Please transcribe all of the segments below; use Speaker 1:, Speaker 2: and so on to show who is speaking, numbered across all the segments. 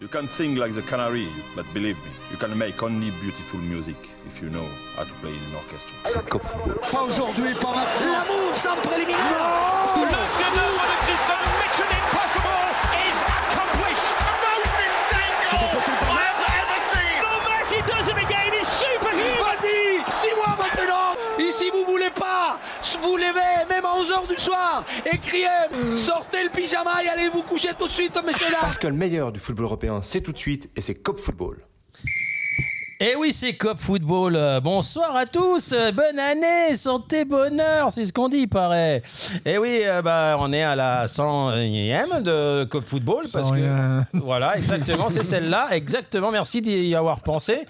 Speaker 1: You can sing like the canary, but believe me, you can make only beautiful music if you know how to play in an orchestra.
Speaker 2: Cinco Football.
Speaker 3: Pas aujourd'hui, pas maintenant. L'amour sans préliminaire. Vas-y, dis-moi maintenant. Et si vous voulez pas, vous levez même à 11h du soir et criez sortez le pyjama et allez vous coucher tout de suite, messieurs dames.
Speaker 2: Parce que le meilleur du football européen, c'est tout de suite et c'est Cop Football.
Speaker 4: Eh oui, c'est Cop Football. Euh, Bonsoir à tous. euh, Bonne année, santé, bonheur, c'est ce qu'on dit, il paraît. Eh oui, euh, bah, on est à la 100e de Cop Football. Parce que,
Speaker 5: 101.
Speaker 4: voilà, exactement, c'est celle-là. Exactement, merci d'y avoir pensé.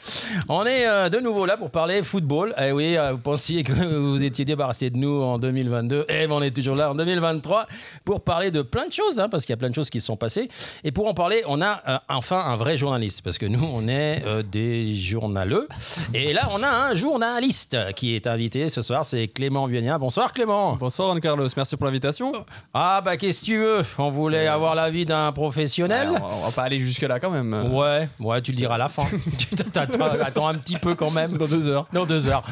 Speaker 4: On est euh, de nouveau là pour parler football. Eh oui, euh, vous pensiez que vous étiez débarrassé de nous en 2022. Eh ben, on est toujours là en 2023 pour parler de plein de choses, hein, parce qu'il y a plein de choses qui se sont passées. Et pour en parler, on a euh, enfin un vrai journaliste, parce que nous, on est euh, des journaleux. Et là, on a un journaliste qui est invité ce soir, c'est Clément Vionia. Bonsoir Clément.
Speaker 6: Bonsoir Juan Carlos, merci pour l'invitation.
Speaker 4: Ah bah qu'est-ce que tu veux On voulait avoir l'avis d'un
Speaker 6: Ouais,
Speaker 4: professionnel.
Speaker 6: on, on va pas aller jusque là quand même.
Speaker 4: Ouais, ouais, tu le diras à la fin. Tu t'attends- Attends un petit peu quand même.
Speaker 6: Dans deux heures.
Speaker 4: Dans deux heures.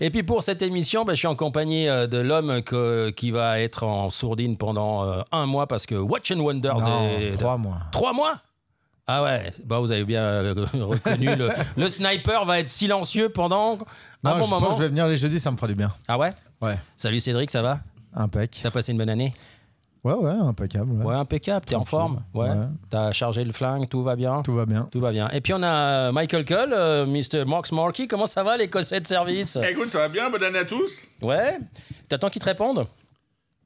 Speaker 4: Et puis pour cette émission, bah, je suis en compagnie euh, de l'homme que- qui va être en sourdine pendant euh, un mois parce que Watch and Wonders
Speaker 5: Non,
Speaker 4: est.
Speaker 5: trois mois.
Speaker 4: Trois mois ah ouais, bah vous avez bien euh, reconnu le, le sniper va être silencieux pendant un
Speaker 5: Non,
Speaker 4: bon
Speaker 5: je
Speaker 4: moment.
Speaker 5: pense que je vais venir les jeudis, ça me fera du bien.
Speaker 4: Ah ouais.
Speaker 5: Ouais.
Speaker 4: Salut Cédric, ça va
Speaker 5: Impec.
Speaker 4: T'as passé une bonne année
Speaker 5: Ouais, ouais, impeccable. ouais.
Speaker 4: Ouais, impeccable. T'es en forme. Ouais.
Speaker 5: Ouais.
Speaker 4: T'as chargé le flingue, tout va bien.
Speaker 5: Tout va bien.
Speaker 4: Tout va bien. Et puis on a Michael Cole, euh, Mr. Marks Markey. Comment ça va, l'Écossais de service
Speaker 7: Eh, Écoute, ça va bien, bonne année à tous.
Speaker 4: Ouais T'attends qu'ils te répondent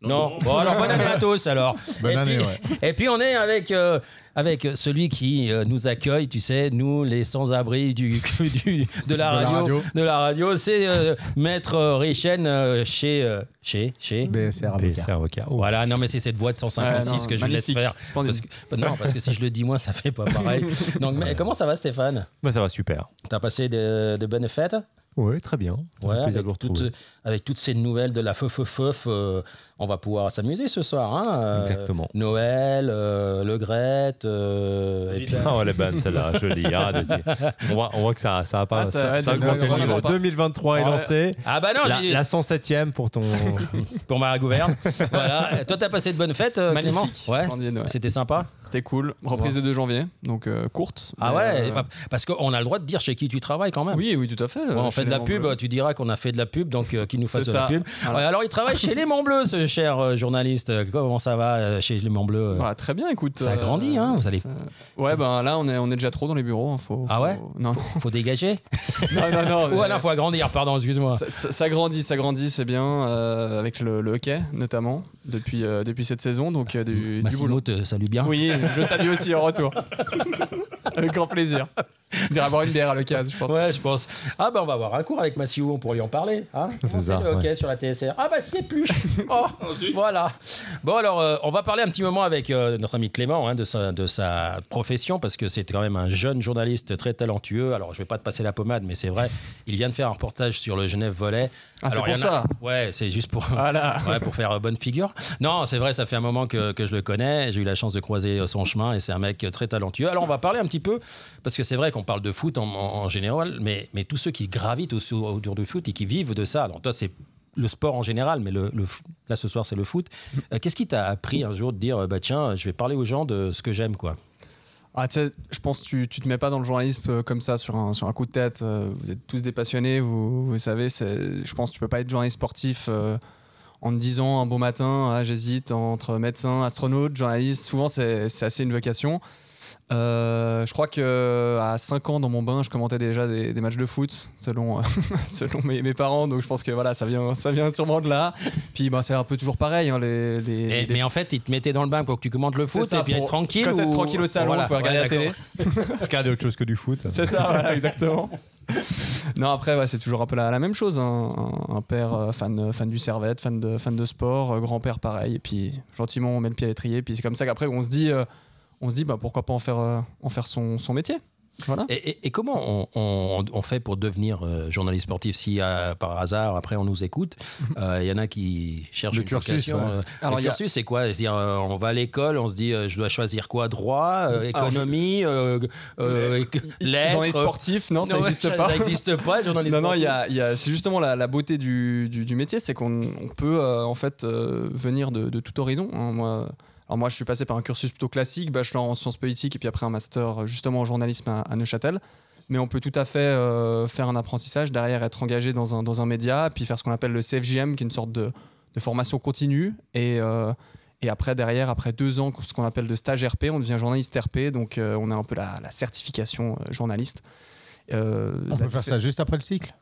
Speaker 4: non. Bon, alors bonne année à tous alors.
Speaker 5: Bonne
Speaker 4: et,
Speaker 5: année,
Speaker 4: puis,
Speaker 5: ouais.
Speaker 4: et puis on est avec, euh, avec celui qui euh, nous accueille, tu sais, nous les sans-abri du, du-
Speaker 5: De
Speaker 4: de, la
Speaker 5: la
Speaker 4: radio,
Speaker 5: radio.
Speaker 4: de la radio, c'est euh, Maître euh, Richen euh, chez, euh, chez, chez,
Speaker 5: BSR avocat.
Speaker 4: Voilà, non, mais c'est cette voix de
Speaker 2: Euh,
Speaker 4: 156
Speaker 6: Ouais, non,
Speaker 4: que je laisse
Speaker 6: magnifique,
Speaker 4: faire.
Speaker 6: splendide.
Speaker 4: Parce que- bah non, parce que si je le dis moi, ça fait pas pareil. Donc, mais comment ça va, Stéphane
Speaker 2: Bah ça va super.
Speaker 4: T'as passé de, de bonnes fêtes
Speaker 2: Ouais, très bien.
Speaker 4: Ouais,
Speaker 2: plaisir
Speaker 4: avec,
Speaker 2: de vous
Speaker 4: toutes-
Speaker 2: retrouver.
Speaker 4: avec toutes ces nouvelles de la feu-feu-feu, euh, on va pouvoir s'amuser ce soir. Hein euh,
Speaker 2: Exactement.
Speaker 4: Noël, euh, Le Grette, euh, et puis-
Speaker 2: Ah, elle est bonne celle-là, jolie. Ah, vas-y. on, voit, on voit que ça, ça a pas.
Speaker 6: Ah, ça va,
Speaker 2: ça, ça
Speaker 6: le-
Speaker 2: augmente
Speaker 6: le-
Speaker 2: le niveau.
Speaker 6: le-
Speaker 2: 2023 est
Speaker 6: Ouais.
Speaker 2: lancé.
Speaker 4: Ah bah non,
Speaker 2: La,
Speaker 4: j'ai-
Speaker 2: la 107e pour ton.
Speaker 4: pour ma gouverne. voilà. Toi, t'as passé de bonnes fêtes, euh, Clément
Speaker 6: Magnifique,
Speaker 4: Ouais,
Speaker 6: splendide, ouais.
Speaker 4: c'était sympa.
Speaker 6: C'était cool. Reprise de 2 janvier, donc euh, courte.
Speaker 4: Ah
Speaker 6: mais,
Speaker 4: ouais,
Speaker 6: euh,
Speaker 4: parce qu'on a le droit de dire chez qui tu travailles quand même.
Speaker 6: Oui, oui, tout à fait.
Speaker 4: Ouais,
Speaker 6: euh,
Speaker 4: on
Speaker 6: chez
Speaker 4: fait de
Speaker 6: les
Speaker 4: la pub,
Speaker 6: Anglais.
Speaker 4: tu diras qu'on a fait de la pub, donc euh, qu'il nous
Speaker 6: C'est
Speaker 4: fasse de la
Speaker 6: ça. Ah,
Speaker 4: pub.
Speaker 6: Voilà.
Speaker 4: Ouais, alors il travaille chez les Monts Bleus, ce cher euh, journaliste. Euh, Comment ça va euh, chez les Monts Bleus euh
Speaker 6: Bah, très bien, écoute.
Speaker 4: Ça
Speaker 6: euh,
Speaker 4: grandit, hein, vous allez-
Speaker 6: ça- Ouais, ben là, on est, on est déjà trop dans les bureaux. hein, faut,
Speaker 4: Ah
Speaker 6: faut-
Speaker 4: ouais
Speaker 6: Non,
Speaker 4: Faut dégager
Speaker 6: non, Ah non. non
Speaker 4: Ou
Speaker 6: mais-
Speaker 4: alors faut agrandir, pardon, excuse-moi.
Speaker 6: ça, ça- ça grandit, ça grandit, c'est bien, euh, avec le, le hockey notamment, depuis, euh, depuis cette saison, donc euh, du, du boulot.
Speaker 4: Massimo te salue bien.
Speaker 6: Oui, je salue aussi en retour. Avec grand plaisir. Dire avoir une bière à l'occasion, je pense.
Speaker 4: Ouais, je pense. Ah bah on va avoir un cours avec Massimo pour lui en parler. Hein
Speaker 2: C'est ça,
Speaker 4: On sait le hockey sur la TSR. Ah bah c'est plus. Oh, voilà. Bon alors euh, on va parler un petit moment avec euh, notre ami Clément hein, de, sa, de sa profession parce que c'est quand même un jeune journaliste très talentueux. Alors je vais pas te passer la pommade mais c'est vrai, il vient de faire un reportage sur le Genève Volet.
Speaker 6: Ah, c'est
Speaker 4: Alors,
Speaker 6: pour
Speaker 4: il y en a-
Speaker 6: ça.
Speaker 4: Ouais, c'est juste pour
Speaker 6: Voilà.
Speaker 4: Ouais, pour faire euh, bonne figure. Non, c'est vrai, ça fait un moment que, que je le connais. J'ai eu la chance de croiser euh, son chemin et c'est un mec euh, très talentueux. Alors, on va parler un petit peu, parce que c'est vrai qu'on parle de foot en, en- en général, mais, mais tous ceux qui gravitent autour, autour du foot et qui vivent de ça. Alors, toi, c'est le sport en général, mais le, le f- là, ce soir, c'est le foot. Euh, Qu'est-ce qui t'a appris un jour de dire, euh, bah tiens, je vais parler aux gens de ce que j'aime, quoi
Speaker 6: Ah, tu sais, je pense que tu, tu te mets pas dans le journalisme euh, comme ça sur un, sur un coup de tête. euh, Vous êtes tous des passionnés, vous, vous savez, c'est- je pense que tu peux pas être journaliste sportif euh, en te disant un beau matin, ah, j'hésite entre médecin, astronaute, journaliste. Souvent, c'est c'est assez une vocation. Euh, je crois que à 5 ans dans mon bain, je commentais déjà des, des matchs de foot selon, euh, selon mes, mes parents. Donc je pense que voilà, ça vient, ça vient sûrement de là. Puis bah, c'est un peu toujours pareil. hein, les, les-
Speaker 4: Et-
Speaker 6: les-
Speaker 4: Eh, Mais en fait, il te mettait dans le bain pour que tu commentes le
Speaker 6: C'est
Speaker 4: foot
Speaker 6: ça,
Speaker 4: et puis
Speaker 6: pour-
Speaker 4: être tranquille.
Speaker 6: comme ça,
Speaker 4: ou-
Speaker 6: être tranquille au salon,
Speaker 4: Voilà,
Speaker 6: on peut regarder
Speaker 4: ouais,
Speaker 6: la télé.
Speaker 4: d'accord.
Speaker 2: Regarder autre chose que du foot.
Speaker 6: C'est ça, voilà, exactement. non, après, ouais, c'est toujours un peu la, la même chose. hein. Un, un père euh, fan, fan du servette, fan de, fan de sport, euh, grand-père pareil. Et puis, gentiment, on met le pied à l'étrier. Puis c'est comme ça qu'après, on se dit, euh, on se dit bah, pourquoi pas en faire, euh, en faire son, son métier. Voilà.
Speaker 4: Et, et- et comment on, on- on fait pour devenir euh, journaliste sportif si euh, par hasard après on nous écoute euh, Il y en a qui cherchent
Speaker 5: Le
Speaker 4: une
Speaker 5: cursus,
Speaker 4: vocation,
Speaker 5: ouais.
Speaker 4: euh,
Speaker 6: Alors,
Speaker 4: le
Speaker 6: il y a-
Speaker 4: cursus, c'est quoi C'est-à-dire, euh, on va à l'école, on se dit euh, je dois choisir quoi Droit, euh,
Speaker 6: Alors, je-
Speaker 4: économie, euh, euh, lettres.
Speaker 6: Journaliste sportif, non, ça
Speaker 4: Non, ouais,
Speaker 6: n'existe pas.
Speaker 4: Ça n'existe pas, journaliste
Speaker 6: Non, non, il
Speaker 4: sportif.
Speaker 6: y a, il y a- c'est justement la, la beauté du, du- du métier, c'est qu'on on peut euh, en fait euh, venir de, de tout horizon. hein. Moi, alors moi, je suis passé par un cursus plutôt classique, bachelor en sciences politiques et puis après un master euh, justement en journalisme à, à Neuchâtel. Mais on peut tout à fait euh, faire un apprentissage, derrière être engagé dans un, dans un média, puis faire ce qu'on appelle le CFJM, qui est une sorte de, de formation continue. Et, euh, et après, derrière, après deux ans, ce qu'on appelle de stage RP, on devient journaliste RP, donc euh, on a un peu la, la certification euh, journaliste. Euh,
Speaker 5: On peut
Speaker 6: la-
Speaker 5: faire ça juste après le cycle.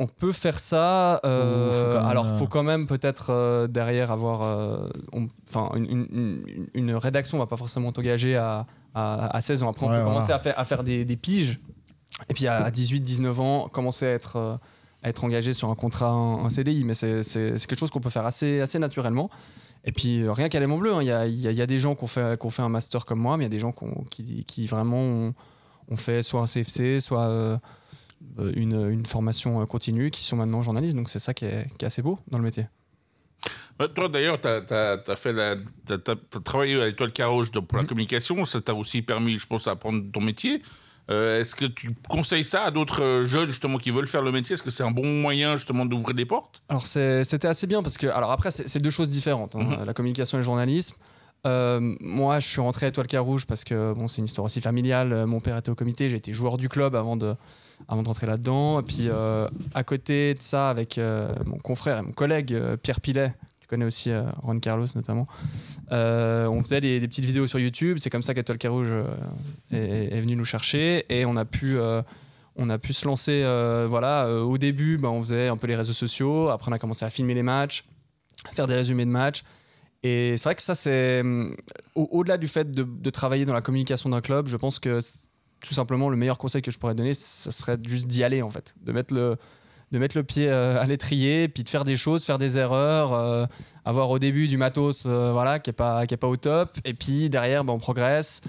Speaker 6: on peut faire ça. euh,
Speaker 5: Ou faut quand même,
Speaker 6: alors,
Speaker 5: euh,
Speaker 6: faut quand même peut-être euh, derrière avoir, euh, on- enfin, une, une- une- une rédaction. On va pas forcément t'engager à, à, à 16 ans. Après, on
Speaker 5: Ouais,
Speaker 6: peut
Speaker 5: voilà.
Speaker 6: commencer à faire, à faire des, des piges. Et puis à 18-19 ans, commencer à être, euh, à être engagé sur un contrat, un, un CDI. Mais c'est c'est- c'est quelque chose qu'on peut faire assez, assez naturellement. Et puis euh, rien qu'à l'aimant bleu, hein, il y, a, il y a- il y a des gens qui ont fait, qui ont fait un master comme moi, mais il y a des gens qui, ont- qui, qui vraiment ont, ont fait soit un CFC, soit euh, euh, une, une formation euh, continue, qui sont maintenant journalistes. Donc c'est ça qui est, qui est assez beau dans le métier.
Speaker 7: Euh, Toi, d'ailleurs, t'as as, fait la, t'as- t'as- t'as travaillé à l'étoile Caroche de-
Speaker 5: Mm.
Speaker 7: pour la communication. Ça t'a aussi permis, je pense, d'apprendre ton métier. Euh, Est-ce que tu conseilles ça à d'autres euh, jeunes justement qui veulent faire le métier Est-ce que c'est un bon moyen justement d'ouvrir des portes
Speaker 6: Alors c'est- c'était assez bien parce que alors après c'est c'est deux choses différentes, hein, la communication et le journalisme. Euh, moi, je suis rentré à Étoile Carouge parce que bon, c'est une histoire aussi familiale. Euh, Mon père était au comité, j'ai été joueur du club avant de, avant de rentrer là-dedans. Et puis, euh, à côté de ça, avec euh, mon confrère et mon collègue euh, Pierre Pilet, tu connais aussi euh, Ron Carlos notamment, euh, on faisait des, des petites vidéos sur YouTube. C'est comme ça qu'Étoile Carouge euh, est, est venu nous chercher et on a pu. euh, on a pu se lancer, euh, voilà, euh, au début, ben, on faisait un peu les réseaux sociaux, après on a commencé à filmer les matchs, à faire des résumés de matchs. Et c'est vrai que ça, c'est hum, au- au-delà du fait de, de travailler dans la communication d'un club, je pense que c- tout simplement le meilleur conseil que je pourrais donner, ça serait juste d'y aller en fait, de mettre le de mettre le pied euh, à l'étrier, puis de faire des choses, faire des erreurs, euh, avoir au début du matos, euh, voilà, qui est pas qui est pas au top, et puis derrière, ben, on progresse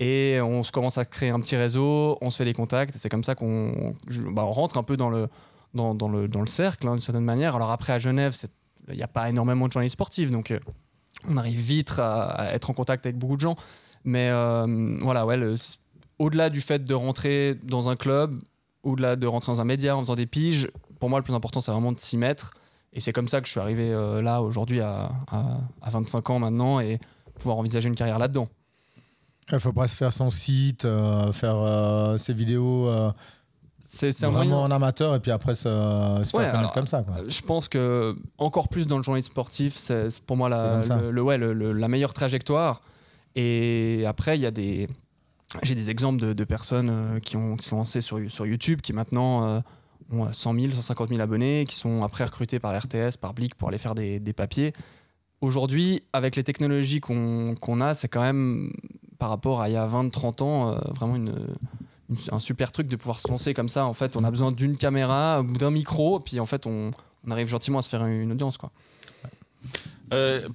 Speaker 6: et on se commence à créer un petit réseau, on se fait les contacts, et c'est comme ça qu'on je- bah, on rentre un peu dans le, dans, dans le, dans le cercle, hein, d'une certaine manière. Alors après, à Genève, c'est- il n'y a pas énormément de journalistes sportifs, donc euh, on arrive vite à, à être en contact avec beaucoup de gens. Mais euh, voilà, ouais, le- au-delà du fait de rentrer dans un club, au-delà de rentrer dans un média en faisant des piges, pour moi, le plus important, c'est vraiment de s'y mettre. Et c'est comme ça que je suis arrivé euh, là aujourd'hui à, à- à 25 ans maintenant et pouvoir envisager une carrière là-dedans.
Speaker 5: Il faut pas se faire son site, euh, faire euh, ses vidéos euh,
Speaker 6: C'est c'est un moyen-
Speaker 5: vraiment en amateur et puis après se, se
Speaker 6: Ouais,
Speaker 5: faire
Speaker 6: alors,
Speaker 5: connaître
Speaker 6: euh,
Speaker 5: comme ça. Quoi.
Speaker 6: Je pense que encore plus dans le journalisme sportif, c'est c'est pour moi
Speaker 5: C'est
Speaker 6: la,
Speaker 5: comme ça.
Speaker 6: le- le- ouais, le- le- la meilleure trajectoire. Et après, il y a des, j'ai des exemples de, de personnes euh, qui ont qui se sont lancées sur, sur YouTube, qui maintenant euh, ont euh, 100 000, 150 000 abonnés, qui sont après recrutés par la RTS, par Blick pour aller faire des, des papiers. Aujourd'hui, avec les technologies qu'on qu'on a, c'est quand même par rapport à il y a 20-30 ans, euh, vraiment une, une- un super truc de pouvoir se lancer comme ça. En fait, on a besoin d'une caméra, d'un micro, puis en fait, on, on arrive gentiment à se faire une audience. Quoi.
Speaker 7: Euh,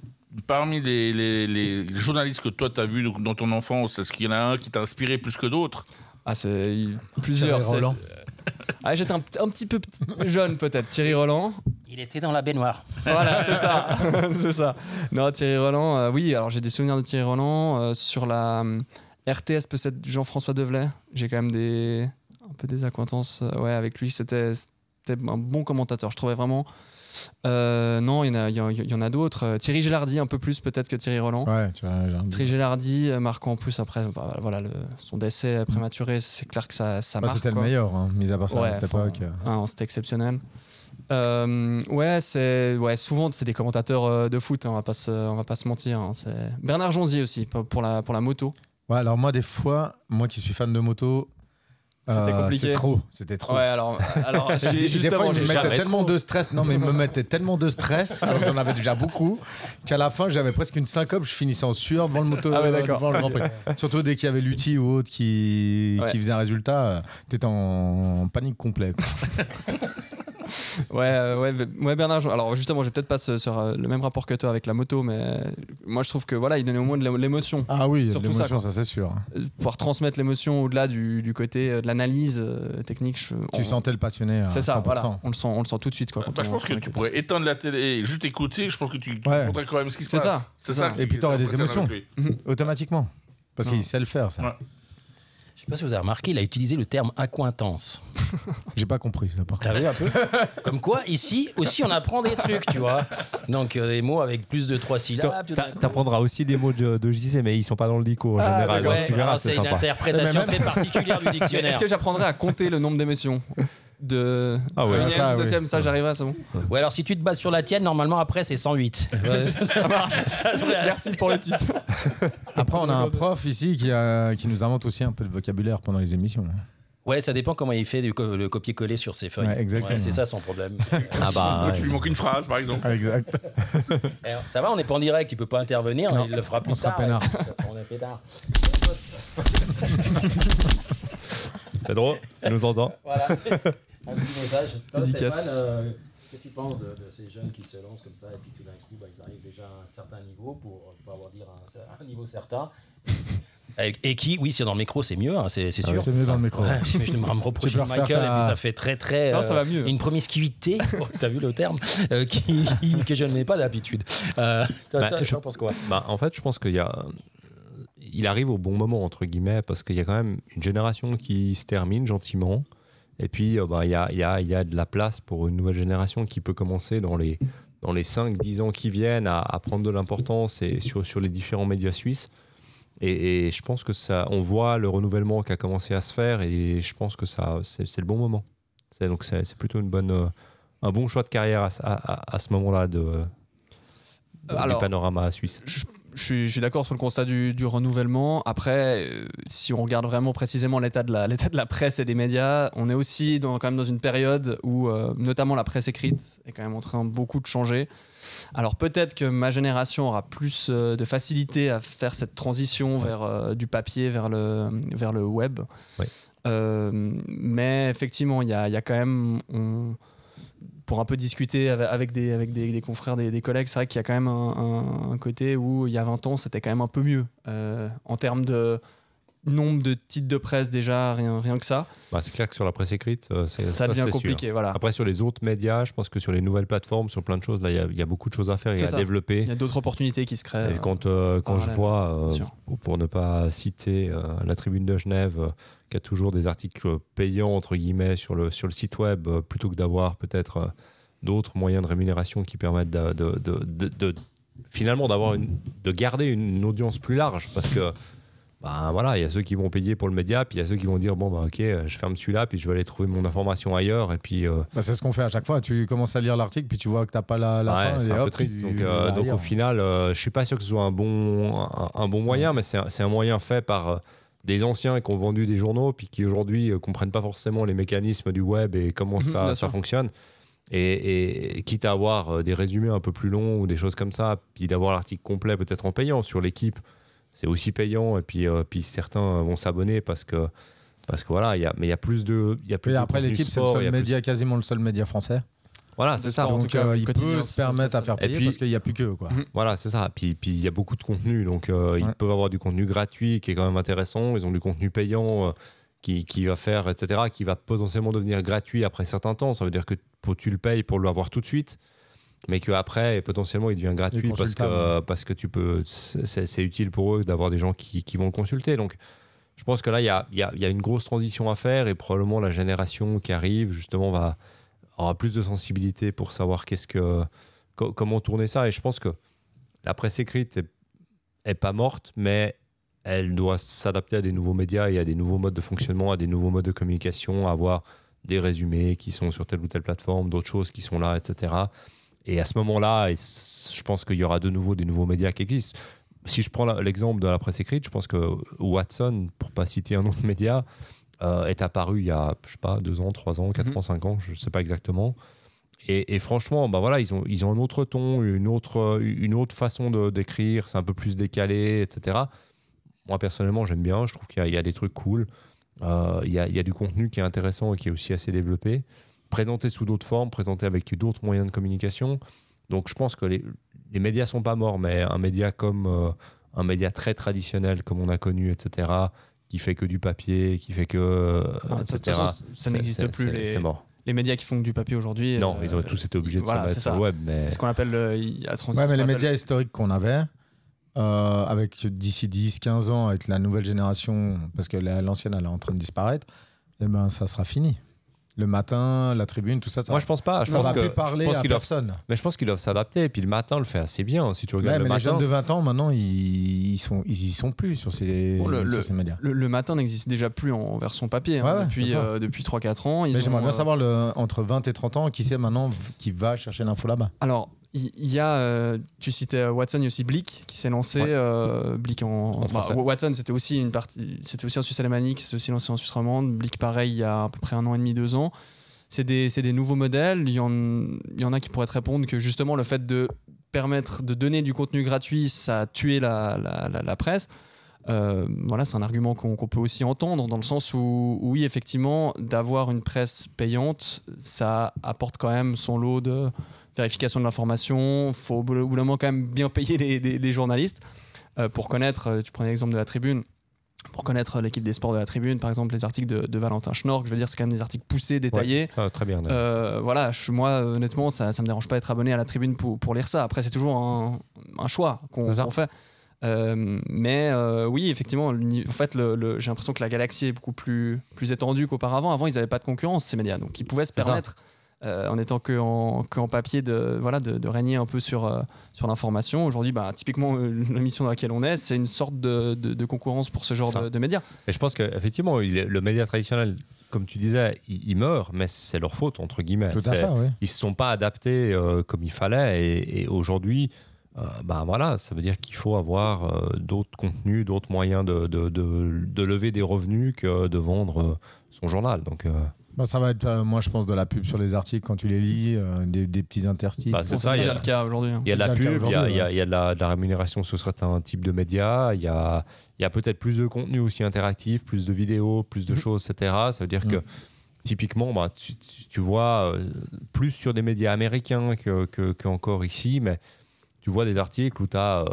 Speaker 7: Parmi les, les- les journalistes que toi t'as vu dans ton enfance, est-ce qu'il y en a un qui t'a inspiré plus que d'autres
Speaker 6: Ah, c'est il- plusieurs.
Speaker 5: Thierry
Speaker 6: c'est-
Speaker 5: Roland.
Speaker 6: c'est- Ah, J'étais un, p- un petit peu petit- jeune, peut-être. Thierry Roland.
Speaker 4: Il était dans la baignoire.
Speaker 6: Voilà, c'est ça. c'est ça. Non, Thierry Roland, euh, oui, alors j'ai des souvenirs de Thierry Roland euh, sur la hum, RTS, peut-être Jean-François Develay. J'ai quand même des, un peu des acquaintances euh, ouais, avec lui. C'était c'était un bon commentateur, je trouvais vraiment. Euh, non, il y en a, il y en- il y en a d'autres. Euh, Thierry Gélardi, un peu plus peut-être que Thierry Roland.
Speaker 5: Ouais, tu vois, genre-
Speaker 6: Thierry Gélardi, euh, marquant en plus après bah, voilà, le- son décès prématuré, c'est clair que ça, ça
Speaker 5: Bah,
Speaker 6: marque.
Speaker 5: c'était le
Speaker 6: quoi.
Speaker 5: meilleur, hein, mis à part ça
Speaker 6: Ouais,
Speaker 5: à cette
Speaker 6: enfin,
Speaker 5: époque.
Speaker 6: Ah non, c'était exceptionnel. Euh, ouais, c'est ouais, souvent c'est des commentateurs euh, de foot. hein, on va pas se, on va pas se mentir. hein, c'est- Bernard Jonzier aussi pour pour la pour la moto.
Speaker 5: Ouais, alors moi, des fois, moi qui suis fan de moto, euh,
Speaker 6: C'était compliqué.
Speaker 5: C'est trop. C'était trop.
Speaker 6: Ouais, alors alors j'ai-
Speaker 5: Des- des
Speaker 6: justement
Speaker 5: fois, il
Speaker 6: j'ai
Speaker 5: me
Speaker 6: jamais-
Speaker 5: mettait tellement de stress. Non, mais il me mettait tellement de stress, alors que j'en avais déjà beaucoup, qu'à la fin, j'avais presque une syncope. Je finissais en sueur devant le moto,
Speaker 6: Ah ouais,
Speaker 5: euh,
Speaker 6: d'accord.
Speaker 5: devant le Grand Prix. Surtout dès qu'il y avait Lutti ou autre qui,
Speaker 6: Ouais.
Speaker 5: qui faisait un résultat, euh, t'étais en panique complète.
Speaker 6: Ouais, euh, ouais, Be- ouais, Bernard. Jour- Alors justement, j'ai peut-être pas ce- sur, euh, le même rapport que toi avec la moto, mais euh, moi je trouve que voilà, il donnait au moins de l'é- l'émotion.
Speaker 5: Ah oui, il y a de
Speaker 6: Surtout ça,
Speaker 5: l'émotion,
Speaker 6: quoi.
Speaker 5: ça, c'est sûr.
Speaker 6: Euh, Pouvoir transmettre l'émotion au-delà du, du côté euh, de l'analyse euh, technique. je- on-
Speaker 5: Tu sentais le passionné à
Speaker 6: C'est
Speaker 5: 100%.
Speaker 6: ça, voilà. On le sent, on le sent tout de suite quoi. quand
Speaker 7: Bah, je
Speaker 6: on-
Speaker 7: pense
Speaker 6: quand
Speaker 7: que
Speaker 6: on
Speaker 7: tu
Speaker 6: écoute.
Speaker 7: pourrais éteindre la télé et juste écouter. Je pense que tu
Speaker 5: Ouais.
Speaker 7: comprendrais quand même ce qui se
Speaker 6: C'est
Speaker 7: passe.
Speaker 6: ça. C'est ça.
Speaker 7: qui
Speaker 5: Et puis
Speaker 7: est
Speaker 5: t'aurais des
Speaker 7: impressionnant
Speaker 5: émotions.
Speaker 7: avec lui.
Speaker 5: Automatiquement. Parce qu'il sait le faire, ça.
Speaker 7: Ouais.
Speaker 4: Je sais pas si vous avez remarqué, il a utilisé le terme accointance.
Speaker 5: J'ai pas compris, ça, par contre.
Speaker 4: T'as vu un peu Comme quoi, ici aussi, on apprend des trucs, tu vois. Donc, euh, des mots avec plus de trois syllabes. tout d'un
Speaker 2: T'a-
Speaker 4: coup.
Speaker 2: T'apprendras aussi des mots de, de JC, mais ils sont pas dans le dico en général.
Speaker 4: Ouais,
Speaker 2: donc tu verras,
Speaker 4: alors
Speaker 2: c'est
Speaker 4: Ah, c'est une
Speaker 2: sympa.
Speaker 4: interprétation très particulière du
Speaker 6: Mais Est-ce
Speaker 4: dictionnaire.
Speaker 6: que j'apprendrai à compter le nombre d'émotions de
Speaker 2: Ah ouais.
Speaker 6: 1er,
Speaker 5: Ça, oui.
Speaker 6: 17e, ça j'arriverai, c'est bon.
Speaker 4: Ouais, alors si tu te bases sur la tienne, normalement après c'est 108. Ouais, ça- ça- ça- ça-
Speaker 6: Merci pour le titre.
Speaker 5: Après, on a un prof ici qui, a- qui nous invente aussi un peu de vocabulaire pendant les émissions. là.
Speaker 4: Ouais, ça dépend comment il fait du co- le copier-coller sur ses feuilles.
Speaker 5: Ouais, exactement.
Speaker 4: Ouais, c'est ça son problème.
Speaker 2: Ah bah,
Speaker 7: Quand tu lui manques une phrase, par exemple.
Speaker 5: Ah, exact.
Speaker 4: Alors, ça va, on n'est pas en direct, il peut pas intervenir, il le fera plus
Speaker 5: sera
Speaker 4: tard.
Speaker 5: peinard.
Speaker 4: Ça sera- on est peinard.
Speaker 2: Pedro, tu nous entends
Speaker 4: Voilà. Un petit message. Toi,
Speaker 6: Dédicace.
Speaker 4: Stéphane, euh, Qu'est-ce que tu penses de, de ces jeunes qui se lancent comme ça et puis tout d'un coup bah, ils arrivent déjà à un certain niveau pour pas avoir dire un, cer- un niveau certain et, et qui oui c'est dans le micro c'est mieux hein, c'est c'est sûr
Speaker 5: Ah C'est mieux dans le micro.
Speaker 4: Ouais, mais je me reprocher
Speaker 5: Tu
Speaker 4: de
Speaker 5: peux refaire
Speaker 4: Michael
Speaker 5: ta-
Speaker 4: et puis ça fait très très euh,
Speaker 6: Non, ça va mieux.
Speaker 4: une promiscuité oh, t'as vu le terme euh, qui, qui- que je n'ai pas d'habitude euh, toi,
Speaker 2: Bah,
Speaker 4: toi,
Speaker 2: je-
Speaker 4: t'en penses quoi
Speaker 2: Bah, en fait, je pense qu'il y a- il arrive au bon moment entre guillemets parce qu'il y a quand même une génération qui se termine gentiment. Et puis, euh, bah, il y, a, il y a- il y a de la place pour une nouvelle génération qui peut commencer dans les, dans les 5-10 ans qui viennent à, à prendre de l'importance et sur, sur les différents médias suisses. Et, et je pense que ça, on voit le renouvellement qui a commencé à se faire et je pense que ça, c'est, c'est le bon moment. C'est, donc, c'est, c'est plutôt une bonne, euh, un bon choix de carrière à, ce- à- à- à ce moment-là de, euh, du
Speaker 6: Alors,
Speaker 2: panorama suisse.
Speaker 6: je, je suis, je suis d'accord sur le constat du, du renouvellement. Après, euh, si on regarde vraiment précisément l'état de, la, l'état de la presse et des médias, on est aussi dans, quand même dans une période où euh, notamment la presse écrite est quand même en train beaucoup de changer. Alors peut-être que ma génération aura plus euh, de facilité à faire cette transition vers euh, du papier, vers le, vers le web.
Speaker 2: Ouais.
Speaker 6: Euh, mais effectivement, il y a, il y a quand même... on- pour un peu discuter ave- avec des, avec des, des confrères, des, des collègues, c'est vrai qu'il y a quand même un, un- un côté où il y a 20 ans, c'était quand même un peu mieux euh, en termes de nombre de titres de presse déjà, rien, rien que ça.
Speaker 2: Bah, c'est clair que sur la presse écrite, euh, c'est-
Speaker 6: Ça,
Speaker 2: ça,
Speaker 6: devient
Speaker 2: c'est sûr.
Speaker 6: compliqué, voilà.
Speaker 2: Après, sur les autres médias, je pense que sur les nouvelles plateformes, sur plein de choses, là, il y a- il y, a beaucoup de choses à faire et
Speaker 6: C'est
Speaker 2: à
Speaker 6: ça.
Speaker 2: développer.
Speaker 6: Il y a d'autres opportunités qui se créent.
Speaker 2: Et quand, euh, quand je
Speaker 6: parallèle,
Speaker 2: vois,
Speaker 6: c'est
Speaker 2: euh,
Speaker 6: sûr.
Speaker 2: pour- pour ne pas citer euh, la Tribune de Genève, euh, qui a toujours des articles payants, entre guillemets, sur le, sur le site web, euh, plutôt que d'avoir peut-être euh, d'autres moyens de rémunération qui permettent d'a- de, de- de- de- finalement d'avoir une, de garder une, une audience plus large. Parce que, bah, voilà, il y a ceux qui vont payer pour le média, puis il y a ceux qui vont dire, bon, bah, ok, euh, je ferme celui-là, puis je vais aller trouver mon information ailleurs, et puis... euh,
Speaker 5: Bah, c'est ce qu'on fait à chaque fois. Tu commences à lire l'article, puis tu vois que t'as pas la, la
Speaker 2: Ouais,
Speaker 5: fin.
Speaker 2: c'est
Speaker 5: et
Speaker 2: un peu
Speaker 5: hop,
Speaker 2: triste.
Speaker 5: tu-
Speaker 2: Donc, euh,
Speaker 5: bah,
Speaker 2: donc au
Speaker 5: ailleurs.
Speaker 2: final, euh, je suis pas sûr que ce soit un bon, un, un bon moyen, mais c'est un, c'est un moyen fait par euh, des anciens qui ont vendu des journaux, puis qui aujourd'hui euh, comprennent pas forcément les mécanismes du web et comment
Speaker 6: Mhm,
Speaker 2: ça,
Speaker 6: bien
Speaker 2: ça
Speaker 6: sûr.
Speaker 2: fonctionne. Et, et- et quitte à avoir euh, des résumés un peu plus longs ou des choses comme ça, puis d'avoir l'article complet peut-être en payant sur l'équipe, c'est aussi payant. Et puis, euh, puis certains euh, vont s'abonner parce que, parce que voilà, il y a, mais il y a plus de. il Y a plus
Speaker 5: Et
Speaker 2: de
Speaker 5: après,
Speaker 2: contenu
Speaker 5: l'équipe, c'est le
Speaker 2: sport, il y
Speaker 5: seul
Speaker 2: a plus- Ah,
Speaker 5: média, quasiment le seul média français.
Speaker 2: Voilà, c'est ça.
Speaker 6: En tout
Speaker 5: Donc,
Speaker 6: cas,
Speaker 5: euh, il
Speaker 6: quotidien,
Speaker 5: peut
Speaker 6: c'est-
Speaker 5: se permettre
Speaker 6: c'est-
Speaker 5: à faire
Speaker 2: Et
Speaker 5: payer
Speaker 2: puis- Mm-hmm.
Speaker 5: parce qu'il n'y a plus qu'eux. Quoi.
Speaker 2: Voilà, c'est ça. Puis puis il y a beaucoup de contenu, donc euh, ils
Speaker 5: Ouais.
Speaker 2: peuvent avoir du contenu gratuit qui est quand même intéressant. Ils ont du contenu payant euh, qui, qui va faire, etc., qui va potentiellement devenir gratuit après certains temps. Ça veut dire que pour- tu le payes pour l'avoir tout de suite, mais qu'après, potentiellement, il devient gratuit parce que,
Speaker 5: consultable.
Speaker 2: parce que tu peux. C'est c'est utile pour eux d'avoir des gens qui, qui vont le consulter. Donc, je pense que là, il y a, il y a- il y a une grosse transition à faire et probablement la génération qui arrive, justement, va aura plus de sensibilité pour savoir qu'est-ce que co- comment tourner ça. Et je pense que la presse écrite est, est pas morte, mais elle doit s'adapter à des nouveaux médias et à des nouveaux modes de fonctionnement, à des nouveaux modes de communication, avoir des résumés qui sont sur telle ou telle plateforme, d'autres choses qui sont là, etc. Et à ce moment-là, et s- je pense qu'il y aura de nouveau des nouveaux médias qui existent. Si je prends la- l'exemple de la presse écrite, je pense que Watson, pour pas citer un autre média, euh, est apparu il y a, je sais pas, deux ans, trois ans, quatre
Speaker 6: Mhm.
Speaker 2: ans, cinq ans, je sais pas exactement. Et, et franchement, bah voilà, ils ont, ils ont un autre ton, une autre, une autre façon de- d'écrire, c'est un peu plus décalé, etc. Moi, personnellement, j'aime bien, je trouve qu'il y, a- il y a des trucs cool, Euh, il y, a, il y a du contenu qui est intéressant et qui est aussi assez développé. présenter sous d'autres formes, présenter avec d'autres moyens de communication. Donc je pense que les, les médias sont pas morts, mais un média comme euh, un média très traditionnel comme on a connu, etc., qui fait que du papier, qui fait que euh,
Speaker 6: Ah, de toute
Speaker 2: etc.
Speaker 6: façon, ça
Speaker 2: c'est-
Speaker 6: n'existe
Speaker 2: c'est-
Speaker 6: plus,
Speaker 2: c'est-
Speaker 6: les-
Speaker 2: C'est mort.
Speaker 6: Les médias qui font que du papier aujourd'hui.
Speaker 2: non,
Speaker 6: euh,
Speaker 2: ils ont tous été obligés de
Speaker 6: voilà,
Speaker 2: s'abattre
Speaker 6: c'est
Speaker 2: sur
Speaker 6: ça.
Speaker 2: le web, mais
Speaker 6: Ce qu'on appelle euh, il y a transition,
Speaker 5: Ouais,
Speaker 6: ce
Speaker 5: mais les
Speaker 6: qu'on
Speaker 5: médias historiques qu'on avait, euh, avec d'ici 10, 15 ans, avec la nouvelle génération, parce que la- l'ancienne, elle est en train de disparaître, eh ben, ça sera fini. Le matin, la tribune, tout ça, ça
Speaker 2: moi
Speaker 5: va-
Speaker 2: je pense pas. Je
Speaker 5: ça
Speaker 2: pense
Speaker 5: va
Speaker 2: que
Speaker 5: plus parler
Speaker 2: je pense
Speaker 5: à
Speaker 2: qu'ils doivent-
Speaker 5: personne.
Speaker 2: mais je pense qu'ils doivent s'adapter. Et puis le matin, on le fait assez bien. Si tu regardes
Speaker 5: Ouais, mais
Speaker 2: le
Speaker 5: les
Speaker 2: matin,
Speaker 5: jeunes de 20 ans, maintenant, ils, ils sont, ils y sont plus sur ces,
Speaker 6: Oh, le-
Speaker 5: sur
Speaker 6: le-
Speaker 5: ces médias.
Speaker 6: Le, le matin n'existe déjà plus en version papier hein,
Speaker 5: Ouais, ouais, c'est
Speaker 6: depuis,
Speaker 5: ça.
Speaker 6: euh, depuis 3-4 ans. Ils
Speaker 5: Mais
Speaker 6: ont,
Speaker 5: j'aimerais bien
Speaker 6: euh,
Speaker 5: savoir le- entre 20 et 30 ans, qui c'est maintenant v- qui va chercher l'info là-bas
Speaker 6: Alors, il il y, a, euh, tu citais euh, Watson, il y a aussi Blick qui s'est lancé.
Speaker 2: Ouais.
Speaker 6: euh, Blick en. bah,
Speaker 2: français.
Speaker 6: Watson, c'était aussi une partie, c'était aussi en Suisse alémanique, c'est aussi lancé en Suisse romande. Blick, pareil, il y a à peu près un an et demi, deux ans. C'est des, c'est des nouveaux modèles. Il y, en, il y en a qui pourraient te répondre que justement le fait de permettre de donner du contenu gratuit, ça a tué la, la, la- la presse. Euh, voilà, c'est un argument qu'on qu'on peut aussi entendre dans le sens où, oui, effectivement, d'avoir une presse payante, ça apporte quand même son lot de vérification de l'information. Faut au bout au bout d'un moment quand même bien payer les, les- les journalistes euh, pour connaître. euh, Tu prends l'exemple de la Tribune. Pour connaître l'équipe des sports de la Tribune, par exemple, les articles de, de Valentin Schnorr, je veux dire, c'est quand même des articles poussés, détaillés.
Speaker 2: Ah, très bien. d'ailleurs.
Speaker 6: Euh, voilà, je- moi honnêtement, ça, ça me dérange pas d'être abonné à la tribune pour, pour lire ça. Après, c'est toujours un, un choix qu'on
Speaker 2: C'est ça.
Speaker 6: qu'on fait. Euh, mais euh, oui, effectivement, l'uni- en fait, le- le- j'ai l'impression que la galaxie est beaucoup plus, plus étendue qu'auparavant. Avant, ils n'avaient pas de concurrence, ces médias. Donc, ils pouvaient se
Speaker 2: C'est ça.
Speaker 6: permettre, euh, en étant que en, que en papier, de, voilà, de, de régner un peu sur, euh, sur l'information. Aujourd'hui, bah, typiquement, euh, l'émission dans laquelle on est, c'est une sorte de, de- de concurrence pour ce genre
Speaker 2: Ça.
Speaker 6: de, de médias.
Speaker 2: Et je pense qu'effectivement, le média traditionnel, comme tu disais, il, il meurt, mais c'est leur faute, entre guillemets.
Speaker 5: Tout à
Speaker 2: Bah, C'est-
Speaker 5: fait, oui.
Speaker 2: Ils se sont pas adaptés euh, comme il fallait. Et, et aujourd'hui, euh, bah voilà, ça veut dire qu'il faut avoir euh, d'autres contenus, d'autres moyens de, de, de- de lever des revenus que de vendre euh, son journal. Donc, euh,
Speaker 5: Bah, ça va être, euh, moi, je pense, de la pub sur les articles quand tu les lis, euh, des, des petits interstices.
Speaker 2: bah, c'est
Speaker 6: Bon,
Speaker 2: ça. il y
Speaker 6: déjà
Speaker 2: a-
Speaker 6: le cas aujourd'hui. hein.
Speaker 2: Il y a de la
Speaker 5: C'est déjà le
Speaker 2: pub,
Speaker 5: cas
Speaker 2: il y a,
Speaker 5: aujourd'hui,
Speaker 2: il y a-
Speaker 5: ouais.
Speaker 2: il y a de, la, de la rémunération sur certains types de médias, il y a, il y a peut-être plus de contenu aussi interactif, plus de vidéos, plus de
Speaker 5: Mhm.
Speaker 2: choses, etc. Ça veut dire que typiquement, bah, tu, tu- tu vois euh, plus sur des médias américains que, que- qu'encore ici, mais tu vois des articles où tu as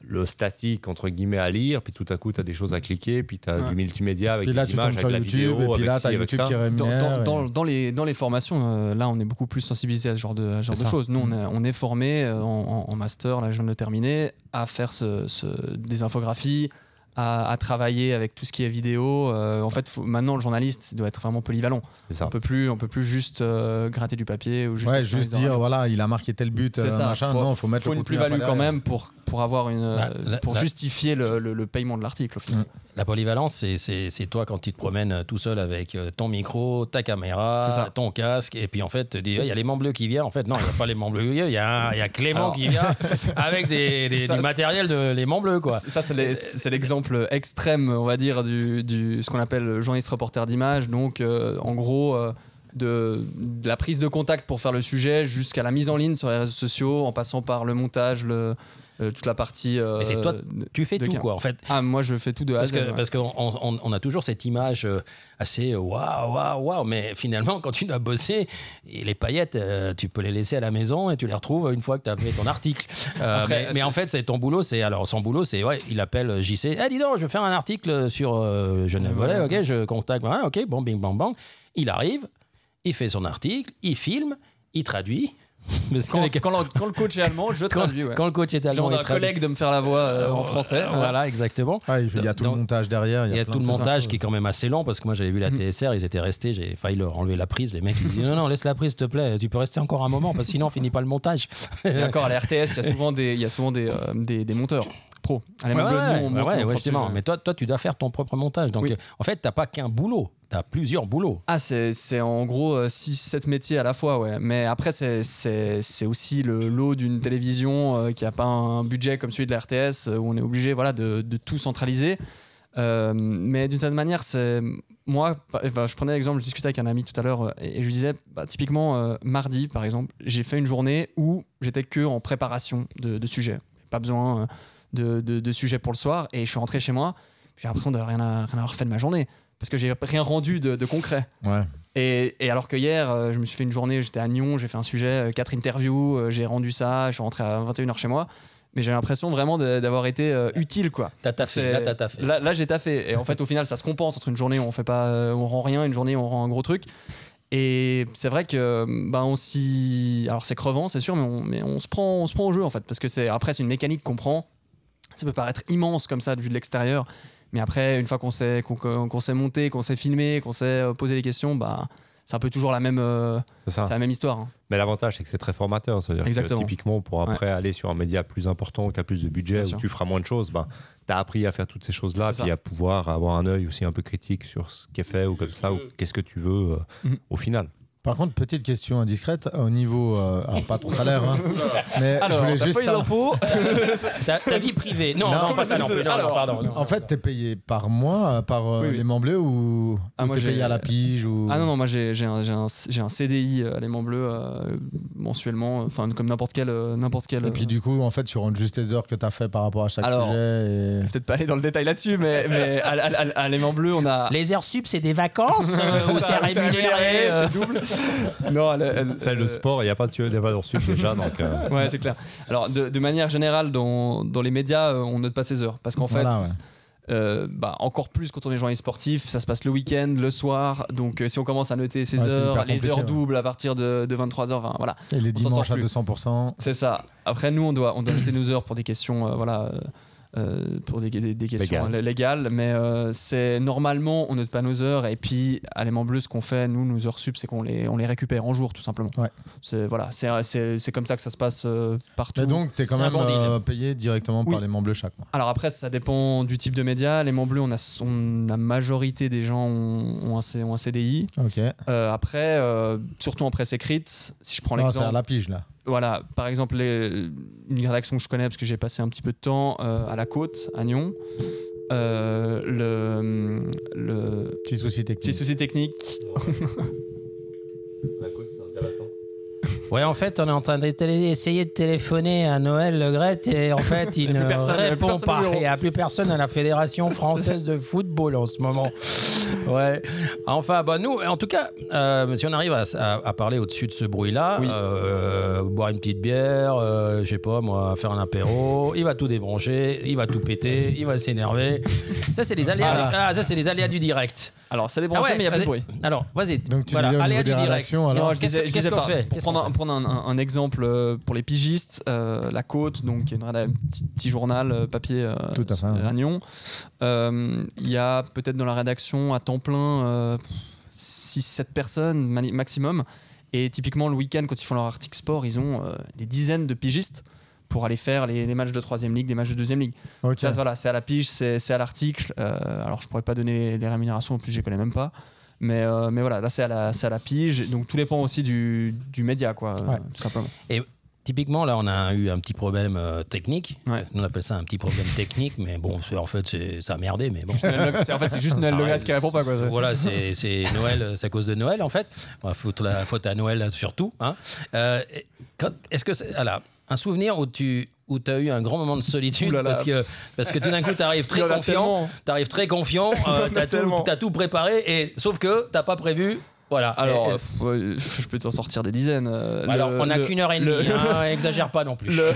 Speaker 2: le statique, entre guillemets, à lire, puis tout à coup, tu as des choses à cliquer, puis tu as
Speaker 6: Ouais.
Speaker 2: du multimédia avec
Speaker 5: puis là,
Speaker 2: des
Speaker 5: tu tombes
Speaker 2: images, avec
Speaker 5: sur
Speaker 2: la
Speaker 5: YouTube,
Speaker 2: vidéo,
Speaker 5: et puis
Speaker 2: avec
Speaker 5: là,
Speaker 2: ci,
Speaker 5: t'as
Speaker 2: avec
Speaker 5: YouTube
Speaker 2: ça.
Speaker 5: qui
Speaker 6: dans,
Speaker 5: rémunère.
Speaker 6: dans-
Speaker 5: et-
Speaker 6: dans- dans les, dans les formations, euh, là, on est beaucoup plus sensibilisé à ce genre de, à ce genre
Speaker 2: C'est
Speaker 6: de
Speaker 2: ça.
Speaker 6: choses. Nous, on
Speaker 5: Mm.
Speaker 6: est, on est formé euh, en, en- en master, là, je viens de le terminer, à faire ce- ce- des infographies, à, à travailler avec tout ce qui est vidéo. Euh, en fait, faut- maintenant, le journaliste il doit être vraiment polyvalent.
Speaker 2: C'est ça.
Speaker 6: On peut plus, on peut plus juste euh, gratter du papier ou juste,
Speaker 5: ouais,
Speaker 6: être
Speaker 5: juste
Speaker 6: journaliste de
Speaker 5: dire,
Speaker 6: radio.
Speaker 5: voilà, il a marqué tel but,
Speaker 6: C'est
Speaker 5: euh,
Speaker 6: ça.
Speaker 5: machin.
Speaker 6: faut,
Speaker 5: non, faut mettre le
Speaker 6: une
Speaker 5: contenu
Speaker 6: plus-value
Speaker 5: après
Speaker 6: quand
Speaker 5: derrière.
Speaker 6: même pour, pour avoir une, euh,
Speaker 4: Bah, la-
Speaker 6: pour
Speaker 4: la-
Speaker 6: justifier le, le- le paiement de l'article au final.
Speaker 4: La polyvalence, c'est- c'est c'est toi quand tu te promènes euh, tout seul avec euh, ton micro, ta caméra,
Speaker 6: C'est ça.
Speaker 4: ton casque, et puis en fait, tu dis, Ah, il y a l'aimant bleu qui vient. En fait, non, il n'y a pas l'aimant bleu qui vient, il y a, un- il y a Clément
Speaker 6: Alors,
Speaker 4: qui vient avec des, des-
Speaker 6: Ça,
Speaker 4: du
Speaker 6: c'est-
Speaker 4: matériel de l'aimant bleu, quoi.
Speaker 6: Ça, c'est les- c'est l'exemple extrême, on va dire, du, du- ce qu'on appelle journaliste reporter d'image. Donc, euh, en gros, euh, de, de la prise de contact pour faire le sujet jusqu'à la mise en ligne sur les réseaux sociaux, en passant par le montage, le, euh, toute la partie. euh,
Speaker 4: Mais c'est toi-
Speaker 6: de-
Speaker 4: Tu fais
Speaker 6: de
Speaker 4: tout,
Speaker 6: gain.
Speaker 4: quoi. En fait,
Speaker 6: Ah, moi, je fais tout de A à
Speaker 4: Parce
Speaker 6: Z.
Speaker 4: que-
Speaker 6: ouais.
Speaker 4: parce qu'on on, on a toujours cette image euh, assez euh, waouh, waouh, waouh, mais finalement, quand tu dois bosser, et les paillettes, euh, tu peux les laisser à la maison et tu les retrouves une fois que tu as fait ton article. Euh,
Speaker 6: Après,
Speaker 4: mais mais en
Speaker 6: c'est-
Speaker 4: fait, c'est ton boulot, c'est alors son boulot, c'est ouais, il appelle JC, ah dis donc, je vais faire un article sur euh, Genève Volet,
Speaker 6: Ouais.
Speaker 4: ok, je contacte, ah, ok, bon, bing, bang, bang. Il arrive, il fait son article, il filme, il traduit. Parce que
Speaker 6: Quand,
Speaker 4: les- quand,
Speaker 6: quand le- quand le coach est allemand, je traduis. Ouais.
Speaker 4: quand le coach est allemand, il
Speaker 6: J'ai demandé à un
Speaker 4: traduit.
Speaker 6: collègue de me faire la voix euh, en français.
Speaker 4: Euh, Voilà, exactement.
Speaker 5: Ah, il fait- il y a tout
Speaker 4: Dans-
Speaker 5: le montage derrière.
Speaker 4: Il y a
Speaker 5: plein
Speaker 4: tout
Speaker 5: de
Speaker 4: le
Speaker 5: ces
Speaker 4: montage
Speaker 5: infos.
Speaker 4: qui est quand même assez lent parce que moi j'avais vu la TSR, ils étaient restés, j'ai failli leur enlever la prise. Les mecs ils disaient non, non, laisse la prise, s'il te plaît, tu peux rester encore un moment parce que sinon on finit pas le montage.
Speaker 6: Et encore à la RTS, il y a souvent des, il y a souvent des, euh, des, des monteurs pro. À la
Speaker 4: Ouais,
Speaker 6: même
Speaker 4: ouais,
Speaker 6: bleu, nous, on
Speaker 4: ouais,
Speaker 6: monte
Speaker 4: ouais,
Speaker 6: notre
Speaker 4: ouais,
Speaker 6: propre
Speaker 4: justement.
Speaker 6: sujet.
Speaker 4: Mais toi, toi, tu dois faire ton propre montage. Donc
Speaker 6: Oui.
Speaker 4: euh, en fait, t'as pas qu'un boulot, t'as plusieurs boulots.
Speaker 6: Ah, c'est c'est en gros 6-7 métiers à la fois, ouais. Mais après, c'est- c'est c'est aussi le lot d'une télévision euh, qui n'a pas un budget comme celui de la RTS, euh, où on est obligé voilà, de, de tout centraliser. Euh, mais d'une certaine manière, c'est. Moi, par- enfin, je prenais l'exemple, je discutais avec un ami tout à l'heure euh, et, et je lui disais, bah, typiquement, euh, mardi, par exemple, j'ai fait une journée où j'étais que en préparation de, de sujets. Pas besoin euh, de, de, de sujets pour le soir. Et je suis rentré chez moi, j'ai l'impression de rien, à- rien avoir fait de ma journée parce que j'ai rien rendu de- de concret.
Speaker 5: Ouais.
Speaker 6: Et, et alors que hier, euh, je me suis fait une journée, j'étais à Nyon, j'ai fait un sujet, euh, quatre interviews, euh, j'ai rendu ça, je suis rentré à 21h chez moi. Mais j'ai l'impression vraiment de- d'avoir été euh, utile, quoi.
Speaker 4: T'as taffé,
Speaker 6: C'est-
Speaker 4: là t'as taffé.
Speaker 6: Là, là, j'ai taffé. Et en fait, au final, ça se compense entre une journée où on fait pas, euh, on rend rien, une journée où on rend un gros truc. Et c'est vrai que ben on s'y, alors c'est crevant, c'est sûr, mais on, mais on se prend, on se prend au jeu en fait, parce que c'est après c'est une mécanique qu'on prend. Ça peut paraître immense comme ça de vue de l'extérieur, mais après une fois qu'on sait qu'on, qu'on- qu'on sait monter, qu'on sait filmer, qu'on sait euh, poser les questions, bah c'est un peu toujours la même, euh,
Speaker 2: C'est ça.
Speaker 5: Ah.
Speaker 6: c'est la même histoire. hein.
Speaker 2: Mais l'avantage, c'est que c'est très formateur. C'est-à-dire que
Speaker 6: Exactement.
Speaker 2: typiquement, pour après aller sur un média plus important, qui a plus de budget,
Speaker 6: Bien
Speaker 2: où
Speaker 6: sûr.
Speaker 2: tu feras moins de choses, ben, tu as appris à faire toutes ces choses-là,
Speaker 6: C'est ça.
Speaker 2: puis à pouvoir avoir un œil aussi un peu critique sur ce qui est fait ou comme ça, ou qu'est-ce que tu veux euh,
Speaker 6: Mhm.
Speaker 2: au final.
Speaker 5: Par contre, petite question indiscrète, au niveau, euh, alors pas ton salaire, hein, mais je voulais
Speaker 6: ta
Speaker 5: juste
Speaker 6: feuille
Speaker 5: savoir-
Speaker 6: d'impôt,
Speaker 4: Ta, ta vie privée. Non, non,
Speaker 5: Non,
Speaker 4: pas ça non plus. Non,
Speaker 6: alors,
Speaker 4: non, pardon. non.
Speaker 5: En fait, t'es payé par mois, euh, par euh,
Speaker 6: Ah, Oui, oui.
Speaker 5: les Mans Bleus ou,
Speaker 6: Ah,
Speaker 5: ou
Speaker 6: moi,
Speaker 5: t'es
Speaker 6: j'ai-
Speaker 5: payé à la pige ou...
Speaker 6: Ah non, non, moi j'ai j'ai un, j'ai un, j'ai un CDI à l'aimant bleu euh, mensuellement, euh, enfin comme n'importe quel. euh, n'importe quel
Speaker 5: Et puis du coup, en fait, tu rentres juste les heures que t'as fait par rapport à chaque
Speaker 6: Alors-
Speaker 5: sujet. Et...
Speaker 6: peut-être pas aller dans le détail là-dessus, mais, mais à, à, à- à l'aimant bleu, on a.
Speaker 4: Les heures sup, c'est des vacances euh, ou c'est rémunéré euh,
Speaker 6: c'est double. non, elle- elle-
Speaker 2: Ça, le
Speaker 6: euh,
Speaker 2: sport, il n'y a pas de tuyau pas dessus déjà. Donc, euh,
Speaker 6: Ouais, c'est clair. Alors, de, de manière générale, dans, dans les médias, euh, on note pas ses heures. Parce qu'en
Speaker 5: Voilà,
Speaker 6: fait,
Speaker 5: ouais.
Speaker 6: euh, bah, encore plus quand on est journaliste sportif, ça se passe le week-end, le soir. Donc, euh, si on commence à noter ses
Speaker 5: Ouais, c'est
Speaker 6: heures,
Speaker 5: hyper
Speaker 6: les heures
Speaker 5: compliqué, ouais.
Speaker 6: doubles à partir de, de 23h, enfin, voilà.
Speaker 5: Et les
Speaker 6: On s'en
Speaker 5: dimanches
Speaker 6: sort
Speaker 5: à
Speaker 6: plus.
Speaker 5: 200%.
Speaker 6: C'est ça. Après, nous, on doit, on doit noter nos heures pour des questions, euh, voilà, euh, euh, pour des, des- des questions
Speaker 2: Légales.
Speaker 6: lé- légales. Mais euh, c'est normalement, on note pas nos heures. Et puis, à l'aimant bleu, ce qu'on fait, nous, nos heures sup, c'est qu'on les, on les récupère en jour, tout simplement.
Speaker 5: Ouais.
Speaker 6: C'est voilà, c'est euh, c'est c'est comme ça que ça se passe euh, partout.
Speaker 5: Et Bah donc, t'es quand
Speaker 4: C'est un
Speaker 5: même
Speaker 4: bon deal.
Speaker 5: euh, payé directement
Speaker 6: Oui.
Speaker 5: par les Mans Bleus chaque mois.
Speaker 6: Alors après, ça dépend du type de média. L'aimant bleu, on a son, la majorité des gens ont, ont un, C- ont un CDI.
Speaker 5: Ok.
Speaker 6: Euh, après, euh, surtout en presse écrite, si je prends
Speaker 5: Non, c'est
Speaker 6: l'exemple.
Speaker 5: à la pige là.
Speaker 6: voilà, par exemple, les- une rédaction que je connais parce que j'ai passé un petit peu de temps euh, à la côte, à Nyon. Euh, le, le
Speaker 5: Petit souci technique.
Speaker 6: petit souci technique.
Speaker 4: Ouais, en fait, on est en train d'essayer de téléphoner à Noël Le Legrette et en fait, il
Speaker 6: Il y a
Speaker 4: ne
Speaker 6: plus personne, il y a plus
Speaker 4: répond
Speaker 6: personne au
Speaker 4: pas.
Speaker 6: bureau.
Speaker 4: Il n'y a plus personne à la Fédération française de football en ce moment. Ouais. Enfin, bah, nous, en tout cas, euh, si on arrive à, à- à parler au-dessus de ce bruit-là,
Speaker 6: Oui.
Speaker 4: euh, boire une petite bière, euh, je sais pas, moi, faire un apéro, il va tout débrancher, il va tout péter, il va s'énerver. Ça, c'est les aléas. du- Ah, ça, c'est les aléas du direct.
Speaker 6: Alors, ça débranché,
Speaker 4: Ah ouais,
Speaker 6: mais il y a plus de
Speaker 4: vas-y.
Speaker 6: bruit.
Speaker 4: Alors, vas-y.
Speaker 5: Donc, tu
Speaker 4: voilà,
Speaker 5: disais au niveau
Speaker 4: aléas du
Speaker 5: des
Speaker 4: direct.
Speaker 5: rédactions, alors
Speaker 6: Non,
Speaker 4: Qu'est-ce-
Speaker 6: je disais, je
Speaker 4: Qu'est-ce
Speaker 6: disais
Speaker 4: qu'on
Speaker 6: pas.
Speaker 4: fait
Speaker 6: Pour
Speaker 4: Qu'est-ce qu'on
Speaker 6: prendre, un,
Speaker 4: fait
Speaker 6: prendre un- un- un exemple euh, pour les pigistes, euh, La Côte, donc qui est une réda- un petit, petit journal euh, papier euh,
Speaker 5: Tout à fait, ouais.
Speaker 6: à Nyon, euh, il y a peut-être dans la rédaction à temps plein 6-7 personnes mani- maximum. Et typiquement, le week-end, quand ils font leur article sport, ils ont euh, des dizaines de pigistes pour aller faire les, les matchs de 3 ligue, les matchs de 2 ligue.
Speaker 5: Ok.
Speaker 6: Ça, voilà, c'est à la pige, c'est c'est à l'article. Euh, alors, je pourrais pas donner les, les rémunérations, en plus, je les connais même pas. Mais, euh, mais voilà, là, c'est à, la- c'est à la pige. Donc, tout dépend aussi du, du média, quoi, euh,
Speaker 5: Ouais.
Speaker 6: tout simplement.
Speaker 4: Typiquement, là, on a eu un petit problème euh, technique.
Speaker 6: Ouais.
Speaker 4: On appelle ça un petit problème technique, mais bon, c'est- en fait, c'est- ça a merdé, mais bon.
Speaker 6: en fait, c'est juste
Speaker 4: Noël
Speaker 6: Noël
Speaker 4: Le Graët
Speaker 6: qui répond pas, quoi.
Speaker 4: Voilà, c'est c'est Noël, euh, c'est à cause de Noël en fait. On va foutre la faute à Noël là, surtout. Hein. Euh, et quand- Est-ce que c'est. voilà, un souvenir où tu où as eu un grand moment de solitude
Speaker 6: Ouh là là.
Speaker 4: Parce, que, parce que tout d'un coup, tu arrives très
Speaker 6: Il y en a
Speaker 4: confiant,
Speaker 6: tellement.
Speaker 4: tu arrives très confiant, euh,
Speaker 6: Il y en
Speaker 4: t'as
Speaker 6: a
Speaker 4: tout,
Speaker 6: tellement.
Speaker 4: t'as tout préparé, et, sauf que t'as pas prévu. Voilà.
Speaker 6: Alors,
Speaker 4: Et- et-
Speaker 6: euh, ouais, je peux t'en sortir des dizaines. euh,
Speaker 4: alors,
Speaker 6: le-
Speaker 4: on n'a
Speaker 6: le-
Speaker 4: qu'une heure et demie,
Speaker 6: le-
Speaker 4: hein, exagère pas non plus.
Speaker 6: le-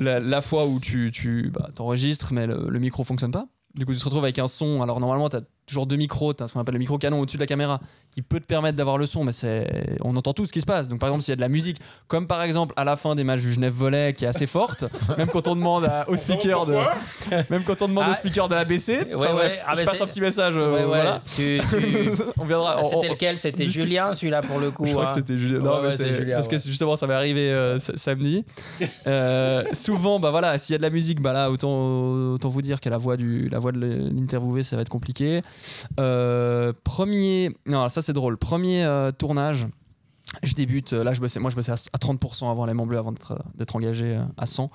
Speaker 6: la, la fois où tu, tu bah, t'enregistres, mais le, le micro fonctionne pas. Du coup, tu te retrouves avec un son. Alors, normalement, tu as toujours deux micros. Tu as ce qu'on appelle le micro canon au-dessus de la caméra qui peut te permettre d'avoir le son, mais c'est, on entend tout ce qui se passe. Donc, par exemple, s'il y a de la musique, comme par exemple à la fin des matchs du Genève-Volet qui est assez forte, même quand on demande à- au speaker de, même quand on demande
Speaker 4: Ah.
Speaker 6: au speaker de la baisser,
Speaker 4: Ouais,
Speaker 6: enfin,
Speaker 4: ouais.
Speaker 6: bref,
Speaker 4: Ah,
Speaker 6: je
Speaker 4: mais
Speaker 6: passe
Speaker 4: c'est-
Speaker 6: un petit message. euh,
Speaker 4: Ouais, ouais,
Speaker 6: voilà.
Speaker 4: tu- tu-
Speaker 6: on viendra. on-
Speaker 4: Ah, C'était
Speaker 6: on-
Speaker 4: lequel C'était
Speaker 6: discute.
Speaker 4: Julien, celui-là pour le coup.
Speaker 6: je crois
Speaker 4: hein.
Speaker 6: que c'était Julien.
Speaker 4: Ouais,
Speaker 6: Non, mais
Speaker 4: ouais, c'est
Speaker 6: c'est-
Speaker 4: Julien,
Speaker 6: parce que
Speaker 4: ouais.
Speaker 6: justement, ça m'est arrivé euh, sa- samedi. Euh, souvent, bah voilà, s'il y a de la musique, bah là, autant, autant vous dire que la voix, du, la voix de l'interviewé, ça va être compliqué. Euh, premier, non, ça c'est drôle. Premier euh, tournage, je débute. euh, Là, je bossais, moi, je bossais à à 30% avant l'aimant bleu, avant d'être d'être engagé euh, à 100.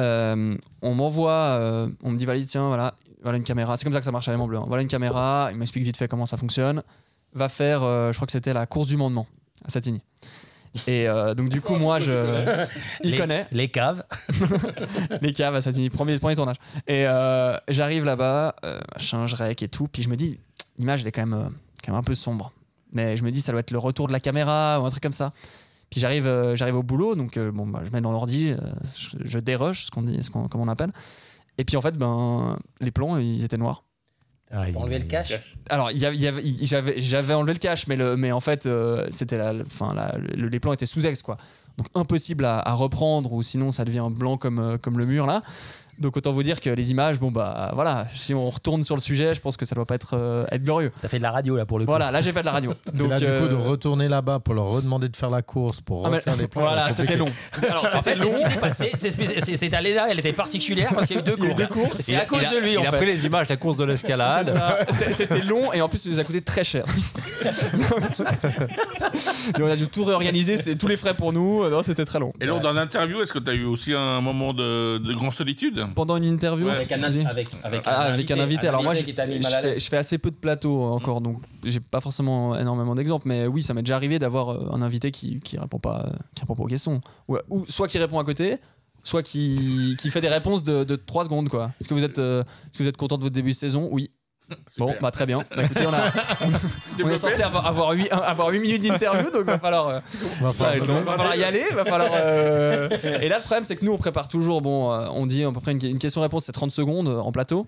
Speaker 6: Euh, on m'envoie, euh, on me dit Valide, tiens, voilà, voilà une caméra. C'est comme ça que ça marche à l'aimant bleu. hein. Voilà une caméra. Il m'explique vite fait comment ça fonctionne. Va faire, euh, je crois que c'était la course du mandement à Satigny. Et euh, donc du coup moi je, il
Speaker 4: Les-
Speaker 6: connaît
Speaker 4: Les caves.
Speaker 6: les caves à Satigny, premier, premier tournage. Et euh, j'arrive là-bas, euh, machin, je rec et tout, puis je me dis, l'image elle est quand même, euh, quand même un peu sombre. Mais je me dis, ça doit être le retour de la caméra ou un truc comme ça. Puis j'arrive, euh, j'arrive au boulot, donc euh, bon, bah, je mets dans l'ordi, euh, je, je dérush, ce qu'on dit, ce qu'on, comme on appelle. Et puis en fait, ben, les plans, ils étaient noirs.
Speaker 4: Pour enlever le cash.
Speaker 6: Alors, il y avait- il y avait- il- j'avais, j'avais enlevé le cache, mais, le, mais en fait, euh, c'était la, le- enfin, la- le- les plans étaient sous ex, quoi. Donc, impossible à, à reprendre, ou sinon, ça devient blanc comme, euh, comme le mur, là. Donc, autant vous dire que les images, bon, bah voilà, si on retourne sur le sujet, je pense que ça doit pas être, euh, être glorieux.
Speaker 4: T'as fait de la radio là pour le coup.
Speaker 6: Voilà, là, j'ai fait de la radio.
Speaker 5: Et
Speaker 6: Donc,
Speaker 5: là, du
Speaker 6: euh,
Speaker 5: coup, de retourner là-bas pour leur redemander de faire la course, pour
Speaker 6: ah, mais-
Speaker 5: refaire les plans.
Speaker 6: Voilà,
Speaker 5: c'est
Speaker 6: c'était
Speaker 5: compliqué.
Speaker 6: long. Alors,
Speaker 4: En fait, c'est ce qui s'est passé. C'est spéc- c'est- Cette allée-là, elle était particulière parce qu'il y a eu deux courses. C'est à cause de lui,
Speaker 2: il
Speaker 4: en
Speaker 2: a
Speaker 4: fait.
Speaker 2: pris les images de la course de
Speaker 6: C'est
Speaker 2: l'escalade.
Speaker 6: ça. Ah, C'est- C'était long et en plus, ça nous a coûté très cher. Donc, on a dû tout réorganiser, c'est tous les frais pour nous. Non, c'était très long.
Speaker 7: Et lors d'un interview, est-ce que tu as eu aussi un moment de, de grande solitude
Speaker 6: Pendant une interview,
Speaker 7: Ouais.
Speaker 4: Avec un,
Speaker 6: tu dis-
Speaker 4: in- avec, avec,
Speaker 6: Ah, avec un invité. Alors moi,
Speaker 4: invité
Speaker 6: je,
Speaker 4: qui t'a mis
Speaker 6: je
Speaker 4: mal à
Speaker 6: fais,
Speaker 4: l'aise. Mm.
Speaker 6: je fais assez peu de plateaux encore, donc j'ai pas forcément énormément d'exemples. Mais oui, ça m'est déjà arrivé d'avoir euh, un invité qui, qui répond pas, euh, qui répond pas aux questions, ou, ou soit qui répond à côté, soit qui, qui fait des réponses de, de 3 secondes quoi. Est-ce que vous êtes, euh, est-ce que vous êtes content de votre début de saison Oui. Bon, bah très bien. Bah, écoutez, on, a- on est censé avoir, avoir, 8, avoir huit minutes d'interview, donc va falloir. euh,
Speaker 5: Va
Speaker 6: Ouais,
Speaker 5: falloir-
Speaker 6: il va falloir y aller, va falloir. euh, Et là, le problème, c'est que nous, on prépare toujours. Bon, euh, on dit à peu près une, une question-réponse, c'est 30 secondes euh, en plateau.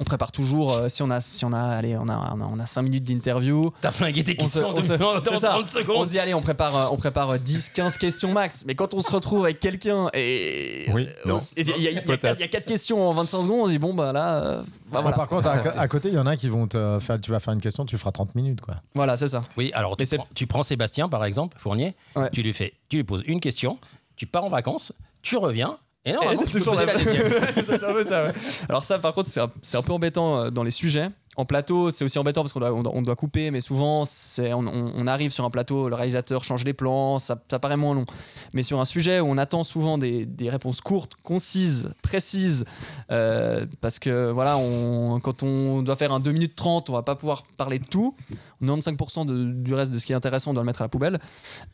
Speaker 6: On prépare toujours. euh, si on a, si on a, allez, on a, on a, on a 5 minutes d'interview.
Speaker 4: T'as flingué tes
Speaker 6: On se-
Speaker 4: questions en
Speaker 6: on se-
Speaker 4: deux- en 30
Speaker 6: c'est ça. On
Speaker 4: secondes.
Speaker 6: se dit, allez, on prépare, euh, on prépare euh, 10, 15 questions max. Mais quand on se retrouve avec quelqu'un et.
Speaker 2: Oui,
Speaker 6: euh,
Speaker 2: non.
Speaker 6: et Il y, a- il y a- il y a quatre- il y a 4 questions en 25 secondes, on se dit, bon, bah là. euh, bah,
Speaker 5: Bon,
Speaker 6: voilà.
Speaker 5: Ah, Par contre, à, à côté, il y en a qui vont te faire. Tu vas faire une question, tu feras 30 minutes, quoi.
Speaker 6: Voilà, c'est ça.
Speaker 4: Oui, alors
Speaker 6: Mais
Speaker 4: tu
Speaker 6: c'est-
Speaker 4: prends, tu prends Sébastien par exemple, Fournier,
Speaker 6: Ouais.
Speaker 4: tu lui fais, tu lui poses une question, tu pars en vacances, tu reviens, et non,
Speaker 6: Et
Speaker 4: vraiment,
Speaker 6: t'es
Speaker 4: tu peux
Speaker 6: toujours
Speaker 4: poser
Speaker 6: là.
Speaker 4: la deuxième.
Speaker 6: Ouais, c'est ça, c'est un peu ça, ouais. Alors ça, par contre, c'est un, c'est un peu embêtant euh, dans les sujets. En plateau, c'est aussi embêtant parce qu'on doit, on doit- on doit couper, mais souvent, c'est- on, on- on arrive sur un plateau, le réalisateur change les plans, ça, ça paraît moins long. Mais sur un sujet où on attend souvent des, des réponses courtes, concises, précises, euh, parce que voilà, on- quand on doit faire un 2 minutes 30, on va pas pouvoir parler de tout. 95% de- du reste de ce qui est intéressant, on doit le mettre à la poubelle.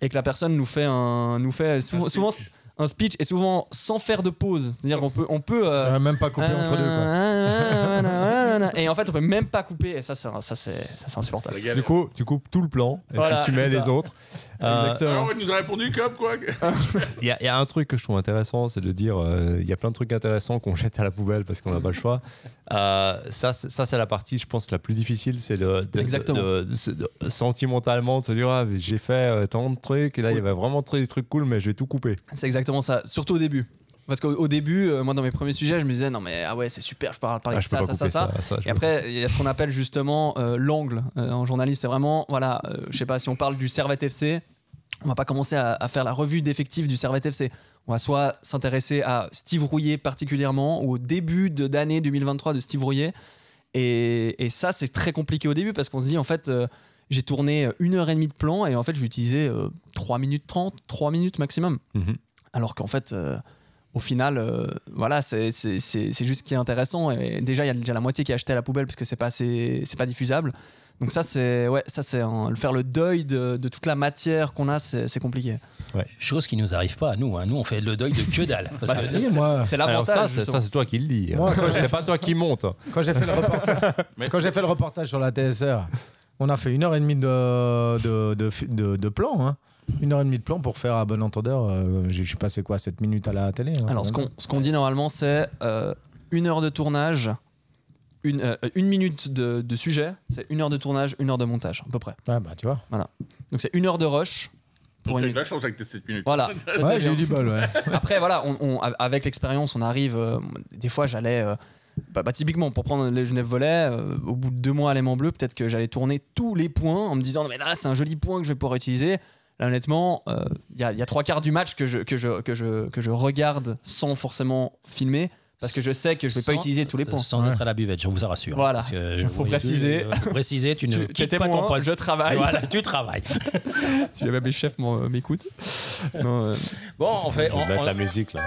Speaker 6: Et que la personne nous fait un. Nous fait, souvent, souvent, un speech et souvent sans faire de pause. C'est-à-dire qu'on peut, on peut euh, Ah,
Speaker 5: Euh, même pas coupé entre deux, quoi.
Speaker 6: et en fait, on peut même pas couper. Et ça, c'est ça, c'est ça, c'est insupportable.
Speaker 2: Du coup, tu coupes tout le plan et
Speaker 6: Voilà,
Speaker 2: puis tu mets
Speaker 6: c'est
Speaker 2: les
Speaker 6: ça.
Speaker 2: autres. Euh,
Speaker 7: Alors, Ah il nous a répondu comme quoi
Speaker 2: Il y, a- il y a un truc que je trouve intéressant, c'est de dire euh, il y a plein de trucs intéressants qu'on jette à la poubelle parce qu'on n'a pas le choix. Euh, ça, c'est- ça c'est la partie, je pense, la plus difficile, c'est de, de-
Speaker 6: Exactement.
Speaker 2: de- de- de- de- sentimentalement de se dire ah, mais j'ai fait euh, tant de trucs et là il y avait vraiment très- des trucs cool, mais je vais tout couper.
Speaker 6: C'est exactement ça. Surtout au début. Parce qu'au au début, euh, moi, dans mes premiers sujets, je me disais non mais ah ouais, c'est super, je peux parler
Speaker 2: Ah,
Speaker 6: de
Speaker 2: je peux
Speaker 6: ça,
Speaker 2: pas
Speaker 6: ça,
Speaker 2: couper
Speaker 6: ça, ça.
Speaker 2: je
Speaker 6: Et
Speaker 2: peux
Speaker 6: après, il y a ce qu'on appelle justement euh, l'angle Euh, en journaliste. C'est vraiment, voilà, euh, je sais pas, si on parle du Servette FC, on va pas commencer à, à faire la revue d'effectifs du Servette FC. On va soit s'intéresser à Steve Rouillet particulièrement, ou au début de- d'année 2023 de Steve Rouillet. Et, et ça, c'est très compliqué au début parce qu'on se dit, en fait, euh, j'ai tourné une heure et demie de plan et en fait, je vais utiliser euh, 3 minutes 30, 3 minutes maximum.
Speaker 2: Mhm.
Speaker 6: Alors qu'en fait, euh, au final, euh, voilà, c'est c'est- c'est- c'est juste ce qui est intéressant. Et déjà, il y a déjà la moitié qui est achetée à la poubelle parce que c'est pas assez- c'est pas diffusable. Donc ça, c'est ouais, ça c'est un- faire le deuil de, de toute la matière qu'on a, c'est c'est compliqué.
Speaker 4: Chose qui nous arrive pas à nous. hein. Nous, on fait le deuil de que dalle. Parce
Speaker 5: Bah,
Speaker 4: que-
Speaker 5: si, moi.
Speaker 6: C'est- C'est
Speaker 2: Alors ça,
Speaker 6: l'avantage.
Speaker 2: c'est-
Speaker 6: justement.
Speaker 2: ça, c'est toi qui le dis.
Speaker 5: Moi, quand
Speaker 2: c'est pas toi qui monte.
Speaker 5: Quand j'ai fait le reportage,
Speaker 7: Mais-
Speaker 5: quand j'ai fait le reportage sur la TSR, on a fait une heure et demie de, de, de, de- de plan. hein. Une heure et demie de plan pour faire à bon entendeur. euh, je je suis passé quoi 7 minutes à la télé hein,
Speaker 6: Alors, ce
Speaker 5: quand
Speaker 6: qu'on
Speaker 5: même.
Speaker 6: ce qu'on dit normalement, c'est euh, une heure de tournage, une, euh, une minute de, de sujet, c'est une heure de tournage, une heure de montage, à peu près.
Speaker 5: Ouais, bah tu vois.
Speaker 6: Donc, c'est une heure de rush.
Speaker 7: Pour
Speaker 6: Pour une...
Speaker 7: de la chance avec tes 7 minutes.
Speaker 6: Voilà. C'était
Speaker 5: Ouais,
Speaker 6: bien.
Speaker 5: j'ai eu du bol, ouais.
Speaker 6: Après, voilà, on, on- avec l'expérience, on arrive. euh, des fois, j'allais. euh, bah, bah, typiquement, pour prendre les Genève Volets, euh, au bout de deux mois à l'aimant bleu, peut-être que j'allais tourner tous les points en me disant, non, mais là, c'est un joli point que je vais pouvoir utiliser. Là, honnêtement, euh, il y, a- il y a trois quarts du match que je, que, je, que, je, que je regarde sans forcément filmer, parce que je sais que je vais pas
Speaker 4: Sans-
Speaker 6: utiliser tous les points.
Speaker 4: Sans être à la buvette, je vous en rassure.
Speaker 6: Voilà.
Speaker 4: Parce que je
Speaker 6: Faut
Speaker 4: voyais-
Speaker 6: préciser.
Speaker 4: euh, Faut préciser, tu ne
Speaker 6: Tu-
Speaker 4: quittes
Speaker 6: t'es
Speaker 4: pas ton
Speaker 6: témoin,
Speaker 4: poste.
Speaker 6: je travaille.
Speaker 4: Voilà, tu travailles.
Speaker 6: Si jamais mes chefs m'en- euh, m'écoutent. Non, euh,
Speaker 4: Bon, on fait.
Speaker 2: Je vais
Speaker 4: on-
Speaker 2: mettre
Speaker 4: on-
Speaker 2: la musique là.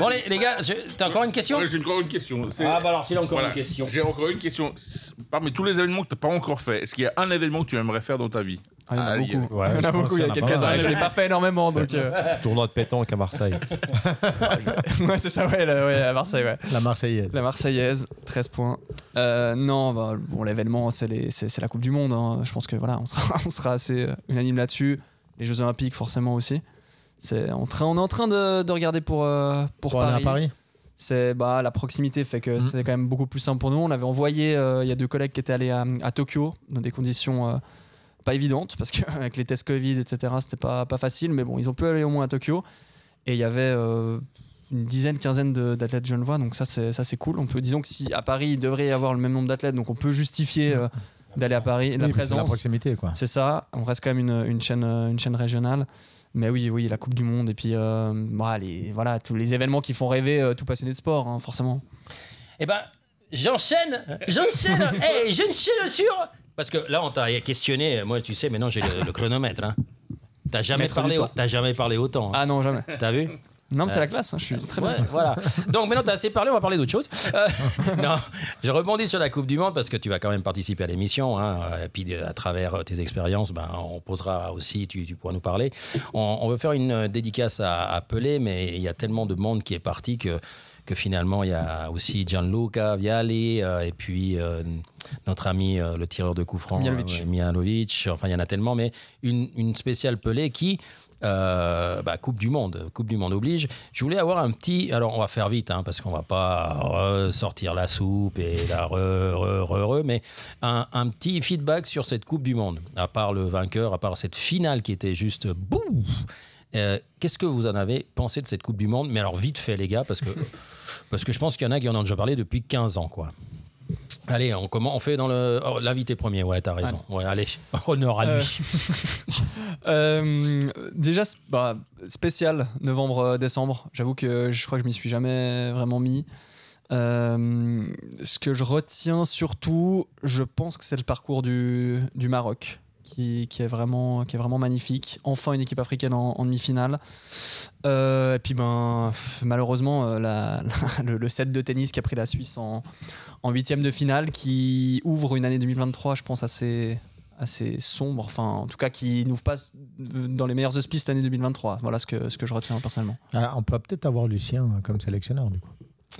Speaker 4: Bon, les, les gars, je- t'as encore une question
Speaker 7: Ouais, J'ai encore une question. C'est-
Speaker 4: Ah, bah alors, s'il a encore
Speaker 7: voilà.
Speaker 4: une question.
Speaker 7: J'ai encore une question. C'est- Parmi tous les événements que tu n'as pas encore fait, est-ce qu'il y a un événement que tu aimerais faire dans ta vie
Speaker 6: il y en a
Speaker 7: Ah, il
Speaker 5: avait-
Speaker 6: beaucoup. il y
Speaker 7: y
Speaker 6: en
Speaker 5: Ouais,
Speaker 6: a
Speaker 5: je pense
Speaker 6: beaucoup.
Speaker 5: qu'il y
Speaker 6: Il
Speaker 5: en
Speaker 6: y a
Speaker 5: a
Speaker 6: quelques
Speaker 5: pas mal.
Speaker 6: années, je l'ai pas fait énormément. Donc, euh,
Speaker 2: Tournoi de pétanque à Marseille.
Speaker 6: ouais, c'est ça, ouais, là, ouais, à Marseille, ouais.
Speaker 5: La Marseillaise.
Speaker 6: La Marseillaise, 13 points. Euh, non, bah, bon, l'événement, c'est les- c'est c'est la Coupe du Monde. hein. Je pense que voilà, on sera, on sera assez euh, unanime là-dessus. Les Jeux Olympiques, forcément aussi. C'est en train, on est en train de, de regarder pour, euh, pour,
Speaker 5: Pour aller à Paris
Speaker 6: c'est bah, la proximité fait que
Speaker 5: Mm.
Speaker 6: c'est quand même beaucoup plus simple pour nous. On avait envoyé, euh, il y a deux collègues qui étaient allés à, à Tokyo dans des conditions euh, pas évidentes parce qu'avec les tests Covid, etc., c'était pas, pas facile. Mais bon, ils ont pu aller au moins à Tokyo et il y avait euh, une dizaine, quinzaine de- d'athlètes genevois. Donc ça, c'est ça c'est cool. On peut, disons que si à Paris il devrait y avoir le même nombre d'athlètes, donc on peut justifier euh, d'aller à Paris.
Speaker 5: Mhm. Oui,
Speaker 6: la
Speaker 5: parce que c'est La
Speaker 6: présence,
Speaker 5: proximité, quoi.
Speaker 6: c'est ça. On reste quand même une, une chaîne, euh, une chaîne régionale. Mais oui, oui, la Coupe du Monde et puis euh, bah, les- voilà, tous les événements qui font rêver euh, tout passionné de sport, hein, forcément.
Speaker 4: Eh ben, j'enchaîne, j'enchaîne, Eh, et j'enchaîne sur. Parce que là, on t'a questionné. Moi, tu sais, maintenant, j'ai le, le chronomètre. hein. T'as jamais,
Speaker 6: Maître du
Speaker 4: parlé, au-
Speaker 6: temps.
Speaker 4: t'as jamais parlé autant. hein.
Speaker 6: Ah non, jamais.
Speaker 4: T'as vu
Speaker 6: Non, mais c'est la classe, hein, je suis très
Speaker 4: Ouais,
Speaker 6: bien.
Speaker 4: voilà. Donc maintenant, tu as assez parlé, on va parler d'autre chose. Euh, non, je rebondis sur la Coupe du Monde parce que tu vas quand même participer à l'émission. hein, euh, et puis, euh, à travers euh, tes expériences, ben, on posera aussi, tu, tu pourras nous parler. On, on veut faire une euh, dédicace à, à Pelé, mais il y a tellement de monde qui est parti que, que finalement, il y a aussi Gianluca Vialli euh, et puis euh, notre ami euh, le tireur de coups francs,
Speaker 6: Mihailovic.
Speaker 4: euh, Mihailovic. Enfin, il y en a tellement, mais une, une spéciale Pelé qui. Euh, bah, coupe du Monde, Coupe du Monde oblige. Je voulais avoir un petit. Alors, on va faire vite, hein, parce qu'on va pas ressortir la soupe et la re, re, re, re, mais un, un petit feedback sur cette Coupe du Monde, à part le vainqueur, à part cette finale qui était juste bouf. Euh, Qu'est-ce que vous en avez pensé de cette Coupe du Monde Mais alors, vite fait, les gars, parce que, parce que je pense qu'il y en a qui en ont déjà parlé depuis 15 ans, quoi. Allez, on, comment, on fait dans le. oh, L'invité premier, ouais, t'as raison. Ouais, allez, honneur à lui.
Speaker 6: Euh, Euh, déjà, c'est- bah, spécial novembre-décembre. J'avoue que je crois que je m'y suis jamais vraiment mis. Euh, ce que je retiens surtout, je pense que c'est le parcours du, du Maroc qui, qui est vraiment, qui est vraiment magnifique. Enfin, une équipe africaine en, en demi-finale. Euh, et puis, ben, pff, malheureusement, euh, la- la- le, le set de tennis qui a pris la Suisse en, en huitième de finale, qui ouvre une année 2023, je pense, assez, assez sombre. Enfin, en tout cas, qui n'ouvre pas dans les meilleurs auspices l'année 2023. Voilà ce que, ce que je retiens personnellement.
Speaker 5: Ah, on peut peut-être avoir Lucien euh, comme sélectionneur, du coup.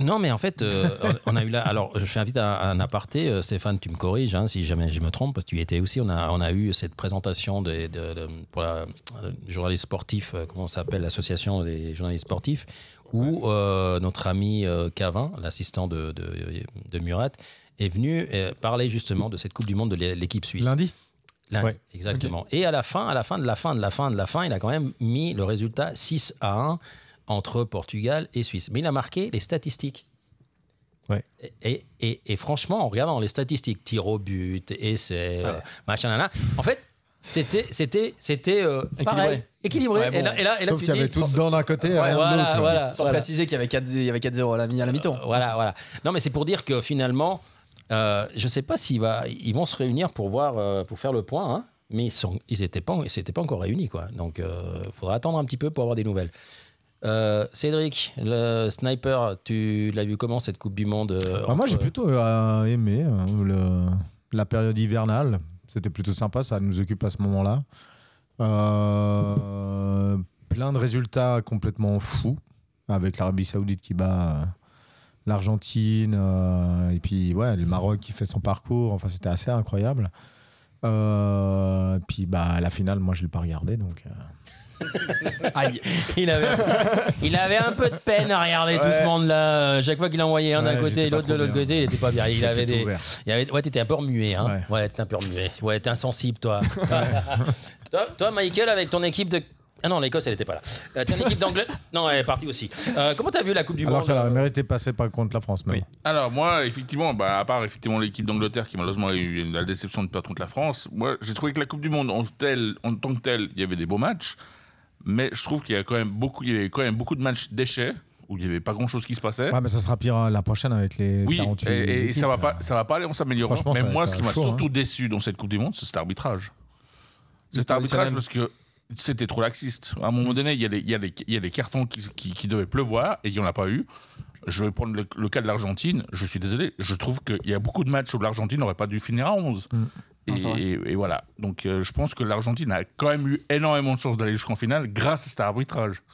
Speaker 4: Non, mais en fait, euh, on on a eu là. Alors, je fais invite à, à un aparté. euh, Stéphane, tu me corriges hein, si jamais je me trompe, parce que tu y étais aussi. On a, on a eu cette présentation des de, de- pour la euh, journaliste sportif, euh, comment ça s'appelle, l'association des journalistes sportifs, où euh, notre ami euh, Cavin, l'assistant de, de, de Murat, est venu euh, parler justement de cette Coupe du Monde de l'é- l'équipe suisse.
Speaker 5: Lundi
Speaker 4: Lundi,
Speaker 2: Ouais.
Speaker 4: exactement. Et à la fin, à la fin de la fin de la fin de la fin, il a quand même mis le résultat 6 à 1 entre Portugal et Suisse. Mais il a marqué les statistiques.
Speaker 2: Ouais.
Speaker 4: Et, et, et- et franchement, en regardant les statistiques, tir au but, essai, euh, machin, nana, en fait, c'était c'était c'était euh,
Speaker 6: Équilibré.
Speaker 4: pareil, équilibré.
Speaker 6: Ouais, bon.
Speaker 4: Et là, et là, et là,
Speaker 5: Sauf
Speaker 4: tu
Speaker 5: qu'il y
Speaker 4: dis-
Speaker 5: avait tout dedans d'un côté.
Speaker 4: Ouais,
Speaker 5: rien de
Speaker 4: voilà,
Speaker 5: l'autre.
Speaker 4: voilà.
Speaker 6: Sans préciser qu'il y avait 4 il y avait 4-0 à la, mi- à la mi-temps.
Speaker 4: Euh, Voilà, voilà. Non, mais c'est pour dire que finalement, euh, je ne sais pas s'ils va, ils vont se réunir pour voir, euh, pour faire le point, hein, mais ils sont, ils n'étaient pas, ils s'étaient pas encore réunis, quoi. Donc, il faudra attendre un petit peu pour avoir des nouvelles. Euh, Cédric, le sniper, tu l'as vu comment cette Coupe du Monde euh,
Speaker 5: Bah, moi,
Speaker 4: entre-
Speaker 5: j'ai plutôt euh, aimé euh, le- la période hivernale. C'était plutôt sympa, ça nous occupe à ce moment-là. Euh, plein de résultats complètement fous, avec l'Arabie Saoudite qui bat euh, l'Argentine, euh, et puis ouais, le Maroc qui fait son parcours. Enfin, c'était assez incroyable. Euh, puis bah, la finale, moi, je ne l'ai pas regardée. Donc, euh,
Speaker 4: Aïe. il, avait, il avait un peu de peine à regarder tout ce monde-là. Euh, Chaque fois qu'il envoyait un d'un
Speaker 5: Ouais,
Speaker 4: côté
Speaker 5: j'étais
Speaker 4: et
Speaker 5: pas
Speaker 4: l'autre de
Speaker 5: trop
Speaker 4: l'autre
Speaker 5: bien.
Speaker 4: côté, il n'était pas bien. Il
Speaker 5: c'était
Speaker 4: avait
Speaker 5: tout
Speaker 4: des,
Speaker 5: ouvert.
Speaker 4: Il y avait- Ouais, t'étais un peu remué. Hein. Ouais,
Speaker 5: Ouais.
Speaker 4: t'étais un peu remué. Ouais, t'es insensible, toi. toi. Toi, Michael, avec ton équipe de. Ah non, l'Écosse, elle était pas là. Euh, ton équipe d'Angleterre. Non, elle est partie aussi. Euh, comment t'as vu la Coupe du
Speaker 5: Alors
Speaker 4: Monde Euh,
Speaker 5: qu'elle aurait mérité de passer par contre la France, même.
Speaker 7: Alors moi, effectivement, bah, à part effectivement l'équipe d'Angleterre qui malheureusement a eu la déception de perdre contre la France, moi j'ai trouvé que la Coupe du Monde en, tel- en tant que telle, il y avait des beaux matchs, mais je trouve qu'il y a quand même beaucoup, il y avait quand même beaucoup de matchs déchets où il n'y avait pas grand chose qui se passait.
Speaker 5: Ouais, mais ça sera pire euh, la prochaine avec les
Speaker 7: Oui,
Speaker 5: 48.
Speaker 7: et, et ça va
Speaker 5: équipes, là.
Speaker 7: pas, ça va pas aller en s'améliorant.
Speaker 5: Franchement,
Speaker 7: Mais
Speaker 5: ça va
Speaker 7: moi,
Speaker 5: être,
Speaker 7: ce qui
Speaker 5: euh,
Speaker 7: m'a
Speaker 5: chaud,
Speaker 7: surtout déçu dans cette Coupe du Monde, c'est cet arbitrage. Cet
Speaker 6: C'était
Speaker 7: arbitrage
Speaker 6: exceptionnel.
Speaker 7: parce que c'était trop laxiste. À un moment donné, il y a des, il y a des- il y a des cartons qui, qui, qui devaient pleuvoir et il n'y en a pas eu. Je vais prendre le, le cas de l'Argentine. Je suis désolé. Je trouve qu'il y a beaucoup de matchs où l'Argentine n'aurait pas dû finir à 11. Et,
Speaker 6: Non, c'est vrai.
Speaker 7: et- et voilà. Donc euh, je pense que l'Argentine a quand même eu énormément de chances d'aller jusqu'en finale grâce à cet arbitrage.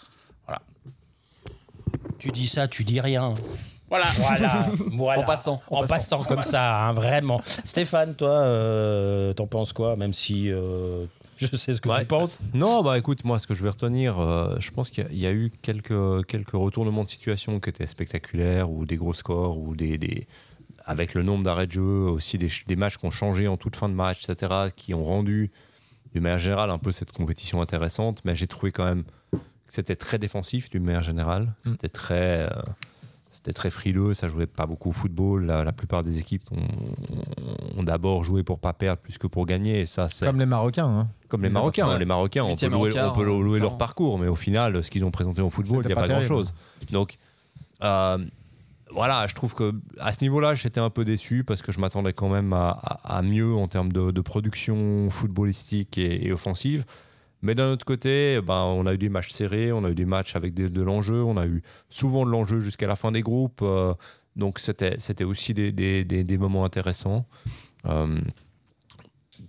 Speaker 8: Tu dis ça, tu dis rien.
Speaker 7: Voilà.
Speaker 8: Voilà. voilà.
Speaker 6: En passant, en
Speaker 8: En, passant. comme ça, hein, vraiment. Stéphane, toi, euh, t'en penses quoi Même si euh, je sais ce que
Speaker 2: Ouais.
Speaker 8: tu penses.
Speaker 2: Non, bah écoute, moi, ce que je vais retenir, euh, je pense qu'il y, a- il y a eu quelques, quelques retournements de situation qui étaient spectaculaires, ou des gros scores, ou des. des- avec le nombre d'arrêts de jeu, aussi des, ch- des matchs qui ont changé en toute fin de match, etc., qui ont rendu, d'une manière générale, un peu cette compétition intéressante. Mais j'ai trouvé quand même que c'était très défensif, d'une manière générale. C'était très. euh, c'était très frileux, ça jouait pas beaucoup au football. La, la plupart des équipes ont, ont- ont d'abord joué pour pas perdre plus que pour gagner. Et ça, c'est
Speaker 5: Comme les Marocains. hein.
Speaker 2: comme les
Speaker 6: Les
Speaker 2: Marocains.
Speaker 6: Argentins, ouais.
Speaker 2: Les Marocains, on peut
Speaker 6: Huitième
Speaker 2: louer,
Speaker 6: en quart,
Speaker 2: on peut louer
Speaker 6: euh,
Speaker 2: leur
Speaker 6: clairement.
Speaker 2: parcours, mais au final, ce qu'ils ont présenté en football, il n'y
Speaker 5: C'était
Speaker 2: a pas,
Speaker 5: pas
Speaker 2: grand-chose. Donc, euh, voilà, je trouve que à ce niveau-là, j'étais un peu déçu parce que je m'attendais quand même à, à- à mieux en termes de, de production footballistique et, et offensive. Mais d'un autre côté, ben, on a eu des matchs serrés, on a eu des matchs avec des- de l'enjeu, on a eu souvent de l'enjeu jusqu'à la fin des groupes. euh, donc c'était c'était aussi des, des- des- des moments intéressants. Euh,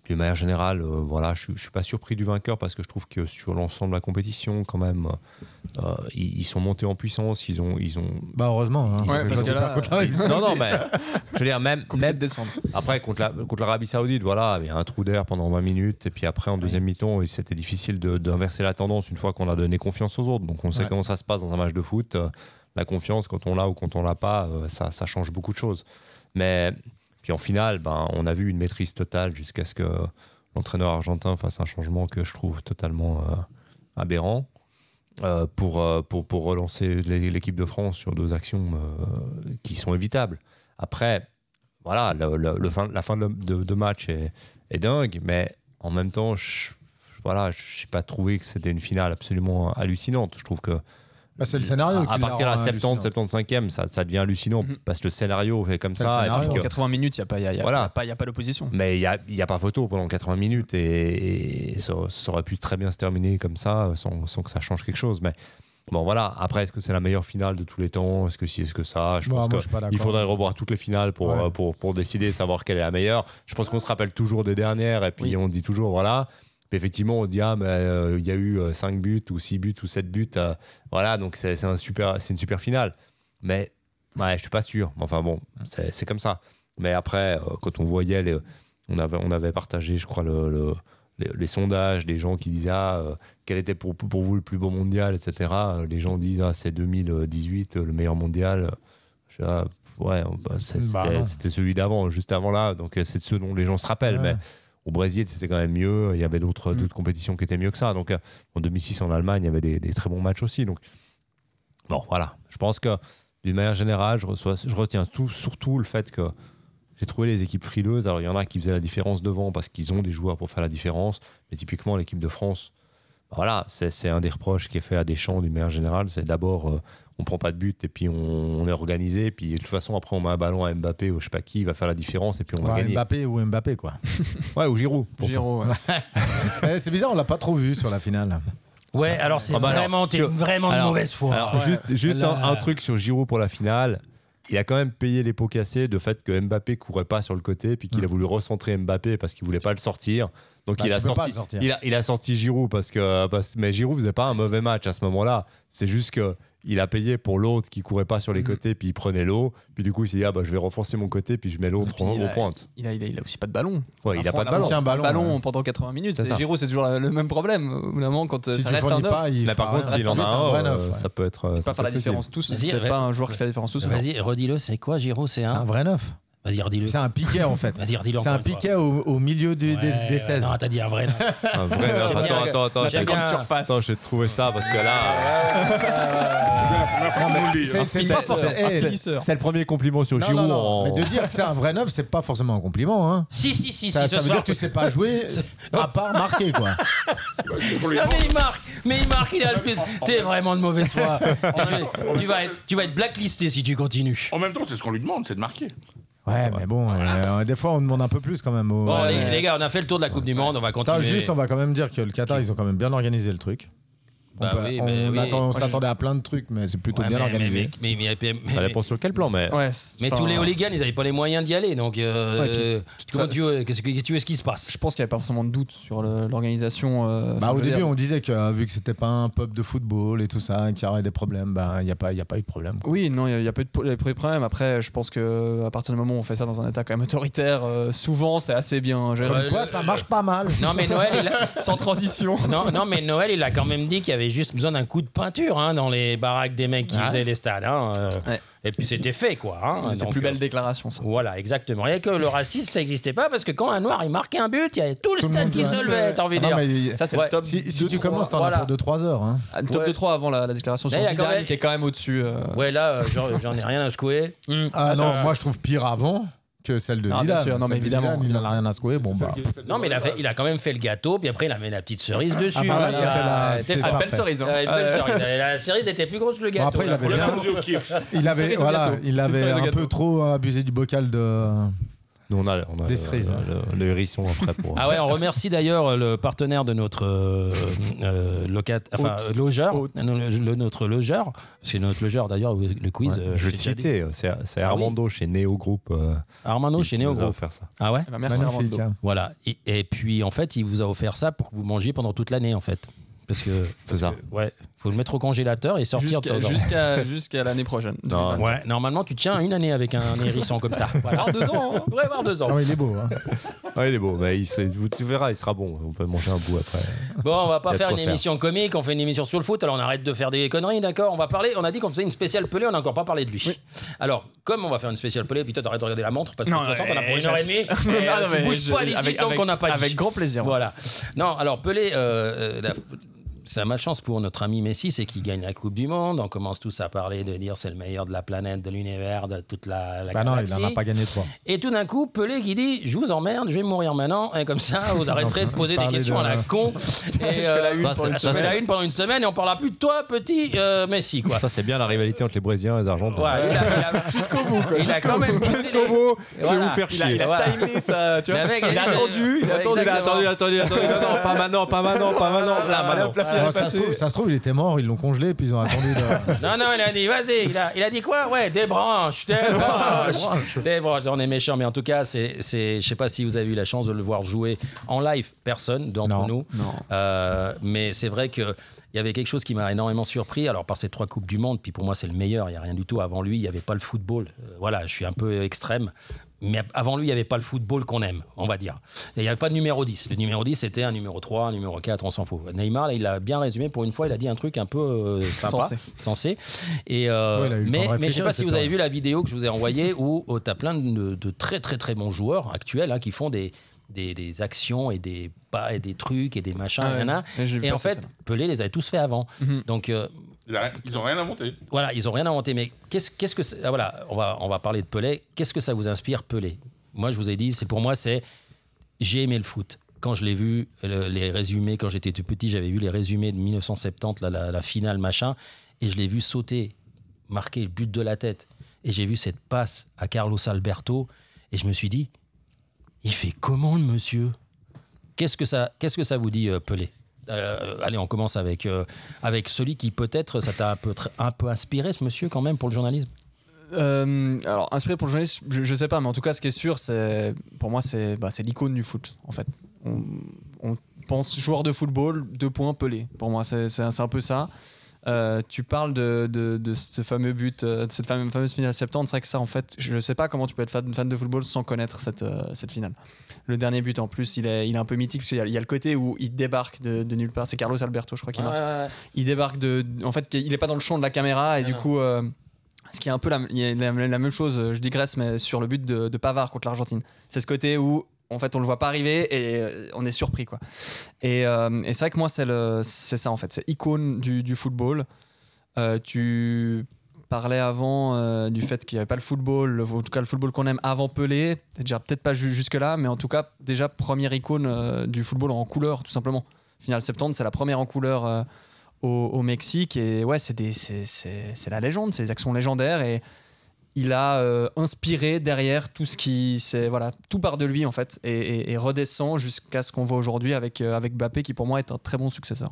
Speaker 2: de manière générale, euh, voilà, je ne suis pas surpris du vainqueur parce que je trouve que sur l'ensemble de la compétition, quand même, euh, ils, ils sont montés en puissance. Ils ont, ils ont.
Speaker 5: Bah heureusement. hein,
Speaker 2: Ouais,
Speaker 5: que là,
Speaker 6: parce que
Speaker 5: c'est
Speaker 6: là,
Speaker 5: pas contre la Russie.
Speaker 2: Non, non, mais je veux dire même,
Speaker 6: compliqué
Speaker 2: même
Speaker 6: de descendre.
Speaker 2: après contre la- contre l'Arabie Saoudite, voilà, il y a un trou d'air pendant 20 minutes et puis après en deuxième mi-temps, et c'était difficile de- d'inverser la tendance une fois qu'on a donné confiance aux autres. Donc on sait
Speaker 6: Ouais.
Speaker 2: comment ça se passe dans un match de foot. Euh, La confiance, quand on l'a ou quand on l'a pas, euh, ça, ça change beaucoup de choses. Mais puis en finale, ben, on a vu une maîtrise totale jusqu'à ce que l'entraîneur argentin fasse un changement que je trouve totalement euh, aberrant. euh, pour, euh, pour, pour relancer l'é- l'équipe de France sur deux actions euh, qui sont évitables. Après, voilà, le, le- le fin, la fin de, de- de match est, est dingue, mais en même temps, je je- voilà, je n'ai pas trouvé que c'était une finale absolument hallucinante. Je trouve que
Speaker 5: Bah, c'est le scénario.
Speaker 2: à, à
Speaker 5: qui la
Speaker 2: partir de la
Speaker 5: rend
Speaker 2: 70,
Speaker 5: hallucinante.
Speaker 2: 75e, ça, ça devient hallucinant
Speaker 6: Mhm.
Speaker 2: parce que le scénario fait comme
Speaker 5: C'est le
Speaker 2: ça. et
Speaker 5: scénario,
Speaker 2: puis
Speaker 6: En
Speaker 2: que-
Speaker 6: 80 minutes, il n'y a pas, y a- y a-
Speaker 2: Voilà.
Speaker 6: y a pas, y a pas d'opposition.
Speaker 2: mais il n'y a, il y a pas photo pendant 80 minutes et, et ça, ça aurait pu très bien se terminer comme ça sans, sans que ça change quelque chose. Mais bon, voilà. Après, est-ce que c'est la meilleure finale de tous les temps Est-ce que si, est-ce que ça Je
Speaker 5: Bah, moi,
Speaker 2: pense que
Speaker 5: je suis pas d'accord.
Speaker 2: il faudrait revoir toutes les finales pour,
Speaker 5: Ouais.
Speaker 2: euh, pour, pour décider, savoir quelle est la meilleure. Je pense qu'on se rappelle toujours des dernières et puis on dit toujours, voilà. Mais Effectivement, on dit, ah, mais euh, il y a eu 5 buts ou 6 buts ou 7 buts. euh, voilà, donc c'est c'est un super, c'est une super finale. Mais ouais, je suis pas sûr. Mais Enfin bon, c'est c'est comme ça. Mais après, euh, quand on voyait, les- on, avait, on avait partagé, je crois, le, le- les, les sondages des gens qui disaient ah, euh, quel était pour, pour vous le plus beau mondial, etc. Euh, Les gens disent ah, c'est 2018 euh, le meilleur mondial. Je dis, ah, ouais, on- bah, c'est-
Speaker 5: Bah,
Speaker 2: c'était
Speaker 5: non.
Speaker 2: c'était celui d'avant, juste avant là. Donc euh, c'est de ce dont les gens se rappellent.
Speaker 5: Ouais.
Speaker 2: Mais au Brésil, c'était quand même mieux. Il y avait d'autres
Speaker 6: Mm.
Speaker 2: d'autres compétitions qui étaient mieux que ça. Donc euh, en 2006 en Allemagne, il y avait des, des très bons matchs aussi. Donc bon, voilà. Je pense que d'une manière générale, je, reçois- je retiens tout, surtout le fait que j'ai trouvé les équipes frileuses. Alors, il y en a qui faisaient la différence devant parce qu'ils ont des joueurs pour faire la différence. Mais typiquement, l'équipe de France, ben voilà, c'est c'est un des reproches qui est fait à Deschamps d'une manière générale. C'est d'abord, euh, on prend pas de but et puis on, on est organisé. Et puis, de toute façon, après, on met un ballon à Mbappé ou je sais pas qui, il va faire la différence et puis on va
Speaker 5: Ouais,
Speaker 2: gagner.
Speaker 5: hein. Mbappé ou Mbappé, quoi.
Speaker 2: Ouais, ou Giroud. pour-
Speaker 6: Giro, ouais.
Speaker 5: Eh, c'est bizarre, on l'a pas trop vu sur la finale.
Speaker 8: Ouais, alors c'est
Speaker 2: Ah bah alors,
Speaker 8: vraiment, t'es
Speaker 2: sur-
Speaker 8: vraiment de
Speaker 2: alors-
Speaker 8: mauvaise foi.
Speaker 2: Alors, juste, juste
Speaker 8: Là.
Speaker 2: un, un truc sur Giroud pour la finale. Il a quand même payé les pots cassés de fait que Mbappé courait pas sur le côté, puis qu'il a voulu recentrer Mbappé parce qu'il voulait pas le sortir. Donc
Speaker 5: Mm. Bah, tu
Speaker 2: il, a
Speaker 5: peux pas
Speaker 2: sorti,
Speaker 5: le sortir.
Speaker 2: il a il a sorti Giroud parce que parce- mais Giroud faisait pas un mauvais match à ce moment-là. C'est juste que il a payé pour l'autre qui courait pas sur
Speaker 5: Mm.
Speaker 2: les côtés, puis il prenait l'eau. Puis du coup il s'est dit ah bah je vais renforcer mon côté, puis je mets l'autre
Speaker 6: Et puis,
Speaker 2: en-
Speaker 6: il
Speaker 2: aux
Speaker 6: a-
Speaker 2: pointes.
Speaker 6: Il a, il, a, il a aussi pas de ballon.
Speaker 2: Ouais, il a
Speaker 6: Lafont-
Speaker 2: pas de
Speaker 6: Lafont
Speaker 2: ballon.
Speaker 6: tient
Speaker 5: Aucun ballon, ouais.
Speaker 6: pendant 80 minutes.
Speaker 2: C'est
Speaker 6: C'est
Speaker 2: ça.
Speaker 6: Giro, c'est toujours la- le même problème. Au bout d'un moment, quand euh,
Speaker 5: Si
Speaker 6: ça
Speaker 5: tu
Speaker 6: reste un
Speaker 5: fournis
Speaker 6: neuf,
Speaker 5: pas, il
Speaker 2: Là par
Speaker 5: fera-
Speaker 2: contre
Speaker 5: reste
Speaker 2: s'il en
Speaker 5: un
Speaker 2: a un,
Speaker 5: vrai
Speaker 2: euh,
Speaker 5: neuf, ouais.
Speaker 2: ça peut être
Speaker 6: il
Speaker 2: euh,
Speaker 6: peut
Speaker 2: ça
Speaker 6: pas faire
Speaker 2: peut
Speaker 6: la
Speaker 2: être utile.
Speaker 6: différence tous.
Speaker 8: Vas-y,
Speaker 6: C'est
Speaker 8: ouais.
Speaker 6: pas un joueur qui fait la différence tous. non.
Speaker 8: Vas-y, redis-le, c'est quoi Giro C'est
Speaker 5: C'est un
Speaker 8: un.
Speaker 5: vrai neuf.
Speaker 8: Vas-y, redis-le.
Speaker 5: C'est un piquet, en fait.
Speaker 8: Vas-y, redis-le.
Speaker 5: C'est
Speaker 8: encore
Speaker 5: un
Speaker 8: une fois.
Speaker 5: piquet au, au milieu du- des,
Speaker 8: Ouais,
Speaker 5: des
Speaker 8: ouais,
Speaker 5: 16.
Speaker 8: Non, t'as dit un vrai. non.
Speaker 2: Un vrai neuf.
Speaker 6: J'aime
Speaker 2: Attends
Speaker 6: bien
Speaker 2: attends attends.
Speaker 6: La
Speaker 2: je vais-
Speaker 6: grande surface.
Speaker 2: Attends, je vais te trouver ça parce que là.
Speaker 5: Non, mais c'est-
Speaker 6: Un
Speaker 5: c'est
Speaker 6: finisseur.
Speaker 5: pas forcément-
Speaker 6: Un
Speaker 5: eh,
Speaker 6: finisseur.
Speaker 2: C'est le premier compliment sur
Speaker 5: non,
Speaker 2: Giroud.
Speaker 5: non, non.
Speaker 2: en-
Speaker 5: Mais de dire que c'est un vrai neuf, c'est pas forcément un compliment. Hein.
Speaker 8: Si, si, si,
Speaker 5: ça
Speaker 8: si,
Speaker 5: ça
Speaker 8: ce
Speaker 5: veut dire
Speaker 8: soir.
Speaker 5: que tu sais pas jouer à part marquer, quoi.
Speaker 8: Ah, mais il marque, mais il marque, il a le plus. T'es vraiment de mauvaise foi. Tu vas- tu, vas être, tu vas être blacklisté si tu continues.
Speaker 7: En même temps, c'est ce qu'on lui demande, c'est de marquer.
Speaker 5: Ouais, mais bon, euh, des fois, on demande un peu plus quand même. Au,
Speaker 8: Bon, les,
Speaker 5: Ouais.
Speaker 8: les gars, on a fait le tour de la Coupe du Monde, on va
Speaker 5: Attends,
Speaker 8: continuer.
Speaker 5: juste, on va quand même dire que le Qatar, ils ont quand même bien organisé le truc.
Speaker 4: Bah
Speaker 5: on peut-
Speaker 4: oui,
Speaker 5: on
Speaker 4: mais oui.
Speaker 5: attend- on s'attendait à plein de trucs, mais c'est plutôt
Speaker 4: Ouais,
Speaker 5: bien
Speaker 4: mais-
Speaker 5: organisé.
Speaker 4: Mais, mais, mais- mais-
Speaker 2: Ça dépend sur quel plan, mais.
Speaker 6: Ouais, c'est-
Speaker 4: mais
Speaker 6: enfin,
Speaker 4: tous les hooligans, ils n'avaient pas les moyens d'y aller. Donc, euh,
Speaker 6: hein. Ouais, puis,
Speaker 4: euh, comment
Speaker 6: ça-
Speaker 4: tu veux- qu'est-ce que qu'est-ce que tu veux ce qui se passe
Speaker 6: Je pense qu'il n'y avait pas forcément de doute sur le- l'organisation. euh,
Speaker 5: Bah,
Speaker 6: enfin,
Speaker 5: au
Speaker 6: je veux
Speaker 5: début,
Speaker 6: dire-
Speaker 5: on disait que euh, vu que c'était pas un pub de football et tout ça, et qu'il y aurait des problèmes, bah, il n'y a, pas- il y a pas eu de problème. quoi.
Speaker 6: Oui, non, il n'y a, pas eu de po- il y a pas eu de problème. Après, je pense que à partir du moment où on fait ça dans un état quand même autoritaire, euh, souvent c'est assez bien géré.
Speaker 4: Ouais,
Speaker 5: Quoi,
Speaker 4: le-
Speaker 5: ça marche pas mal.
Speaker 4: Non, mais Noël, il a-
Speaker 6: Sans transition.
Speaker 4: Non, non, mais Noël, il a quand même dit qu'il y avait juste besoin d'un coup de peinture hein, dans les baraques des mecs qui faisaient les stades. hein, euh,
Speaker 6: Ouais.
Speaker 4: Et puis c'était fait, quoi. hein,
Speaker 6: c'est
Speaker 4: donc,
Speaker 6: plus belle
Speaker 4: euh,
Speaker 6: déclaration, ça.
Speaker 4: Voilà, exactement. Il n'y a que le racisme, ça n'existait pas parce que quand un noir il marquait un but, il y avait tout le
Speaker 5: Tout le
Speaker 4: stade
Speaker 5: monde
Speaker 4: qui
Speaker 5: doit-
Speaker 4: se levait, t'as envie de
Speaker 5: Ah Non,
Speaker 4: dire.
Speaker 5: mais
Speaker 6: Ça, c'est
Speaker 4: Ouais.
Speaker 6: le top.
Speaker 5: si si
Speaker 6: deux,
Speaker 5: tu
Speaker 6: trois.
Speaker 5: commences, t'en
Speaker 4: voilà.
Speaker 5: as pour 2-3 heures. hein.
Speaker 6: Ah, Top
Speaker 4: Ouais.
Speaker 6: 2-3 avant la, la déclaration
Speaker 4: Là,
Speaker 6: sur
Speaker 4: il y a
Speaker 6: Zidane,
Speaker 4: quand même-
Speaker 6: qui est quand même au-dessus. euh.
Speaker 4: Ouais, là, euh, j'en- j'en ai rien à secouer. Mm.
Speaker 5: Ah, non, moi je trouve pire avant que celle de
Speaker 6: Ah, bien
Speaker 5: Zidane.
Speaker 6: sûr, non, mais
Speaker 5: Celle de
Speaker 6: évidemment.
Speaker 5: Zidane, il n'en a rien à secouer. Bon, bah.
Speaker 4: Non, mais il a, fait- il a quand même fait le gâteau, puis après, il a mis la petite cerise dessus.
Speaker 5: bah là,
Speaker 4: Voilà.
Speaker 5: c'était la-
Speaker 4: C'était
Speaker 5: c'est
Speaker 4: frappé.
Speaker 5: pas-
Speaker 6: Belle
Speaker 5: parfait.
Speaker 6: cerise. hein.
Speaker 4: Ah, une belle cerise. La cerise était plus grosse que le gâteau.
Speaker 5: après, il
Speaker 4: là,
Speaker 5: avait
Speaker 4: pour le
Speaker 5: bien-
Speaker 4: coup.
Speaker 5: Il avait,
Speaker 6: cerise au
Speaker 5: voilà,
Speaker 6: gâteau.
Speaker 5: il
Speaker 6: C'est une
Speaker 5: avait
Speaker 6: cerise au
Speaker 5: un
Speaker 6: gâteau.
Speaker 5: peu trop abusé du bocal de.
Speaker 2: Nous, on a, on a
Speaker 5: Des
Speaker 2: le-
Speaker 5: cerises, hein.
Speaker 2: le, le hérisson après pour.
Speaker 4: Ah ouais, on remercie d'ailleurs le partenaire de notre euh, euh, locat, enfin, euh, logeur, Non, le- le- notre logeur, c'est notre logeur d'ailleurs le quiz.
Speaker 2: Ouais,
Speaker 4: euh,
Speaker 2: je vais te
Speaker 4: j'ai déjà dit.
Speaker 2: citer, c'est c'est
Speaker 4: Ah oui.
Speaker 2: Armando chez Neo Group. euh,
Speaker 4: Armando
Speaker 2: qui-
Speaker 4: chez
Speaker 2: qui
Speaker 4: Néo
Speaker 2: nous a
Speaker 4: Group.
Speaker 2: offert ça.
Speaker 4: Ah ouais.
Speaker 6: Eh ben, merci
Speaker 5: Magnifique,
Speaker 6: Armando.
Speaker 5: hein.
Speaker 4: Voilà. Et, et puis en fait, il vous a offert ça pour que vous mangiez pendant toute l'année en fait, parce que
Speaker 2: C'est ça.
Speaker 4: ouais, faut le mettre au congélateur et sortir. de temps
Speaker 6: Jusqu'à
Speaker 4: en temps.
Speaker 6: jusqu'à- jusqu'à l'année prochaine.
Speaker 2: Non.
Speaker 4: Ouais, normalement tu tiens une année avec un hérisson comme ça. Voilà.
Speaker 6: deux ans. hein.
Speaker 4: Ouais, voir deux ans.
Speaker 5: Ah, il est beau. hein.
Speaker 2: Ah, il est beau, mais il s'est- vous, tu verras, il sera bon. On peut manger un bout après.
Speaker 4: Bon, on va
Speaker 2: Y
Speaker 4: pas
Speaker 2: a de
Speaker 4: faire
Speaker 2: quoi
Speaker 4: une
Speaker 2: faire.
Speaker 4: émission comique, on fait une émission sur le foot, alors on arrête de faire des conneries, d'accord On va parler, on a dit qu'on faisait une spéciale Pelé, on n'a encore pas parlé de lui. Alors, comme on va faire une spéciale Pelé, puis toi t'arrêtes de regarder la montre, parce que de toute façon t'en as pour une heure et demie, et,
Speaker 6: Ah,
Speaker 4: euh,
Speaker 6: non,
Speaker 4: tu
Speaker 6: mais
Speaker 4: bouges
Speaker 6: je-
Speaker 4: pas d'ici
Speaker 6: avec-
Speaker 4: tant
Speaker 6: avec-
Speaker 4: qu'on n'a pas dit.
Speaker 6: Avec grand plaisir. hein.
Speaker 4: Voilà. Non, alors Pelé, euh, euh, la- c'est un malchance pour notre ami Messi, c'est qu'il gagne la Coupe du Monde, on commence tous à parler de dire c'est le meilleur de la planète, de l'univers, de toute la, la
Speaker 5: Bah non, il
Speaker 4: galaxie.
Speaker 5: n'en a pas gagné trois.
Speaker 4: Et tout d'un coup, Pelé qui dit Je vous emmerde, je vais mourir maintenant. Et comme ça, vous arrêterez de poser des
Speaker 5: Parler
Speaker 4: questions
Speaker 5: de-
Speaker 4: à la con. Et
Speaker 6: la
Speaker 4: euh,
Speaker 6: une
Speaker 4: ça,
Speaker 2: pendant une
Speaker 4: c'est- je fais la une pendant une semaine et on parlera plus de toi, petit euh, Messi. Quoi.
Speaker 2: Ça, c'est bien la rivalité entre les Brésiliens et les Argentins.
Speaker 4: Voilà, lui, il a- il a-
Speaker 6: Jusqu'au bout. quoi.
Speaker 4: il a quand même poussé les-
Speaker 2: bout,
Speaker 4: Voilà.
Speaker 6: Il a, il a
Speaker 4: Voilà.
Speaker 6: timé ça, tu vois.
Speaker 4: Le mec,
Speaker 6: il
Speaker 4: il
Speaker 6: a
Speaker 4: est-
Speaker 6: attendu, il a
Speaker 4: Ouais,
Speaker 6: attendu,
Speaker 4: exactement.
Speaker 6: il a attendu, il a attendu, il a attendu. Non, non, pas maintenant, pas maintenant, pas maintenant. Là, maintenant. La finale
Speaker 5: Alors,
Speaker 6: est
Speaker 5: Ah, ça, se
Speaker 6: passée.
Speaker 5: trouve, ça se trouve, il était mort, ils l'ont congelé, puis ils ont attendu. de-
Speaker 4: Non, non, il a dit Vas-y, il a, il a dit quoi Ouais, débranche, débranche. débranche. On est méchant, mais en tout cas, c'est, c'est, je sais pas si vous avez eu la chance de le voir jouer en live, personne d'entre
Speaker 5: Non.
Speaker 4: nous. Euh, mais c'est vrai que il y avait quelque chose qui m'a énormément surpris. Alors par ces trois coupes du monde, puis pour moi c'est le meilleur. Il y a rien du tout avant lui. Il n'y avait pas le football. Euh, voilà, je suis un peu extrême. Mais avant lui, il n'y avait pas le football qu'on aime, on va dire. Et il n'y avait pas de numéro 10. Le numéro 10, c'était un numéro 3, un numéro 4, on s'en fout. Neymar, là, il a bien résumé. Pour une fois, il a dit un truc un peu euh, sympa,
Speaker 6: Sensé.
Speaker 4: sensé. Et, euh,
Speaker 5: Ouais, il a eu le temps de
Speaker 4: mais, mais je ne sais
Speaker 5: réfléchir,
Speaker 4: pas si
Speaker 5: c'est
Speaker 4: vous
Speaker 5: pas-
Speaker 4: avez vu la vidéo que je vous ai envoyée où tu as plein de, de très, très, très bons joueurs actuels hein, qui font des, des, des actions et des pas et des trucs et des machins.
Speaker 6: Ah ouais.
Speaker 4: nanana.
Speaker 6: Ouais, j'ai vu
Speaker 4: Et en
Speaker 6: passer
Speaker 4: fait,
Speaker 6: ça. Mhm.
Speaker 4: Pelé les avait tous fait avant. Donc euh,
Speaker 7: Il a- Ils ont rien inventé.
Speaker 4: voilà, ils ont rien inventé. Mais qu'est-ce qu'est-ce que c'est- ah, voilà, on va on va parler de Pelé. Qu'est-ce que ça vous inspire Pelé Moi, je vous ai dit, c'est pour moi, c'est j'ai aimé le foot. Quand je l'ai vu, le- les résumés, quand j'étais tout petit, j'avais vu les résumés de 1970, la, la, la finale, machin, et je l'ai vu sauter, marquer le but de la tête. Et j'ai vu cette passe à Carlos Alberto, et je me suis dit, il fait comment le monsieur Qu'est-ce que ça, qu'est-ce que ça vous dit, euh, Pelé Euh, Allez, on commence avec, euh, avec celui qui peut-être, ça t'a un peu, tr- un peu inspiré, ce monsieur, quand même, pour le journalisme.
Speaker 6: Euh, alors, inspiré pour le journaliste, je, je sais pas, mais en tout cas, ce qui est sûr, c'est pour moi, c'est bah, c'est l'icône du foot, en fait. On, on pense joueur de football, deux points Pelé. Pour moi, c'est c'est un c'est un peu ça. Euh, tu parles de, de- de ce fameux but, euh, de cette fameuse, fameuse finale 70. C'est vrai que ça, en fait, je sais pas comment tu peux être fan, fan de football sans connaître cette, euh, cette finale. Le dernier but, en plus, il est, il est un peu mythique, parce qu'il y, a- il y a le côté où il débarque de, de nulle part. C'est Carlos Alberto, je crois, qui marque il débarque de en fait il est pas dans le champ de la caméra et du coup euh, ce qui est un peu la, il y a la- la même chose euh, je digresse mais sur le but de, de Pavard contre l'Argentine c'est ce côté où en fait on le voit pas arriver et euh, on est surpris quoi et, euh, et c'est vrai que moi c'est le c'est ça en fait c'est icône du, du football Euh, tu parlais avant euh, du fait qu'il n'y avait pas le football le- en tout cas le football qu'on aime avant Pelé déjà peut-être pas jusque là mais en tout cas déjà première icône euh, du football en couleur tout simplement finale 70 c'est la première en couleur euh, au, au Mexique. Et ouais, c'est des- c'est- c'est c'est la légende, c'est des actions légendaires. Et il a euh, inspiré derrière tout ce qui. c'est Voilà, tout part de lui en fait. Et, et- et redescend jusqu'à ce qu'on voit aujourd'hui avec, euh, avec Mbappé, qui pour moi est un très bon successeur.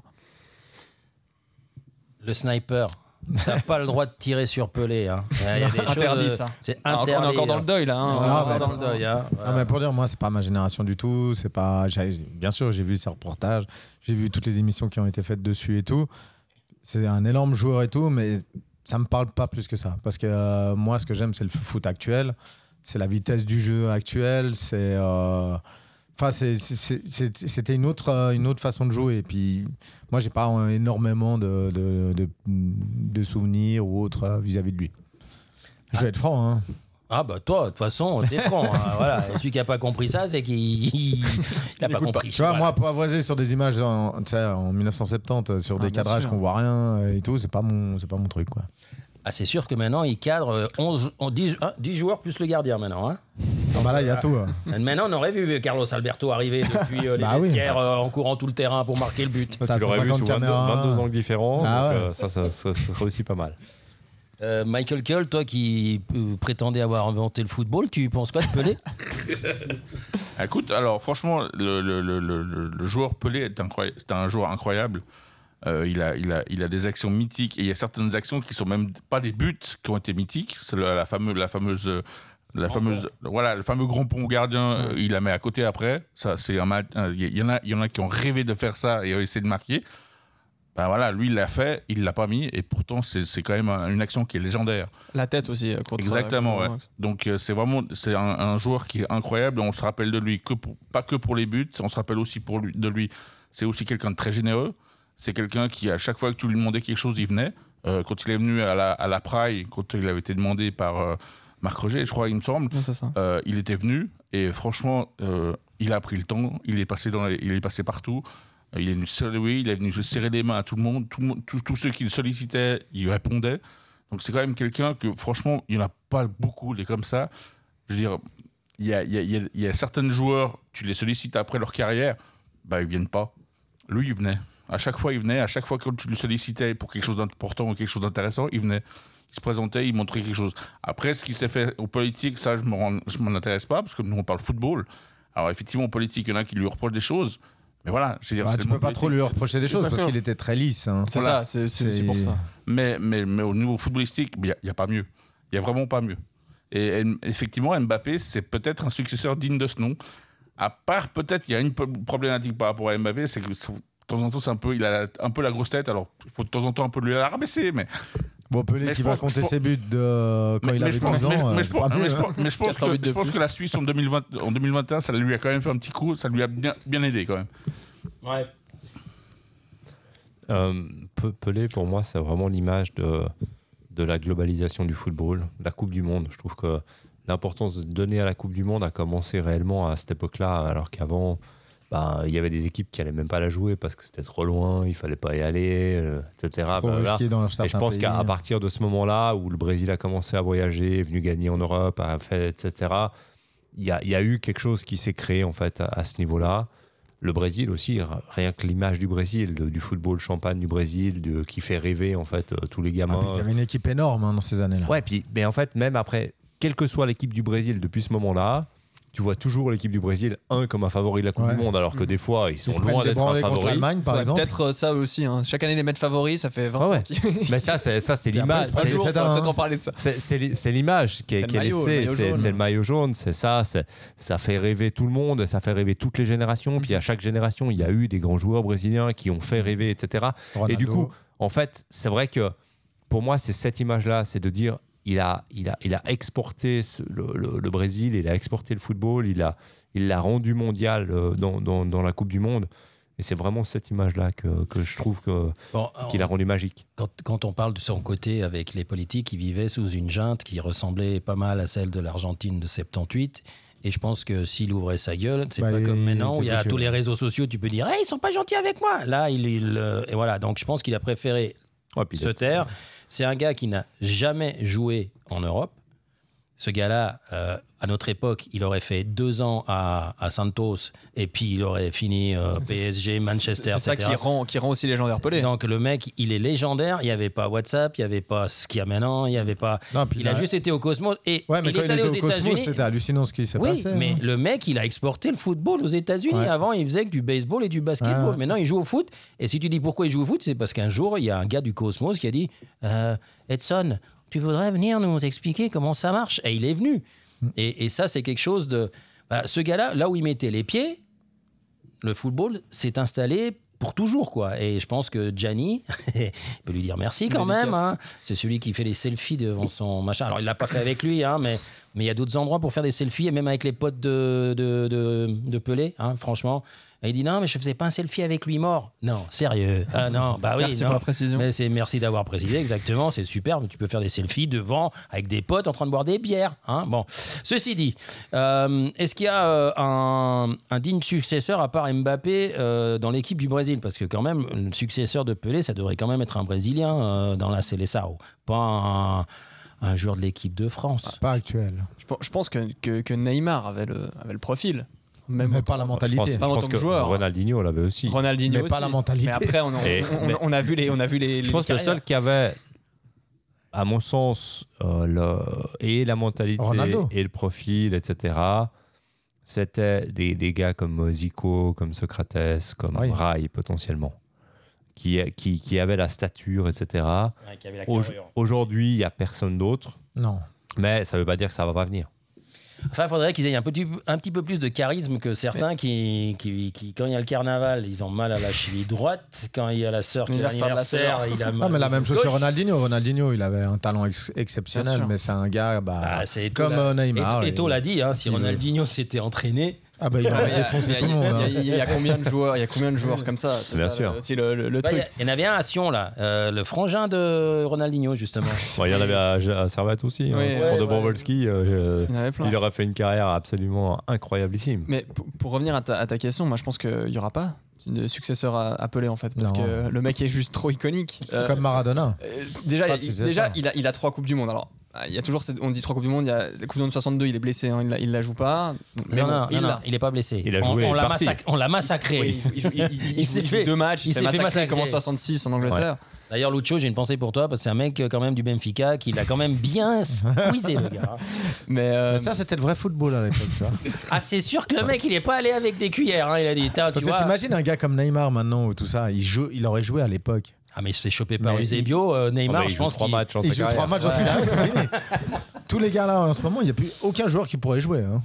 Speaker 4: le sniper. T'as pas le droit de tirer sur Pelé. Hein. Il y a des choses,
Speaker 6: Interdit,
Speaker 4: euh,
Speaker 6: ça.
Speaker 4: C'est
Speaker 6: Alors qu'on
Speaker 4: interdit.
Speaker 6: est Ah, encore dans
Speaker 4: hein.
Speaker 6: le deuil là. hein.
Speaker 4: On est
Speaker 5: Ah,
Speaker 4: encore
Speaker 5: bah,
Speaker 4: dans le deuil. hein.
Speaker 5: Ah, mais pour dire, moi, c'est pas ma génération du tout. C'est pas. j'ai- Bien sûr, j'ai vu ces reportages, j'ai vu toutes les émissions qui ont été faites dessus et tout. C'est un énorme joueur et tout, mais ça me parle pas plus que ça. Parce que euh, moi, ce que j'aime, c'est le foot actuel, c'est la vitesse du jeu actuel, c'est. euh, Enfin, c'est- c'est- c'est- c'était une autre, euh, une autre façon de jouer. Et puis, moi, j'ai pas euh, énormément de, de, de- de souvenirs ou autres euh, vis-à-vis de lui. Je vais être franc, hein.
Speaker 4: Ah bah toi, de toute façon, t'es franc. hein, voilà. Et Celui qui a pas compris ça, c'est qu'il il a pas compris.
Speaker 5: Tu vois,
Speaker 4: Voilà.
Speaker 5: moi, pavoiser sur des images en, tu sais, en 1970, euh, sur des
Speaker 6: bien
Speaker 5: cadrages
Speaker 6: sûr.
Speaker 5: qu'on voit rien euh, et tout, c'est pas mon, c'est pas mon truc, quoi.
Speaker 4: Ah, c'est sûr que maintenant, il cadre euh, 11, on- 10, hein, 10 joueurs plus le gardien maintenant. hein.
Speaker 5: Ah bah là, il y a tout. hein.
Speaker 4: Maintenant, on aurait vu Carlos Alberto arriver depuis euh, les
Speaker 5: Bah oui.
Speaker 4: vestiaires euh, en courant tout le terrain pour marquer le but.
Speaker 5: T'as
Speaker 2: Tu l'aurais vu
Speaker 5: 150
Speaker 2: sous 22,
Speaker 5: Ah, caméras.
Speaker 2: 22 angles différents.
Speaker 5: Ah
Speaker 2: donc,
Speaker 5: ouais.
Speaker 2: euh, ça, ça, ça, ça serait aussi pas mal.
Speaker 4: Euh, Michael Cole, toi qui euh, prétendais avoir inventé le football, tu penses pas de Pelé
Speaker 7: Ah, Écoute, alors franchement, le, le- le- le- le- le joueur Pelé est, incroyable, c'est un joueur incroyable. Euh, il, a, il, a, il a des actions mythiques et il y a certaines actions qui sont même pas des buts qui ont été mythiques. C'est le- la fameuse, la fameuse, la fameuse, voilà, le fameux grand pont gardien. euh, il la met à côté après. Ça, c'est un match. euh, Il y, en a, il y en a qui ont rêvé de faire ça et ont essayé de marquer. Ben voilà, lui il l'a fait, il l'a pas mis et pourtant c'est c'est quand même un- une action qui est légendaire.
Speaker 6: La tête aussi euh, contre.
Speaker 7: Exactement,
Speaker 6: contre
Speaker 7: ouais.
Speaker 6: Max.
Speaker 7: Donc euh, c'est vraiment c'est un, un joueur qui est incroyable. On se rappelle de lui que pour- pas que pour les buts, on se rappelle aussi pour lui, de lui. C'est aussi quelqu'un de très généreux. C'est quelqu'un qui à chaque fois que tu lui demandais quelque chose, il venait. Euh, quand il est venu à la à la Praille, quand il avait été demandé par euh, Marc Roger, je crois, il me semble,
Speaker 6: Ouais, c'est ça.
Speaker 7: euh, il était venu et franchement, euh, il a pris le temps. Il est passé dans, les- il est passé partout. Euh, Il est venu se saluer, il est venu se serrer les mains à tout le monde. Tout le monde- tous- tous ceux qui le sollicitaient, il répondait. Donc c'est quand même quelqu'un que franchement, il n'y en a pas beaucoup des comme ça. Je veux dire, il y a, il y a- il y a- il y a certains joueurs, tu les sollicites après leur carrière, bah ils viennent pas. Lui, il venait. À chaque fois, il venait. À chaque fois que tu le sollicitais pour quelque chose d'important ou quelque chose d'intéressant, il venait. Il se présentait, il montrait quelque chose. Après, ce qui s'est fait aux politiques, ça, je me rends- je m'en intéresse pas, parce que nous, on parle football. Alors, effectivement, aux politiques, il y en a qui lui reprochent des choses. Mais voilà, je veux dire,
Speaker 5: Bah,
Speaker 7: c'est
Speaker 5: tu
Speaker 7: le
Speaker 5: peux
Speaker 7: monde
Speaker 5: pas trop
Speaker 7: politique,
Speaker 5: lui
Speaker 7: c'est-
Speaker 5: reprocher des choses parce
Speaker 6: d'accord.
Speaker 5: qu'il était très lisse. hein.
Speaker 6: C'est
Speaker 7: Voilà.
Speaker 6: ça, c'est- c'est aussi
Speaker 5: C'est-
Speaker 6: pour ça.
Speaker 7: mais, mais, mais au niveau footballistique, il n'y a, pas mieux. Il n'y a vraiment pas mieux. Et, et effectivement, Mbappé, c'est peut-être un successeur digne de ce nom. À part, peut-être, il y a une po- problématique par rapport à Mbappé, c'est que ça- de temps en temps, c'est un peu, il a un peu la grosse tête. Alors, il faut de temps en temps un peu lui la rabaisser, mais,
Speaker 5: Bon, Pelé
Speaker 7: Mais
Speaker 5: qui
Speaker 7: je
Speaker 5: va
Speaker 7: pense-
Speaker 5: compter
Speaker 7: je pense-
Speaker 5: ses buts de... quand
Speaker 7: mais-
Speaker 5: il
Speaker 7: mais
Speaker 5: avait
Speaker 7: je pense-
Speaker 5: 12 ans.
Speaker 7: mais je-
Speaker 5: euh,
Speaker 7: mais je
Speaker 5: c'est
Speaker 7: pense- ah,
Speaker 5: pas mieux,
Speaker 7: mais je
Speaker 5: hein.
Speaker 7: pense- mais je pense
Speaker 6: 400 buts
Speaker 7: que-
Speaker 6: de
Speaker 7: je pense que
Speaker 6: plus.
Speaker 7: la Suisse en, 2020 en 2021, ça lui a quand même fait un petit coup, ça lui a bien, bien aidé quand même.
Speaker 4: Ouais.
Speaker 2: Euh, Pe- Pelé, pour moi, c'est vraiment l'image de, de la globalisation du football, la Coupe du Monde. Je trouve que l'importance de donner à la Coupe du Monde a commencé réellement à cette époque-là, alors qu'avant, bah, il y avait des équipes qui n'allaient même pas la jouer parce que c'était trop loin, il fallait pas y aller, euh, etc.
Speaker 5: Trop
Speaker 2: blablabla.
Speaker 5: risqué dans
Speaker 2: Et je
Speaker 5: certains
Speaker 2: pense
Speaker 5: pays. hein.
Speaker 2: qu'à à partir de ce moment-là, où le Brésil a commencé à voyager, est venu gagner en Europe, a fait, etc., il y a, il y a eu quelque chose qui s'est créé en fait à, à ce niveau-là. Le Brésil aussi, r- rien que l'image du Brésil, de- du football champagne du Brésil, de- qui fait rêver en fait euh, tous les
Speaker 5: Ah,
Speaker 2: gamins.
Speaker 5: puis il y avait une équipe énorme hein, dans ces années-là.
Speaker 2: Ouais, puis, mais en fait, même après, quelle que soit l'équipe du Brésil depuis ce moment-là, tu vois toujours l'équipe du Brésil, un, comme un favori de la Coupe
Speaker 5: Ouais. Mm.
Speaker 2: du Monde, alors que des fois, ils sont
Speaker 5: Ils se prennent
Speaker 2: loin
Speaker 5: des
Speaker 2: d'être un
Speaker 5: branlées contre
Speaker 2: favori.
Speaker 5: l'Allemagne, par
Speaker 6: Faudrait
Speaker 5: exemple.
Speaker 6: Peut-être euh, ça eux aussi. hein. Chaque année, les mettre favoris, ça fait 20
Speaker 2: Ah ouais.
Speaker 6: ans qu'ils-
Speaker 2: Mais ça, c'est ça, c'est
Speaker 5: après,
Speaker 2: l'image.
Speaker 5: c'est pas
Speaker 6: Un
Speaker 2: c'est-
Speaker 5: le
Speaker 6: jour,
Speaker 5: c'est
Speaker 6: on va
Speaker 5: un-
Speaker 6: peut-être en parler de ça.
Speaker 2: C'est- C'est l'i- c'est l'image qui est,
Speaker 6: C'est le
Speaker 2: qui est
Speaker 6: maillot, le
Speaker 2: laissée,
Speaker 6: maillot
Speaker 2: c'est
Speaker 6: jaune.
Speaker 2: c'est le maillot jaune, c'est ça, c'est- ça fait rêver tout le monde, ça fait rêver toutes les générations, puis à
Speaker 6: Mhm.
Speaker 2: chaque génération, il y a eu des grands joueurs brésiliens qui ont fait rêver, etc. Et du coup, en fait, c'est vrai que pour moi, c'est cette image-là, c'est de dire, il a, il a, il a exporté ce- le, le- le Brésil, il a exporté le football, il l'a il l'a rendu mondial euh, dans, dans- dans la Coupe du Monde. Et c'est vraiment cette image-là que, que je trouve que-
Speaker 4: Bon, euh,
Speaker 2: qu'il a rendu magique.
Speaker 4: quand, quand on parle de son côté avec les politiques, il vivait sous une junte qui ressemblait pas mal à celle de l'Argentine de 78. Et je pense que s'il ouvrait sa gueule, c'est
Speaker 5: Bah,
Speaker 4: pas
Speaker 5: il
Speaker 4: comme maintenant où
Speaker 5: était
Speaker 4: il y a
Speaker 5: foutu,
Speaker 4: tous
Speaker 5: ouais.
Speaker 4: les réseaux sociaux, tu peux dire hey, ils sont pas gentils avec moi. Là, il, il, euh, et voilà. Donc je pense qu'il a préféré
Speaker 2: Ouais, puis
Speaker 4: se taire. C'est un gars qui n'a jamais joué en Europe. ce gars-là, euh, à notre époque, il aurait fait deux ans à, à Santos et puis il aurait fini euh, PSG, Manchester,
Speaker 6: C'est ça
Speaker 4: etc.
Speaker 6: qui rend, qui rend aussi légendaire Pelé.
Speaker 4: Donc le mec, il est légendaire. Il n'y avait pas WhatsApp, il n'y avait pas ce qu'il y a maintenant, il n'y avait pas.
Speaker 5: Non, puis
Speaker 4: il a
Speaker 5: là-
Speaker 4: juste été au Cosmos et
Speaker 5: Ouais, mais
Speaker 4: il
Speaker 5: quand
Speaker 4: est allé aux
Speaker 5: au Cosmos,
Speaker 4: États-Unis.
Speaker 5: c'était hallucinant ce qui s'est
Speaker 4: Oui,
Speaker 5: passé.
Speaker 4: mais
Speaker 5: hein.
Speaker 4: le mec, il a exporté le football aux États-Unis.
Speaker 5: Ouais. Ah.
Speaker 4: Avant, il faisait que du baseball et du basketball.
Speaker 5: Ouais, ouais.
Speaker 4: Maintenant, il joue au foot. Et si tu dis pourquoi il joue au foot, c'est parce qu'un jour, il y a un gars du Cosmos qui a dit euh, Edson, tu voudrais venir nous expliquer comment ça marche Et il est venu.
Speaker 5: Mm.
Speaker 4: Et, et ça, c'est quelque chose de. bah, ce gars-là, là où il mettait les pieds, le football s'est installé pour toujours quoi et je pense que Gianni il peut lui dire merci quand
Speaker 6: Dédicace.
Speaker 4: même hein. c'est celui qui fait les selfies devant son machin alors il l'a pas fait avec lui hein, mais mais il y a d'autres endroits pour faire des selfies et même avec les potes de de, de, de Pelé hein, franchement et il dit non mais je faisais pas un selfie avec lui mort non sérieux ah non bah oui
Speaker 6: Merci
Speaker 4: non.
Speaker 6: pour la précision.
Speaker 4: mais c'est merci d'avoir précisé exactement c'est superbe tu peux faire des selfies devant avec des potes en train de boire des bières hein. bon ceci dit euh, Est-ce qu'il y a euh, un, un digne successeur à part Mbappé euh, dans l'équipe du Brésil Parce que quand même, le successeur de Pelé, ça devrait quand même être un Brésilien euh, dans la Seleção, pas un, un joueur de l'équipe de France.
Speaker 5: Pas actuel.
Speaker 6: Je, pe- je pense que, que, que Neymar avait le, avait le profil. Même
Speaker 5: Mais pas la mentalité.
Speaker 2: Je
Speaker 6: Pas en
Speaker 2: pense, je pense
Speaker 6: tant que
Speaker 2: que
Speaker 6: joueur.
Speaker 2: Ronaldinho l'avait aussi.
Speaker 6: Ronaldinho
Speaker 5: Mais pas
Speaker 6: aussi.
Speaker 5: la mentalité.
Speaker 6: Mais après, on, on-
Speaker 2: Et-
Speaker 6: on-
Speaker 2: mais-
Speaker 6: on a vu les, on a vu les.
Speaker 2: Je pense que le seul qui avait, à mon sens, euh, le- et la mentalité
Speaker 5: Ronaldo.
Speaker 2: et le profil, etc., c'était des, des gars comme Zico, comme Socrates, comme
Speaker 5: Ah Oui.
Speaker 2: Rai potentiellement, qui, qui, qui avaient la stature, etc. Au-
Speaker 6: hein.
Speaker 2: Aujourd'hui, il n'y a personne d'autre,
Speaker 5: Non.
Speaker 2: mais ça ne veut pas dire que ça ne va pas venir.
Speaker 4: Enfin, il faudrait qu'ils aient un petit, un petit peu plus de charisme que certains qui, qui, qui, quand il y a le carnaval, ils ont mal à la cheville droite. Quand il y a la sœur qui a
Speaker 6: L'anniversaire de Ah, la
Speaker 4: l'anniversaire,
Speaker 6: sœur.
Speaker 4: il a mal.
Speaker 5: Non, mais la
Speaker 4: au
Speaker 5: même chose
Speaker 4: gauche.
Speaker 5: que Ronaldinho. Ronaldinho, il avait un talent ex-
Speaker 6: Bien
Speaker 5: exceptionnel,
Speaker 6: sûr.
Speaker 5: mais c'est un gars bah,
Speaker 4: Ah, c'est Eto'o
Speaker 5: comme
Speaker 4: l'a-
Speaker 5: euh, Neymar.
Speaker 4: Eto- Eto
Speaker 5: il-
Speaker 4: l'a dit, hein, si
Speaker 5: il-
Speaker 4: Ronaldinho s'était entraîné,
Speaker 5: Ah bah, il aurait défoncé tout le monde. hein.
Speaker 6: Il y, a- il y a combien de joueurs, il y a combien de joueurs comme ça C'est
Speaker 2: Bien
Speaker 6: ça,
Speaker 2: sûr.
Speaker 6: le- C'est le, le- le
Speaker 4: Ouais,
Speaker 6: truc.
Speaker 4: Il y, en avait un à Sion, là, euh, le frangin de Ronaldinho, justement.
Speaker 2: Bon, il y en avait à, à Servette aussi, hein,
Speaker 6: Oui,
Speaker 2: pour
Speaker 6: ouais,
Speaker 2: de
Speaker 6: ouais.
Speaker 2: Borowski, euh,
Speaker 6: Il y en avait plein.
Speaker 2: il aurait fait une carrière absolument incroyablissime.
Speaker 6: Mais pour, pour revenir à ta, à ta question, moi je pense qu'il n'y aura pas de successeur à, à Pelé en fait, parce
Speaker 5: Non.
Speaker 6: que le mec est juste trop iconique. Euh,
Speaker 5: Comme Maradona.
Speaker 6: euh, déjà,
Speaker 5: Pas de
Speaker 6: il-
Speaker 5: successeur.
Speaker 6: déjà il, a, il a trois Coupes du Monde. Alors, euh, il y a toujours, cette- on dit trois Coupes du Monde, il y a la Coupe du Monde 62, il est blessé, hein, il, la, il la joue pas.
Speaker 4: Mais non,
Speaker 6: bon,
Speaker 4: non,
Speaker 6: il
Speaker 4: non,
Speaker 6: l'a.
Speaker 4: non, il n'est pas blessé.
Speaker 2: Il a
Speaker 4: On-
Speaker 2: joué,
Speaker 4: on,
Speaker 2: il est
Speaker 4: l'a
Speaker 2: parti.
Speaker 4: massacré- on l'a massacré.
Speaker 6: Oui, il, il- il-
Speaker 4: Il
Speaker 6: il
Speaker 4: s'est
Speaker 6: joue
Speaker 4: fait-
Speaker 6: deux matchs, il s'est fait massacrer, comme en
Speaker 4: massacrer.
Speaker 6: 66 en Angleterre.
Speaker 4: D'ailleurs, Lucho, j'ai une pensée pour toi, parce que c'est un mec euh, quand même du Benfica qui l'a quand même bien squeezé, le gars.
Speaker 6: Mais, euh,
Speaker 5: Mais ça, c'était le vrai football à l'époque, tu vois.
Speaker 4: Ah, c'est sûr que le mec, il n'est pas allé avec des cuillères. hein, il a dit, Tiens, tu
Speaker 5: Parce que
Speaker 4: vois.
Speaker 5: t'imagines un gars comme Neymar maintenant ou tout ça, il, joue, il aurait joué à l'époque.
Speaker 4: Ah, mais il se fait choper par
Speaker 5: Mais
Speaker 4: Eusebio, euh,
Speaker 2: Ah bah,
Speaker 4: Neymar,
Speaker 2: il
Speaker 4: je
Speaker 2: joue
Speaker 4: pense
Speaker 2: trois
Speaker 4: qu'il.
Speaker 2: matchs en
Speaker 5: Il
Speaker 2: sa
Speaker 5: joue trois
Speaker 2: carrière.
Speaker 5: matchs en finale, c'est fini. Tous les gars là en ce moment, il n'y a plus aucun joueur qui pourrait jouer. hein.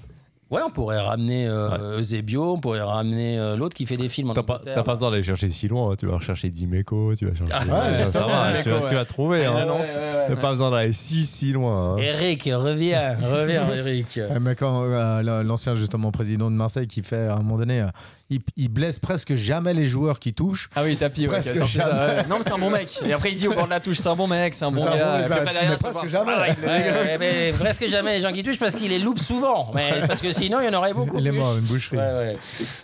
Speaker 4: Ouais, on pourrait ramener euh, Eusebio, on pourrait ramener euh, l'autre qui fait des films en
Speaker 2: T'as pas,
Speaker 4: Angleterre.
Speaker 2: t'as pas besoin d'aller chercher si loin, hein. tu vas rechercher Dimeco, tu vas chercher.
Speaker 5: ouais,
Speaker 2: ça,
Speaker 5: justement,
Speaker 2: va,
Speaker 6: Dimeco,
Speaker 2: tu, vas,
Speaker 6: ouais.
Speaker 2: tu vas trouver.
Speaker 6: Ah,
Speaker 2: hein.
Speaker 6: ouais, ouais, ouais,
Speaker 2: T'as
Speaker 6: ouais.
Speaker 2: pas besoin d'aller si si loin. hein.
Speaker 4: Eric, reviens, reviens, Eric.
Speaker 5: Ouais, Mais quand euh, la- l'ancien justement président de Marseille qui fait à un moment donné, euh, il, il blesse presque jamais les joueurs qui touchent.
Speaker 6: Ah oui, tapis, ouais,
Speaker 5: Presque
Speaker 6: qui a sorti ça.
Speaker 5: jamais.
Speaker 6: ouais. Non, mais c'est un bon mec. Et après, il dit au bord de la touche, c'est un bon mec, c'est un bon
Speaker 5: C'est un bon
Speaker 6: gars.
Speaker 5: mec,
Speaker 6: Et
Speaker 5: ça-
Speaker 6: puis après, derrière,
Speaker 5: mais
Speaker 6: tu
Speaker 5: presque
Speaker 6: vois,
Speaker 5: jamais.
Speaker 6: ah, il-
Speaker 4: Ouais, mais presque jamais les gens qui touchent parce qu'il les loupe souvent. Mais parce que sinon, il y en aurait beaucoup
Speaker 5: Il est
Speaker 4: plus.
Speaker 5: mort, une boucherie.
Speaker 4: Ouais, ouais.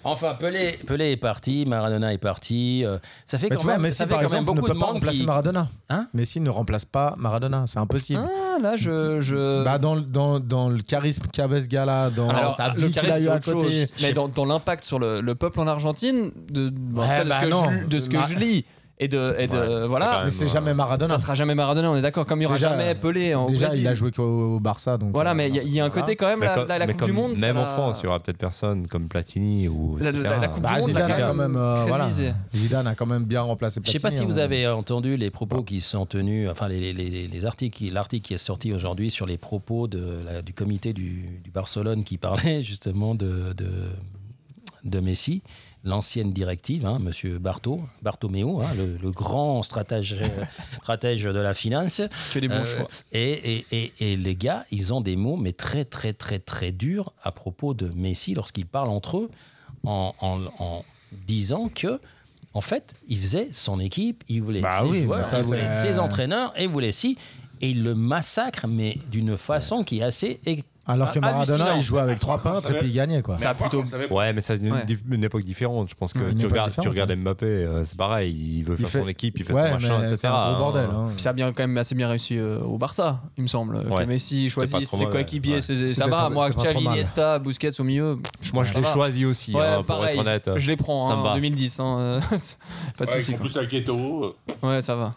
Speaker 4: Enfin, Pelé, Pelé est parti, Maradona est parti. euh, ça fait
Speaker 5: Mais
Speaker 4: quand
Speaker 5: tu vois,
Speaker 4: même,
Speaker 5: Messi
Speaker 4: ça fait
Speaker 5: par
Speaker 4: quand même
Speaker 5: exemple ne
Speaker 4: beaucoup
Speaker 5: peut
Speaker 4: de
Speaker 5: pas
Speaker 4: monde
Speaker 5: remplacer
Speaker 4: qui.
Speaker 5: Maradona.
Speaker 4: Hein
Speaker 5: Messi ne remplace pas Maradona, c'est impossible.
Speaker 6: Ah, là, je. je...
Speaker 5: Bah, dans, le- dans, dans le charisme qu'avait ce gars-là, dans
Speaker 6: Alors,
Speaker 5: sa
Speaker 6: le
Speaker 5: vie qu'il a
Speaker 6: charisme,
Speaker 5: eu
Speaker 6: c'est
Speaker 5: à
Speaker 6: autre
Speaker 5: côté.
Speaker 6: chose. Mais dans, dans l'impact sur le, le peuple en Argentine, de, bon,
Speaker 5: Ouais,
Speaker 6: après, de
Speaker 5: bah
Speaker 6: ce que,
Speaker 5: non.
Speaker 6: je, de ce que
Speaker 5: Bah-
Speaker 6: je lis et de. Et de voilà.
Speaker 5: Mais c'est jamais Maradona.
Speaker 6: Ça sera jamais Maradona, on est d'accord. Comme il n'y aura
Speaker 5: Déjà,
Speaker 6: jamais Pelé en
Speaker 5: Déjà,
Speaker 6: Brésil.
Speaker 5: il a joué qu'au au Barça. Donc,
Speaker 6: Voilà,
Speaker 5: euh,
Speaker 6: mais il y a- il y, a un côté quand même,
Speaker 2: Mais
Speaker 6: la,
Speaker 2: comme-
Speaker 6: la- la
Speaker 2: mais
Speaker 6: Coupe
Speaker 2: comme
Speaker 6: du Monde. ça
Speaker 2: Même en
Speaker 6: va-
Speaker 2: France, il y aura peut-être personne comme Platini ou.
Speaker 6: La- la-
Speaker 2: etc.
Speaker 6: la Coupe du
Speaker 5: Bah,
Speaker 6: Monde,
Speaker 5: Zidane,
Speaker 6: là, c'est
Speaker 5: a quand même, euh, voilà.
Speaker 6: crédibilisé.
Speaker 5: Zidane a quand même bien remplacé
Speaker 4: Je sais
Speaker 5: Platini.
Speaker 4: pas si
Speaker 5: hein.
Speaker 4: vous avez entendu les propos qui sont tenus, enfin les, les- les- les articles, qui- l'article qui est sorti aujourd'hui sur les propos de la- du comité du, du Barcelone qui parlait justement de, de, de Messi, l'ancienne directive, hein, Monsieur Barto, Bartomeu, hein, le, le grand stratège, stratège de la finance.
Speaker 6: Fait les bons
Speaker 4: Euh,
Speaker 6: choix.
Speaker 4: Et, et- et- et les gars, ils ont des mots, mais très, très, très, très durs à propos de Messi lorsqu'ils parlent entre eux en, en- en disant que. En fait, il faisait son équipe, il voulait
Speaker 5: Bah
Speaker 4: ses
Speaker 5: oui,
Speaker 4: joueurs,
Speaker 5: bah ça,
Speaker 4: il voulait
Speaker 5: c'est-
Speaker 4: ses entraîneurs, et il voulait Ah, si, et il le massacre, mais d'une façon qui est assez é-
Speaker 5: Alors
Speaker 4: Ça,
Speaker 5: que Maradona,
Speaker 4: hallucinant.
Speaker 5: il jouait avec trois
Speaker 2: Ah,
Speaker 5: peintres et puis il gagnait, quoi.
Speaker 7: Mais à part, on savait pas.
Speaker 2: Ouais, mais ça, c'est une,
Speaker 6: Ouais.
Speaker 2: di- une époque différente. Je pense que
Speaker 5: Ouais, une
Speaker 2: tu,
Speaker 5: époque
Speaker 2: regardes, tu
Speaker 5: différente,
Speaker 2: regardes Mbappé, euh, c'est pareil. Il veut
Speaker 5: Il
Speaker 2: faire
Speaker 5: fait-
Speaker 2: son équipe, il fait
Speaker 5: ouais,
Speaker 2: son machin,
Speaker 5: mais
Speaker 2: etc.
Speaker 5: c'est un gros bordel.
Speaker 2: hein.
Speaker 5: hein.
Speaker 6: Puis ça a bien quand même assez bien réussi euh, au Barça, il me semble.
Speaker 2: Ouais.
Speaker 6: Que Messi
Speaker 2: pas
Speaker 6: choisit
Speaker 2: trop
Speaker 6: ses
Speaker 2: mal,
Speaker 6: coéquipiers,
Speaker 2: ouais.
Speaker 6: ses-
Speaker 5: C'était
Speaker 6: ça va.
Speaker 5: pas-
Speaker 6: Moi,
Speaker 5: c'était pas trop
Speaker 6: Xavi,
Speaker 5: mal.
Speaker 6: Iniesta, Busquets au milieu.
Speaker 2: Moi, je
Speaker 6: Ça
Speaker 2: l'ai
Speaker 6: va.
Speaker 2: choisi aussi,
Speaker 6: Ouais,
Speaker 2: hein, pour
Speaker 6: pareil.
Speaker 2: être honnête.
Speaker 6: Je les prends
Speaker 2: Ça
Speaker 6: hein,
Speaker 2: me
Speaker 6: en
Speaker 2: va.
Speaker 6: 2010. hein, euh, pas de
Speaker 7: Ouais,
Speaker 6: soucis.
Speaker 7: en plus, avec Eto'o, euh,
Speaker 6: quoi. Ouais, ça va.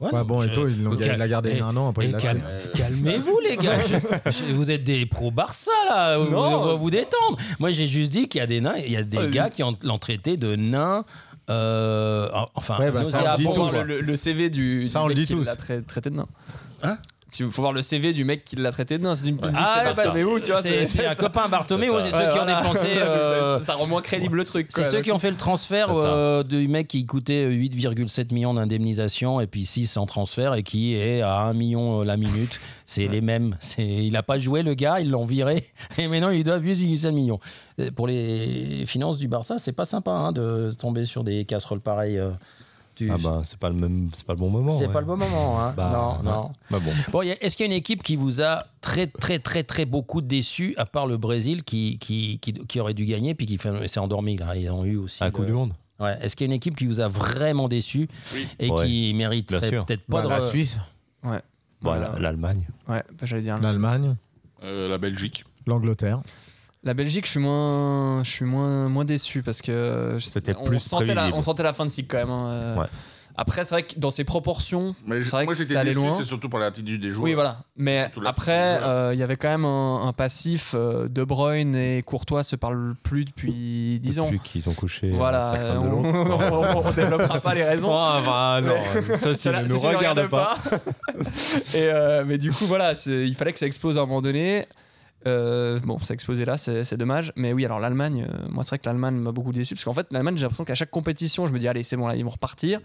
Speaker 5: Ouais, bon, et tout, il
Speaker 4: Ok.
Speaker 5: l'a gardé
Speaker 4: Et-
Speaker 5: un an, après
Speaker 4: Et
Speaker 5: il l'a
Speaker 4: calme-
Speaker 5: acheté.
Speaker 4: calmez-vous les gars, Je- je- vous êtes des pro Barça là, vous,
Speaker 6: Non.
Speaker 4: on va vous détendre. Moi j'ai juste dit qu'il y a des nains, il y a des
Speaker 6: Euh,
Speaker 4: gars qui ont- l'ont traité de nain. euh, en- enfin,
Speaker 5: Ouais, bah, ça,
Speaker 4: nauséabond.
Speaker 5: on le dit
Speaker 6: faut
Speaker 5: tous,
Speaker 6: voir le, le- le CV du,
Speaker 5: Ça,
Speaker 6: du
Speaker 5: on le
Speaker 6: mec
Speaker 5: dit
Speaker 6: qui
Speaker 5: tous.
Speaker 6: l'a trai- traité de nain.
Speaker 4: Hein
Speaker 6: Il faut voir le CV du mec qui l'a traité de nain. C'est une petite
Speaker 4: Ah, ouais, bah, c'est
Speaker 6: où, tu vois
Speaker 4: c'est- c'est un copain Bartomeu,
Speaker 2: C'est
Speaker 4: c'est
Speaker 6: Ouais,
Speaker 4: ceux qui ont
Speaker 6: voilà.
Speaker 4: dépensé. euh,
Speaker 6: ça, ça rend moins crédible le truc.
Speaker 4: C'est
Speaker 6: quoi.
Speaker 4: ceux qui ont fait le transfert
Speaker 2: C'est ça.
Speaker 4: euh, du mec qui coûtait 8,7 millions d'indemnisation et puis 6 en transfert et qui est à 1 million euh, la minute. C'est les mêmes. C'est- Il n'a pas joué le gars, ils l'ont viré et maintenant il doit 8,7 millions. Euh, Pour les finances du Barça, c'est pas sympa hein, de tomber sur des casseroles pareilles. euh, tu-
Speaker 2: Ah bah, c'est pas le même, c'est pas le bon moment.
Speaker 4: c'est
Speaker 2: ouais.
Speaker 4: pas le bon moment. hein.
Speaker 2: Bah,
Speaker 4: non,
Speaker 2: ouais.
Speaker 4: non.
Speaker 2: Bah bon.
Speaker 4: Bon, y a- est-ce qu'il y a une équipe qui vous a très, très, très, très beaucoup déçu, à part le Brésil qui, qui, qui, qui aurait dû gagner, puis qui fin- s'est endormi là Ils ont eu aussi.
Speaker 2: Un
Speaker 4: le-
Speaker 2: coup du monde.
Speaker 4: Ouais. Est-ce qu'il y a une équipe qui vous a vraiment déçu
Speaker 7: Oui.
Speaker 4: et
Speaker 2: Ouais.
Speaker 4: qui mériterait
Speaker 2: Bien sûr.
Speaker 4: peut-être pas
Speaker 5: Bah,
Speaker 4: de.
Speaker 5: la
Speaker 4: re-
Speaker 5: Suisse,
Speaker 2: Voilà,
Speaker 6: Voilà.
Speaker 2: l'Allemagne.
Speaker 6: Ouais, bah, j'allais dire. La...
Speaker 5: l'Allemagne,
Speaker 7: euh, la Belgique.
Speaker 5: l'Angleterre.
Speaker 6: Belgique, je suis moins, je suis moins, moins déçu parce que euh, je-
Speaker 2: C'était
Speaker 6: on
Speaker 2: plus
Speaker 6: sentait la,
Speaker 2: prévisible.
Speaker 6: on sentait la fin de cycle quand même. hein, euh.
Speaker 2: Ouais.
Speaker 6: Après, c'est vrai que dans ses proportions,
Speaker 7: Mais
Speaker 6: c'est
Speaker 7: je-
Speaker 6: vrai
Speaker 7: moi,
Speaker 6: que
Speaker 7: j'étais
Speaker 6: ça allait
Speaker 7: déçu,
Speaker 6: loin.
Speaker 7: c'est surtout pour l'attitude des joueurs.
Speaker 6: Oui, voilà. Mais
Speaker 7: Surtout la
Speaker 6: après,
Speaker 7: petite joueur.
Speaker 6: euh, il y avait quand même un, un passif. euh, de Bruyne et Courtois se parlent plus depuis 10 ans.
Speaker 2: Depuis qu'ils ont couché.
Speaker 6: Voilà,
Speaker 2: euh,
Speaker 6: euh,
Speaker 2: sur
Speaker 6: on,
Speaker 2: le femme de l'autre.
Speaker 6: on- on développera pas les raisons.
Speaker 2: Ah bah non, ça tu
Speaker 6: Cela-
Speaker 2: ne
Speaker 6: si
Speaker 2: nous
Speaker 6: tu ne
Speaker 2: regardes
Speaker 6: regardes
Speaker 2: pas.
Speaker 6: Et, euh, mais du coup, voilà, c'est- il fallait que ça explose à un moment donné. Euh, bon, ça a explosé là, c'est c'est dommage. Mais oui, alors l'Allemagne, euh, moi c'est vrai que l'Allemagne m'a beaucoup déçu parce qu'en fait, l'Allemagne, j'ai l'impression qu'à chaque compétition, je me dis, allez, c'est bon, là, ils vont repartir.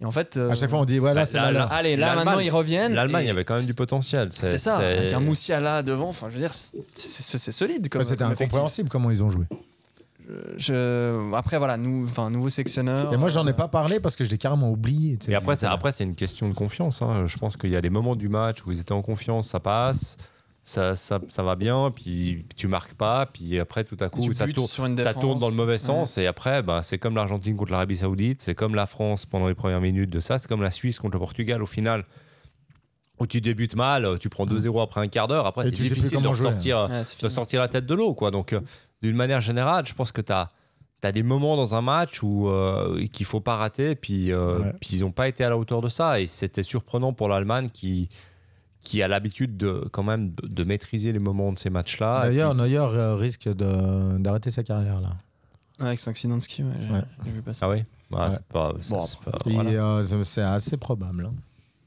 Speaker 6: Et en fait, euh,
Speaker 5: À chaque fois, on dit, ouais,
Speaker 2: bah,
Speaker 5: là, c'est
Speaker 2: là,
Speaker 5: la
Speaker 2: là,
Speaker 5: leur.
Speaker 6: allez, là
Speaker 2: L'Allemagne-
Speaker 6: maintenant, ils reviennent.
Speaker 2: L'Allemagne
Speaker 6: Et
Speaker 2: avait quand même du potentiel.
Speaker 6: C'est ça, avec un Moussiala devant, enfin, je veux dire, c'est- c'est c'est- c'est solide. comme-
Speaker 5: Ouais, C'était
Speaker 6: comme effectif.
Speaker 5: incompréhensible comment ils ont joué.
Speaker 6: Je- Après, voilà, nous, enfin, nouveau sectionneur.
Speaker 5: Et moi, j'en ai
Speaker 6: euh,
Speaker 5: pas parlé parce que je l'ai carrément oublié. tu sais.
Speaker 2: Et après, c'est, après, c'est une question de confiance. hein. Je pense qu'il y a des moments du match où ils étaient en confiance, ça passe, ça, ça, ça va bien, puis tu marques pas, puis après, tout à coup,
Speaker 6: Tu
Speaker 2: ça
Speaker 6: butes
Speaker 2: tourne,
Speaker 6: sur une
Speaker 2: ça
Speaker 6: défense.
Speaker 2: tourne dans le mauvais sens. Et après, bah, c'est comme l'Argentine contre l'Arabie Saoudite, c'est comme la France pendant les premières minutes de ça, c'est comme la Suisse contre le Portugal au final, où tu débutes mal, tu prends 2-0 après un quart d'heure,
Speaker 5: Et
Speaker 2: après, c'est
Speaker 5: tu sais plus
Speaker 2: difficile de
Speaker 5: comment jouer,
Speaker 2: ressortir.
Speaker 6: ouais, c'est
Speaker 2: de
Speaker 6: fini.
Speaker 2: sortir la tête de l'eau. quoi. Donc, euh, d'une manière générale, je pense que tu as, des moments dans un match où euh, qu'il faut pas rater, puis, euh,
Speaker 5: Ouais.
Speaker 2: puis ils n'ont pas été à la hauteur de ça. Et c'était surprenant pour l'Allemagne qui, qui a l'habitude de, quand même de, de maîtriser les moments de ces matchs-là.
Speaker 5: D'ailleurs, Neuer euh, risque de- d'arrêter sa carrière là.
Speaker 6: Ouais, avec son accident de ski, ouais, j'ai
Speaker 5: Ouais.
Speaker 6: j'ai vu passer.
Speaker 2: Ah oui Ah, c'est pas- c'est-
Speaker 6: Bon,
Speaker 2: c'est pas-
Speaker 5: Et,
Speaker 2: bah, voilà.
Speaker 5: euh, c'est- c'est assez probable. hein.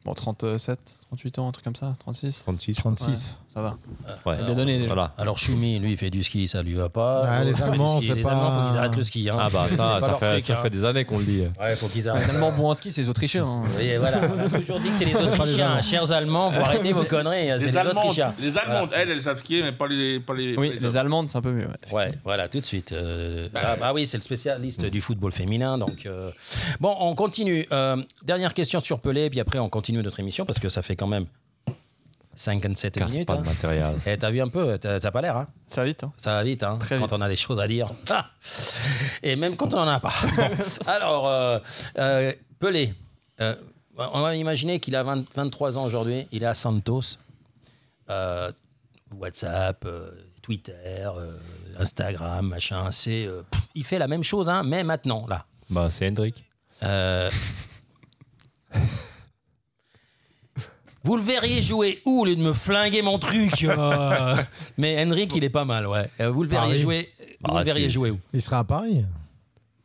Speaker 6: Bon, 37, 38 ans, un truc comme ça, 36,
Speaker 2: 36, je
Speaker 5: 36.
Speaker 6: ça va.
Speaker 2: crois. Ouais.
Speaker 4: Bien donné, déjà.
Speaker 2: Voilà.
Speaker 4: Alors Schumi, lui, il fait du ski, ça lui va pas.
Speaker 5: Ah, les
Speaker 4: Il fait du
Speaker 5: Allemands,
Speaker 4: ski.
Speaker 5: c'est
Speaker 4: les
Speaker 5: pas-
Speaker 4: Allemands, faut qu'ils arrêtent le ski. hein.
Speaker 2: Ah bah
Speaker 4: C'est
Speaker 2: ça,
Speaker 4: pas
Speaker 2: ça,
Speaker 4: leur
Speaker 2: fait,
Speaker 4: truc,
Speaker 2: ça
Speaker 4: hein.
Speaker 2: fait des années qu'on le dit.
Speaker 4: Ouais, faut qu'ils
Speaker 6: Les
Speaker 4: arrêtent.
Speaker 6: Allemands bons en ski, c'est les Autrichiens. hein.
Speaker 4: Oui, voilà. On a toujours dit que c'est les Autrichiens. Chers Allemands, vous arrêtez vos conneries. hein. C'est les,
Speaker 7: Les Allemandes,
Speaker 4: Autrichiens.
Speaker 7: les Allemandes elles, elles savent skier, mais pas les. Pas les
Speaker 6: Oui,
Speaker 7: pas
Speaker 6: les
Speaker 7: autres.
Speaker 6: Allemandes, c'est un peu mieux. ouais.
Speaker 4: Ouais, voilà, tout de suite. euh, ah, bah oui, c'est le spécialiste du football féminin. Donc, euh, bon, on continue. Euh, dernière question sur Pelé, puis après on continue notre émission parce que ça fait quand même 57
Speaker 2: Casse
Speaker 4: minutes.
Speaker 2: pas
Speaker 4: hein.
Speaker 2: de matériel.
Speaker 4: Eh, t'as vu un peu, t'as t'as pas l'air, hein
Speaker 6: Ça va vite. Hein.
Speaker 4: Ça va vite, hein,
Speaker 6: Très
Speaker 4: quand
Speaker 6: vite.
Speaker 4: on a des choses à dire. Ah Et même quand on n'en a pas. Bon. Alors, euh, euh, Pelé, euh, on va imaginer qu'il a 20 23 ans aujourd'hui, il est à Santos. Euh, WhatsApp, euh, Twitter, euh, Instagram, machin, c'est... euh, pff, il fait la même chose, hein, mais maintenant, là.
Speaker 2: Bah, c'est Hendrik.
Speaker 4: Euh, Vous le verriez jouer où au lieu de me flinguer mon truc euh. Mais Henrik, il est pas mal, ouais. Euh, Vous le verriez
Speaker 5: Paris.
Speaker 4: jouer, vous le
Speaker 2: Ah,
Speaker 4: verriez
Speaker 2: tu-
Speaker 4: jouer où
Speaker 5: Il sera à Paris.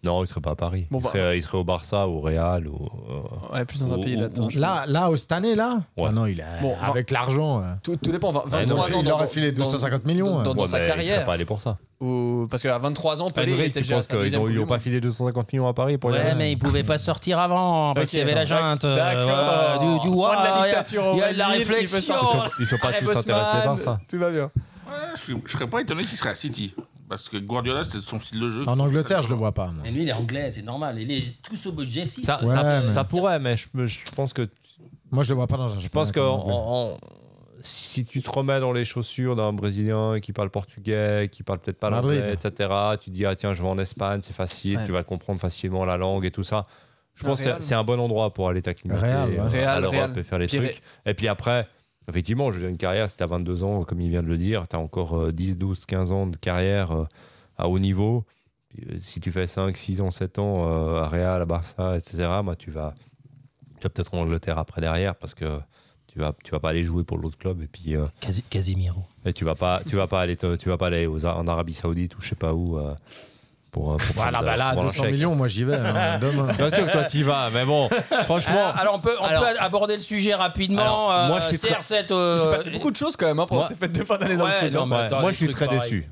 Speaker 2: Non, il serait pas à Paris.
Speaker 6: Bon,
Speaker 2: il,
Speaker 6: bah-
Speaker 2: serait, il serait au Barça, au Real, au. euh,
Speaker 6: Ouais, plus dans un
Speaker 2: Ou-
Speaker 6: pays
Speaker 2: ou-
Speaker 6: latin. je
Speaker 5: Là, là, au cette année, là
Speaker 2: Ouais.
Speaker 5: Ah non, il est
Speaker 6: Bon,
Speaker 5: avec l'argent. euh.
Speaker 6: pense. Tout, tout dépend. vingt- 23
Speaker 5: il
Speaker 6: ans.
Speaker 5: aurait
Speaker 6: dans-
Speaker 5: filé
Speaker 6: dans-
Speaker 5: 250 millions,
Speaker 6: Dans,
Speaker 5: hein.
Speaker 6: dans
Speaker 2: ouais,
Speaker 6: sa
Speaker 2: mais Il serait
Speaker 6: carrière.
Speaker 2: pas allé pour ça.
Speaker 6: ou- parce qu'à 23 ans, Pelé
Speaker 2: Henrik,
Speaker 6: était
Speaker 2: tu
Speaker 6: déjà à
Speaker 2: penses
Speaker 6: sa
Speaker 2: qu'ils
Speaker 6: deuxième
Speaker 2: n'ont
Speaker 6: Coupe du
Speaker 2: pas
Speaker 6: Monde.
Speaker 2: filé 250 millions à Paris pour y aller
Speaker 4: Ouais, mais il pouvait pas sortir avant parce
Speaker 6: Ok,
Speaker 4: qu'il y avait la
Speaker 6: d'accord.
Speaker 4: junte.
Speaker 6: D'accord.
Speaker 4: euh, du, du
Speaker 6: Fin de la
Speaker 4: Ah, il y a-
Speaker 6: dictature au
Speaker 4: Il y a de la
Speaker 6: Brésil, il peut
Speaker 4: réflexion.
Speaker 2: Ils sont, ils sont pas
Speaker 6: Arrête
Speaker 2: tous
Speaker 6: Bosman,
Speaker 2: intéressés par ça.
Speaker 6: Tout va bien.
Speaker 7: Ouais, je, suis- je serais pas étonné qu'il serait à City. Parce que Guardiola, c'était son style de jeu.
Speaker 5: En Angleterre, je le vois pas. moi.
Speaker 4: Mais lui, il est anglais, c'est normal. Il est tous au bout de GFC.
Speaker 2: Ça,
Speaker 5: Ouais,
Speaker 2: ça,
Speaker 5: mais-
Speaker 2: ça pourrait, mais je, je pense que
Speaker 5: Moi, je le vois pas dans un
Speaker 2: je pense que
Speaker 5: championnat comme l'Angleterre.
Speaker 2: on- on- si tu te remets dans les chaussures d'un Brésilien qui parle portugais, qui parle peut-être pas
Speaker 5: Madrid.
Speaker 2: l'anglais, etc., tu dis, ah tiens, je vais en Espagne, c'est facile,
Speaker 6: Ouais.
Speaker 2: tu vas comprendre facilement la langue et tout ça. Je
Speaker 6: Ah,
Speaker 2: pense que
Speaker 6: Real.
Speaker 2: c'est- c'est un bon endroit pour aller t'acclimater
Speaker 5: Real, ouais.
Speaker 2: euh, à
Speaker 6: Real,
Speaker 2: l'Europe
Speaker 6: Real.
Speaker 2: et faire les
Speaker 6: Puis
Speaker 2: trucs. Et puis après, effectivement, je viens une carrière, si t'as 22 ans, comme il vient de le dire, t'as encore euh, 10, 12, 15 ans de carrière euh, à haut niveau. Puis, euh, Si tu fais 5, 6 ans, 7 ans euh, à Real, à Barça, etc., bah, tu vas, tu vas peut-être en Angleterre après derrière parce que tu vas, tu vas pas aller jouer pour l'autre club et puis euh,
Speaker 4: Quasi- Casimiro.
Speaker 2: et tu vas pas, tu vas pas aller, te- tu vas pas aller aux, Ar- en Arabie Saoudite ou je sais pas où euh, pour, euh, pour
Speaker 5: Voilà,
Speaker 2: prendre,
Speaker 5: bah
Speaker 2: euh,
Speaker 5: là,
Speaker 2: pour prendre un
Speaker 5: 200
Speaker 2: chèque.
Speaker 5: millions, moi j'y vais. hein, demain.
Speaker 2: Bien sûr que toi t'y vas, mais bon, franchement,
Speaker 4: Euh, Alors, alors on peut, on
Speaker 2: Alors-
Speaker 4: peut aborder le sujet rapidement.
Speaker 2: Alors,
Speaker 4: euh,
Speaker 2: moi, je suis très-
Speaker 4: CR7.
Speaker 6: Il
Speaker 4: euh,
Speaker 6: s'est passé beaucoup de choses quand même hein, pendant
Speaker 2: moi-
Speaker 6: ces fêtes de fin d'année dans
Speaker 4: Ouais,
Speaker 6: le foot.
Speaker 4: non,
Speaker 6: hein.
Speaker 4: mais attends,
Speaker 2: moi
Speaker 4: des
Speaker 2: je suis
Speaker 4: trucs
Speaker 2: très
Speaker 4: pareils.
Speaker 2: déçu.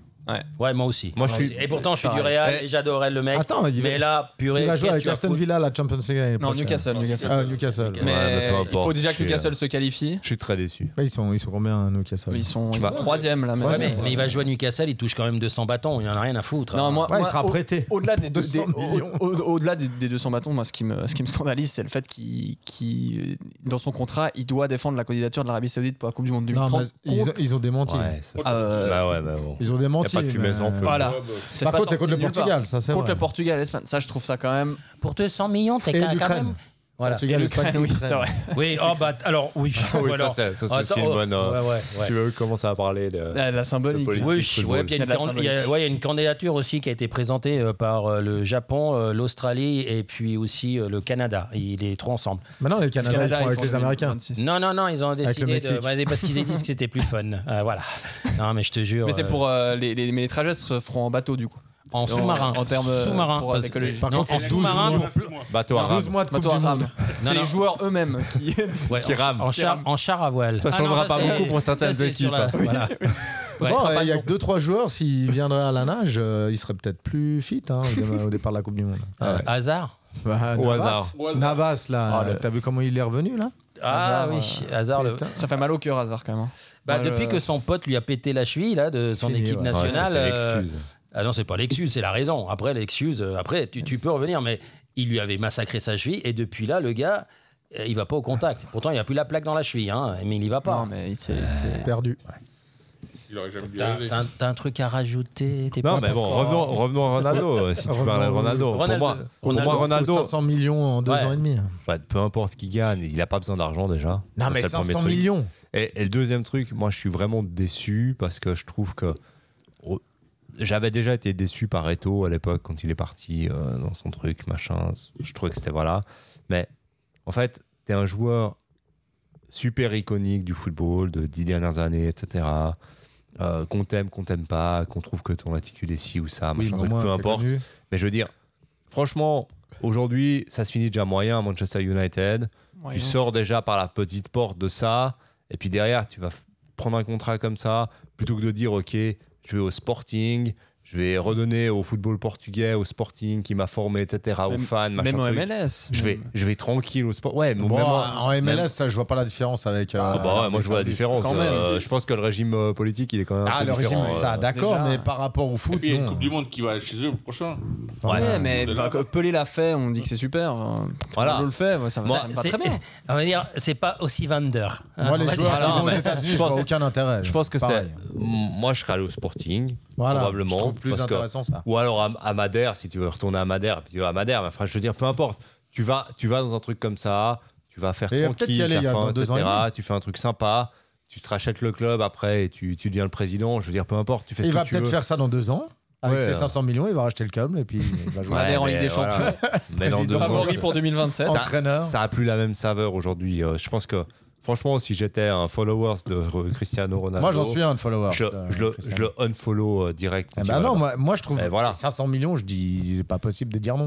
Speaker 4: Ouais, moi aussi.
Speaker 2: Moi, je suis-
Speaker 4: Et pourtant, je suis du Real
Speaker 2: Eh.
Speaker 4: et j'adorais le mec.
Speaker 5: Attends, il va-
Speaker 4: mais là, purée.
Speaker 5: Il va jouer
Speaker 4: qu'est-ce
Speaker 5: avec
Speaker 4: que tu vas
Speaker 5: Aston
Speaker 4: foutre
Speaker 5: Villa la Champions League l'année
Speaker 6: Non,
Speaker 5: prochaine.
Speaker 6: Newcastle, Newcastle.
Speaker 5: Ah, Newcastle.
Speaker 2: Ouais, mais
Speaker 6: mais
Speaker 2: peu
Speaker 6: il
Speaker 2: importe,
Speaker 6: faut déjà
Speaker 2: je
Speaker 6: que
Speaker 2: suis,
Speaker 6: Newcastle se qualifie.
Speaker 2: Je suis très déçu.
Speaker 5: Ouais, Bah, Ils sont, ils sont combien, Newcastle
Speaker 6: Ils sont,
Speaker 5: Je
Speaker 6: ils
Speaker 5: sais
Speaker 6: sont
Speaker 5: pas.
Speaker 6: troisième là.
Speaker 4: Ouais,
Speaker 5: Troisième.
Speaker 4: Eh, mais, mais il va jouer à Newcastle, il touche quand même 200 bâtons, il en a rien à foutre.
Speaker 6: Non, moi,
Speaker 5: Ouais, il
Speaker 6: moi,
Speaker 5: sera
Speaker 6: au-
Speaker 5: prêté.
Speaker 6: Au-delà des, deux-
Speaker 5: 200
Speaker 6: des- au-
Speaker 5: millions.
Speaker 6: au- au-delà des, des 200 bâtons, moi, ce qui me, ce qui me scandalise, c'est le fait qu'il, qu'il- dans son contrat, il doit défendre la candidature de l'Arabie Saoudite pour la Coupe du Monde
Speaker 5: Non,
Speaker 6: 2030.
Speaker 5: mais ils, ont- ils ont démenti.
Speaker 2: Ouais, ça, ça-
Speaker 6: Euh,
Speaker 2: bah ouais, mais bon.
Speaker 5: Ils ont démenti.
Speaker 2: Y a pas de fumée
Speaker 5: mais-
Speaker 2: sans feu.
Speaker 6: Voilà.
Speaker 5: Par contre, c'est contre le Portugal, ça c'est
Speaker 6: Contre
Speaker 5: vrai.
Speaker 6: le Portugal, l'Espagne. Ça, je trouve ça quand même.
Speaker 4: Pour 200 millions, t'es
Speaker 5: Et
Speaker 4: quand quand
Speaker 5: l'Ukraine.
Speaker 4: même. Voilà.
Speaker 5: Portugal,
Speaker 6: L'Ukraine,
Speaker 5: Espagne,
Speaker 6: oui, c'est vrai.
Speaker 4: Oui, oh bah t- alors oui.
Speaker 2: oui,
Speaker 4: voilà.
Speaker 2: ça, c'est- ça, c'est
Speaker 4: Attends,
Speaker 2: aussi une
Speaker 4: oh,
Speaker 2: bonne, euh,
Speaker 4: ouais, ouais, ouais.
Speaker 2: Tu veux commencer à parler de.
Speaker 6: La, la symbolique.
Speaker 2: Le politique.
Speaker 4: Oui, je- ouais, puis il y, a
Speaker 6: Il y a
Speaker 4: une
Speaker 6: de la
Speaker 4: can- il y a-
Speaker 6: symbolique.
Speaker 4: ouais, il y a une candidature aussi qui a été présentée euh, par euh, le Japon, euh, l'Australie et puis aussi euh, le Canada. Et les trois ensemble.
Speaker 5: Maintenant, les Canadiens, ils
Speaker 6: Canada,
Speaker 5: font avec les Américains.
Speaker 6: 2026.
Speaker 4: Non, non, non, ils ont
Speaker 5: le
Speaker 4: décidé de.
Speaker 5: Mexique.
Speaker 4: bah, parce qu'ils disent que c'était plus fun. Euh, voilà. Non, mais je te jure.
Speaker 6: Mais c'est
Speaker 4: euh,
Speaker 6: pour euh, les, les, mais les trajets se feront en bateau du coup.
Speaker 4: En sous-marin.
Speaker 6: en- en termes, euh,
Speaker 4: sous-marin.
Speaker 6: pour
Speaker 4: parce-
Speaker 6: l'écologie.
Speaker 5: Par
Speaker 4: non,
Speaker 5: contre,
Speaker 4: en
Speaker 5: c'est
Speaker 4: sous-marin.
Speaker 5: 12
Speaker 2: Bateau arabe.
Speaker 5: 12 mois de Coupe
Speaker 6: Bateau
Speaker 5: du
Speaker 6: à rame.
Speaker 5: Monde.
Speaker 6: C'est
Speaker 4: non.
Speaker 6: les joueurs eux-mêmes qui.
Speaker 4: ouais,
Speaker 2: Qui
Speaker 4: en-
Speaker 2: rame.
Speaker 4: En char, en char à voile.
Speaker 2: Ça
Speaker 4: Ah,
Speaker 2: changera
Speaker 4: non,
Speaker 2: pas
Speaker 4: c'est-
Speaker 2: beaucoup pour certaines
Speaker 4: ça, c'est sur
Speaker 2: équipes,
Speaker 4: la-
Speaker 2: hein.
Speaker 4: voilà. euh, Ouais.
Speaker 5: Bon, Il y a que 2-3 joueurs, s'ils viendraient à la nage, euh, ils seraient peut-être plus fit hein, au dé- au départ de la Coupe du Monde. Ah,
Speaker 4: Euh, Hasard
Speaker 5: Bah,
Speaker 2: Au
Speaker 5: Navas.
Speaker 2: hasard.
Speaker 5: Navas, là,
Speaker 6: Ah, le-
Speaker 5: t'as vu comment il est revenu, là
Speaker 4: Ah
Speaker 6: Hasard,
Speaker 4: oui, hasard. Le...
Speaker 6: Ça fait mal au cœur, hasard quand même. hein.
Speaker 4: Bah,
Speaker 6: Moi,
Speaker 4: depuis
Speaker 6: je-
Speaker 4: que son pote lui a pété la cheville là, de son
Speaker 5: Fini,
Speaker 4: équipe
Speaker 5: ouais.
Speaker 2: Ouais, ça,
Speaker 4: nationale.
Speaker 2: c'est
Speaker 4: euh,
Speaker 2: l'excuse.
Speaker 4: Ah non, c'est pas l'excuse, c'est la raison. Après, l'excuse, euh, après, tu, tu peux revenir, mais il lui avait massacré sa cheville et depuis là, le gars, euh, il va pas au contact. Pourtant, il a plus la plaque dans la cheville, hein, mais il y va
Speaker 6: Non,
Speaker 4: pas.
Speaker 6: mais c'est. c'est-
Speaker 5: Perdu.
Speaker 7: Il aurait jamais dû y
Speaker 4: T'as
Speaker 7: aller.
Speaker 4: t'as- t'as un truc à rajouter t'es
Speaker 2: Non,
Speaker 4: pas-
Speaker 2: mais bon, revenons, revenons à Ronaldo. euh, si tu
Speaker 5: Revenons-
Speaker 2: parles à Ronaldo. Pour
Speaker 4: Ronaldo.
Speaker 2: moi, pour moi,
Speaker 4: Ronaldo,
Speaker 5: Ou
Speaker 2: Ronaldo,
Speaker 5: 500 millions en 2
Speaker 4: Ouais.
Speaker 5: ans et demi.
Speaker 2: bah, peu importe qui gagne, il n'a pas besoin d'argent déjà.
Speaker 5: Non,
Speaker 2: Ça,
Speaker 5: mais
Speaker 2: c'est le premier
Speaker 5: 500
Speaker 2: truc. Ah,
Speaker 5: millions.
Speaker 2: Et, et le deuxième truc, moi je suis vraiment déçu parce que je trouve que oh, j'avais déjà été déçu par Eto à l'époque quand il est parti euh, dans son truc, machin. Je trouvais que c'était voilà. Mais en fait, t'es un joueur super iconique du football de dix dernières années, etc. Euh, qu'on t'aime, qu'on t'aime pas, qu'on trouve que ton attitude est ci ou ça,
Speaker 5: Oui,
Speaker 2: machin,
Speaker 5: mais au
Speaker 2: truc,
Speaker 5: moins,
Speaker 2: peu
Speaker 5: t'es
Speaker 2: importe.
Speaker 5: connu.
Speaker 2: Mais je veux dire, franchement, aujourd'hui, ça se finit déjà moyen à Manchester United.
Speaker 6: Ouais,
Speaker 2: Tu
Speaker 6: non.
Speaker 2: sors déjà par la petite porte de ça, et puis derrière, tu vas f- prendre un contrat comme ça, plutôt que de dire, OK, je vais au Sporting, je vais redonner au football portugais, au Sporting qui m'a formé, etc., aux
Speaker 6: Même-
Speaker 2: fans, machin.
Speaker 6: Même en
Speaker 2: truc.
Speaker 6: MLS.
Speaker 2: Je vais, je vais tranquille au sport. Ouais, mais
Speaker 5: Bon,
Speaker 2: même
Speaker 5: en
Speaker 2: même-
Speaker 5: MLS, ça, je vois pas la différence avec. euh,
Speaker 2: Ah bah ouais, moi je vois la différence.
Speaker 6: Quand même.
Speaker 2: Euh, je pense que le régime euh, politique, il est quand même. un
Speaker 5: Ah,
Speaker 2: peu
Speaker 5: le
Speaker 2: différent,
Speaker 5: régime, ça,
Speaker 2: euh.
Speaker 5: d'accord,
Speaker 6: déjà.
Speaker 5: mais par rapport au
Speaker 7: Et
Speaker 5: foot,
Speaker 7: puis il y a une
Speaker 5: non.
Speaker 4: hein.
Speaker 7: Coupe du Monde qui va chez eux le prochain.
Speaker 6: Ouais, mais
Speaker 7: De
Speaker 6: enfin,
Speaker 7: là.
Speaker 6: que Pelé l'a fait, on dit que c'est super. enfin,
Speaker 2: Voilà.
Speaker 6: Ronaldo le fait, ouais, ça
Speaker 5: Ah,
Speaker 6: va
Speaker 4: Moi,
Speaker 6: ça va pas
Speaker 4: c'est-
Speaker 6: très bien.
Speaker 4: On va dire, c'est pas aussi vendeur. hein,
Speaker 5: Moi,
Speaker 4: on
Speaker 5: les
Speaker 4: va
Speaker 5: joueurs qui
Speaker 4: dire.
Speaker 2: Ah, Alors,
Speaker 5: vont aux
Speaker 2: mais
Speaker 5: États-Unis,
Speaker 2: je
Speaker 5: je vois
Speaker 2: pense-
Speaker 5: aucun intérêt.
Speaker 2: Je pense que c'est.
Speaker 5: Pareil.
Speaker 2: Moi, je serais allé au Sporting,
Speaker 5: Voilà,
Speaker 2: probablement.
Speaker 5: je trouve plus
Speaker 2: parce que-
Speaker 5: intéressant, ça.
Speaker 2: Ou alors à, à Madère, si tu veux retourner à Madère, puis tu vas à Madère. mais Enfin, je veux dire, peu importe. Tu vas, tu vas dans un truc comme ça, tu vas faire
Speaker 5: Et peut-être
Speaker 2: tranquille,
Speaker 5: y aller, il y
Speaker 2: t'as
Speaker 5: a
Speaker 2: faim,
Speaker 5: dans deux ans et
Speaker 2: etc. Tu fais un truc sympa, tu te rachètes le club après et tu, tu deviens le président. Je veux dire, peu importe, tu fais ce
Speaker 5: Il
Speaker 2: que
Speaker 5: va
Speaker 2: tu veux.
Speaker 5: peut-être faire ça dans 2 ans. Avec
Speaker 2: Ouais.
Speaker 5: ses 500 millions, il va racheter le câble et puis il va jouer.
Speaker 2: Ouais,
Speaker 6: Madère en
Speaker 2: mais
Speaker 6: Ligue des
Speaker 2: voilà.
Speaker 6: Champions.
Speaker 2: Mais dans deux
Speaker 5: Président
Speaker 2: ans,
Speaker 6: Favori
Speaker 2: ça-
Speaker 6: pour 2027.
Speaker 5: En-
Speaker 2: ça,
Speaker 5: entraîneur.
Speaker 2: ça a plus la même saveur aujourd'hui. Euh, je pense que, franchement, si j'étais un follower de euh, Cristiano Ronaldo,
Speaker 5: Moi, j'en suis un de follower.
Speaker 2: je,
Speaker 5: euh,
Speaker 2: je le, je
Speaker 5: Christian.
Speaker 2: le unfollow euh, direct.
Speaker 5: Eh
Speaker 2: Tu
Speaker 5: ben
Speaker 2: vois,
Speaker 5: non, moi, moi, je trouve
Speaker 2: Eh, voilà.
Speaker 5: 500 millions, je dis, c'est pas possible de dire non.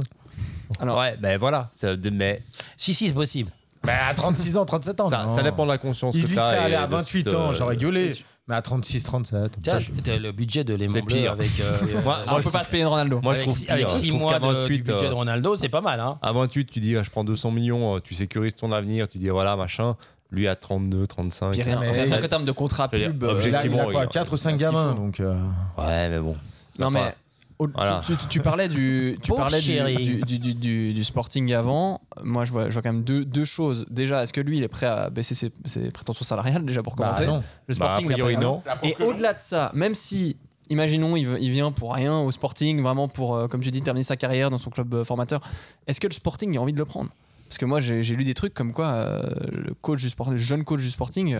Speaker 6: Alors-
Speaker 2: ouais, ben voilà. Ça, mais
Speaker 4: Si, si, c'est possible.
Speaker 5: Mais à 36 ans, 37 ans.
Speaker 2: ça,
Speaker 5: non.
Speaker 2: ça dépend de la conscience
Speaker 5: Il
Speaker 2: que
Speaker 5: dit
Speaker 2: t'as
Speaker 5: ça
Speaker 2: et
Speaker 5: allait à
Speaker 2: de
Speaker 5: 28
Speaker 2: cette,
Speaker 5: ans,
Speaker 2: euh,
Speaker 5: j'aurais gueulé. Mais à 36, 37.
Speaker 4: Tiens, t'as le budget de
Speaker 2: C'est
Speaker 4: l'aimant bleu
Speaker 2: pire.
Speaker 4: avec, euh,
Speaker 2: Moi,
Speaker 6: Ah,
Speaker 2: moi,
Speaker 6: on
Speaker 2: je
Speaker 6: peut pas
Speaker 2: trouve,
Speaker 6: se payer Ronaldo.
Speaker 2: moi, je
Speaker 4: avec,
Speaker 2: trouve
Speaker 4: six-
Speaker 2: pire.
Speaker 4: avec
Speaker 2: Je
Speaker 4: 6
Speaker 2: trouve
Speaker 4: mois
Speaker 2: qu'à
Speaker 4: de-
Speaker 2: 28,
Speaker 4: du budget
Speaker 2: euh,
Speaker 4: de Ronaldo, c'est pas mal. Hein.
Speaker 2: à 28, tu dis, ah, je prends 200 millions, euh, tu sécurises ton avenir, tu dis, voilà, machin. Lui, à 32, 35.
Speaker 6: Puis rien,
Speaker 5: mais-
Speaker 6: rien qu'en termes de contrat
Speaker 2: Je veux dire,
Speaker 6: pub.
Speaker 5: Il
Speaker 6: euh,
Speaker 5: a, il a
Speaker 2: objectivement,
Speaker 5: quoi
Speaker 2: il-
Speaker 5: 4 ou 5
Speaker 6: il a ce qu'il
Speaker 5: gamins,
Speaker 6: faut.
Speaker 5: donc. euh,
Speaker 2: Ouais, mais bon.
Speaker 6: Non,
Speaker 2: Enfin,
Speaker 6: mais Au-
Speaker 2: Voilà.
Speaker 6: tu, tu- tu parlais du, tu
Speaker 9: Pauvre
Speaker 6: parlais du,
Speaker 9: chéri.
Speaker 6: du- du- du- du- du Sporting avant. Moi, je vois, je vois quand même deux, deux choses. Déjà, est-ce que lui, il est prêt à baisser ses, ses prétentions salariales déjà pour
Speaker 5: Bah,
Speaker 6: commencer
Speaker 5: non.
Speaker 6: Le
Speaker 2: Bah, a
Speaker 6: Sporting, il a
Speaker 2: priori,
Speaker 6: pas-
Speaker 2: non.
Speaker 7: La preuve
Speaker 6: Et
Speaker 7: que non.
Speaker 6: au-delà de ça, même si, imaginons, il, ve- il vient pour rien au Sporting, vraiment pour, euh, comme tu dis, terminer sa carrière dans son club euh, formateur, est-ce que le Sporting a envie de le prendre Parce que moi, j'ai j'ai lu des trucs comme quoi euh, le coach du Sporting, le jeune coach du Sporting,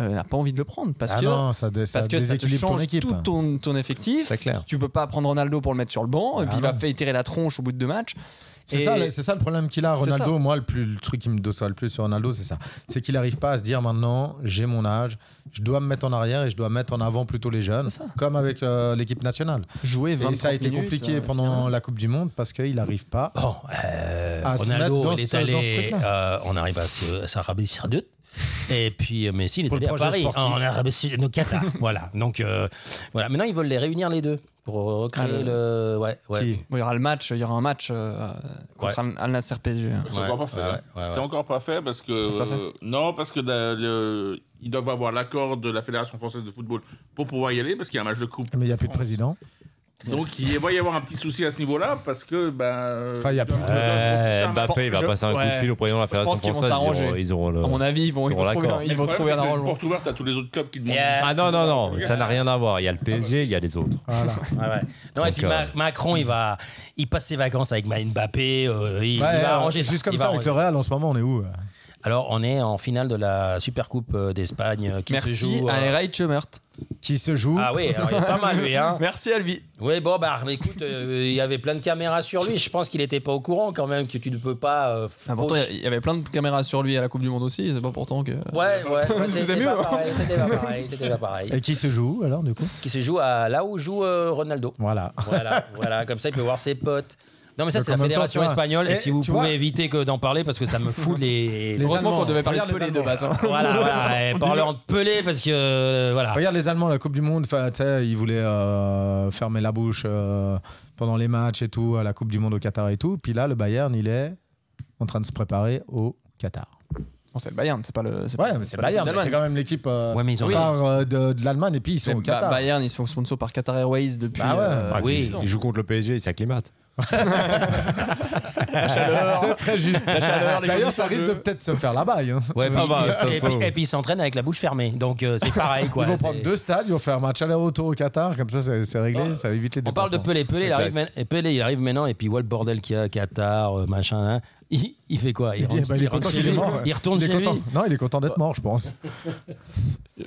Speaker 6: euh, n'a pas envie de le prendre parce
Speaker 5: Ah
Speaker 6: que
Speaker 5: non, ça, dé- ça
Speaker 6: parce que ça te
Speaker 5: déséquilibre ton
Speaker 6: change
Speaker 5: équipe. hein.
Speaker 6: tout ton, ton effectif.
Speaker 2: C'est clair.
Speaker 6: Tu peux pas prendre Ronaldo pour le mettre sur le banc,
Speaker 5: Ah
Speaker 6: et puis il va
Speaker 5: non.
Speaker 6: faire tirer la tronche au bout de deux matchs.
Speaker 5: C'est
Speaker 6: Et-
Speaker 5: ça, le- c'est ça le problème qu'il a,
Speaker 6: C'est
Speaker 5: Ronaldo. Moi, le, plus, le truc qui me dossera le plus sur Ronaldo, c'est ça. C'est qu'il n'arrive pas à se dire maintenant, j'ai mon âge, je dois me mettre en arrière et je dois mettre en avant plutôt les jeunes,
Speaker 6: C'est ça.
Speaker 5: comme avec euh, l'équipe nationale.
Speaker 6: Jouer euh, 20
Speaker 5: Et ça a été compliqué pendant la Coupe du Monde parce qu'il n'arrive pas.
Speaker 4: Bon, euh,
Speaker 5: À se
Speaker 4: Ronaldo,
Speaker 5: mettre Ah, dans
Speaker 4: il est
Speaker 5: ce- dans ce
Speaker 4: allé
Speaker 5: truc-là.
Speaker 4: euh, en Arabie Sa- sa- Arabie Saoudite. Et puis euh, Messi, il est
Speaker 5: Pour le
Speaker 4: allé à
Speaker 5: projet
Speaker 4: Paris.
Speaker 5: sportif.
Speaker 4: En Arabie Saoudite, au Qatar. voilà. Donc, euh, voilà. Maintenant, ils veulent les réunir, les deux, pour recréer
Speaker 6: Ah,
Speaker 4: le... Ouais, ouais.
Speaker 5: Qui-
Speaker 6: il y aura le match, il y aura un match euh, contre Al- Al Nasser PSG.
Speaker 7: C'est encore pas fait.
Speaker 4: ouais,
Speaker 7: hein.
Speaker 4: ouais, ouais.
Speaker 7: C'est encore pas fait parce que.
Speaker 6: C'est pas fait
Speaker 7: euh, non, parce que la- le- ils doivent avoir l'accord de la Fédération française de football pour pouvoir y aller parce qu'il y a un match de coupe.
Speaker 5: Mais il n'y a plus de président.
Speaker 7: Donc il va y avoir un petit souci à ce niveau-là parce que. Ben,
Speaker 5: Enfin, il y a plus de-
Speaker 7: ils doivent- ils
Speaker 2: Ouais,
Speaker 7: doivent-
Speaker 6: je pense-
Speaker 2: Mbappé, il va
Speaker 6: je-
Speaker 2: passer un coup de
Speaker 6: ouais.
Speaker 2: fil au président de la
Speaker 6: Je- je
Speaker 2: Fédération
Speaker 6: pense qu'ils vont
Speaker 2: française. Ils auront,
Speaker 6: s'arranger.
Speaker 2: ils auront le.
Speaker 6: À mon
Speaker 5: Euh,
Speaker 6: avis, ils vont, ils
Speaker 2: Ils
Speaker 6: vont
Speaker 2: auront
Speaker 6: trouver
Speaker 2: l'accord.
Speaker 6: un, ils
Speaker 7: Le
Speaker 6: vont
Speaker 7: problème,
Speaker 6: trouver un
Speaker 7: c'est que c'est une
Speaker 6: arrangement.
Speaker 7: porte ouverte à tous les autres clubs qui demandent.
Speaker 4: Yeah.
Speaker 2: Ah non, non, non, ça n'a rien à voir. Il y a le PSG, il y a les autres.
Speaker 5: Voilà.
Speaker 4: Ouais, ouais. Non, et
Speaker 2: Donc,
Speaker 4: puis Ma-
Speaker 2: euh,
Speaker 4: Macron, il va... Il passe ses vacances avec Mbappé. euh, il, il
Speaker 5: Ouais,
Speaker 4: va
Speaker 5: euh,
Speaker 4: arranger
Speaker 5: juste
Speaker 4: ça,
Speaker 5: comme
Speaker 4: il
Speaker 5: ça,
Speaker 4: va
Speaker 5: avec
Speaker 4: arranger-
Speaker 5: le Real, en ce moment, on est où euh
Speaker 4: Alors, on est en finale de la Supercoupe euh, d'Espagne euh, qui se
Speaker 6: Merci
Speaker 4: joue...
Speaker 6: à
Speaker 4: euh,
Speaker 6: Ray Chumert.
Speaker 5: Qui se joue
Speaker 4: Ah oui, alors il est pas mal, lui, hein
Speaker 6: Merci à lui.
Speaker 4: Oui, bon, bah mais écoute, euh, il y avait plein de caméras sur lui. Je pense qu'il n'était pas au courant quand même que tu ne peux pas. euh,
Speaker 6: Ah,
Speaker 5: Oh,
Speaker 6: pourtant,
Speaker 4: fauche-
Speaker 6: il y avait plein de caméras sur lui à la Coupe du Monde aussi, c'est pas pourtant que.
Speaker 4: Ouais, ouais, ouais, c'était
Speaker 6: mieux,
Speaker 4: pas,
Speaker 6: hein.
Speaker 4: pareil, c'était pas pareil, c'était pas pareil.
Speaker 5: Et qui se joue alors, du coup
Speaker 4: Qui se joue à là où joue euh, Ronaldo.
Speaker 5: Voilà.
Speaker 4: Voilà, voilà, comme ça il peut voir ses potes. Non mais ça
Speaker 5: Donc,
Speaker 4: c'est
Speaker 5: en
Speaker 4: la
Speaker 5: même temps,
Speaker 4: fédération
Speaker 5: tu vois,
Speaker 4: espagnole et
Speaker 5: eh,
Speaker 4: si vous
Speaker 5: tu
Speaker 4: pouvez
Speaker 5: vois-
Speaker 4: éviter que d'en parler parce que ça me fout les.
Speaker 5: Les
Speaker 6: Heureusement qu'on
Speaker 5: Allemands.
Speaker 6: devait parler
Speaker 5: Regarde
Speaker 6: de
Speaker 5: les
Speaker 6: Pelé de
Speaker 5: Allemands.
Speaker 6: base. hein.
Speaker 4: Voilà, voilà, et parler en pelé parce que euh, voilà.
Speaker 5: Regarde les Allemands, la Coupe du Monde, enfin, tu sais, ils voulaient euh, fermer la bouche euh, pendant les matchs et tout, à la Coupe du Monde au Qatar et tout. Puis là, le Bayern, il est en train de se préparer au Qatar.
Speaker 6: Bon, c'est le Bayern, c'est pas le. c'est
Speaker 5: Ouais,
Speaker 6: pas-
Speaker 5: mais c'est
Speaker 6: pas la
Speaker 5: Bayern,
Speaker 6: Coupe
Speaker 5: mais c'est
Speaker 6: d'Allemagne.
Speaker 5: quand même l'équipe euh,
Speaker 4: Ouais, mais ils ont-
Speaker 5: phare, euh, de, de l'Allemagne et puis ils sont
Speaker 6: Mais
Speaker 5: au
Speaker 6: Ba-
Speaker 5: Qatar.
Speaker 6: Bayern, ils sont sponsors par Qatar Airways depuis.
Speaker 5: Bah ouais.
Speaker 2: Ah,
Speaker 4: Euh, oui.
Speaker 2: Il joue contre le PSG, il s'acclimate.
Speaker 5: Ah, C'est très juste. D'ailleurs, ça risque de peut-être se faire là-bas. hein.
Speaker 4: Ouais, puis-
Speaker 2: Ah bah, ça se
Speaker 4: et,
Speaker 2: trouve.
Speaker 4: puis, et puis, ils s'entraînent avec la bouche fermée, donc euh, c'est pareil quoi.
Speaker 5: ils vont
Speaker 4: c'est- Bah,
Speaker 5: prendre deux stades, ils vont faire un match aller-retour au Qatar, comme ça c'est c'est réglé, ça évite les
Speaker 4: On parle de
Speaker 5: déplacements.
Speaker 4: Pelé. Pelé, il
Speaker 2: Exact.
Speaker 4: arrive, main- et Pelé, il arrive maintenant, et puis voilà le bordel qu'il y a, Qatar, euh, machin. hein. Il, il fait quoi
Speaker 5: Il, dit,
Speaker 4: rentre-
Speaker 5: bah, il est
Speaker 4: rentre
Speaker 5: content
Speaker 4: chez
Speaker 5: qu'il est
Speaker 4: lui.
Speaker 5: mort. ouais.
Speaker 4: Il retourne
Speaker 5: est
Speaker 4: chez lui.
Speaker 5: content. Non, il est content d'être mort, je pense.
Speaker 6: euh,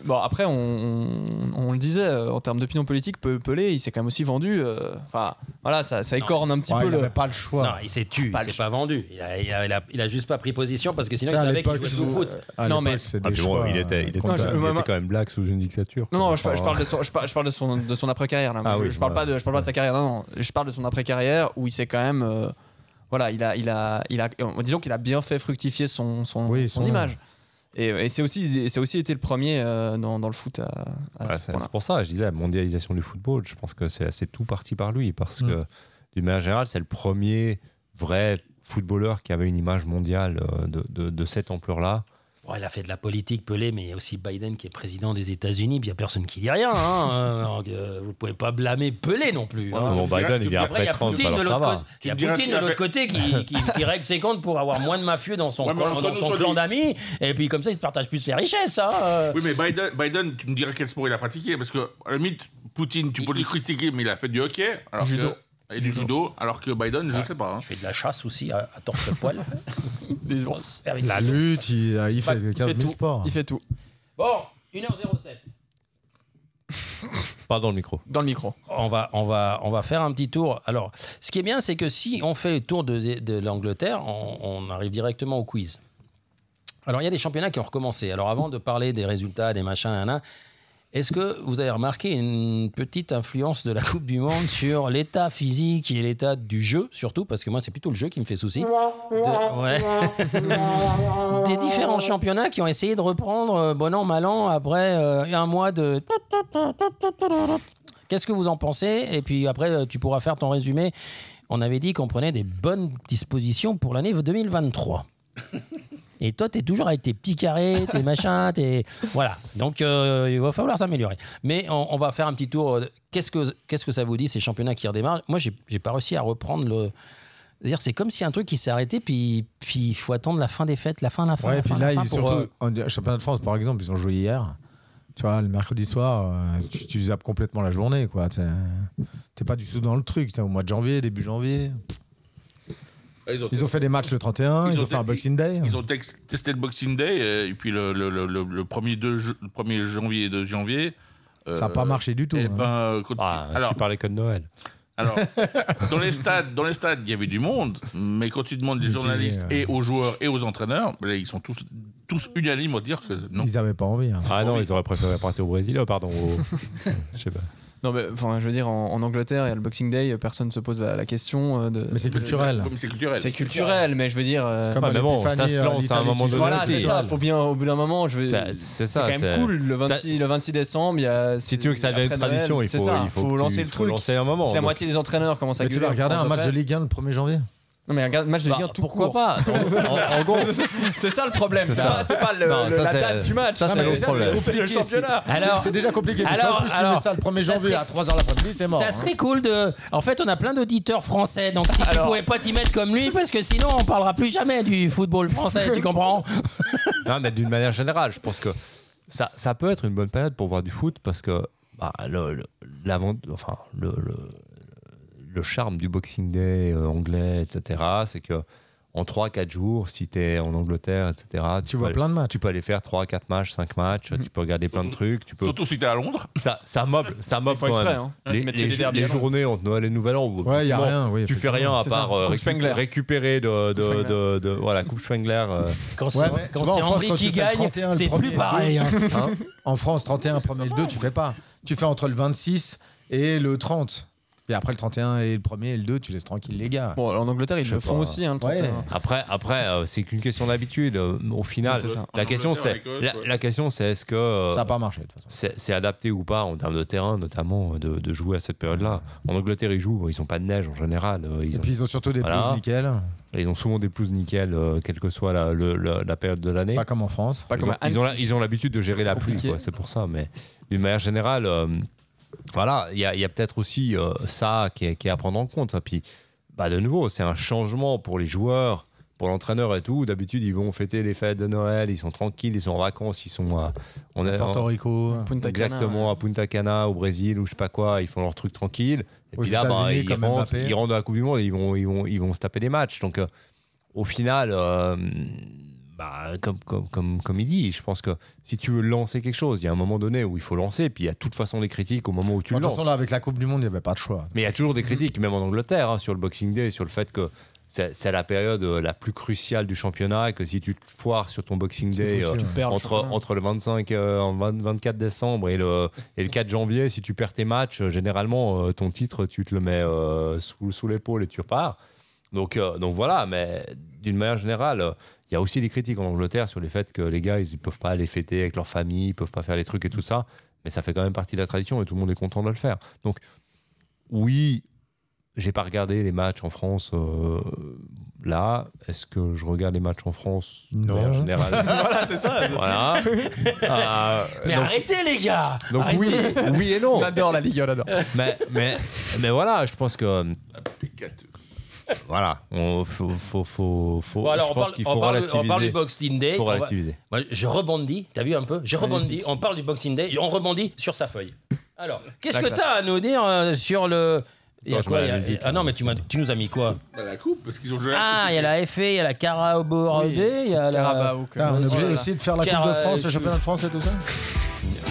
Speaker 6: Bon, après, on, on, on le disait, euh, en termes d'opinion politique, Pe- Pelé, il s'est quand même aussi vendu. euh, Enfin, voilà, ça, ça écorne un petit
Speaker 5: Ouais,
Speaker 6: peu
Speaker 5: il
Speaker 6: le.
Speaker 5: n'avait pas le choix.
Speaker 4: Non, il s'est tué,
Speaker 6: Pas
Speaker 4: il
Speaker 6: le
Speaker 4: s'est pas vendu. Il a, il, a, il a- il a juste pas pris position parce que sinon
Speaker 5: Ça,
Speaker 4: il
Speaker 5: à
Speaker 4: savait qu'il
Speaker 5: l'époque,
Speaker 4: jouait plus au
Speaker 5: vous-
Speaker 4: foot.
Speaker 5: À
Speaker 6: Non,
Speaker 5: l'époque,
Speaker 6: mais-
Speaker 5: c'est
Speaker 2: Ah,
Speaker 5: des
Speaker 2: puis bon,
Speaker 5: choix,
Speaker 2: il était, il était,
Speaker 5: contre-
Speaker 6: Non, je-
Speaker 2: il
Speaker 6: moi-
Speaker 2: était quand même black sous une dictature.
Speaker 6: Non, non, je,
Speaker 2: Enfin,
Speaker 6: par- je parle de son, je par- je parle de son, de son après-carrière. là.
Speaker 2: Ah
Speaker 6: je,
Speaker 2: oui,
Speaker 6: je parle
Speaker 2: voilà.
Speaker 6: pas de, je parle pas de sa carrière. Non, non. Je parle de son après-carrière où il s'est quand même. euh, voilà, il a, il a, il a, euh, disons qu'il a bien fait fructifier son, son,
Speaker 5: Oui,
Speaker 6: son
Speaker 5: son-
Speaker 6: image. Et, et c'est aussi, et c'est aussi été le premier euh, dans, dans le foot à, à
Speaker 2: Ouais,
Speaker 6: ce
Speaker 2: c'est
Speaker 6: point-là.
Speaker 2: c'est pour ça, je disais, la mondialisation du football, je pense que c'est c'est tout parti par lui, parce
Speaker 6: Mm.
Speaker 2: que d'une manière générale, c'est le premier vrai footballeur qui avait une image mondiale euh, de, de- de cette ampleur-là.
Speaker 4: Bon, il a fait de la politique, Pelé, mais il y a aussi Biden qui est président des États-Unis, puis il n'y a personne qui dit rien. hein. Euh, alors que vous pouvez pas blâmer Pelé non plus. hein.
Speaker 2: bon,
Speaker 7: dirais
Speaker 2: Biden,
Speaker 7: que
Speaker 2: il vient
Speaker 7: tu-
Speaker 4: Après,
Speaker 2: après
Speaker 4: il y a
Speaker 2: 30,
Speaker 4: Poutine de
Speaker 2: alors ça
Speaker 4: l'autre
Speaker 2: va.
Speaker 4: co- il
Speaker 7: Tu
Speaker 4: y a
Speaker 7: me diras
Speaker 4: Poutine de
Speaker 7: ce qu'il a
Speaker 4: l'autre
Speaker 7: fait.
Speaker 4: côté qui, qui- qui règle ses comptes pour avoir moins de mafieux dans son,
Speaker 7: Ouais, mais
Speaker 4: clan-
Speaker 7: entre
Speaker 4: dans
Speaker 7: nous,
Speaker 4: son
Speaker 7: soit
Speaker 4: clan
Speaker 7: dit-
Speaker 4: d'amis. Et puis comme ça, ils se partagent plus les richesses. hein, euh.
Speaker 7: Oui, mais Biden, Biden, tu me diras quel sport il a pratiqué, parce que, à la limite, Poutine, tu peux le critiquer, mais il a fait du hockey. Alors
Speaker 6: Judo.
Speaker 7: que- et du judo, alors que Biden, je sais pas. hein.
Speaker 4: Il fait de la chasse aussi à, à torse-poil.
Speaker 6: Des ours.
Speaker 4: Avec
Speaker 5: La
Speaker 4: ça.
Speaker 5: lutte, il, euh, il
Speaker 6: pas-
Speaker 5: fait
Speaker 6: il
Speaker 5: 15
Speaker 6: fait
Speaker 5: 000
Speaker 6: tout.
Speaker 5: sports.
Speaker 6: Il fait tout
Speaker 4: Bon, 1h07.
Speaker 2: Parle dans le micro.
Speaker 6: dans le micro.
Speaker 4: On va, on, va, on va faire un petit tour. Alors, ce qui est bien, c'est que si on fait le tour de, de l'Angleterre, on, on arrive directement au quiz. Alors, il y a des championnats qui ont recommencé. Alors, avant de parler des résultats, des machins, nan, nan, est-ce que vous avez remarqué une petite influence de la Coupe du Monde sur l'état physique et l'état du jeu, surtout Parce que moi, c'est plutôt le jeu qui me fait souci. De- ouais. des différents championnats qui ont essayé de reprendre euh, bon an, mal an, après euh, un mois de Qu'est-ce que vous en pensez Et puis après, euh, tu pourras faire ton résumé. On avait dit qu'on prenait des bonnes dispositions pour l'année 2023. Et toi, t'es toujours avec tes petits carrés, tes machins, tes. Voilà. Donc, euh, il va falloir s'améliorer. Mais on, on va faire un petit tour. euh, Qu'est-ce que, qu'est-ce que ça vous dit, ces championnats qui redémarrent Moi, j'ai, j'ai pas réussi à reprendre le. C'est-à-dire, c'est comme si un truc qui s'est arrêté, puis il faut attendre la fin des fêtes, la fin, la fin.
Speaker 5: Ouais,
Speaker 4: la
Speaker 5: et puis
Speaker 4: fin,
Speaker 5: là,
Speaker 4: la fin
Speaker 5: ils,
Speaker 4: pour,
Speaker 5: surtout,
Speaker 4: euh,
Speaker 5: en di- championnat de France, par exemple, ils ont joué hier. Tu vois, le mercredi soir, euh, tu, tu zappes complètement la journée, quoi. T'es t'es pas du tout dans le truc. T'es au mois de janvier, début janvier.
Speaker 7: Ils ont,
Speaker 5: Ils ont fait des matchs le 31, ils, ont, fait un Boxing Day.
Speaker 7: ils ont tex- testé le Boxing Day euh, et puis le, le, le, le- le premier 2 ju- le premier janvier 2 janvier. euh,
Speaker 5: Ça n'a pas marché du tout.
Speaker 7: eh
Speaker 5: hein.
Speaker 7: ben, euh, quand tu-
Speaker 2: Ah,
Speaker 7: alors,
Speaker 2: tu parlais que de Noël.
Speaker 7: alors, dans les stades, dans les stades, il y avait du monde, mais quand tu demandes les
Speaker 5: Mitigé,
Speaker 7: journalistes
Speaker 5: ouais.
Speaker 7: et aux joueurs et aux entraîneurs, ben là, ils sont tous tous unanimes à dire que non.
Speaker 5: Ils n'avaient pas envie. hein.
Speaker 2: Ah non, ils auraient préféré partir au Brésil. Oh, pardon. au- Je sais pas.
Speaker 6: Non, mais enfin, je veux dire, en, en Angleterre, il y a le Boxing Day, euh, personne se pose la, la question. euh, de...
Speaker 5: Mais c'est culturel.
Speaker 7: Comme c'est culturel.
Speaker 6: C'est culturel, mais je veux dire. euh,
Speaker 5: Comme
Speaker 2: Ah, mais bon,
Speaker 5: l'épiphanie,
Speaker 2: ça se
Speaker 5: euh,
Speaker 2: lance à un
Speaker 5: l'Italie
Speaker 2: moment
Speaker 5: qui-
Speaker 2: donné.
Speaker 6: Voilà, c'est
Speaker 2: c'est
Speaker 6: ça.
Speaker 2: ça.
Speaker 6: Faut bien, au bout d'un moment, je vais.
Speaker 2: Ça- C'est
Speaker 6: C'est
Speaker 2: ça.
Speaker 6: quand même
Speaker 2: c'est-
Speaker 6: cool le
Speaker 2: ça-
Speaker 6: 26, le 26 décembre. Il y a,
Speaker 2: Si tu veux que ça devienne une
Speaker 6: après Noël,
Speaker 2: tradition, il
Speaker 6: c'est
Speaker 2: faut,
Speaker 6: ça,
Speaker 2: il faut, que
Speaker 6: faut
Speaker 2: tu-
Speaker 6: lancer le
Speaker 2: faut
Speaker 6: truc.
Speaker 2: lancer un moment.
Speaker 6: C'est la
Speaker 2: Donc,
Speaker 6: moitié des entraîneurs commencent à
Speaker 5: Mais tu
Speaker 6: gueuler
Speaker 5: vas
Speaker 6: en
Speaker 5: regarder un
Speaker 6: France
Speaker 5: match de
Speaker 6: Fest.
Speaker 5: Ligue 1 le 1er janvier
Speaker 6: Non, mais regarde, match de Ligue 1
Speaker 2: Bah,
Speaker 6: tout
Speaker 2: pourquoi
Speaker 6: court.
Speaker 2: pas En- en- en gros,
Speaker 6: C'est ça le problème.
Speaker 2: C'est
Speaker 6: C'est
Speaker 2: ça.
Speaker 6: pas, c'est pas le,
Speaker 2: Non,
Speaker 6: le-
Speaker 2: ça,
Speaker 6: la
Speaker 2: c'est-
Speaker 6: date du match.
Speaker 2: ça, c'est
Speaker 6: mais
Speaker 2: l'autre
Speaker 6: déjà,
Speaker 2: problème.
Speaker 6: c'est le championnat.
Speaker 4: Alors-
Speaker 5: C'est- c'est déjà compliqué. puis
Speaker 4: alors-
Speaker 5: en plus, tu
Speaker 4: alors,
Speaker 5: mets ça le 1er
Speaker 4: ça
Speaker 5: janvier
Speaker 4: serait-
Speaker 5: à 3h l'après-midi, c'est mort.
Speaker 4: Ça
Speaker 5: hein.
Speaker 4: serait cool de. En fait, on a plein d'auditeurs français, donc si tu pouvais pas t'y mettre comme lui, parce que sinon on parlera plus jamais du football français, tu comprends
Speaker 2: Non, mais d'une manière générale, je pense que ça, ça peut être une bonne période pour voir du foot parce que bah, le, le- l'avant- enfin, le, le- le charme du Boxing Day euh, anglais, etc., c'est que en 3-4 jours, si tu es en Angleterre, etc.,
Speaker 5: Tu vois
Speaker 2: peux
Speaker 5: plein de
Speaker 2: aller-
Speaker 5: matchs.
Speaker 2: Tu peux aller faire 3-4 matchs, 5 matchs, tu peux regarder plein de trucs. Tu peux...
Speaker 7: Surtout si t'es à Londres.
Speaker 2: ça, ça meuble, ça meuble
Speaker 6: Ils font
Speaker 2: quand
Speaker 6: exprès,
Speaker 2: même.
Speaker 6: hein.
Speaker 2: Les,
Speaker 6: Ils mettent
Speaker 2: les-
Speaker 6: les derbys
Speaker 2: les
Speaker 6: à Londres.
Speaker 2: journées entre Noël et Nouvel An, où,
Speaker 5: Ouais, y a
Speaker 2: effectivement,
Speaker 5: rien, oui,
Speaker 2: tu fais rien à
Speaker 6: C'est ça.
Speaker 2: part euh,
Speaker 6: Coupe
Speaker 2: récu-
Speaker 6: Spengler.
Speaker 2: récupérer de, de,
Speaker 6: Coupe Spengler.
Speaker 2: de- de- voilà, Coupe Spengler. euh,
Speaker 4: Quand
Speaker 5: Ouais,
Speaker 4: c'est
Speaker 5: mais
Speaker 4: quand
Speaker 5: tu vois,
Speaker 4: c'est
Speaker 5: en France,
Speaker 4: Henri
Speaker 5: quand tu
Speaker 4: qui
Speaker 5: fais le
Speaker 4: gagne,
Speaker 5: 31, le
Speaker 4: c'est
Speaker 5: premier
Speaker 4: plus
Speaker 5: et le
Speaker 4: pareil. hein.
Speaker 5: En France, 31, 1er et le 2, tu fais pas. Tu fais entre le 26 et le 30. Et après le 31 et le 1er et le 2, tu laisses tranquille les gars.
Speaker 6: Bon, en Angleterre, ils
Speaker 2: Je
Speaker 6: le
Speaker 2: sais
Speaker 6: font
Speaker 2: pas.
Speaker 6: aussi. Hein, le
Speaker 5: Ouais.
Speaker 6: 31.
Speaker 2: Après, après euh, c'est qu'une question d'habitude. euh, Au final,
Speaker 6: Ouais, c'est ça.
Speaker 2: la,
Speaker 7: En
Speaker 2: question,
Speaker 7: Angleterre,
Speaker 2: c'est,
Speaker 7: en Écosse,
Speaker 2: la,
Speaker 7: ouais.
Speaker 2: la question, c'est est-ce que euh,
Speaker 5: Ça n'a pas marché de toute façon.
Speaker 2: c'est, c'est adapté ou pas en termes de terrain, notamment, euh, de, de jouer à cette période-là En Angleterre, ils jouent, ils n'ont pas de neige en général. euh, Ils
Speaker 5: Et
Speaker 2: ont,
Speaker 5: puis ils ont surtout des
Speaker 2: Voilà.
Speaker 5: pelouses nickel,
Speaker 2: ils ont souvent des pelouses nickel, euh, quelle que soit la, le- la- la période de l'année.
Speaker 5: pas comme en France.
Speaker 6: Pas
Speaker 2: ils,
Speaker 6: comme
Speaker 2: ont,
Speaker 6: à
Speaker 2: ils ont la-
Speaker 6: Annecy.
Speaker 2: ils ont l'habitude de gérer la pluie,
Speaker 6: Compliqué.
Speaker 2: quoi, c'est pour ça. Mais d'une manière générale, euh, voilà, il y a, il y a peut-être aussi euh, ça qui est, qui est à prendre en compte. Et puis, bah, de nouveau, c'est un changement pour les joueurs, pour l'entraîneur et tout. D'habitude, ils vont fêter les fêtes de Noël, ils sont tranquilles, ils sont en vacances, ils sont à, on est-
Speaker 5: Porto Rico,
Speaker 6: Punta Cana,
Speaker 2: exactement à Punta Cana, au Brésil ou je sais pas quoi. Ils font leur truc tranquille. Et
Speaker 5: Aux
Speaker 2: puis là, bah,
Speaker 5: États-Unis,
Speaker 2: ils,
Speaker 5: comme
Speaker 2: rentrent,
Speaker 5: Mbappé.
Speaker 2: ils rentrent de la Coupe du Monde et ils vont, ils vont, ils vont se taper des matchs. Donc, euh, au final, euh, bah, comme, comme, comme, comme il dit, je pense que si tu veux lancer quelque chose, il y a un moment donné où il faut lancer. Puis il y a de toute façon des critiques au moment où tu
Speaker 5: De
Speaker 2: le
Speaker 5: toute
Speaker 2: lances.
Speaker 5: façon, là, avec la Coupe du Monde, il n'y avait pas de choix.
Speaker 2: Mais il y a toujours des critiques, même en Angleterre, hein, sur le Boxing Day, sur le fait que c'est c'est la période euh, la plus cruciale du championnat et que si tu te foires sur ton Boxing Day
Speaker 5: foutu, hein.
Speaker 2: euh,
Speaker 5: ouais. Tu
Speaker 4: hein.
Speaker 6: perds le
Speaker 2: entre,
Speaker 6: championnat.
Speaker 2: entre le 25 euh, en 20 24 décembre et le, et le 4 janvier, si tu perds tes matchs, euh, généralement euh, ton titre, tu te le mets euh, sous, sous l'épaule et tu repars. Donc, euh, donc voilà, mais d'une manière générale, euh, il y a aussi des critiques en Angleterre sur le fait que les gars, ils ne peuvent pas aller fêter avec leur famille, ils ne peuvent pas faire les trucs et tout ça. Mais ça fait quand même partie de la tradition et tout le monde est content de le faire. Donc, oui, j'ai pas regardé les matchs en France euh, là. Est-ce que je regarde les matchs en France
Speaker 5: Non.
Speaker 2: En général,
Speaker 5: Ah,
Speaker 6: Voilà, c'est ça.
Speaker 2: voilà. Euh,
Speaker 4: Mais
Speaker 2: donc-
Speaker 4: arrêtez les gars
Speaker 2: donc,
Speaker 4: Arrêtez.
Speaker 2: oui, oui et non.
Speaker 6: On adore la Ligue, on adore.
Speaker 2: Mais, mais, mais voilà, je pense que euh,
Speaker 7: Picateux.
Speaker 2: voilà, on, faut, faut, faut, faut-
Speaker 4: Bon, alors,
Speaker 2: je
Speaker 4: on
Speaker 2: pense
Speaker 4: parle,
Speaker 2: qu'il
Speaker 4: on
Speaker 2: faut
Speaker 4: parle-
Speaker 2: relativiser.
Speaker 4: on parle du Boxing Day.
Speaker 2: faut
Speaker 4: on va-
Speaker 2: relativiser.
Speaker 4: Moi, je rebondis, t'as vu un peu Je rebondis, on parle du Boxing Day, on rebondit sur sa feuille. Alors, qu'est-ce
Speaker 6: La
Speaker 4: que
Speaker 6: classe.
Speaker 4: t'as à nous dire euh, sur le. Il y a
Speaker 2: Attends, je
Speaker 4: quoi
Speaker 2: mets la
Speaker 4: il y a-
Speaker 2: musique,
Speaker 4: Ah non,
Speaker 2: là.
Speaker 4: mais tu, m'as- tu nous as mis quoi
Speaker 7: Bah, la coupe, parce qu'ils ont joué. à la
Speaker 4: Ah,
Speaker 7: coupe.
Speaker 4: il y a la FA, il y a la Carabao Day, il y a la.
Speaker 6: Carabao, que-
Speaker 5: Putain, on est obligé
Speaker 4: Oh là là.
Speaker 5: aussi de faire la
Speaker 4: Car,
Speaker 5: Coupe de
Speaker 4: euh,
Speaker 5: France,
Speaker 4: je-
Speaker 5: le championnat de France et tout ça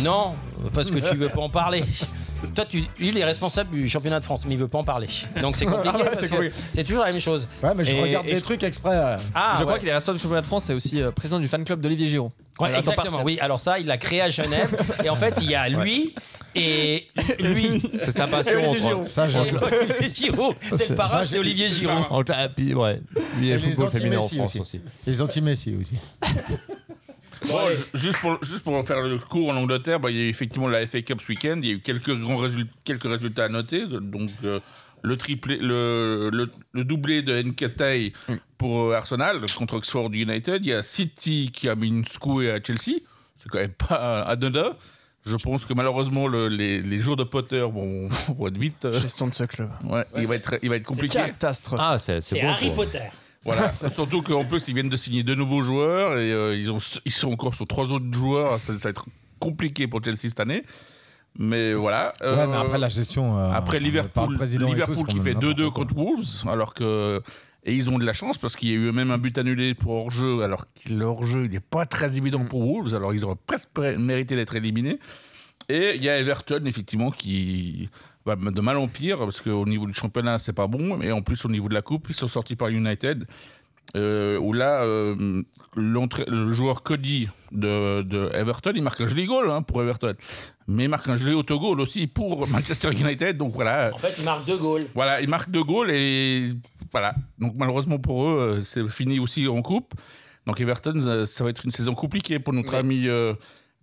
Speaker 4: Non, parce que tu veux pas en parler. Toi, tu, lui, il est responsable du championnat de France, mais il veut pas en parler. Donc c'est compliqué. parce que c'est toujours la même chose.
Speaker 5: Ouais, mais je
Speaker 4: Et-
Speaker 5: regarde
Speaker 4: et
Speaker 5: des
Speaker 4: je-
Speaker 5: trucs exprès. euh.
Speaker 4: Ah,
Speaker 6: je
Speaker 4: ouais.
Speaker 6: crois qu'il est responsable du championnat de France et aussi euh, président du fan club d'Olivier Giraud.
Speaker 4: Ouais,
Speaker 6: Voilà, à temps
Speaker 4: exactement.
Speaker 6: partiel.
Speaker 4: Oui, alors ça, il l'a créé à Genève. et en fait, il y a lui et lui.
Speaker 2: C'est sa passion.
Speaker 6: Olivier
Speaker 2: entre-
Speaker 6: Giroud.
Speaker 5: Ça,
Speaker 4: et
Speaker 5: j'ai
Speaker 4: Olivier Giroud. C'est le parrain, c'est Olivier Giroud.
Speaker 2: entre- ah, puis, ouais, il y a
Speaker 5: Et
Speaker 2: le
Speaker 5: les
Speaker 2: football féminin en
Speaker 5: anti-Messi
Speaker 2: France
Speaker 5: aussi.
Speaker 2: aussi.
Speaker 5: les anti-Messi aussi.
Speaker 7: Bon, ju- juste, pour, juste pour faire le cours en Angleterre, bah, il y a eu effectivement la FA Cup ce week-end. Il y a eu quelques, grands résultats, quelques résultats à noter. Donc, euh, le, triplé, le, le, le doublé de Nketiah pour euh, Arsenal contre Oxford United. Il y a City qui a mis une secouée à Chelsea. C'est quand même pas anodin. Je pense que malheureusement, le- les, les jours de Potter vont, vont être vite. euh,
Speaker 6: Gestion de ce club.
Speaker 7: ouais, il, va être, il va être compliqué.
Speaker 6: Catastrophe.
Speaker 2: Ah, c'est
Speaker 10: C'est
Speaker 2: c'est bon.
Speaker 10: Harry
Speaker 2: pour-
Speaker 10: Potter.
Speaker 7: Voilà. Surtout qu'en plus, ils viennent de signer deux nouveaux joueurs et euh, ils, ont, ils sont encore sur trois autres joueurs. Ça, ça va être compliqué pour Chelsea cette année. Mais voilà.
Speaker 5: Ouais,
Speaker 7: euh,
Speaker 5: mais après la gestion. euh,
Speaker 7: après
Speaker 5: par le
Speaker 7: Liverpool,
Speaker 5: président et tout,
Speaker 7: Liverpool
Speaker 5: c'est
Speaker 7: qui
Speaker 5: quand
Speaker 7: fait
Speaker 5: même
Speaker 7: 2-2
Speaker 5: n'importe quoi.
Speaker 7: contre Wolves, alors que. Et ils ont de la chance parce qu'il y a eu même un but annulé pour hors-jeu, alors que le hors-jeu, il n'est pas très évident pour Wolves, alors ils auraient presque pré- mérité d'être éliminés. Et il y a Everton, effectivement, qui va de mal en pire, parce qu'au niveau du championnat, c'est pas bon, et en plus, au niveau de la Coupe, ils sont sortis par United, euh, où là, euh, l'entra- le joueur Cody de, de Everton, il marque un joli goal hein, pour Everton, mais il marque un joli autogol aussi pour Manchester United, donc voilà.
Speaker 10: En fait, il marque deux goals.
Speaker 7: Voilà, ils marquent deux goals et voilà. Donc malheureusement pour eux, euh, c'est fini aussi en coupe. Donc Everton, euh, ça va être une saison compliquée pour notre
Speaker 6: Mais-
Speaker 7: ami euh,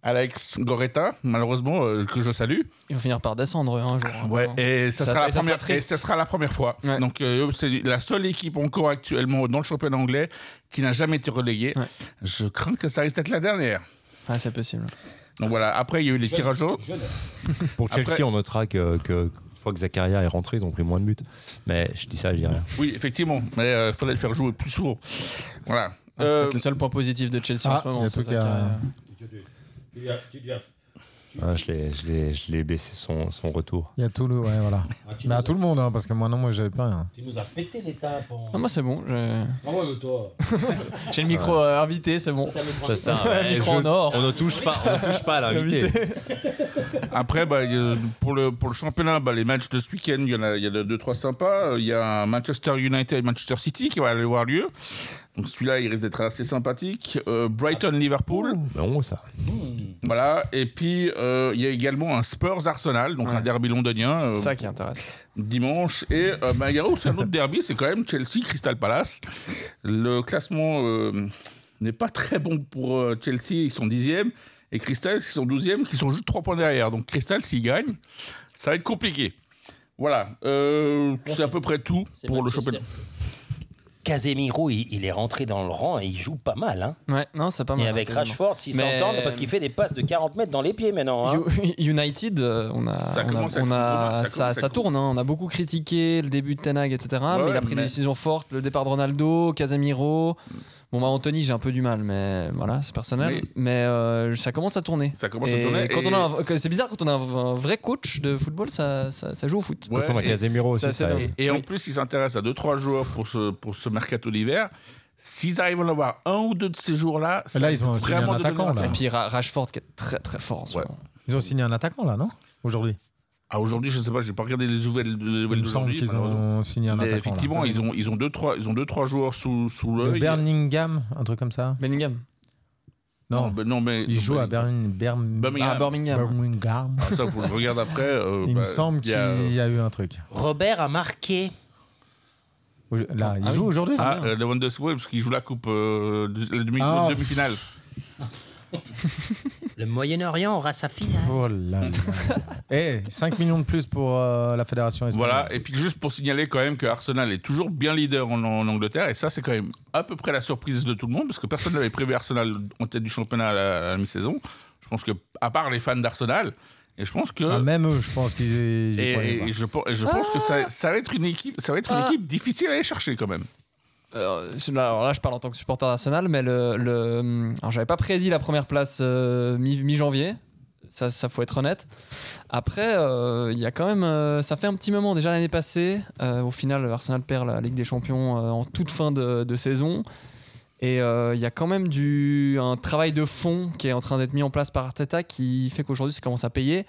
Speaker 7: Alex Goretta, malheureusement euh, que je salue.
Speaker 6: Ils vont finir par descendre un jour. hein, vraiment.
Speaker 7: Et ça,
Speaker 6: Ça,
Speaker 7: sera,
Speaker 6: ça,
Speaker 7: la
Speaker 6: ça
Speaker 7: première,
Speaker 6: sera triste.
Speaker 7: et ça sera la première fois.
Speaker 6: Ouais.
Speaker 7: Donc euh, c'est la seule équipe encore actuellement dans le championnat anglais qui n'a jamais été reléguée.
Speaker 6: Ouais.
Speaker 7: Je crains que ça risque d'être la dernière.
Speaker 6: Ah, c'est possible.
Speaker 7: Donc voilà. Après il y a eu les tirages au
Speaker 2: Pour Chelsea,
Speaker 7: Après-
Speaker 2: on notera que, que une fois que Zakaria est rentré, ils ont pris moins de buts. Mais je dis ça, je dis rien.
Speaker 7: Oui, effectivement. Mais euh, fallait le faire jouer plus sourd. Voilà.
Speaker 6: Ah, c'est
Speaker 7: Euh,
Speaker 6: peut-être le seul point positif de Chelsea
Speaker 5: Ah,
Speaker 6: en ce moment.
Speaker 5: il y a
Speaker 6: c'est
Speaker 5: tout
Speaker 6: ça
Speaker 5: qui a-
Speaker 6: qui a-
Speaker 2: Ah, je l'ai- je l'ai- je l'ai baissé son, son retour.
Speaker 5: Il y a tout le. Ouais, voilà.
Speaker 10: Ah, tu,
Speaker 5: Mais
Speaker 10: nous
Speaker 5: à
Speaker 10: as,
Speaker 5: tout le monde, hein, parce que moi, non, moi, j'avais pas rien.
Speaker 10: tu nous as pété l'étape. En...
Speaker 6: Ah, moi, c'est bon. J'ai
Speaker 10: Ah ouais, mais toi,
Speaker 6: j'ai le micro euh, invité, c'est bon.
Speaker 10: t'as le droit de-
Speaker 6: micro en or.
Speaker 2: On ne touche pas, on ne touche pas à l'invité.
Speaker 7: Après, bah, euh, pour, le, pour le championnat, bah, les matchs de ce week-end, il y en a, il y en a deux, trois sympas. Euh, Il y a un Manchester United et Manchester City qui va aller avoir lieu. Donc celui-là, il risque d'être assez sympathique. Euh, Brighton-Liverpool,
Speaker 2: Non, ça.
Speaker 7: voilà. Et puis, euh, il y a également un Spurs-Arsenal, donc un derby londonien, euh,
Speaker 6: C'est ça qui intéresse.
Speaker 7: dimanche. Et euh, bah, il y a aussi un autre derby, c'est quand même Chelsea-Crystal Palace. Le classement euh, n'est pas très bon pour euh, Chelsea, ils sont dixièmes. Et Crystal, ils sont douzièmes, qui sont juste trois points derrière. Donc Crystal, s'ils gagnent, ça va être compliqué. Voilà, euh, c'est à peu près tout
Speaker 10: c'est
Speaker 7: pour le
Speaker 10: Manchester.
Speaker 7: championnat.
Speaker 8: Casemiro, il, il est rentré dans le rang et il joue pas mal. Hein.
Speaker 6: Ouais, non, c'est pas mal.
Speaker 8: et avec
Speaker 6: quasiment.
Speaker 4: hein.
Speaker 8: Rashford, s'ils
Speaker 6: Mais-
Speaker 8: s'entendent, parce qu'il fait des passes de 40 mètres dans les pieds maintenant. hein.
Speaker 6: U- United, euh, on a,
Speaker 7: Ça
Speaker 6: on a-
Speaker 7: commence à
Speaker 6: on a-
Speaker 7: tourner, ça
Speaker 6: ça,
Speaker 7: commence à
Speaker 6: ça tourne. hein. On a beaucoup critiqué le début de Tenag, etc. mais il
Speaker 7: ouais,
Speaker 6: a pris
Speaker 7: mais-
Speaker 6: des décisions fortes. Le départ de Ronaldo, Casemiro. Bon, bah Anthony, j'ai un peu du mal, mais voilà, c'est personnel.
Speaker 7: Oui.
Speaker 6: Mais euh, ça commence à tourner.
Speaker 7: Ça commence à
Speaker 6: Et
Speaker 7: tourner.
Speaker 6: quand on
Speaker 7: et-
Speaker 6: a un- que- c'est bizarre quand on a un un vrai coach de football, ça, ça, ça joue au foot.
Speaker 7: Ouais,
Speaker 2: Comme à
Speaker 7: et-
Speaker 2: Casemiro
Speaker 6: ça,
Speaker 2: aussi,
Speaker 6: c'est
Speaker 2: ça
Speaker 6: dingue.
Speaker 2: aide.
Speaker 7: Et en plus, ils s'intéressent à deux, trois joueurs pour ce, pour ce mercato d'hiver. S'ils arrivent à en avoir un ou deux de ces jours-là, ça
Speaker 5: Là,
Speaker 7: va
Speaker 5: ils ont signé un
Speaker 7: vraiment de
Speaker 5: attaquant,
Speaker 7: donner
Speaker 5: là.
Speaker 6: Et puis Ra- Rashford qui est très très fort en ce
Speaker 7: Ouais.
Speaker 6: moment.
Speaker 5: Ils ont signé un attaquant, là, non Aujourd'hui.
Speaker 7: Ah, aujourd'hui, je sais pas, j'ai pas regardé les nouvelles, les
Speaker 5: Il
Speaker 7: nouvelles
Speaker 5: me semble
Speaker 7: d'aujourd'hui.
Speaker 5: qu'ils
Speaker 7: malheureusement.
Speaker 5: ont signé un
Speaker 7: Mais
Speaker 5: attaquant. là.
Speaker 7: effectivement, ils ont, ils, ont deux, trois, ils ont deux, trois joueurs sous, sous
Speaker 5: Le
Speaker 7: l'œil.
Speaker 5: Birmingham, un truc comme ça
Speaker 6: Bellingham.
Speaker 7: Non,
Speaker 5: Non,
Speaker 7: ben non, mais.
Speaker 5: ils
Speaker 7: non,
Speaker 5: jouent
Speaker 7: mais-
Speaker 5: à Berlin- Berm-
Speaker 7: Birmingham.
Speaker 6: Ah,
Speaker 5: Bah
Speaker 6: Birmingham.
Speaker 5: Birmingham.
Speaker 7: Ah, ça, faut que je regarde après. euh,
Speaker 5: Il
Speaker 7: bah,
Speaker 5: me semble
Speaker 7: il
Speaker 5: qu'il
Speaker 7: y a, euh,
Speaker 5: y a eu un truc.
Speaker 10: Robert a marqué.
Speaker 5: Au- Là, ils
Speaker 6: Ah oui.
Speaker 5: jouent aujourd'hui
Speaker 7: Ah,
Speaker 6: bien.
Speaker 7: euh, Lewandowski, ouais, parce qu'il joue la coupe, euh, de- la demi-
Speaker 5: Ah.
Speaker 7: demi-finale.
Speaker 10: Le Moyen-Orient aura sa
Speaker 4: Ah,
Speaker 10: finale.
Speaker 5: Oh là là. Eh, 5 millions de plus pour euh, la fédération espagnole.
Speaker 7: Voilà, et puis juste pour signaler quand même que Arsenal est toujours bien leader en, en Angleterre, et ça c'est quand même à peu près la surprise de tout le monde, parce que personne n'avait prévu Arsenal en tête du championnat à la, à la mi-saison. Je pense que, à part les fans d'Arsenal, et je pense que...
Speaker 5: Ah, même eux, je pense qu'ils y, ils y
Speaker 7: et,
Speaker 5: croyaient pas.
Speaker 7: et je, pense- et je pense que ça, ça va être une équipe, ça va être une équipe difficile à aller chercher quand même.
Speaker 6: Euh, c'est- là- alors là, je parle en tant que supporter d'Arsenal, mais le, le- alors j'avais pas prédit la première place euh, mi- mi-janvier. Ça, ça faut être honnête. Après, euh, il y a quand même, euh, ça fait un petit moment déjà l'année passée. euh, au final, Arsenal perd la Ligue des Champions euh, en toute fin de, de saison. Et euh, il y a quand même du, un travail de fond qui est en train d'être mis en place par Arteta qui fait qu'aujourd'hui ça commence à payer.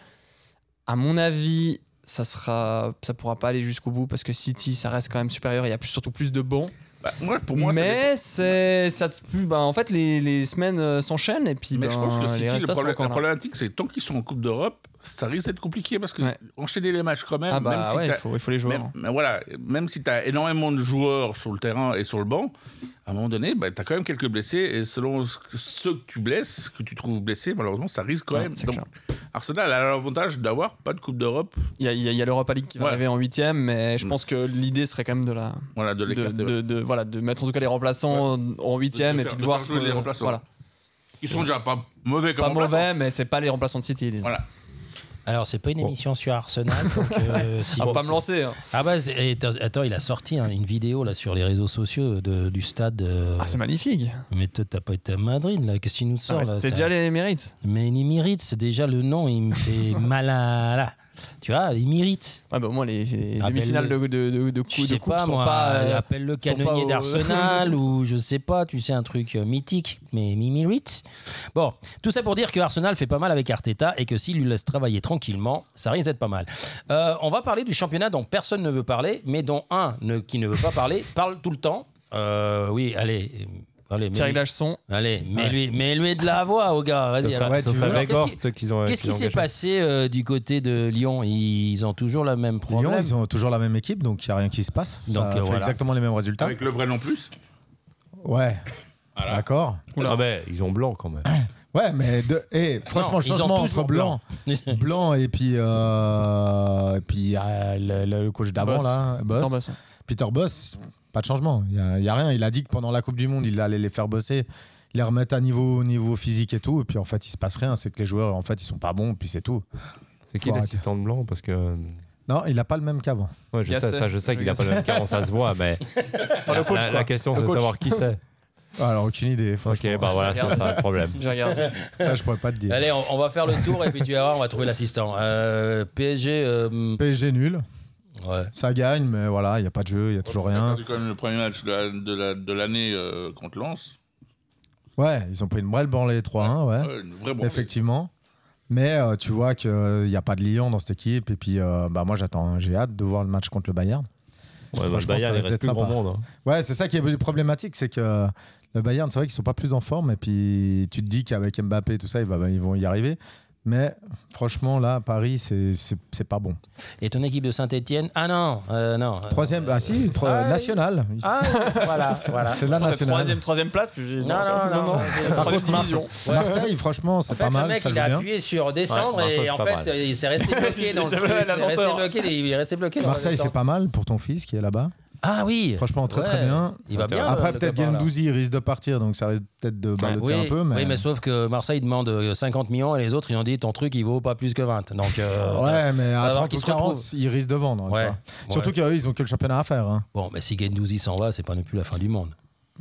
Speaker 6: À mon avis, ça sera, ça pourra pas aller jusqu'au bout parce que City, ça reste quand même supérieur. Il y a plus- surtout plus de bancs
Speaker 7: Bah, moi, pour moi, ça dépend.
Speaker 6: mais c'est ça se plus bah, en fait les, les semaines euh, s'enchaînent et puis
Speaker 7: Mais
Speaker 6: ben,
Speaker 7: je pense que
Speaker 6: les
Speaker 7: City, le
Speaker 6: résultats sont
Speaker 7: problème,
Speaker 6: encore
Speaker 7: la
Speaker 6: là.
Speaker 7: problématique, c'est que tant qu'ils sont en Coupe d'Europe, ça risque d'être compliqué parce que
Speaker 6: Ouais.
Speaker 7: enchaîner les matchs quand même,
Speaker 6: Ah bah
Speaker 7: même si
Speaker 6: ouais, il
Speaker 7: t'as-
Speaker 6: faut, hein. il faut les joueurs.
Speaker 7: même, mais voilà, même si tu as énormément de joueurs sur le terrain et sur le banc, à un moment donné, bah, tu as quand même quelques blessés. Et selon ce que- ceux que tu blesses, que tu trouves blessés, malheureusement, ça risque quand
Speaker 6: Ouais,
Speaker 7: même.
Speaker 6: c'est
Speaker 7: Donc,
Speaker 6: clair.
Speaker 7: Arsenal a l'avantage d'avoir pas de Coupe d'Europe.
Speaker 6: Il y a, il y a- il y a l'Europa League qui va
Speaker 7: Ouais.
Speaker 6: arriver en huitième, mais je pense que
Speaker 7: C'est-
Speaker 6: l'idée serait quand même de la
Speaker 7: Voilà, de
Speaker 6: de,
Speaker 7: l'écarter. ouais.
Speaker 6: de- de- voilà de mettre en tout cas les remplaçants en huitième
Speaker 7: De- de
Speaker 6: et
Speaker 7: faire-
Speaker 6: puis de,
Speaker 7: de
Speaker 6: voir
Speaker 7: faire jouer
Speaker 6: ce-
Speaker 7: les remplaçants.
Speaker 6: voilà
Speaker 7: Ils sont déjà pas mauvais comme
Speaker 6: pas
Speaker 7: remplaçants.
Speaker 6: mauvais mais c'est pas les remplaçants de City disons.
Speaker 7: Voilà.
Speaker 4: Alors, c'est pas
Speaker 6: Oh.
Speaker 4: une émission sur Arsenal. donc, euh, si-
Speaker 6: Ah, faut pas me lancer hein.
Speaker 4: Ah bah, c'est- et t'as- attends, il a sorti hein, une vidéo là sur les réseaux sociaux de- du stade. euh,
Speaker 6: ah c'est magnifique
Speaker 4: mais toi, t'as pas été à Madrid là Qu'est-ce que tu nous sors
Speaker 6: Ah ouais,
Speaker 4: là
Speaker 6: t'es
Speaker 4: ça
Speaker 6: déjà allé à mérites
Speaker 4: Mais il mérite, c'est déjà le nom, il me fait mal à là. Tu vois, il mérite.
Speaker 6: ah bah au moins les, les
Speaker 4: Rappelle-le.
Speaker 6: demi-finales de, de, de, de,
Speaker 4: Je
Speaker 6: coupe, de
Speaker 4: sais
Speaker 6: coupe
Speaker 4: pas,
Speaker 6: sont
Speaker 4: moi,
Speaker 6: pas euh,
Speaker 4: appelle le
Speaker 6: sont pas
Speaker 4: canonnier
Speaker 6: au-
Speaker 4: d'Arsenal ou je sais pas, tu sais, un truc euh, mythique, mais il mérite. Bon, tout ça pour dire que Arsenal fait pas mal avec Arteta et que s'il lui laisse travailler tranquillement, ça risque d'être pas mal. Euh, on va parler du championnat dont personne ne veut parler, mais dont un ne- qui ne veut pas parler parle tout le temps. Euh, oui, allez. euh, allez,
Speaker 6: Thierry
Speaker 4: mets-lui-
Speaker 6: Glachson
Speaker 4: allez, mets-lui mets-lui de la voix au gars, vas-y. alors.
Speaker 5: Ouais, tu
Speaker 2: Sauf
Speaker 5: veux-
Speaker 2: avec
Speaker 4: Alors, qu'est-ce
Speaker 2: Horst qu'ils ont.
Speaker 4: Qu'est-ce qui
Speaker 2: qu'ils ont
Speaker 4: s'est
Speaker 2: engagé.
Speaker 4: passé euh, du côté de Lyon Ils ont toujours la même problème.
Speaker 5: Lyon, ils ont toujours la même équipe, donc il n'y a rien qui se passe. Ça
Speaker 4: Donc, euh,
Speaker 5: fait
Speaker 4: voilà.
Speaker 5: exactement les mêmes
Speaker 6: Hein
Speaker 5: résultats.
Speaker 7: Avec le vrai non plus.
Speaker 5: Ouais,
Speaker 7: Voilà.
Speaker 5: d'accord.
Speaker 2: Ah ben, ils ont blanc quand même.
Speaker 5: Ouais, mais de... eh, franchement, le
Speaker 4: ils ont
Speaker 5: changement
Speaker 4: toujours
Speaker 5: entre blanc, blanc et puis, euh, et puis euh, le, le- le coach d'avant,
Speaker 6: Boss.
Speaker 5: là, Boss,
Speaker 6: Attends, Boss.
Speaker 5: Peter Boss, pas de changement. Il n'y a, rien. Il a dit que pendant la Coupe du Monde, il allait les faire bosser, les remettre à niveau, au niveau physique et tout. Et puis en fait, il se passe rien. C'est que les joueurs, en fait, ils sont pas bons, puis c'est tout.
Speaker 2: C'est qui
Speaker 5: Faut arrêter.
Speaker 2: l'assistant de blanc Parce que.
Speaker 5: Non, il n'a pas le même qu'avant.
Speaker 2: Ouais, je sais,
Speaker 6: Gasset.
Speaker 2: ça, je sais qu'il a pas le même carré, ça se voit, mais.
Speaker 6: le coach,
Speaker 2: la,
Speaker 6: quoi.
Speaker 2: question,
Speaker 6: Le
Speaker 2: c'est de
Speaker 6: coach.
Speaker 2: savoir qui c'est.
Speaker 5: Alors, aucune idée.
Speaker 2: Ok,
Speaker 5: franchement.
Speaker 2: bah voilà, ça, c'est un problème.
Speaker 6: j'ai regardé
Speaker 5: Ça, je pourrais pas te dire.
Speaker 4: Allez, on, on va faire le tour et puis tu vas voir, on va trouver l'assistant. Euh, PSG, euh,
Speaker 5: PSG nul.
Speaker 4: ouais.
Speaker 5: Ça gagne, mais voilà, il n'y a pas de jeu, il n'y a toujours
Speaker 7: Ils ont
Speaker 5: rien.
Speaker 7: perdu quand même le premier match de la- de la- de l'année euh, contre Lens.
Speaker 5: Ouais, ils ont pris une brêle branlée 3-1, ouais.
Speaker 7: Ouais, une vraie bonne-
Speaker 5: effectivement. Mais euh, tu vois qu'il n'y a pas de lion dans cette équipe. Et puis, euh, bah, moi, j'attends. hein. J'ai hâte de voir le match contre le Bayern.
Speaker 2: Ouais, bah,
Speaker 5: pense
Speaker 2: le
Speaker 5: que ça
Speaker 2: Bayern, il
Speaker 5: risque
Speaker 2: reste plus
Speaker 5: d'être
Speaker 2: grand
Speaker 5: sympa.
Speaker 2: monde. hein.
Speaker 5: Ouais, c'est ça qui est problématique. C'est que le Bayern, c'est vrai qu'ils sont pas plus en forme. Et puis, tu te dis qu'avec Mbappé et tout ça, ils, va- ils vont y arriver. Mais franchement, là, Paris, c'est- c'est c'est pas bon.
Speaker 4: Et ton équipe de Saint-Etienne Ah non, euh, non. euh,
Speaker 5: Troisième, ah si, tro-
Speaker 4: ah,
Speaker 5: national.
Speaker 4: Ah, voilà, voilà.
Speaker 5: C'est la nationale.
Speaker 6: troisième troisième place puis j'ai-
Speaker 4: Non, non,
Speaker 5: Par
Speaker 4: non.
Speaker 6: troisième
Speaker 5: contre, Marseille,
Speaker 6: division
Speaker 5: Marseille, franchement, c'est
Speaker 4: En fait,
Speaker 5: pas
Speaker 4: le
Speaker 5: mal.
Speaker 4: mec,
Speaker 5: Ça
Speaker 4: il
Speaker 5: joue
Speaker 4: a
Speaker 5: bien.
Speaker 4: appuyé sur descendre
Speaker 2: Ouais,
Speaker 4: et
Speaker 2: Marseille,
Speaker 4: en
Speaker 2: c'est pas
Speaker 4: fait, il s'est resté bloqué dans le
Speaker 6: C'est
Speaker 4: truc.
Speaker 6: vrai,
Speaker 4: Il est resté
Speaker 6: l'ascenseur.
Speaker 4: bloqué, il est resté bloqué dans
Speaker 5: Marseille, c'est
Speaker 4: l'ascenseur.
Speaker 5: pas mal pour ton fils qui est là-bas.
Speaker 4: Ah oui
Speaker 5: Franchement, très très
Speaker 4: Ouais.
Speaker 5: bien.
Speaker 4: Il va bien.
Speaker 5: Après,
Speaker 4: le
Speaker 5: peut-être
Speaker 4: copain, là.
Speaker 5: Gendouzi risque de partir, donc ça risque peut-être de balloter
Speaker 4: Bah oui,
Speaker 5: un peu. Mais...
Speaker 4: oui, mais sauf que Marseille demande euh, 50 millions et les autres, ils ont dit ton truc, il vaut pas plus que 20. Donc, euh,
Speaker 5: ouais, mais à
Speaker 4: va voir
Speaker 5: 30
Speaker 4: qu'ils
Speaker 5: ou
Speaker 4: se
Speaker 5: 40,
Speaker 4: retrouvent.
Speaker 5: ils risquent de vendre. tu
Speaker 4: Ouais.
Speaker 5: vois.
Speaker 4: Ouais.
Speaker 5: Surtout qu'eux, ils ont que le championnat à faire. hein.
Speaker 4: Bon, mais si Gendouzi s'en va, c'est pas non plus la fin du monde.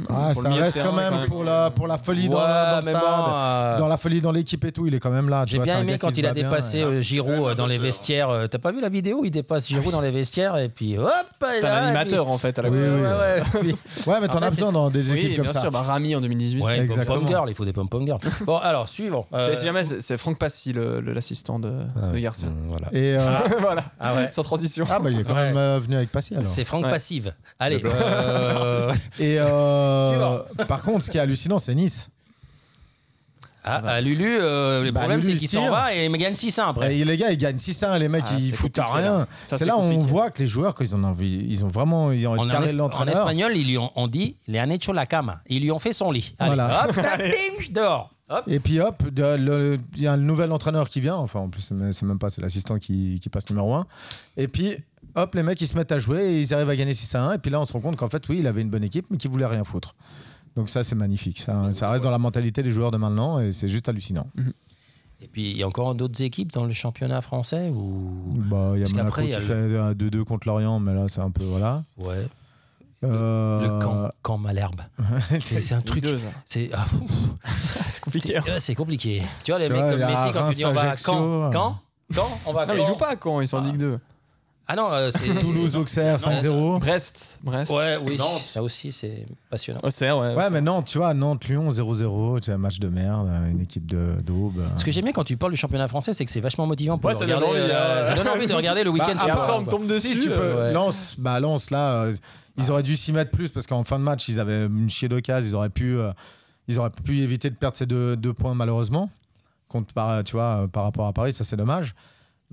Speaker 5: Ah,
Speaker 6: Pour le
Speaker 5: ça
Speaker 6: milieu de
Speaker 5: reste quand
Speaker 6: terrain,
Speaker 5: même,
Speaker 6: quand même.
Speaker 5: Pour, la, pour la folie dans,
Speaker 4: Ouais,
Speaker 5: la- dans le
Speaker 4: mais
Speaker 5: stade,
Speaker 4: bon, euh,
Speaker 5: dans la folie dans l'équipe et tout, il est quand même là. Ah, tu
Speaker 4: J'ai
Speaker 5: vois, c'est
Speaker 4: bien
Speaker 5: un
Speaker 4: aimé
Speaker 5: gars
Speaker 4: quand
Speaker 5: qui se
Speaker 4: il a
Speaker 5: bat bien, hein.
Speaker 4: dépassé
Speaker 5: ouais.
Speaker 4: euh, Giroud
Speaker 7: Ouais,
Speaker 4: euh, dans les
Speaker 7: ouais.
Speaker 4: vestiaires. Euh, T'as pas vu la vidéo Il dépasse Giroud dans les vestiaires et puis hop
Speaker 6: c'est
Speaker 4: là,
Speaker 6: un animateur hein. en fait à la
Speaker 4: et puis-
Speaker 5: Oui,
Speaker 4: Ouais,
Speaker 5: oui.
Speaker 4: ouais, ouais. Puis-
Speaker 5: Ouais, mais t'en
Speaker 4: euh, fait,
Speaker 5: as besoin dans des équipes
Speaker 6: oui
Speaker 5: comme
Speaker 6: bien
Speaker 5: ça.
Speaker 6: sûr bah, Rami en 2018
Speaker 4: Ouais, des
Speaker 5: Exactement.
Speaker 4: pom-pom girls, il faut des pom-pom girls. Bon, alors, suivant. Euh,
Speaker 6: C'est- si jamais, c'est c'est Franck Passy, le- le- l'assistant de,
Speaker 5: Ah
Speaker 6: de Garcia.
Speaker 2: Hum, Voilà.
Speaker 5: Et, euh,
Speaker 6: voilà,
Speaker 4: Ah ouais.
Speaker 6: sans transition.
Speaker 5: ah, bah, il est quand
Speaker 4: Ouais.
Speaker 5: même euh, venu avec Passy alors.
Speaker 4: C'est Franck
Speaker 6: Ouais.
Speaker 4: Passive. Allez. euh,
Speaker 5: Et euh, par contre, ce qui est hallucinant, c'est Nice.
Speaker 4: ah, ah, Lulu, euh, le
Speaker 5: Bah,
Speaker 4: problème,
Speaker 5: Lulu,
Speaker 4: c'est qu'il
Speaker 5: il
Speaker 4: s'en
Speaker 5: tire.
Speaker 4: va et il me gagne 6-1 après.
Speaker 5: Et les gars, ils gagnent 6-1, les mecs,
Speaker 6: Ah,
Speaker 5: ils
Speaker 6: c'est
Speaker 5: foutent à
Speaker 6: compliqué, là.
Speaker 5: rien.
Speaker 6: Ça,
Speaker 5: c'est
Speaker 6: c'est
Speaker 5: là où on
Speaker 6: compliqué.
Speaker 5: voit que les joueurs, quand ils en ont envie, ils ont vraiment ils ont
Speaker 4: En, en es-
Speaker 5: carré
Speaker 4: en
Speaker 5: l'entraîneur.
Speaker 4: espagnol, ils lui ont, on dit les han hecho la cama. Ils lui ont fait son lit. Allez,
Speaker 5: Voilà.
Speaker 4: hop, tac, ding, dehors. Hop.
Speaker 5: Et puis hop, de- le- il y a un nouvel entraîneur qui vient. Enfin, en plus, c'est même- c'est même pas, c'est l'assistant qui, qui passe numéro 1. Et puis, hop, les mecs, ils se mettent à jouer et ils arrivent à gagner 6 à 1. Et puis là, on se rend compte qu'en fait, oui, il avait une bonne équipe, mais qu'il voulait rien foutre. Donc ça, c'est magnifique. Ça, ça reste dans la mentalité des joueurs de maintenant et c'est juste hallucinant.
Speaker 4: Mm. Et puis, il y a encore d'autres équipes dans le championnat français ou.
Speaker 5: Bah, il y a
Speaker 4: Parce
Speaker 5: Monaco
Speaker 4: qu'après, il
Speaker 5: qui
Speaker 4: y a
Speaker 5: fait un 2-2 contre l'Orient, mais là, c'est un peu, voilà.
Speaker 4: Ouais.
Speaker 5: Euh,
Speaker 4: Le camp, camp Malherbe. c'est c'est un truc. C'est ah,
Speaker 6: C'est compliqué.
Speaker 5: hein.
Speaker 4: euh, c'est compliqué. Tu vois, les
Speaker 5: Tu
Speaker 4: mecs
Speaker 5: vois, il
Speaker 4: comme
Speaker 5: y a
Speaker 4: Messi, quand tu dis on va à
Speaker 5: Reims,
Speaker 4: Caen,
Speaker 5: Ajaccio. euh.
Speaker 4: Caen, Caen, on va à
Speaker 6: Non, mais
Speaker 4: Caen.
Speaker 6: ils jouent pas quand ils sont en
Speaker 4: Ah.
Speaker 6: Ligue 2.
Speaker 4: Ah non, euh, c'est.
Speaker 5: Toulouse, Auxerre, 5-0.
Speaker 6: Brest, Brest.
Speaker 4: Ouais, oui.
Speaker 7: Nantes.
Speaker 4: Ça aussi, c'est passionnant.
Speaker 6: Auxerre, ouais.
Speaker 5: Ouais,
Speaker 6: Auxerre.
Speaker 5: mais Nantes, tu vois, Nantes, Lyon, 0-0, tu as un match de merde, euh, une équipe de- d'aube. euh.
Speaker 4: Ce que j'aime bien quand tu parles du championnat français, c'est que c'est vachement motivant pour
Speaker 6: Ouais,
Speaker 4: le
Speaker 6: ça donne
Speaker 4: regarder.
Speaker 6: envie,
Speaker 4: euh,
Speaker 6: euh,
Speaker 4: Ça donne envie de regarder le week-end.
Speaker 5: Bah,
Speaker 6: Et
Speaker 4: sur
Speaker 6: après,
Speaker 4: Caen,
Speaker 6: on me
Speaker 4: quoi.
Speaker 6: tombe dessus. euh,
Speaker 5: Si
Speaker 6: Ah.
Speaker 5: tu peux,
Speaker 4: ouais.
Speaker 5: Lance, bah Lance là, euh, ils auraient dû s'y mettre plus parce qu'en fin de match ils avaient une chier d'occasion, ils auraient pu, euh, ils auraient pu éviter de perdre ces deux, deux points malheureusement contre, par- tu vois, par rapport à Paris, ça c'est dommage.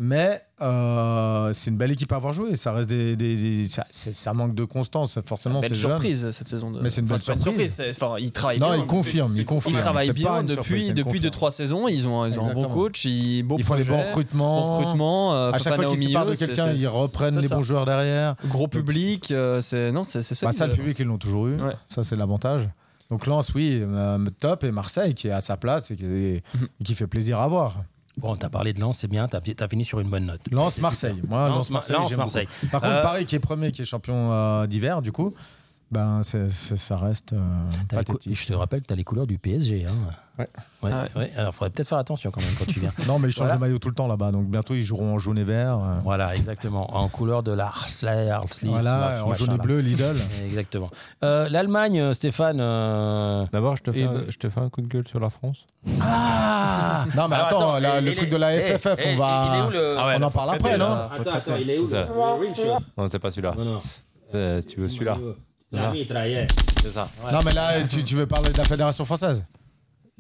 Speaker 5: Mais euh, c'est une belle équipe à avoir joué. Ça reste des, des- des- ça, c'est- ça manque de constance, forcément.
Speaker 6: Belle
Speaker 5: C'est jeune.
Speaker 6: surprise cette saison. De...
Speaker 5: Mais c'est une
Speaker 6: Enfin,
Speaker 5: belle
Speaker 6: pas
Speaker 5: surprise.
Speaker 6: c'est- Enfin, ils travaillent
Speaker 5: Non,
Speaker 6: bien.
Speaker 5: ils confirment, ils confirment.
Speaker 6: Ils travaillent
Speaker 5: C'est pas
Speaker 6: bien
Speaker 5: une surprise,
Speaker 6: depuis
Speaker 5: c'est une
Speaker 6: depuis
Speaker 5: confirmation.
Speaker 6: deux trois saisons. Ils ont ils ont un bon
Speaker 5: Exactement.
Speaker 6: coach, ils beau
Speaker 5: Ils font les bons
Speaker 6: projet,
Speaker 5: recrutements.
Speaker 6: bon recrutement. euh,
Speaker 5: À chaque
Speaker 6: Fofana
Speaker 5: fois
Speaker 6: au
Speaker 5: qu'ils se
Speaker 6: milieu,
Speaker 5: séparent de
Speaker 6: c'est-
Speaker 5: quelqu'un,
Speaker 6: c'est-
Speaker 5: ils
Speaker 6: c'est
Speaker 5: reprennent
Speaker 6: ça.
Speaker 5: les bons joueurs derrière.
Speaker 6: Gros
Speaker 5: Donc,
Speaker 6: public, euh, c'est non, c'est c'est
Speaker 5: Bah,
Speaker 6: solide. euh,
Speaker 5: ça, le public, ils l'ont toujours eu.
Speaker 6: Ouais.
Speaker 5: Ça, c'est l'avantage. Donc Lens, oui, euh, top. Et Marseille, qui est à sa place et qui, et qui fait plaisir à voir.
Speaker 4: Bon, t'as parlé de Lens, c'est bien, t'as as fini sur une bonne note. Ah,
Speaker 5: Lens, Marseille. Moi,
Speaker 4: Lens,
Speaker 5: Lens, Marseille.
Speaker 4: Lens,
Speaker 5: j'aime
Speaker 4: Marseille.
Speaker 5: beaucoup. Par contre,
Speaker 4: Euh,
Speaker 5: Paris, qui est premier, qui est champion euh, d'hiver, du coup, ben, c'est- c'est- ça reste euh,
Speaker 4: T'as les cou-
Speaker 5: pathétique.
Speaker 4: je te rappelle que t'as les couleurs du PSG. Hein.
Speaker 5: Ouais.
Speaker 4: Ouais,
Speaker 6: Ah
Speaker 4: ouais. Alors, faudrait peut-être faire attention quand même quand tu viens.
Speaker 5: Non, mais ils changent
Speaker 4: Voilà.
Speaker 5: de maillot tout le temps là-bas. Donc bientôt, ils joueront en jaune et vert. euh,
Speaker 4: voilà, exactement. En couleur de la Arsley, Arsley.
Speaker 5: voilà,
Speaker 4: ce
Speaker 5: en
Speaker 4: machin,
Speaker 5: jaune et
Speaker 4: là.
Speaker 5: bleu, Lidl.
Speaker 4: Exactement. Euh, L'Allemagne, euh, Stéphane. euh,
Speaker 2: D'abord, je, te
Speaker 4: Et
Speaker 2: fais un-
Speaker 4: ben-
Speaker 2: je te fais un coup de gueule sur la France.
Speaker 4: Ah
Speaker 5: Non, mais
Speaker 4: Alors,
Speaker 5: attends, la-
Speaker 4: il-
Speaker 5: le
Speaker 4: il
Speaker 5: truc
Speaker 4: est-
Speaker 5: de la
Speaker 4: eh,
Speaker 5: FFF,
Speaker 4: eh,
Speaker 5: on va.
Speaker 4: il est où le-
Speaker 6: Ah ouais,
Speaker 5: on en
Speaker 6: faut
Speaker 5: parle
Speaker 6: traiter,
Speaker 5: après, non
Speaker 6: ça, faut
Speaker 11: Attends,
Speaker 6: traiter.
Speaker 11: attends, il est où
Speaker 2: Ça.
Speaker 11: le le real shot
Speaker 2: Non, c'est pas celui-là.
Speaker 11: Non, non.
Speaker 2: Euh, tu veux celui-là
Speaker 11: L'arbitre, ailleurs.
Speaker 2: C'est ça.
Speaker 5: Non, mais là, tu, tu veux parler de la Fédération française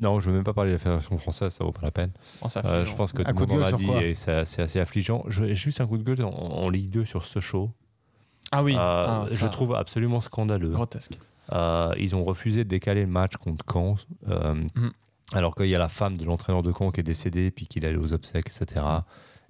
Speaker 2: Non, je veux même pas parler de la Fédération française, ça vaut pas la peine.
Speaker 6: On s'affiche,
Speaker 2: Euh,
Speaker 6: hein.
Speaker 2: je pense que
Speaker 5: Un
Speaker 2: tout
Speaker 5: coup
Speaker 2: le
Speaker 5: de
Speaker 2: monde
Speaker 5: gueule
Speaker 2: l'a
Speaker 5: sur
Speaker 2: dit
Speaker 5: quoi
Speaker 2: et c'est c'est assez affligeant. Je- J'ai juste un coup de gueule en, en Ligue 2 sur ce show.
Speaker 6: Ah oui,
Speaker 2: Euh,
Speaker 6: ah,
Speaker 2: je
Speaker 6: ça,
Speaker 2: trouve absolument scandaleux.
Speaker 6: grotesque.
Speaker 2: Euh, ils ont refusé de décaler le match contre Caen, euh,
Speaker 6: Mhm.
Speaker 2: alors qu'il y a la femme de l'entraîneur de Caen qui est décédée, puis qu'il est allé aux obsèques, etc.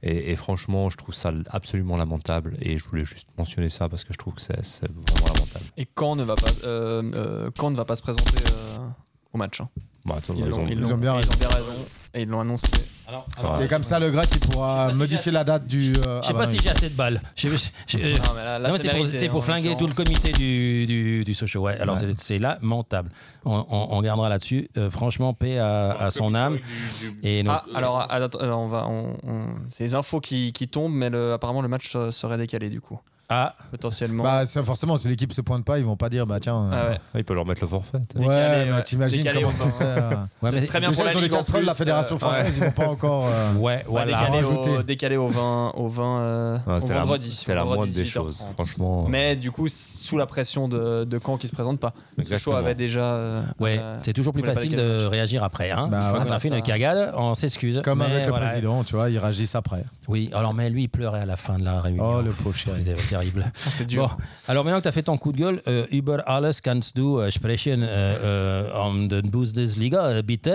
Speaker 2: Et, et franchement, je trouve ça absolument lamentable. Et je voulais juste mentionner ça parce que je trouve que c'est c'est vraiment lamentable.
Speaker 6: Et Caen ne va pas, euh, euh, Caen ne va pas se présenter euh, au match. hein.
Speaker 2: Bon, attends,
Speaker 6: Ils
Speaker 2: ils
Speaker 6: l'ont-
Speaker 2: ont-
Speaker 6: ils
Speaker 5: ils ont
Speaker 6: l'ont
Speaker 5: bien
Speaker 4: Ah,
Speaker 5: raison.
Speaker 6: raison et ils l'ont annoncé.
Speaker 4: Alors,
Speaker 2: alors,
Speaker 5: Et
Speaker 2: Ouais.
Speaker 5: comme ça, le Grat, il pourra
Speaker 4: Je sais pas si
Speaker 5: modifier
Speaker 4: j'ai-
Speaker 5: la date du. euh,
Speaker 4: Je sais
Speaker 5: bah, ah
Speaker 4: pas
Speaker 5: bah non,
Speaker 4: si j'ai assez de balles. Je- je- je- euh,
Speaker 6: Non, mais là- là,
Speaker 4: non, c'est pour,
Speaker 6: mérité,
Speaker 4: c'est pour
Speaker 6: hein, en
Speaker 4: flinguer tout le
Speaker 6: l'occurrence.
Speaker 4: comité du, du, du Sochaux. Ouais, alors c'est- c'est lamentable. On, on, on gardera là-dessus. Euh, franchement, paix à, à son âme. Et donc,
Speaker 6: Ah, alors, attends, alors on va, on, on- c'est les infos qui, qui tombent, mais le- apparemment le match euh, serait décalé du coup,
Speaker 4: ah,
Speaker 6: potentiellement.
Speaker 5: Bah, c'est- forcément, si l'équipe se pointe pas, ils vont pas dire, bah tiens.
Speaker 6: Ah
Speaker 5: euh,
Speaker 6: ouais.
Speaker 2: ils peuvent leur mettre le forfait. hein.
Speaker 5: Ouais,
Speaker 6: Décalé,
Speaker 5: mais
Speaker 6: ouais.
Speaker 5: t'imagines
Speaker 6: Décalé
Speaker 5: comment
Speaker 6: au
Speaker 5: ça
Speaker 6: sens.
Speaker 5: serait. euh,
Speaker 4: ouais, mais-
Speaker 6: C'est très bien
Speaker 5: Déjà,
Speaker 6: pour la
Speaker 5: ils ont les
Speaker 6: Ligue en
Speaker 5: casseroles de la
Speaker 6: plus,
Speaker 5: Fédération
Speaker 6: euh,
Speaker 5: française, ils vont pas encore. euh,
Speaker 4: ouais,
Speaker 6: Ouais,
Speaker 4: voilà.
Speaker 6: décalé, au,
Speaker 5: Rajouter.
Speaker 6: décalé au 20, au 20 euh,
Speaker 2: Ouais,
Speaker 6: au
Speaker 2: c'est la,
Speaker 6: vendredi.
Speaker 2: c'est
Speaker 6: au
Speaker 2: la
Speaker 6: vendredi
Speaker 2: moindre des
Speaker 6: 18h30.
Speaker 2: choses, franchement.
Speaker 6: Mais du coup, sous la pression de, de Caen qui se présente pas. Le show
Speaker 2: Exactement.
Speaker 6: avait déjà. euh,
Speaker 4: Ouais,
Speaker 6: euh,
Speaker 4: c'est toujours plus
Speaker 6: voulez pas
Speaker 4: facile
Speaker 6: décaler le
Speaker 4: de
Speaker 6: match.
Speaker 4: réagir après. Hein.
Speaker 5: Bah
Speaker 4: Une fois
Speaker 5: ouais,
Speaker 4: qu'on a
Speaker 6: bah
Speaker 4: fait
Speaker 6: ça-
Speaker 4: une cagade, on s'excuse.
Speaker 5: Comme
Speaker 4: mais
Speaker 5: avec le
Speaker 4: voilà.
Speaker 5: président, tu vois, ils réagissent après.
Speaker 4: Oui, alors mais lui, il pleurait à la fin de la réunion.
Speaker 5: Oh, le pauvre chéri.
Speaker 4: C'était terrible.
Speaker 6: C'est dur.
Speaker 4: Bon, alors maintenant que tu as fait ton coup de gueule, euh, über alles kannst du euh, sprechen euh, euh, en der Bundesliga, euh, bitte.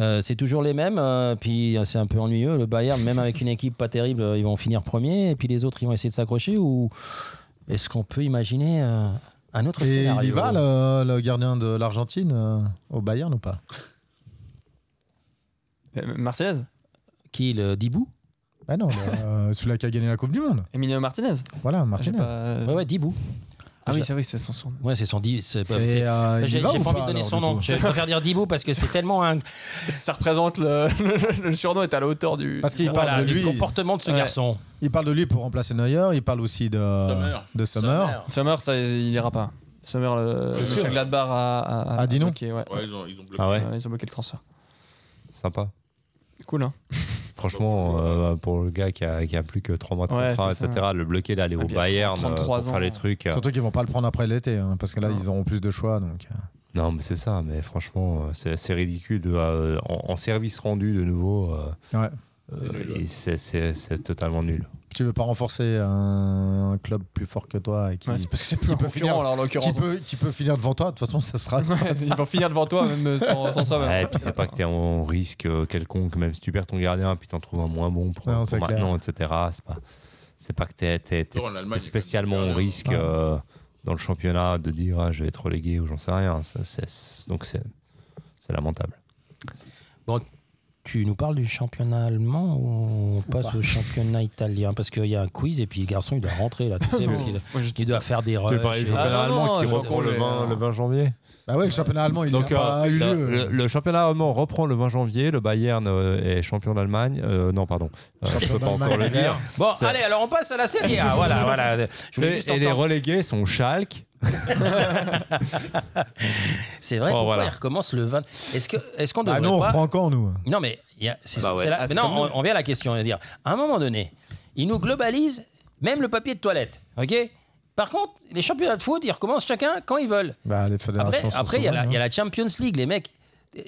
Speaker 4: Euh, c'est toujours les mêmes, euh, puis euh, c'est un peu ennuyeux. Le Bayern, même avec une équipe pas terrible, euh, ils vont finir premier, et puis les autres, ils vont essayer de s'accrocher. Ou est-ce qu'on peut imaginer euh, un autre
Speaker 5: Et euh,
Speaker 4: scénario
Speaker 5: il y va, le, le gardien de l'Argentine, euh, au Bayern ou pas
Speaker 6: Euh, Martinez
Speaker 4: Qui, le Dibou
Speaker 5: Ah non, mais, euh, celui-là qui a gagné la Coupe du Monde.
Speaker 6: Emilio Martinez
Speaker 5: Voilà,
Speaker 6: J'ai
Speaker 5: Martinez.
Speaker 6: pas, euh,
Speaker 4: Ouais, ouais, Dibou.
Speaker 6: Ah oui, c'est vrai, c'est son son.
Speaker 4: Ouais, c'est son Dibou. c'est pas-
Speaker 5: Et,
Speaker 4: c'est-
Speaker 5: euh, il y
Speaker 4: J'ai j'ai
Speaker 5: va
Speaker 4: pas
Speaker 5: ou
Speaker 4: envie de donner
Speaker 5: alors,
Speaker 4: son
Speaker 5: du
Speaker 4: nom.
Speaker 5: coup
Speaker 4: Je préfère dire Dibou parce que c'est tellement un
Speaker 6: Ça représente le, le journal est à la hauteur du.
Speaker 5: Parce qu'il parle
Speaker 4: voilà,
Speaker 5: de
Speaker 4: du
Speaker 5: lui.
Speaker 4: comportement de ce
Speaker 6: Ouais.
Speaker 4: garçon.
Speaker 5: Il parle de lui pour remplacer Neuer, il parle aussi de
Speaker 7: Sommer.
Speaker 5: de Sommer.
Speaker 6: Summer, ça, il ira pas. Summer, le,
Speaker 7: C'est
Speaker 6: le
Speaker 7: sûr.
Speaker 6: Gladbach a, a, a-
Speaker 5: Ah, dis
Speaker 6: a
Speaker 5: non.
Speaker 6: bloqué, ouais.
Speaker 7: Ouais, ils ont, ils ont bloqué.
Speaker 2: Ah ouais,
Speaker 6: Euh, Ils ont bloqué le transfert.
Speaker 2: sympa.
Speaker 6: Cool, hein.
Speaker 2: Franchement, euh, pour le gars qui a, qui a plus que 3 mois de
Speaker 6: Ouais,
Speaker 2: contrat,
Speaker 6: c'est ça.
Speaker 2: etc., le bloquer d'aller
Speaker 6: Ah,
Speaker 2: au
Speaker 6: puis il a
Speaker 2: Bayern
Speaker 6: 33
Speaker 2: euh, pour
Speaker 6: ans.
Speaker 2: faire les trucs. euh,
Speaker 5: Surtout qu'ils vont pas le prendre après l'été, hein, parce que là,
Speaker 6: Non.
Speaker 5: ils auront plus de choix. Donc. euh.
Speaker 2: Non, mais c'est ça, mais franchement, euh, c'est assez ridicule. de, euh, en, en service rendu, de nouveau, euh,
Speaker 5: Ouais.
Speaker 2: euh, et c'est- c'est c'est totalement nul.
Speaker 5: Tu veux pas renforcer un, un club plus fort que toi et qui,
Speaker 6: Ouais, c'est parce que c'est plus
Speaker 5: Qui
Speaker 6: un
Speaker 5: peut
Speaker 6: concurrent,
Speaker 5: finir-
Speaker 6: là, en
Speaker 5: qui,
Speaker 6: l'occurrence.
Speaker 5: peut, qui peut finir devant toi. De toute façon, ça sera.
Speaker 6: Ouais, Ils vont finir devant toi, même euh, sans, sans soi-même.
Speaker 2: Ouais, et puis c'est pas que t'es en risque euh, quelconque, même si tu perds ton gardien, puis t'en trouves un moins bon pour,
Speaker 5: Non,
Speaker 2: pour
Speaker 5: c'est clair.
Speaker 2: maintenant, etc. C'est pas, c'est pas que t'es, t'es- t'es-
Speaker 7: Non, en Allemagne, il y a
Speaker 2: t'es spécialement
Speaker 7: quand même
Speaker 2: en
Speaker 7: des
Speaker 2: risque euh, dans le championnat de dire ah, je vais être relégué ou j'en sais rien. Ça, c'est- donc c'est, c'est lamentable.
Speaker 4: Tu nous parles du championnat allemand ou on passe au championnat italien Parce qu'il y a un quiz et puis le garçon il doit rentrer là. Tu sais, parce qu'il a-
Speaker 6: Moi, je-
Speaker 4: il doit faire des rushs.
Speaker 6: championnat Ah, non, allemand non, qui je- reprend le je- 20
Speaker 5: hein.
Speaker 6: le
Speaker 2: janvier
Speaker 5: bah ouais, le championnat allemand, il n'a
Speaker 2: Donc,
Speaker 5: pas
Speaker 2: euh,
Speaker 5: eu
Speaker 2: le,
Speaker 5: lieu.
Speaker 2: le- le championnat allemand reprend le 20 janvier. Le Bayern euh, est champion d'Allemagne. Euh, non, pardon. Euh, je
Speaker 5: Champion
Speaker 2: peux pas encore
Speaker 5: d'Allemagne.
Speaker 2: le dire.
Speaker 4: Bon,
Speaker 2: Ça-
Speaker 4: allez, alors on passe à la série A. voilà, voilà. Je voulais
Speaker 2: Et,
Speaker 4: juste
Speaker 2: et les
Speaker 4: entendre-
Speaker 2: relégués sont Schalke.
Speaker 4: C'est vrai,
Speaker 2: Oh,
Speaker 4: pourquoi
Speaker 2: voilà.
Speaker 4: il recommence le 20 Est-ce qu'on est qu'on devrait
Speaker 5: Ah non, on
Speaker 4: pas-
Speaker 5: reprend quand, nous
Speaker 4: Non, mais il y a- c'est
Speaker 2: Bah ouais.
Speaker 4: c'est la-
Speaker 6: Ah, c'est
Speaker 4: mais non,
Speaker 6: comme
Speaker 4: on, on vient à la question. C'est-à-dire, à un moment donné, ils nous globalisent même le papier de toilette. OK Par contre, les championnats de foot, ils recommencent chacun quand ils veulent.
Speaker 5: bah, Les fédérations
Speaker 4: Après,
Speaker 5: sont
Speaker 4: après, il y, a la-
Speaker 5: souveraines,
Speaker 4: il y a
Speaker 5: hein.
Speaker 4: la Champions League, les mecs.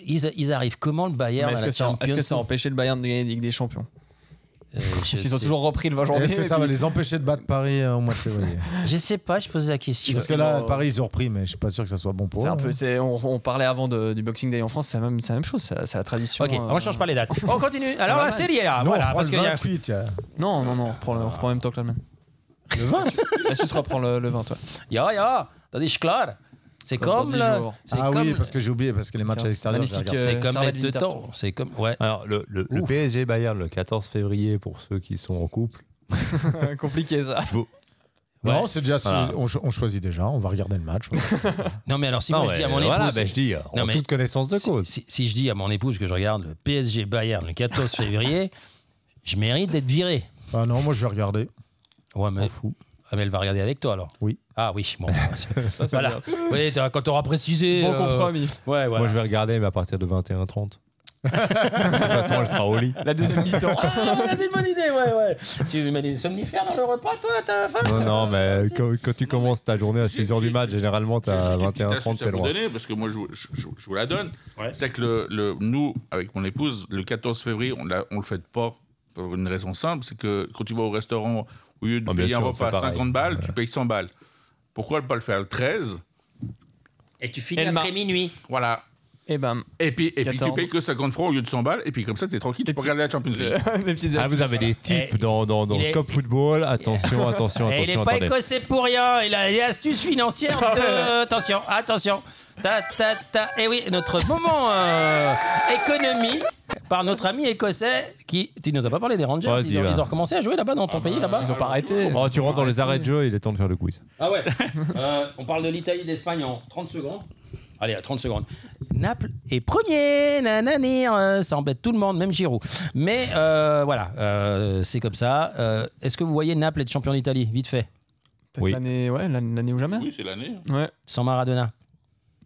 Speaker 4: Ils, ils arrivent comment le Bayern
Speaker 6: Mais
Speaker 4: à
Speaker 6: Est-ce
Speaker 4: la
Speaker 6: que, ça, est-ce que ça a
Speaker 4: Champions
Speaker 6: empêché le Bayern de gagner la Ligue des Champions
Speaker 4: Euh, je
Speaker 6: S'ils ont
Speaker 4: sais-
Speaker 6: toujours repris le 20 janvier.
Speaker 5: hein. Est-ce que
Speaker 6: et
Speaker 5: ça va
Speaker 6: puis-
Speaker 5: les empêcher de battre Paris euh, au mois de février
Speaker 4: Je sais pas, je pose la question.
Speaker 5: Parce que là, Paris, ils ont repris, mais je suis pas sûr que ça soit bon pour
Speaker 6: C'est
Speaker 5: eux.
Speaker 6: un peu,
Speaker 5: hein.
Speaker 6: c'est, on, on parlait avant de- du Boxing Day en France, c'est la même, c'est la même chose, c'est, c'est la tradition.
Speaker 4: Ok,
Speaker 6: euh,
Speaker 4: on change pas les dates. On continue. Alors la série est là,
Speaker 5: Nous,
Speaker 4: Ah, voilà,
Speaker 5: on reprend
Speaker 4: parce
Speaker 5: le
Speaker 4: qu'il y a
Speaker 5: 28. tiens.
Speaker 6: euh, Non, non, non, on reprend, le- on reprend en même temps que l'Allemagne.
Speaker 5: Le 20
Speaker 6: La Suisse reprend le, le 20, ouais.
Speaker 4: Ya, ya, t'as dit klar. C'est
Speaker 6: Comme dans
Speaker 4: comme
Speaker 6: dix
Speaker 4: le-
Speaker 6: jours.
Speaker 4: c'est
Speaker 5: Ah
Speaker 4: comme
Speaker 5: oui,
Speaker 4: le-
Speaker 5: parce que j'ai oublié, parce que les matchs à l'extérieur, je les
Speaker 6: Magnifique,
Speaker 5: regarde.
Speaker 4: c'est
Speaker 6: euh,
Speaker 4: comme
Speaker 6: Servette
Speaker 4: les deux
Speaker 6: Winterthur.
Speaker 4: temps. C'est comme ouais.
Speaker 2: Alors, le, le- le
Speaker 4: Ouf.
Speaker 2: PSG Bayern le 14 février, pour ceux qui sont en couple.
Speaker 6: Compliqué ça.
Speaker 5: Non, c'est déjà.
Speaker 2: Voilà.
Speaker 5: On, cho- on choisit déjà, on va regarder le match. ouais.
Speaker 4: Non mais alors si moi je
Speaker 2: mais
Speaker 4: dis à mon épouse,
Speaker 2: voilà,
Speaker 6: bah,
Speaker 2: ben, je dis, euh,
Speaker 4: Non,
Speaker 2: en
Speaker 4: mais-
Speaker 2: toute connaissance de
Speaker 4: si,
Speaker 2: cause.
Speaker 4: si- si je dis à mon épouse que je regarde le PSG Bayern le 14 février, je mérite d'être viré.
Speaker 5: Ah non, moi je vais regarder.
Speaker 4: Ouais mais
Speaker 5: fous.
Speaker 4: Ah, mais elle va regarder avec toi alors.
Speaker 5: Oui.
Speaker 4: Ah oui, bon. voilà. Oui, t'as- quand t'auras précisé.
Speaker 6: Bon
Speaker 4: euh,
Speaker 6: compromis.
Speaker 4: Ouais, voilà.
Speaker 2: Moi, je vais regarder, mais à partir de 21h30. de toute façon, elle sera au lit.
Speaker 6: La deuxième mi-temps.
Speaker 4: Ah, c'est une bonne idée, ouais, ouais. Tu mets des somnifères dans le repas, toi, ta femme
Speaker 2: Non, non, mais quand, quand tu commences ta journée à 6h du
Speaker 7: j'ai-
Speaker 2: match, généralement,
Speaker 7: J'ai
Speaker 2: t'as
Speaker 7: juste une petite
Speaker 2: 21h30,
Speaker 7: astuce à
Speaker 2: t'es
Speaker 7: vous
Speaker 2: loin.
Speaker 7: donner, parce que moi, je, vous- je- je- je vous la donne. C'est que le, le- nous, avec mon épouse, le 14 février, on ne le fête pas pour une raison simple c'est que quand tu vas au restaurant, au lieu de
Speaker 2: Ah, bien
Speaker 7: payer un
Speaker 2: sûr, on
Speaker 7: repas à
Speaker 2: fait
Speaker 7: 50
Speaker 2: pareil.
Speaker 7: balles, tu payes 100 balles. Pourquoi ne pas le faire le 13
Speaker 10: Et tu finis
Speaker 6: Elle m'a-
Speaker 10: après minuit.
Speaker 7: Voilà.
Speaker 2: Eh
Speaker 6: Et
Speaker 2: ben,
Speaker 6: bam.
Speaker 7: Et puis, et puis tu
Speaker 6: 14.
Speaker 7: payes que 50 francs au lieu de 100 balles, et puis comme ça, tu es tranquille, tu peux
Speaker 6: petits-
Speaker 7: regarder la Champions League.
Speaker 6: Des petites
Speaker 2: Ah, vous avez
Speaker 6: astuces.
Speaker 2: des types
Speaker 4: Eh,
Speaker 2: dans, dans, dans
Speaker 4: il est-
Speaker 2: Cop Football. Attention, attention,
Speaker 4: Eh, il
Speaker 2: attention.
Speaker 4: est pas
Speaker 2: attendez.
Speaker 4: écossais pour rien, il a des astuces financières. de- Attention, attention. Ta, ta, ta. Et oui, notre moment euh, économie par notre ami écossais qui. Tu nous as pas parlé des Rangers
Speaker 2: Vas-y,
Speaker 4: ils ont,
Speaker 2: va.
Speaker 4: ils ont recommencé à jouer là-bas dans ton pays là-bas
Speaker 6: Ils ont pas arrêté.
Speaker 2: Oh, tu rentres dans les arrêts de jeu, il est temps de faire le quiz.
Speaker 4: Ah ouais On parle de l'Italie et de l'Espagne en 30 secondes. Allez, à 30 secondes. Naples est premier, nanani, euh, ça embête tout le monde, même Giroud. Mais euh, voilà, euh, c'est comme ça. Euh, Est-ce que vous voyez Naples être champion d'Italie, vite fait,
Speaker 6: Peut-être
Speaker 2: Oui.
Speaker 6: l'année, ouais, l'année l'année ou jamais.
Speaker 7: Oui, c'est l'année.
Speaker 6: Ouais,
Speaker 4: sans Maradona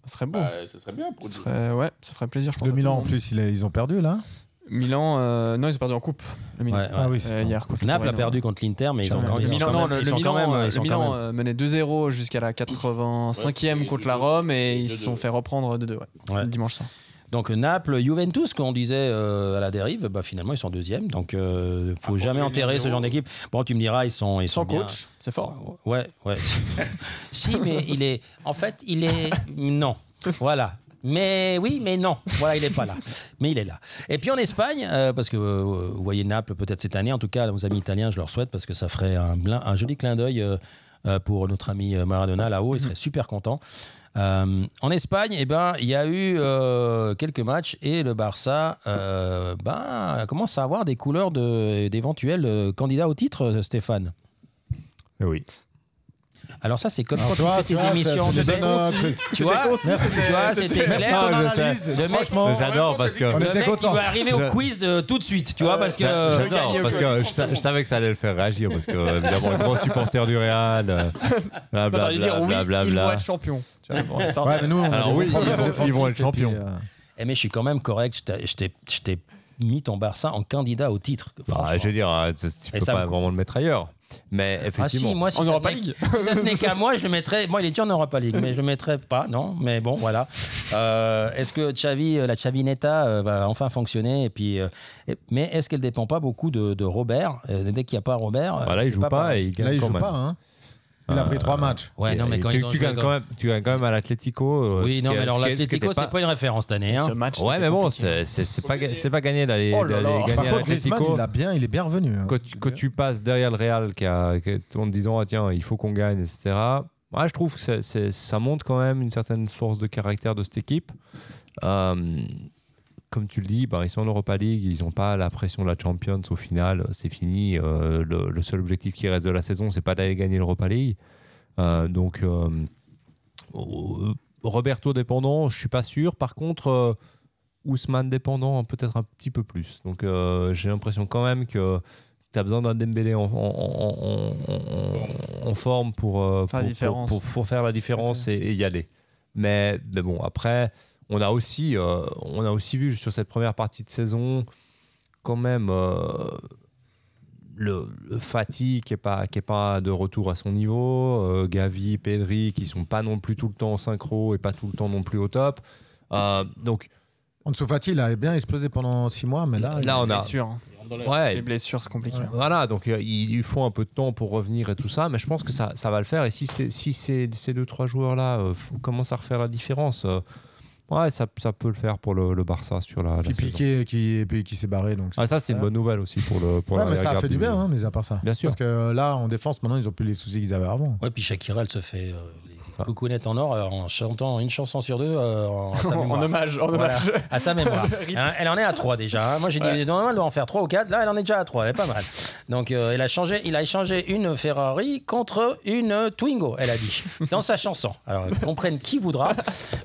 Speaker 6: ça serait beau.
Speaker 7: Bah, ça serait bien pour
Speaker 6: Ça serait, ouais, ça ferait plaisir, je pense.
Speaker 5: Le
Speaker 6: à
Speaker 5: Milan en
Speaker 6: tout le
Speaker 5: plus, il a- ils ont perdu là.
Speaker 6: monde. Milan, euh, non, ils ont perdu en coupe. Le Milan.
Speaker 4: Ouais, ouais.
Speaker 5: Ah oui, c'est
Speaker 6: Euh, hier, contre le
Speaker 4: Naples a
Speaker 6: Torino.
Speaker 4: perdu contre l'Inter, mais ils ont
Speaker 6: Ouais,
Speaker 4: quand
Speaker 6: le
Speaker 4: ils sont
Speaker 6: Milan,
Speaker 4: quand
Speaker 6: non,
Speaker 4: même.
Speaker 6: le
Speaker 4: Ils sont
Speaker 6: Milan,
Speaker 4: quand même.
Speaker 6: euh,
Speaker 4: ils
Speaker 6: le
Speaker 4: sont
Speaker 6: Milan,
Speaker 4: quand même-
Speaker 6: euh, menait 2-0 jusqu'à la 85e
Speaker 7: Ouais,
Speaker 6: contre
Speaker 7: et
Speaker 6: la
Speaker 7: deux-
Speaker 6: Rome et ils se
Speaker 7: deux-deux.
Speaker 6: sont fait reprendre 2-2 ouais,
Speaker 4: Ouais.
Speaker 6: dimanche soir.
Speaker 4: Donc euh, Naples, Juventus, qu'on disait euh, à la dérive, bah, finalement ils sont deuxième. Donc euh, faut
Speaker 7: Ah,
Speaker 4: jamais
Speaker 7: contre
Speaker 4: enterrer ce
Speaker 7: l'Union.
Speaker 4: genre d'équipe. Bon, tu me diras, ils sont ils
Speaker 6: Sans
Speaker 4: sont bien-
Speaker 6: coach, c'est fort.
Speaker 4: Ouais, ouais. si, mais il est. En fait, il est. Non. Voilà. Mais oui, mais non. Voilà, il n'est pas là. Mais il est là. Et puis en Espagne, euh, parce que euh, vous voyez Naples peut-être cette année, en tout cas, aux amis italiens, je leur souhaite, parce que ça ferait un, blin- un joli clin d'œil euh, euh, pour notre ami euh, Maradona là-haut, il serait super content. Euh, en Espagne, eh ben, il y a eu euh, quelques matchs et le Barça euh, ben, commence à avoir des couleurs de- d'éventuels euh, candidats au titre, euh, Stéphane. Eh
Speaker 2: Oui.
Speaker 4: Alors ça, c'est comme
Speaker 5: Alors,
Speaker 4: quand
Speaker 5: tu
Speaker 4: tu
Speaker 5: vois,
Speaker 4: fais
Speaker 5: tu
Speaker 4: tes
Speaker 5: vois,
Speaker 4: émissions.
Speaker 5: c'est- c'est
Speaker 4: tu
Speaker 5: des
Speaker 4: sais.
Speaker 5: bonnes, euh, trucs.
Speaker 4: Tu vois,
Speaker 5: Merci.
Speaker 4: tu vois, c'était
Speaker 5: Merci pour
Speaker 4: clair.
Speaker 2: Ah, je
Speaker 5: l'analyse.
Speaker 4: Le mec-
Speaker 5: Franchement,
Speaker 2: J'adore parce que.
Speaker 5: on
Speaker 4: Le
Speaker 5: était
Speaker 4: mec, il
Speaker 5: contents.
Speaker 4: va arriver au
Speaker 2: Je-
Speaker 4: quiz euh, tout de suite, tu vois, parce que...
Speaker 2: J'a-
Speaker 4: euh,
Speaker 2: J'adore, parce que je, sa- je savais que ça allait le faire réagir, parce que euh, évidemment, le grand supporter du Real, euh,
Speaker 6: T'as dû
Speaker 2: blablabla.
Speaker 6: dire oui,
Speaker 2: blablabla.
Speaker 6: ils vont être champions. Tu vois, bon, histoire
Speaker 5: Ouais,
Speaker 6: de-
Speaker 5: mais nous, on a
Speaker 2: Alors
Speaker 5: des
Speaker 2: oui,
Speaker 5: bons problèmes
Speaker 2: ils vont- ils
Speaker 5: défensifs,
Speaker 2: vont être
Speaker 5: et puis,
Speaker 2: champions.
Speaker 5: euh,
Speaker 4: Eh, mais je suis quand même correct, je t'ai- je t'ai- je t'ai mis ton Barça en candidat au titre.
Speaker 2: Bah,
Speaker 4: franchement.
Speaker 2: je veux dire, euh, tu tu
Speaker 4: Et
Speaker 2: peux
Speaker 4: ça me
Speaker 2: pas vraiment le mettre ailleurs. Mais
Speaker 4: Ah si,
Speaker 2: effectivement.
Speaker 4: moi, si
Speaker 6: En
Speaker 4: ça
Speaker 6: Europa
Speaker 4: tenait-
Speaker 6: Legue.
Speaker 4: si ça tenait qu'à moi, je le mettrais... Moi, il est déjà en Europa League, mais je le mettrais pas, non Mais bon, voilà. Euh, est-ce que Xavi, euh, la Xavineta euh, va enfin fonctionner et puis, euh, et- Mais est-ce qu'elle dépend pas beaucoup de, de Robert Euh, Dès qu'il n'y a pas Robert... euh,
Speaker 2: Bah là, il
Speaker 4: c'est
Speaker 2: joue
Speaker 4: pas
Speaker 2: pas, et
Speaker 4: pareil.
Speaker 2: il gagne
Speaker 5: Là, il
Speaker 2: quand
Speaker 5: joue
Speaker 2: même. Euh,
Speaker 5: pas. hein. Il a pris trois matchs.
Speaker 4: Ouais, non, mais quand
Speaker 2: tu,
Speaker 4: ils ont
Speaker 2: tu
Speaker 4: joué
Speaker 2: gagnes
Speaker 4: comme-
Speaker 2: quand même, tu gagnes quand même à l'Atlético. euh,
Speaker 4: Oui,
Speaker 2: ce
Speaker 4: non,
Speaker 2: qui est-
Speaker 4: mais alors
Speaker 2: ce qui est- ce qui
Speaker 4: l'Atlético,
Speaker 2: était
Speaker 4: c'est pas une référence cette année. hein.
Speaker 6: Ce match,
Speaker 2: Ouais,
Speaker 6: c'était
Speaker 2: mais bon,
Speaker 6: compliqué.
Speaker 2: c'est c'est- c'est pas, c'est pas gagné d'aller
Speaker 6: Oh là
Speaker 2: d'aller
Speaker 6: là.
Speaker 2: gagner
Speaker 5: Par
Speaker 2: à
Speaker 5: contre, Griezmann,
Speaker 2: l'Atlético.
Speaker 5: il a bien, il est bienvenu. hein.
Speaker 2: Quand, tu- quand tu passes derrière le Real qui a, qui a- en te disant ah, tiens, il faut qu'on gagne, etc. Ouais, je trouve que c'est- c'est- ça montre quand même une certaine force de caractère de cette équipe. Euh, comme tu le dis, ben, ils sont en Europa League, ils n'ont pas la pression de la Champions au final, c'est fini. Euh, le, le seul objectif qui reste de la saison, c'est pas d'aller gagner l'Europa League. Euh, donc, euh, euh, Roberto dépendant, je suis pas sûr. Par contre, euh, Ousmane dépendant, peut-être un petit peu plus. Donc, euh, j'ai l'impression quand même que tu as besoin d'un Dembélé en, en- en- en- en- en forme pour, euh,
Speaker 6: Faire la
Speaker 2: pour-
Speaker 6: différence.
Speaker 2: pour- pour- pour faire la différence et, et y aller. Mais, mais bon, après, on a, aussi, euh, on a aussi vu sur cette première partie de saison quand même euh, le, le Fati qui n'est pas, qui est pas de retour à son niveau, euh, Gavi, Pedri qui sont pas non plus tout le temps en synchro et pas tout le temps non plus au top. Euh, donc
Speaker 5: Ansu Fati, il a bien explosé pendant 6 mois, mais là,
Speaker 2: Là, on a.
Speaker 6: Blessures.
Speaker 2: Ouais,
Speaker 6: hein. Les blessures, c'est compliqué. hein.
Speaker 2: Voilà, donc euh, ils, ils font un peu de temps pour revenir et tout ça, mais je pense que ça, ça va le faire. Et si, c'est- si ces, ces deux, trois joueurs-là euh, f- commencent à refaire la différence, euh, ouais, ça, ça peut le faire pour le, le Barça sur la. la
Speaker 5: qui
Speaker 2: saison.
Speaker 5: piqué, qui, et puis qui s'est barré. Donc
Speaker 2: Ah, ça, c'est une bonne nouvelle aussi pour le. Pour
Speaker 5: Ouais,
Speaker 2: la
Speaker 5: mais ça a
Speaker 2: garde
Speaker 5: fait du bien, hein, mais à part ça.
Speaker 2: Bien sûr.
Speaker 5: Parce que euh, là, en défense, maintenant, ils ont plus les soucis qu'ils avaient avant.
Speaker 4: Ouais, puis Shakira, elle se fait euh, les
Speaker 2: Ça.
Speaker 4: coucounettes en or euh, en chantant une chanson sur deux euh, en, à sa
Speaker 6: En,
Speaker 4: mémoire.
Speaker 6: hommage, en
Speaker 4: Voilà,
Speaker 6: hommage.
Speaker 4: à sa mémoire.
Speaker 6: Rip.
Speaker 4: Hein, elle en est à 3 déjà. hein. Moi, j'ai dit, normalement, elle doit en faire 3 ou 4. Là, elle en est déjà à 3. Elle est pas mal. Donc, euh, elle a changé, il a échangé une Ferrari contre une Twingo, elle a dit, dans sa chanson. Alors, comprenne qui voudra,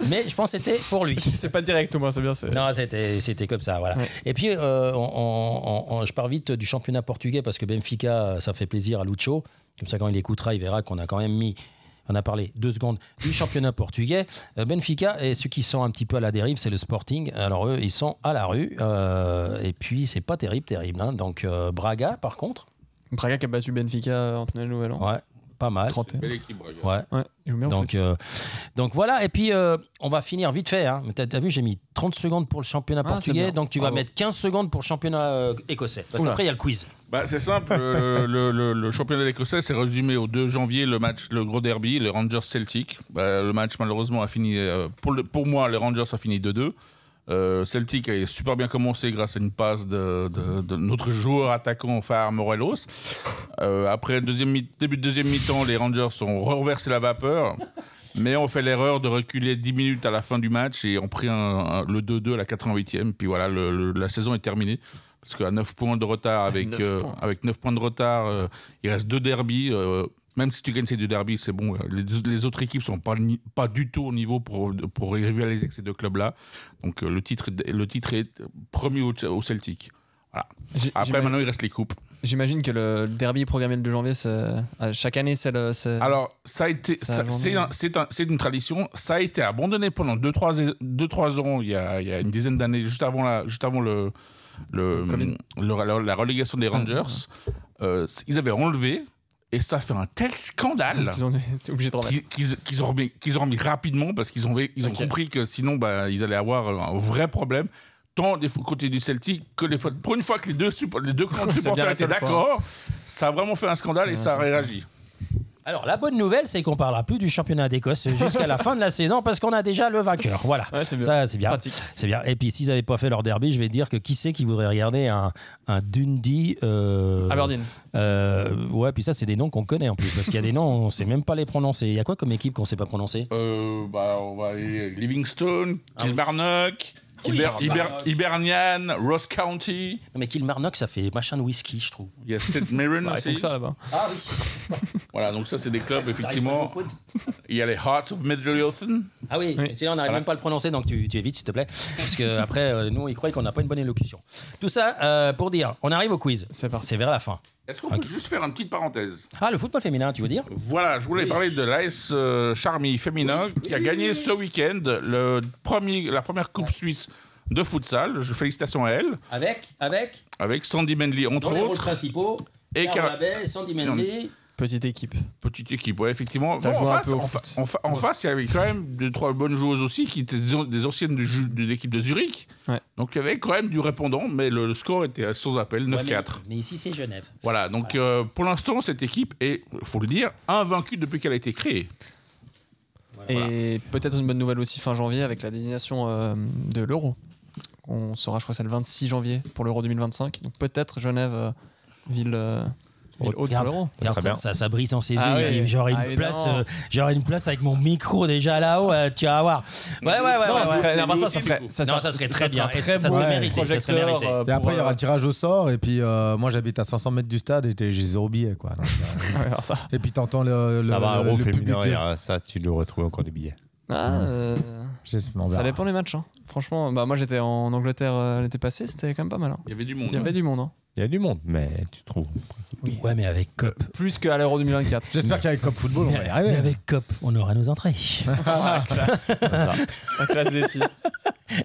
Speaker 4: mais je pense que c'était pour lui.
Speaker 6: C'est pas direct, Thomas, c'est bien. c'est-
Speaker 4: Non, c'était c'était comme ça, voilà. Et puis, euh, on- on- on- on- je pars vite du championnat portugais parce que Benfica, euh, ça fait plaisir à Lucho. Comme ça, quand il écoutera, il verra qu'on a quand même mis. On a parlé deux secondes du championnat portugais. Euh, Benfica et ceux qui sont un petit peu à la dérive, c'est le Sporting. Alors eux, ils sont à la rue. euh, et puis, c'est pas terrible, terrible. hein. Donc euh, Braga, par contre,
Speaker 6: Braga qui a battu Benfica en tenant le nouvel an.
Speaker 4: ouais, pas mal.
Speaker 6: 31.
Speaker 7: Belle équipe, Braga.
Speaker 4: Ouais.
Speaker 6: Ouais, ils jouent bien en
Speaker 4: Donc,
Speaker 6: foot.
Speaker 4: euh, donc voilà, et puis euh, on va finir vite fait. Hein. Mais T'as as vu, j'ai mis 30 secondes pour le championnat
Speaker 6: Ah, c'est
Speaker 4: portugais,
Speaker 6: bien.
Speaker 4: donc tu vas
Speaker 6: Bravo.
Speaker 4: mettre 15 secondes pour le championnat euh, écossais. Parce
Speaker 6: Oula.
Speaker 4: qu'après, il y a le quiz.
Speaker 7: Bah, c'est simple, euh, le, le- le championnat écossais s'est résumé au 2 janvier, le match, le gros derby, les Rangers Celtic. Bah, le match, malheureusement, a fini. euh, pour, le- pour moi, les Rangers a fini 2-2. Euh, Celtic a super bien commencé grâce à une passe de, de- de notre joueur attaquant phare Morelos. Euh, après deuxième mi- début de deuxième mi-temps, les Rangers ont renversé la vapeur, mais ont fait l'erreur de reculer 10 minutes à la fin du match et ont pris un- un- le 2-2 à la 88e. Puis voilà, le- le- la saison est terminée. Parce qu'à 9 points de retard, avec,
Speaker 6: Neuf
Speaker 7: euh,
Speaker 6: points.
Speaker 7: avec 9 points de retard, euh, il reste deux derbies. euh, même si tu gagnes ces deux derbies, c'est bon. euh, Les, deux- les autres équipes sont pas, ni- pas du tout au niveau pour, pour rivaliser avec ces deux clubs-là. Donc euh, le, titre, est- le titre est premier au, au Celtic.
Speaker 6: J'ai-
Speaker 7: Après,
Speaker 6: j'imagine-
Speaker 7: maintenant, il reste les coupes.
Speaker 6: J'imagine que le derby programmé le 2 janvier, c'est- euh, à chaque année, c'est le. c'est-
Speaker 7: Alors, ça a été,
Speaker 6: Ah. Ça a
Speaker 7: ça-
Speaker 6: vraiment-
Speaker 7: c'est, un- c'est un- c'est une tradition. Ça a été abandonné pendant 2-3 ans, il y, a, il y a une dizaine d'années, juste avant, la, juste avant le, le,
Speaker 6: Covid. Ah,
Speaker 7: le- la, la relégation des Rangers. Euh, c- ils avaient enlevé, et ça a fait un tel scandale
Speaker 6: Ils ont- T'es obligé de remettre.
Speaker 7: qu'ils, qu'ils- qu'ils ont, remis, qu'ils ont remis rapidement parce qu'ils ont, ils ont
Speaker 6: Ok.
Speaker 7: compris que sinon, bah, ils allaient avoir un vrai problème. Tant des fo- côtés du Celtic que les fautes. Pour une fois que les deux, suppo- les deux camps de
Speaker 6: C'est bien
Speaker 7: supporters
Speaker 6: la
Speaker 7: étaient
Speaker 6: seule fois.
Speaker 7: d'accord, ça a vraiment fait un scandale
Speaker 6: C'est
Speaker 7: et
Speaker 6: bien
Speaker 7: ça a
Speaker 6: la seule
Speaker 7: réagi.
Speaker 4: Alors, la bonne nouvelle, c'est qu'on parlera plus du championnat d'Écosse jusqu'à la fin de la saison parce qu'on a déjà le vainqueur. Voilà.
Speaker 6: Ouais, c'est bien.
Speaker 4: Ça, c'est bien.
Speaker 6: Pratique.
Speaker 4: C'est bien. Et puis, s'ils n'avaient pas fait leur derby, je vais dire que qui c'est qui voudrait regarder un, un Dundee. euh,
Speaker 6: Aberdeen.
Speaker 4: euh, Ouais, puis ça, c'est des noms qu'on connaît en plus. Parce qu'il y a des noms, on ne sait même pas les prononcer. Il y a quoi comme équipe qu'on ne sait pas prononcer
Speaker 7: Euh, bah, on va aller Livingstone, Kilmarnock, Hiber-
Speaker 4: Ah Oui, Ah, bah,
Speaker 7: Hiber-
Speaker 4: Kilmarnock.
Speaker 7: Hibernian, Ross County.
Speaker 4: Non, Mais Kilmarnock, ça fait machin de whisky, je trouve.
Speaker 7: Il y a St.
Speaker 6: Bah,
Speaker 7: Mirren
Speaker 6: ils font
Speaker 7: aussi.
Speaker 6: que ça là-bas.
Speaker 4: Ah.
Speaker 7: Voilà, donc ça, c'est des clubs, effectivement. Il y a les Hearts of Midlothian.
Speaker 4: Ah oui,
Speaker 6: Oui.
Speaker 4: mais celui-là, on n'arrive même pas à le prononcer, donc tu, tu évites, s'il te plaît. Parce que après, euh, nous, ils croient qu'on n'a pas une bonne élocution. Tout ça euh, pour dire, on arrive au quiz.
Speaker 6: C'est parti.
Speaker 4: C'est vers la fin.
Speaker 7: Est-ce qu'on peut juste faire une petite parenthèse
Speaker 4: Ah, le football féminin, tu veux dire
Speaker 7: Voilà, je voulais parler de l'AS euh, Charmy féminin qui a gagné ce week-end le premier, la première Coupe Suisse de futsal. Je- Félicitations à elle,
Speaker 4: Avec, avec,
Speaker 7: avec Sandy Mendley, entre
Speaker 4: dans les rôles
Speaker 7: autres.
Speaker 4: principaux,
Speaker 7: Et
Speaker 4: et
Speaker 7: Car-
Speaker 4: Sandy Mendy.
Speaker 6: Petite équipe.
Speaker 7: Petite équipe, ouais, effectivement.
Speaker 6: T'as
Speaker 7: Bon, en,
Speaker 6: joué un
Speaker 7: face,
Speaker 6: peu au
Speaker 7: en
Speaker 6: foot.
Speaker 7: fa- en fa- en face, il y avait quand même deux, trois bonnes joueuses aussi qui étaient des, des anciennes du ju- de l'équipe de Zurich.
Speaker 6: Ouais.
Speaker 7: Donc il y avait quand même du répondant, mais le, le score était sans appel, 9-4.
Speaker 4: Mais ici, c'est Genève.
Speaker 7: Voilà, donc euh, pour l'instant, cette équipe est, il faut le dire, invaincue depuis qu'elle a été créée.
Speaker 6: Et peut-être une bonne nouvelle aussi fin janvier avec la désignation euh, de l'euro. On saura, je crois, que c'est le 26 janvier pour l'euro 2025. Donc peut-être Genève, euh, ville, euh, ville haute pour
Speaker 4: Regarde,
Speaker 6: l'euro.
Speaker 2: serait
Speaker 4: regarde ça,
Speaker 2: bien.
Speaker 4: ça, ça brille dans ses yeux.
Speaker 6: Ah
Speaker 4: il
Speaker 6: oui.
Speaker 4: dit, J'aurais
Speaker 6: Ah
Speaker 4: une,
Speaker 6: oui,
Speaker 4: place,
Speaker 6: non.
Speaker 4: euh, j'aurais une place avec mon micro déjà là-haut, euh, tu vas voir. Ouais, ouais, ouais. ouais, ouais. Non, ça serait très euh. bien. Et ça serait mérité, ça serait mérité.
Speaker 2: euh,
Speaker 5: Et après, il y aura le tirage au sort. Et puis, euh, moi, j'habite à 500 mètres du stade et j'ai j'ai zéro billet. Quoi. Donc, euh,
Speaker 6: ça.
Speaker 5: et puis, t'entends le, le,
Speaker 2: Là,
Speaker 4: Ah bah,
Speaker 2: bas
Speaker 5: le,
Speaker 2: euro
Speaker 5: le public.
Speaker 2: féminin, il y a ça, tu dois retrouver encore des billets.
Speaker 6: Ah, euh,
Speaker 5: J'espère, on
Speaker 6: ça
Speaker 5: verra.
Speaker 6: dépend des matchs. hein. Franchement, bah, moi j'étais en Angleterre euh, l'été passé, c'était quand même pas mal. hein.
Speaker 7: Il y avait du monde.
Speaker 6: Il y avait du monde. hein.
Speaker 2: Il y a du monde, mais tu trouves.
Speaker 4: Ouais, mais avec COP.
Speaker 6: Plus qu'à l'euro 2024.
Speaker 5: J'espère qu'avec Cop Football, on va y
Speaker 4: Mais
Speaker 5: arriver.
Speaker 4: avec COP, on aura nos entrées.
Speaker 6: La classe des titres.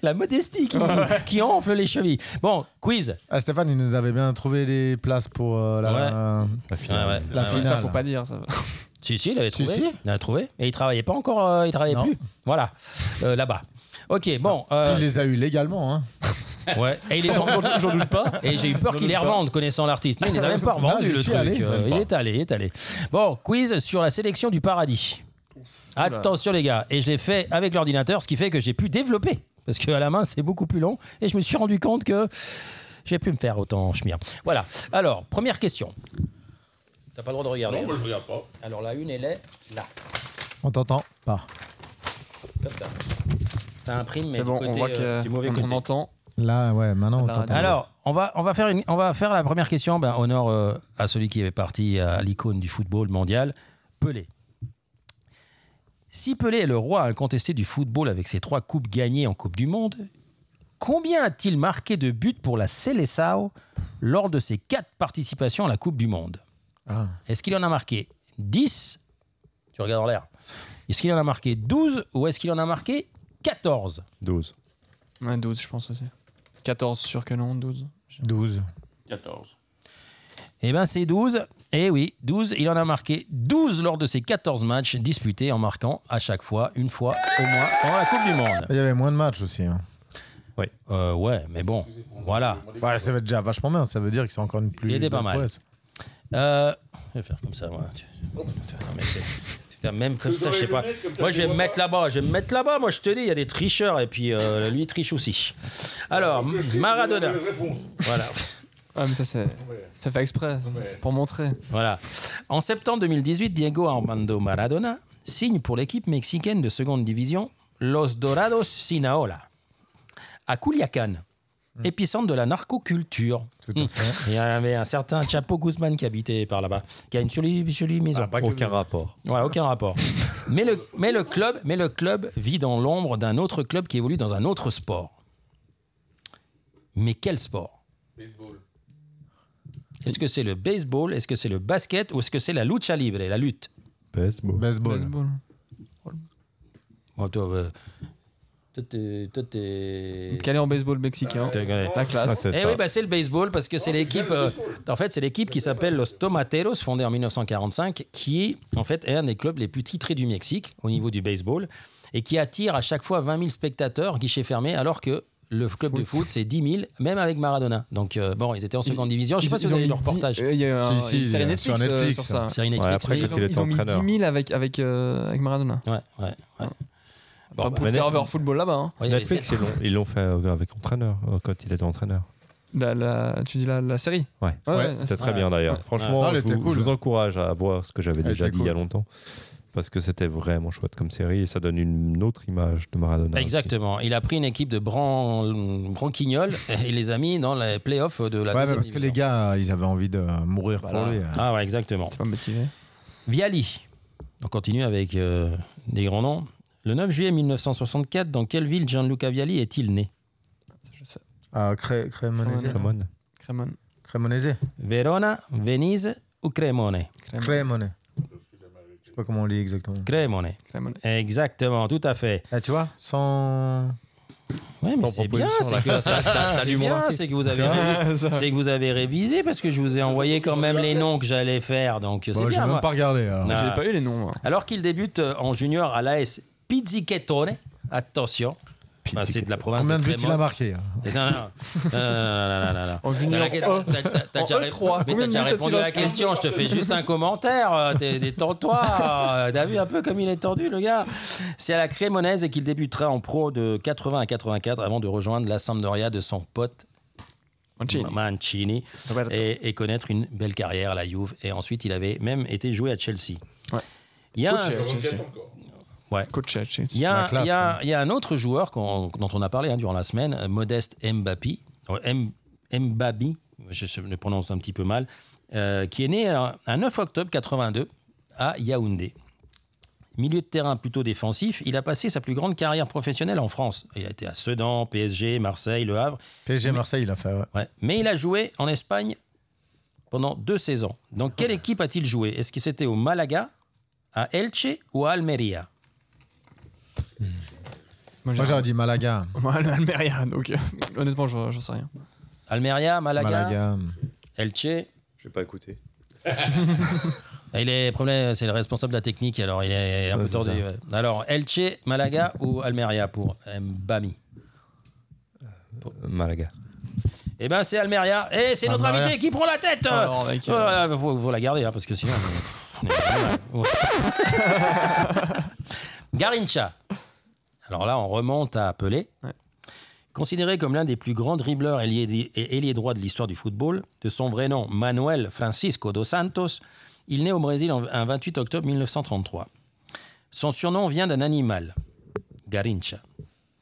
Speaker 4: La modestie qui, qui enfle les chevilles. Bon, quiz.
Speaker 5: Ah, Stéphane, il nous avait bien trouvé des places pour euh, la,
Speaker 4: Ouais, ouais.
Speaker 5: la finale.
Speaker 6: Ça, faut pas dire. Ça.
Speaker 4: Si, si, il avait
Speaker 5: Si,
Speaker 4: trouvé.
Speaker 5: si.
Speaker 4: Il avait trouvé. Et il travaillait pas encore, euh, il travaillait
Speaker 5: Non.
Speaker 4: plus. Voilà, Euh, là-bas. Ok, bon.
Speaker 5: Il
Speaker 4: euh,
Speaker 5: les a eu légalement. Hein.
Speaker 4: ouais. Et il les en-
Speaker 6: J'en doute pas. Ah,
Speaker 4: Et j'ai eu peur qu'il les revende, connaissant l'artiste. Mais il les a même pas
Speaker 5: Non,
Speaker 4: revendus,
Speaker 5: j'y
Speaker 4: le
Speaker 5: suis
Speaker 4: truc.
Speaker 5: allé,
Speaker 4: Euh,
Speaker 5: même
Speaker 4: il
Speaker 5: pas.
Speaker 4: est allé, il est allé. Bon, quiz sur la sélection du paradis. Attention, les gars. Et je l'ai fait avec l'ordinateur, ce qui fait que j'ai pu développer. Parce qu'à la main, c'est beaucoup plus long. Et je me suis rendu compte que je vais plus me faire autant chemir. Voilà. Alors, première question. T'as pas le droit de regarder. hein.
Speaker 7: Non, moi, je regarde pas.
Speaker 4: Alors, la une, elle est là.
Speaker 5: On t'entend pas.
Speaker 4: Comme ça. Ça imprime, mais
Speaker 6: C'est bon,
Speaker 4: du
Speaker 6: on
Speaker 4: côté,
Speaker 6: voit
Speaker 4: euh, du mauvais
Speaker 6: qu'on
Speaker 4: côté.
Speaker 6: entend.
Speaker 5: Là, ouais, maintenant on
Speaker 6: La radio.
Speaker 5: t'entend.
Speaker 4: Alors, on va, on, va faire une- on va faire la première question. Ben, honneur euh, à celui qui est parti à l'icône du football mondial, Pelé. Si Pelé est le roi incontesté du football avec ses trois coupes gagnées en Coupe du Monde, combien a-t-il marqué de buts pour la Seleção lors de ses quatre participations à la Coupe du Monde
Speaker 5: Ah.
Speaker 4: Est-ce qu'il en a marqué 10 Tu regardes en l'air. Est-ce qu'il en a marqué 12 ou est-ce qu'il en a marqué 14
Speaker 2: 12.
Speaker 6: Ouais, 12, je pense aussi. 14, sûr que non, 12.
Speaker 5: 12.
Speaker 7: 14.
Speaker 4: Eh bien, c'est 12. Eh oui, 12. Il en a marqué 12 lors de ses 14 matchs disputés en marquant à chaque fois, une fois au moins, pendant la Coupe du Monde.
Speaker 5: Il y avait moins de matchs aussi. hein.
Speaker 4: Euh, ouais, mais bon, voilà.
Speaker 5: Ouais, Bah, ça va être déjà vachement bien. Ça veut dire que c'est encore une plus.
Speaker 4: Il était pas
Speaker 5: belle
Speaker 4: mal.
Speaker 5: prouesse.
Speaker 4: Euh, je vais faire comme ça, moi. Tu- Putain, mais c'est- putain, Même comme ça, je sais pas. Moi, je vais me mettre là-bas. Je vais me mettre là-bas. Moi, je te dis, il y a des tricheurs et puis euh, lui il triche aussi. Alors, Maradona. Voilà.
Speaker 6: Ah, mais ça, c'est. Ça fait exprès, ça, pour montrer.
Speaker 4: Voilà. En septembre 2018, Diego Armando Maradona signe pour l'équipe mexicaine de seconde division Los Dorados Sinaola à Culiacán, épicentre de la narcoculture. Hum. Il y avait un certain Chapo Guzman qui habitait par là-bas, qui a une jolie, jolie maison.
Speaker 2: Aucun rapport.
Speaker 4: Voilà, aucun rapport. Mais le, mais le, club, mais le club vit dans l'ombre d'un autre club qui évolue dans un autre sport. Mais quel sport Est-ce que c'est le baseball Est-ce que c'est le basket Ou est-ce que c'est la lucha libre, la lutte
Speaker 2: Baseball.
Speaker 5: Baseball.
Speaker 6: Baseball.
Speaker 4: Bon, toi, euh, toi, t'es- toi, t'es-
Speaker 6: Calé en baseball mexicain.
Speaker 4: t'es-
Speaker 6: La
Speaker 2: Ah,
Speaker 6: classe.
Speaker 2: c'est
Speaker 4: Eh
Speaker 2: ça.
Speaker 4: oui, bah, c'est le baseball parce que c'est l'équipe. euh, en fait, c'est l'équipe qui s'appelle Los Tomateros, fondée en 1945, qui en fait est un des clubs les plus titrés du Mexique au niveau du baseball et qui attire à chaque fois 20 000 spectateurs, guichet fermé, alors que le club de foot c'est 10 000, même avec Maradona. Donc euh, bon, ils étaient en seconde division. Je sais pas si vous
Speaker 6: ont
Speaker 4: avez
Speaker 6: mis
Speaker 4: vu le
Speaker 6: 10
Speaker 4: reportage.
Speaker 6: euh, Il y a
Speaker 5: Si,
Speaker 6: un-
Speaker 5: si,
Speaker 6: une série
Speaker 5: euh,
Speaker 6: Netflix,
Speaker 5: sur
Speaker 6: euh,
Speaker 5: Netflix,
Speaker 6: sur ça.
Speaker 4: Série Netflix.
Speaker 2: Ouais, après,
Speaker 6: Ils
Speaker 2: parce
Speaker 6: ont,
Speaker 2: qu'il était
Speaker 6: ils ont mis
Speaker 2: entraîneur.
Speaker 6: 10 000 avec, avec, euh, avec Maradona.
Speaker 4: Ouais, ouais, ouais. bah,
Speaker 6: Pas pour
Speaker 2: mais
Speaker 6: faire
Speaker 2: Net-
Speaker 6: avoir football là-bas. hein.
Speaker 4: Ouais,
Speaker 2: Netflix,
Speaker 4: c'est-
Speaker 2: ils l'ont- ils l'ont fait avec entraîneur, euh, quand il était entraîneur.
Speaker 6: La- la- tu dis la, la série
Speaker 2: Ouais. C'était très bien d'ailleurs. Franchement,
Speaker 5: Ah, elle
Speaker 2: je,
Speaker 5: était
Speaker 2: vous,
Speaker 5: cool.
Speaker 2: je vous encourage à voir ce que j'avais
Speaker 5: Elle
Speaker 2: déjà
Speaker 5: était
Speaker 2: dit il y a
Speaker 5: cool.
Speaker 2: longtemps. Parce que c'était vraiment chouette comme série et ça donne une autre image de Maradona.
Speaker 4: Exactement. Il a pris une équipe de bran... branquignoles et les a mis dans les playoffs de la.
Speaker 5: Ouais, mais
Speaker 4: deuxième
Speaker 5: parce que les
Speaker 4: division.
Speaker 5: gars, ils avaient envie de mourir pour
Speaker 6: Voilà.
Speaker 5: lui. hein.
Speaker 4: Ah ouais, exactement.
Speaker 6: T'es pas motivé.
Speaker 4: Viali. On continue avec euh, des grands noms. Le 9 juillet 1964, dans quelle ville Gianluca Viali est-il né
Speaker 6: Je sais.
Speaker 5: Ah, Cré- Crémonese.
Speaker 6: Crémonese.
Speaker 2: Ramon.
Speaker 6: Crémon.
Speaker 5: Crémonese.
Speaker 4: Verona, Venise ou Cremone
Speaker 6: Crémon.
Speaker 5: Crémonese. Je sais pas comment on lit exactement.
Speaker 4: Cremone.
Speaker 6: Crémon.
Speaker 4: Exactement, tout à fait.
Speaker 5: Ah, tu vois, sans.
Speaker 4: Oui, mais c'est bien, c'est que, c'est bien, c'est que vous avez révi- c'est que vous avez révisé parce que je vous ai envoyé quand même les noms que j'allais faire, donc c'est
Speaker 5: Bon, j'ai
Speaker 4: bien.
Speaker 5: même
Speaker 4: moi.
Speaker 5: pas regardé. alors.
Speaker 4: Non.
Speaker 6: J'ai
Speaker 4: Ah.
Speaker 6: pas eu les noms. moi.
Speaker 4: Alors qu'il débute euh, en junior à l'AS Pizzichettone, attention, bah, c'est de la province
Speaker 5: Combien de buts
Speaker 4: Cremone.
Speaker 5: il a marqué hein
Speaker 4: Non, non, non. Non, non, non, non, non, non.
Speaker 6: En junior
Speaker 4: T'as- t'as- t'as- t'as
Speaker 6: En
Speaker 4: déjà
Speaker 6: E3,
Speaker 4: répondu- mais t'as
Speaker 6: combien de
Speaker 4: déjà
Speaker 6: minutes
Speaker 4: répondu à
Speaker 6: a-t-il
Speaker 4: la question. Je te fais juste un commentaire. euh, t'es- Détends-toi. euh, T'as vu un peu comme il est tendu, le gars. C'est à la Crémonaise et qu'il débutera en pro de 80 à 84 avant de rejoindre la Sampdoria de son pote
Speaker 6: Mancini.
Speaker 4: Mancini
Speaker 6: Roberto.
Speaker 4: et, et connaître une belle carrière à la Juve. Et ensuite, il avait même été joué à Chelsea.
Speaker 6: Ouais.
Speaker 4: Il y a
Speaker 6: Coach
Speaker 4: un-
Speaker 6: à Chelsea.
Speaker 4: ah, Ouais.
Speaker 6: Coach à Chelsea.
Speaker 4: il y, a,
Speaker 5: La classe,
Speaker 4: il y a- il y a un autre joueur qu'on- dont on a parlé hein, durant la semaine, euh, Modeste Mbappé, euh, M- Mbabi, je je le prononce un petit peu mal, euh, qui est né un, un 9 octobre 82 à Yaoundé. Milieu de terrain plutôt défensif, il a passé sa plus grande carrière professionnelle en France. Il a été à Sedan, PSG, Marseille, Le Havre.
Speaker 5: PSG Marseille, il a fait. ouais.
Speaker 4: Ouais. Mais il a joué en Espagne pendant deux saisons. Dans quelle équipe a-t-il joué Est-ce que c'était au Malaga, à Elche ou à Almeria
Speaker 5: Moi, j'aurais dit Malaga.
Speaker 6: Moi, le Almeria, donc euh, honnêtement, je je sais rien.
Speaker 4: Almeria, Malaga.
Speaker 5: Malaga.
Speaker 4: Elche.
Speaker 12: J'ai pas écouté.
Speaker 4: Il est, problème, c'est le responsable de la technique, alors il est un
Speaker 2: Ouais,
Speaker 4: peu
Speaker 2: c'est
Speaker 4: tordu.
Speaker 2: ça.
Speaker 4: ouais. Alors, Elche, Malaga ou Almeria pour Mbami
Speaker 2: Malaga.
Speaker 4: Eh ben, c'est Almeria. Et c'est notre
Speaker 5: Almeria.
Speaker 4: invité qui prend la tête hein.
Speaker 6: Alors, avec, euh,
Speaker 4: Voilà, faut, faut la garder, hein, parce que sinon. on est- on est- Garincha. Alors là, on remonte à Pelé.
Speaker 6: Ouais.
Speaker 4: Considéré comme l'un des plus grands dribbleurs et ailier- et ailier droit de l'histoire du football, de son vrai nom Manuel Francisco dos Santos, il naît au Brésil en- un 28 octobre 1933. Son surnom vient d'un animal, Garincha.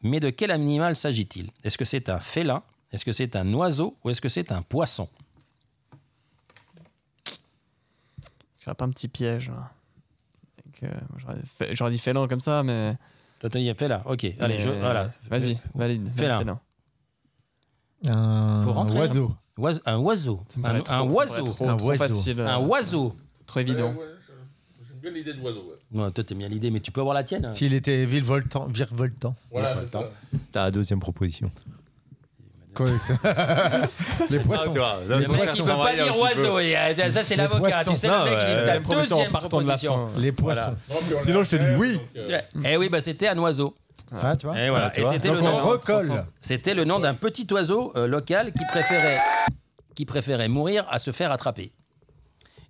Speaker 4: Mais de quel animal s'agit-il Est-ce que c'est un félin Est-ce que c'est un oiseau Ou est-ce que c'est un poisson
Speaker 6: Est-ce qu'il n'y a pas un petit piège là Avec, euh, moi, j'aurais fait- J'aurais dit félin comme ça, mais.
Speaker 4: Toi, tu dis félin. Ok, allez,
Speaker 6: mais,
Speaker 4: je,
Speaker 6: euh,
Speaker 4: voilà.
Speaker 6: Vas-y, valide. valide
Speaker 4: Félin.
Speaker 5: Un
Speaker 4: Faut rentrer, hein.
Speaker 5: oiseau.
Speaker 4: Oise- un oiseau.
Speaker 6: Ça me
Speaker 4: Un,
Speaker 6: paraît trop-
Speaker 4: un
Speaker 6: ça me paraît
Speaker 4: oiseau.
Speaker 6: Trop,
Speaker 5: Un
Speaker 6: trop
Speaker 5: oiseau.
Speaker 6: facile.
Speaker 4: Un
Speaker 6: euh,
Speaker 4: oiseau.
Speaker 6: Trop évident.
Speaker 7: J'aime bien l'idée de l'oiseau.
Speaker 4: Non, toi, t'es bien l'idée, mais tu peux avoir la tienne. hein.
Speaker 5: S'il était virevoltant. virevoltant.
Speaker 7: Voilà, c'est ça.
Speaker 2: T'as la deuxième proposition.
Speaker 5: Des poissons.
Speaker 4: Le mec, il peut pas dire oiseau. il a- Ça, c'est
Speaker 5: Les
Speaker 4: l'avocat. Tu
Speaker 5: poissons.
Speaker 4: sais, le
Speaker 2: Non,
Speaker 4: mec, il dit
Speaker 2: ouais.
Speaker 4: la
Speaker 6: Deuxième proposition,
Speaker 4: deuxième
Speaker 6: partons de la
Speaker 4: proposition.
Speaker 6: fin.
Speaker 5: Les poissons.
Speaker 2: Sinon, je te dis oui.
Speaker 4: Ouais. Eh oui, bah, c'était un oiseau.
Speaker 5: Ah, tu vois
Speaker 4: Et Eh, voilà.
Speaker 2: tu
Speaker 4: Et
Speaker 2: vois.
Speaker 4: c'était
Speaker 5: Donc
Speaker 4: le
Speaker 5: on
Speaker 4: nom.
Speaker 5: recolle.
Speaker 4: C'était le nom d'un petit oiseau euh, local qui préférait, qui préférait mourir à se faire attraper.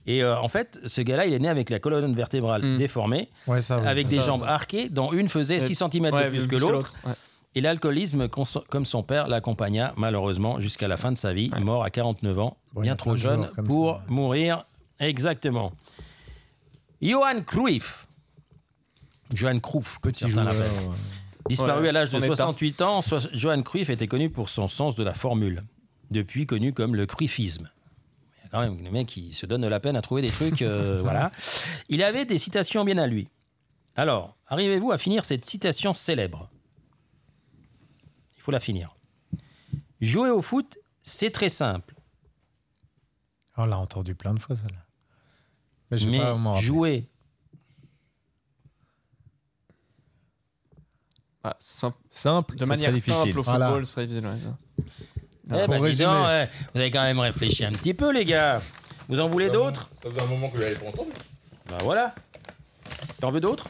Speaker 4: Et euh, en fait, ce gars-là, il est né avec la colonne vertébrale
Speaker 6: Mm.
Speaker 4: déformée,
Speaker 5: Ouais, ça, Ah Euh, oui.
Speaker 4: avec
Speaker 6: ça,
Speaker 4: des
Speaker 6: ça.
Speaker 4: jambes arquées, dont une faisait
Speaker 6: Et-
Speaker 4: 6 cm
Speaker 6: Ouais,
Speaker 4: de plus que l'autre.
Speaker 6: ouais.
Speaker 4: Et l'alcoolisme, cons- comme son père, l'accompagna malheureusement jusqu'à la fin de sa vie, mort à 49 ans,
Speaker 5: Bon, il y
Speaker 4: bien
Speaker 5: a
Speaker 4: trop
Speaker 5: plein de
Speaker 4: jeune
Speaker 5: joueurs comme
Speaker 4: pour
Speaker 5: ça.
Speaker 4: mourir. Exactement. Johan Cruyff, Johan Cruyff, que
Speaker 5: Petit
Speaker 4: certains
Speaker 5: joueur.
Speaker 4: l'appellent. Disparu
Speaker 6: Ouais,
Speaker 4: à l'âge de
Speaker 6: on est
Speaker 4: 68 ans, so- Johan Cruyff était connu pour son sens de la formule, depuis connu comme le Cruyffisme. Il y a quand même des mecs qui se donnent de la peine à trouver des trucs. euh, voilà. Il avait des citations bien à lui. Alors, arrivez-vous à finir cette citation célèbre Il faut la finir. Jouer au foot, c'est très simple,
Speaker 5: Oh, On l'a entendu plein de fois, celle-là. Mais je sais
Speaker 4: mais
Speaker 5: pas, on m'en rappelle.
Speaker 4: jouer,
Speaker 6: Ah, simple.
Speaker 2: Simple,
Speaker 6: De manière simple au football,
Speaker 5: Voilà.
Speaker 6: ce serait difficile. ouais, ça.
Speaker 4: Eh ben,
Speaker 5: Ah, Pour
Speaker 4: dis
Speaker 5: résumer.
Speaker 4: donc, ouais, vous avez quand même réfléchi un petit peu, les gars. Vous en voulez d'autres
Speaker 7: Ça faisait un moment que j'avais pas entendu.
Speaker 4: Ben voilà. T'en veux d'autres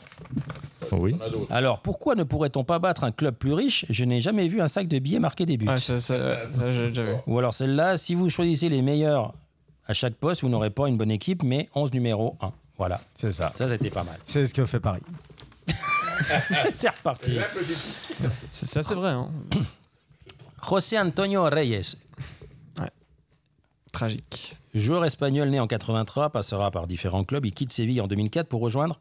Speaker 2: Oui.
Speaker 7: On a d'autres.
Speaker 4: Alors, pourquoi ne pourrait-on pas battre un club plus riche Je n'ai jamais vu un sac de billets marqué des buts.
Speaker 6: Ouais, ça, ça, ouais, ça, j'ai déjà vu.
Speaker 4: Ou alors celle-là, si vous choisissez les meilleurs à chaque poste, vous n'aurez pas une bonne équipe, mais 11 numéro 1. Voilà,
Speaker 5: C'est ça.
Speaker 4: ça c'était pas mal.
Speaker 5: C'est ce que fait Paris.
Speaker 4: C'est reparti.
Speaker 6: C'est- Ça, c'est vrai. Hein.
Speaker 4: José Antonio Reyes,
Speaker 6: Tragique.
Speaker 4: joueur espagnol né en 83, passera par différents clubs. Il quitte Séville en 2004 pour rejoindre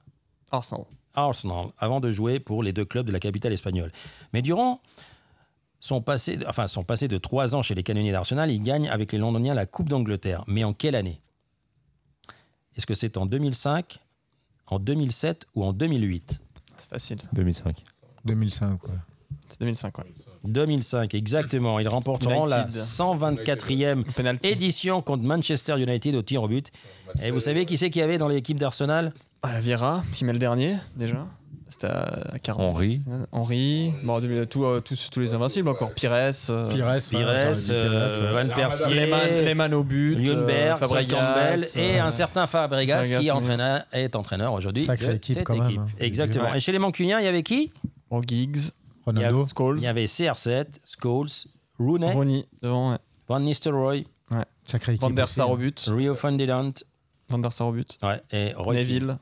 Speaker 6: Arsenal.
Speaker 4: Arsenal avant de jouer pour les deux clubs de la capitale espagnole. Mais durant son passé, enfin son passé de trois ans chez les canonniers d'Arsenal, il gagne avec les Londoniens la Coupe d'Angleterre. Mais en quelle année Est-ce que c'est en 2005, en 2007 ou en 2008
Speaker 6: C'est facile.
Speaker 2: 2005.
Speaker 5: 2005, quoi.
Speaker 6: C'est 2005, ouais.
Speaker 4: 2005, exactement. Ils remporteront la
Speaker 6: United.
Speaker 4: 124e
Speaker 6: Penalty.
Speaker 4: édition contre Manchester United au tir au but. Et vous savez qui c'est qu'il y avait dans l'équipe d'Arsenal
Speaker 6: Ah, Vieira, qui met le dernier, déjà. C'était à 40.
Speaker 2: Henri.
Speaker 6: Euh, Henri. Bon, en 2000, tout, euh, tous, tous les invincibles encore. Pires. euh,
Speaker 5: Pires, ouais,
Speaker 4: Pires,
Speaker 5: j'aurais dit Pires,
Speaker 4: euh,
Speaker 5: ouais.
Speaker 4: Van Persie,
Speaker 6: Lehmann, Lehmann au but.
Speaker 4: Lundberg,
Speaker 6: euh, Fabregas,
Speaker 4: Campbell et
Speaker 6: euh,
Speaker 4: un certain Fabregas
Speaker 6: Fabregas,
Speaker 4: qui est
Speaker 6: oui.
Speaker 4: entraîneur, est entraîneur aujourd'hui
Speaker 5: Sacrée
Speaker 4: de
Speaker 5: équipe,
Speaker 4: cette
Speaker 5: quand même,
Speaker 4: équipe.
Speaker 5: hein.
Speaker 4: Exactement.
Speaker 6: Ouais.
Speaker 4: Et chez les Mancuniens, il y avait qui
Speaker 6: Bon, Giggs,
Speaker 5: Ronaldo.
Speaker 6: Scholes,
Speaker 4: Il y avait CR7, Scholes, Rooney,
Speaker 6: Rooney devant, ouais.
Speaker 4: Van Nistelrooy,
Speaker 5: Sacré équipe.
Speaker 6: Van der
Speaker 5: aussi. hein.
Speaker 4: hein.
Speaker 6: Sar au but.
Speaker 4: Rio Ferdinand
Speaker 6: Van der Sar au but.
Speaker 4: ouais, et Rocky.
Speaker 6: Neville.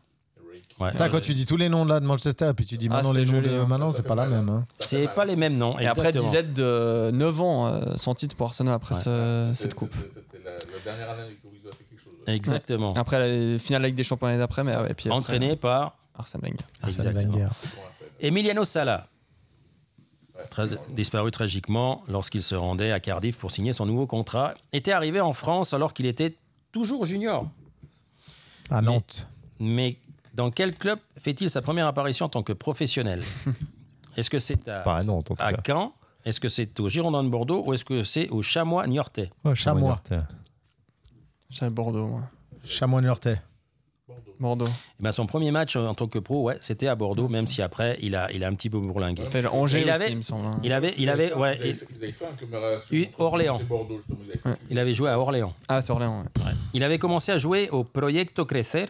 Speaker 4: Ouais.
Speaker 5: Putain, quand tu dis tous les noms là de Manchester, et puis tu dis
Speaker 6: Ah,
Speaker 5: maintenant
Speaker 6: c'était
Speaker 5: les noms
Speaker 6: joli,
Speaker 5: de
Speaker 6: hein.
Speaker 5: maintenant, c'est pas la même. hein.
Speaker 4: C'est pas les mêmes noms.
Speaker 6: Et après,
Speaker 4: exactement.
Speaker 6: disette de 9 ans euh, sans titre pour Arsenal après
Speaker 4: Ouais.
Speaker 6: ce- cette coupe.
Speaker 7: C'était la, la dernière année où ils ont fait quelque chose.
Speaker 4: Exactement.
Speaker 6: Après la finale avec des championnats d'après, mais ouais, et puis après,
Speaker 4: Entraîné par
Speaker 6: Arsène Wenger.
Speaker 5: Arsène
Speaker 4: Exactement.
Speaker 5: Wenger.
Speaker 4: Emiliano Sala, tra- disparu tragiquement lorsqu'il se rendait à Cardiff pour signer son nouveau contrat, était arrivé en France alors qu'il était toujours junior.
Speaker 5: À Nantes.
Speaker 4: Mais dans quel club fait-il sa première apparition en tant que professionnel Est-ce que c'est à,
Speaker 2: Pas à Nantes, Bah en tout
Speaker 4: à
Speaker 2: cas.
Speaker 4: Caen Est-ce que c'est au Girondin de Bordeaux Ou est-ce que c'est au Chamois Niortais
Speaker 2: Ouais,
Speaker 5: Chamois.
Speaker 2: Chamois.
Speaker 6: J'avais Bordeaux, moi.
Speaker 5: Chamois Niortais.
Speaker 6: Bordeaux.
Speaker 4: Eh ben, Son premier match en tant que pro, ouais, c'était à Bordeaux, même si après, il a, il a un petit peu bourlingué.
Speaker 6: Fait le Angers
Speaker 4: Il
Speaker 6: aussi,
Speaker 4: avait-
Speaker 6: il me semble. hein.
Speaker 4: Il avait, il avait, ouais,
Speaker 7: Ils avaient
Speaker 4: il,
Speaker 7: fait- ils avaient fait un camarade.
Speaker 4: Oui, Orléans.
Speaker 7: Bordeaux, justement. Ils avaient fait
Speaker 4: il avait joué à Orléans.
Speaker 6: Ah, c'est Orléans, ouais.
Speaker 4: Il avait commencé à jouer au Proyecto Crecer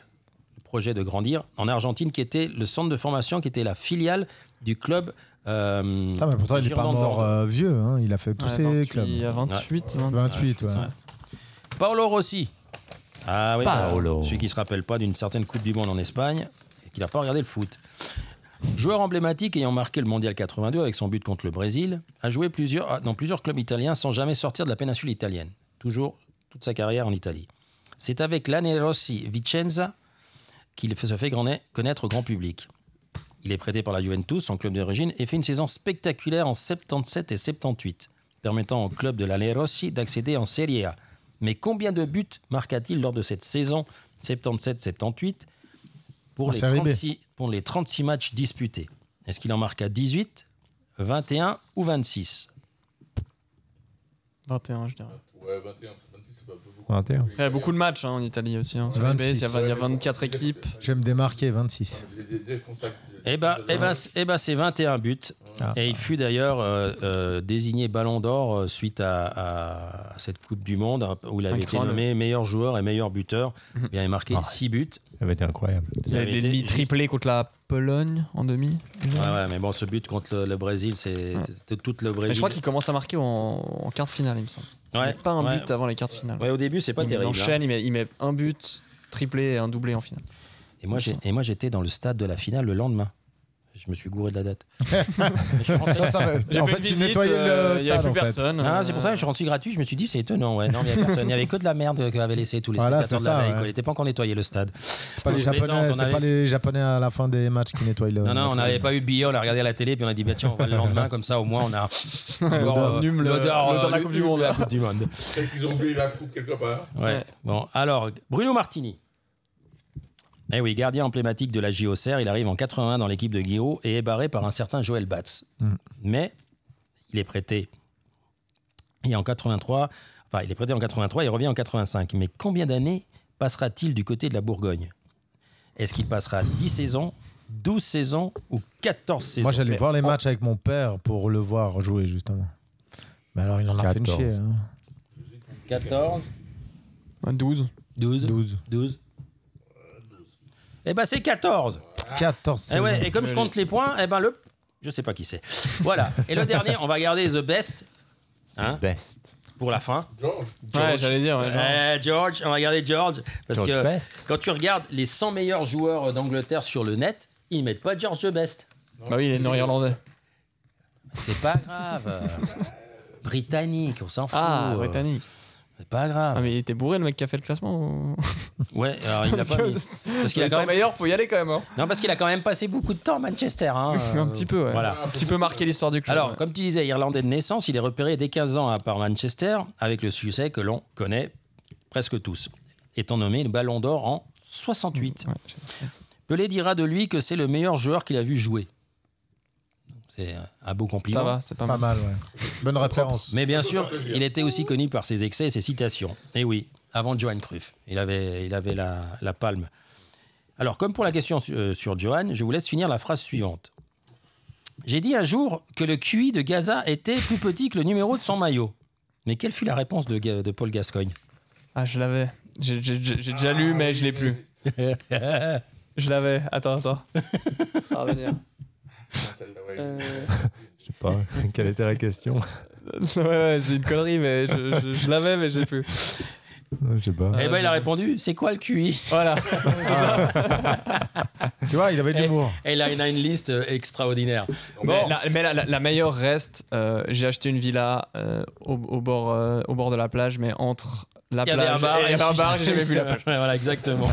Speaker 4: projet de grandir en Argentine, qui était le centre de formation, qui était la filiale du club. euh,
Speaker 5: Ah, mais pourtant, il n'est pas
Speaker 4: Girondin
Speaker 5: mort
Speaker 4: d'Or-
Speaker 5: euh, vieux. hein, Il a fait tous
Speaker 6: Ouais, euh,
Speaker 5: ses
Speaker 6: 28,
Speaker 5: clubs.
Speaker 6: à 28,
Speaker 5: 28, ouais.
Speaker 4: Paolo Rossi. Ah oui,
Speaker 2: Paolo.
Speaker 4: celui qui se rappelle pas d'une certaine Coupe du Monde en Espagne et qui n'a pas regardé le foot. Joueur emblématique ayant marqué le Mondial 82 avec son but contre le Brésil, a joué plusieurs, ah, dans plusieurs clubs italiens sans jamais sortir de la péninsule italienne. Toujours toute sa carrière en Italie. C'est avec l'Anerossi Vicenza qu'il fait- se fait grand- connaître au grand public. Il est prêté par la Juventus, son club d'origine, et fait une saison spectaculaire en 77 et 78, permettant au club de l'Anerossi d'accéder en Serie A. Mais combien de buts marqua-t-il lors de cette saison 77-78
Speaker 5: En
Speaker 4: pour, les
Speaker 5: Serie B.
Speaker 4: 36 pour les 36 matchs disputés Est-ce qu'il en marqua 18, 21 ou 26
Speaker 6: 21, je dirais.
Speaker 7: Ouais, 21, 26, c'est pas beaucoup.
Speaker 6: Après, Il y a beaucoup de matchs hein, en Italie aussi. hein. C'est
Speaker 5: 26.
Speaker 6: B, Il y a il y a 24 équipes.
Speaker 5: J'aime démarquer 26.
Speaker 4: Eh ben, eh ben, c'est- eh ben, c'est 21 buts.
Speaker 6: Ah.
Speaker 4: Et il fut d'ailleurs euh, euh, désigné Ballon d'Or euh, suite à, à- à cette Coupe du Monde hein, où il avait été
Speaker 6: Incroyable. Mhm.
Speaker 4: nommé meilleur joueur et meilleur buteur. Il avait marqué
Speaker 6: Ah
Speaker 4: 6 buts.
Speaker 2: Ça avait été incroyable.
Speaker 6: Il y a
Speaker 4: avait
Speaker 6: les
Speaker 4: été
Speaker 6: demi
Speaker 4: juste-
Speaker 6: triplés contre la Pologne en demi.
Speaker 4: Ouais, ouais, mais bon, ce but contre le, le Brésil, c'est c'est tout le
Speaker 6: Mais
Speaker 4: Brésil.
Speaker 6: je crois qu'il commence à marquer en, en quart de finale, il me semble. Il
Speaker 4: Ouais,
Speaker 6: met pas un
Speaker 4: ouais.
Speaker 6: but avant les quarts de finale.
Speaker 4: Ouais, au début, c'est pas
Speaker 6: il
Speaker 4: terrible. hein.
Speaker 6: enchaîne, il, met, il met un but, triplé et un doublé en finale.
Speaker 4: Et moi, j'ai- et moi, j'étais dans le stade de la finale le lendemain. Je me suis gouré de la date. Mais je suis rentré-
Speaker 5: Ça, ça va. en fait, tu nettoyais le
Speaker 6: euh, Il n'y
Speaker 5: stade,
Speaker 6: avait plus
Speaker 5: en fait.
Speaker 6: personne.
Speaker 4: Ah, c'est pour ça que je suis rentré gratuit. Je me suis dit, c'est étonnant. Ouais. Non, mais il y a personne. Il n'y avait que de la merde qu'avaient laissé tous les
Speaker 5: Voilà,
Speaker 4: spectateurs
Speaker 5: c'est
Speaker 4: de la
Speaker 5: ça,
Speaker 4: veille.
Speaker 5: ouais.
Speaker 4: quoi. Il n'était pas encore nettoyé le stade.
Speaker 5: C'est pas, les
Speaker 4: C'était plaisant,
Speaker 5: Japonais,
Speaker 4: on
Speaker 5: c'est
Speaker 4: avait-
Speaker 5: pas les euh, Japonais à la fin des matchs qui nettoient le.
Speaker 4: Non, non, on
Speaker 5: nettoient le-
Speaker 4: n'avait pas eu de billet, on a regardé à la télé, puis on a dit, bah, tiens, on va le lendemain, comme ça, au moins, on a encore euh,
Speaker 6: L'odeur,
Speaker 4: l'odeur,
Speaker 6: l'odeur de la
Speaker 4: euh,
Speaker 6: Coupe du Monde.
Speaker 4: la Coupe du Monde.
Speaker 7: C'est qu'ils ont vu la coupe quelque part.
Speaker 4: Ouais. Bon, alors, Bruno Martini. Eh oui, gardien emblématique de la JOCR, il arrive en 81 dans l'équipe de Guillaume et est barré par un certain Joël Batz.
Speaker 5: Mm.
Speaker 4: Mais il est prêté. Et en 83, enfin, il est prêté en 83 et il revient en 85. Mais combien d'années passera-t-il du côté de la Bourgogne Est-ce qu'il passera 10 saisons, 12 saisons ou 14 saisons
Speaker 5: Moi, j'allais
Speaker 4: Mais
Speaker 5: voir les
Speaker 4: en-
Speaker 5: matchs avec mon père pour le voir jouer, justement. Mais alors, il en a fait une
Speaker 2: 14.
Speaker 5: chier. hein.
Speaker 4: 14,
Speaker 6: Un 12.
Speaker 4: 12,
Speaker 5: 12.
Speaker 4: 12. Eh ben c'est 14.
Speaker 5: 14
Speaker 4: Eh
Speaker 5: saisons.
Speaker 4: ouais, et comme je compte les points, eh ben le je sais pas qui c'est. Voilà. Et le dernier, on va garder the best hein,
Speaker 2: Best.
Speaker 4: pour la fin.
Speaker 7: George.
Speaker 6: Ouais, j'allais dire. ouais, genre.
Speaker 4: Eh, George, on va garder George parce
Speaker 2: George
Speaker 4: que
Speaker 2: Best.
Speaker 4: quand tu regardes les 100 meilleurs joueurs d'Angleterre sur le net, ils mettent pas George the Best.
Speaker 6: Bah oui, il est nord-irlandais.
Speaker 4: C'est pas grave. Britannique, on s'en fout.
Speaker 6: Ah,
Speaker 4: Euh,
Speaker 6: britannique.
Speaker 4: C'est pas
Speaker 6: Ah,
Speaker 4: grave.
Speaker 6: mais il était bourré le mec qui a fait le classement. ou-
Speaker 4: Ouais, alors il a
Speaker 6: Parce
Speaker 4: pas
Speaker 6: que-
Speaker 4: mis- parce qu'il a
Speaker 6: Ils
Speaker 4: quand
Speaker 6: sont
Speaker 4: même
Speaker 6: meilleurs, faut y aller quand même. hein.
Speaker 4: Non, parce qu'il a quand même passé beaucoup de temps à Manchester. hein.
Speaker 6: Un petit peu, ouais.
Speaker 4: Voilà.
Speaker 6: Un petit peu marqué l'histoire du club.
Speaker 4: Alors,
Speaker 6: ouais.
Speaker 4: comme tu disais, Irlandais de naissance, il est repéré dès 15 ans à part Manchester, avec le succès que l'on connaît presque tous, étant nommé le Ballon d'Or en 68.
Speaker 6: Ouais, j'ai-
Speaker 4: Pelé dira de lui que c'est le meilleur joueur qu'il a vu jouer. C'est un beau compliment.
Speaker 6: ça va, c'est pas
Speaker 5: Pas
Speaker 6: mal.
Speaker 5: mal, ouais. Bonne référence.
Speaker 4: Mais bien sûr, il était aussi connu par ses excès et ses citations. Et oui, avant Johan Cruyff, il avait, il avait la, la palme. Alors, comme pour la question su- euh, sur Johan, je vous laisse finir la phrase suivante. J'ai dit un jour que le QI de Gaza était plus petit que le numéro de son maillot. Mais quelle fut la réponse de, Ga- de Paul Gascoigne
Speaker 6: Ah, je l'avais. J'ai j'ai- j'ai- j'ai déjà lu, mais je l'ai plus.
Speaker 4: Eh ben,
Speaker 6: Je l'avais. Attends, attends. Euh, Ça va revenir.
Speaker 2: Je sais pas. Quelle était la question
Speaker 6: ouais, ouais, c'est une connerie, mais je, je- je l'avais, mais je l'ai plus.
Speaker 2: Je sais pas.
Speaker 4: Eh ben, il a répondu c'est quoi le QI
Speaker 6: Voilà.
Speaker 5: Tu vois, il avait
Speaker 4: Eh,
Speaker 5: de l'humour.
Speaker 4: Et là, il a une liste euh, extraordinaire.
Speaker 6: Mais,
Speaker 4: Bon,
Speaker 6: la, mais la- la- la meilleure reste, euh, j'ai acheté une villa euh, au, au bord, euh, au bord de la plage, mais entre la
Speaker 4: il y avait un
Speaker 6: plage
Speaker 4: bar.
Speaker 6: et- il y avait un bar, j'ai jamais vu la plage.
Speaker 4: Ouais, voilà, exactement.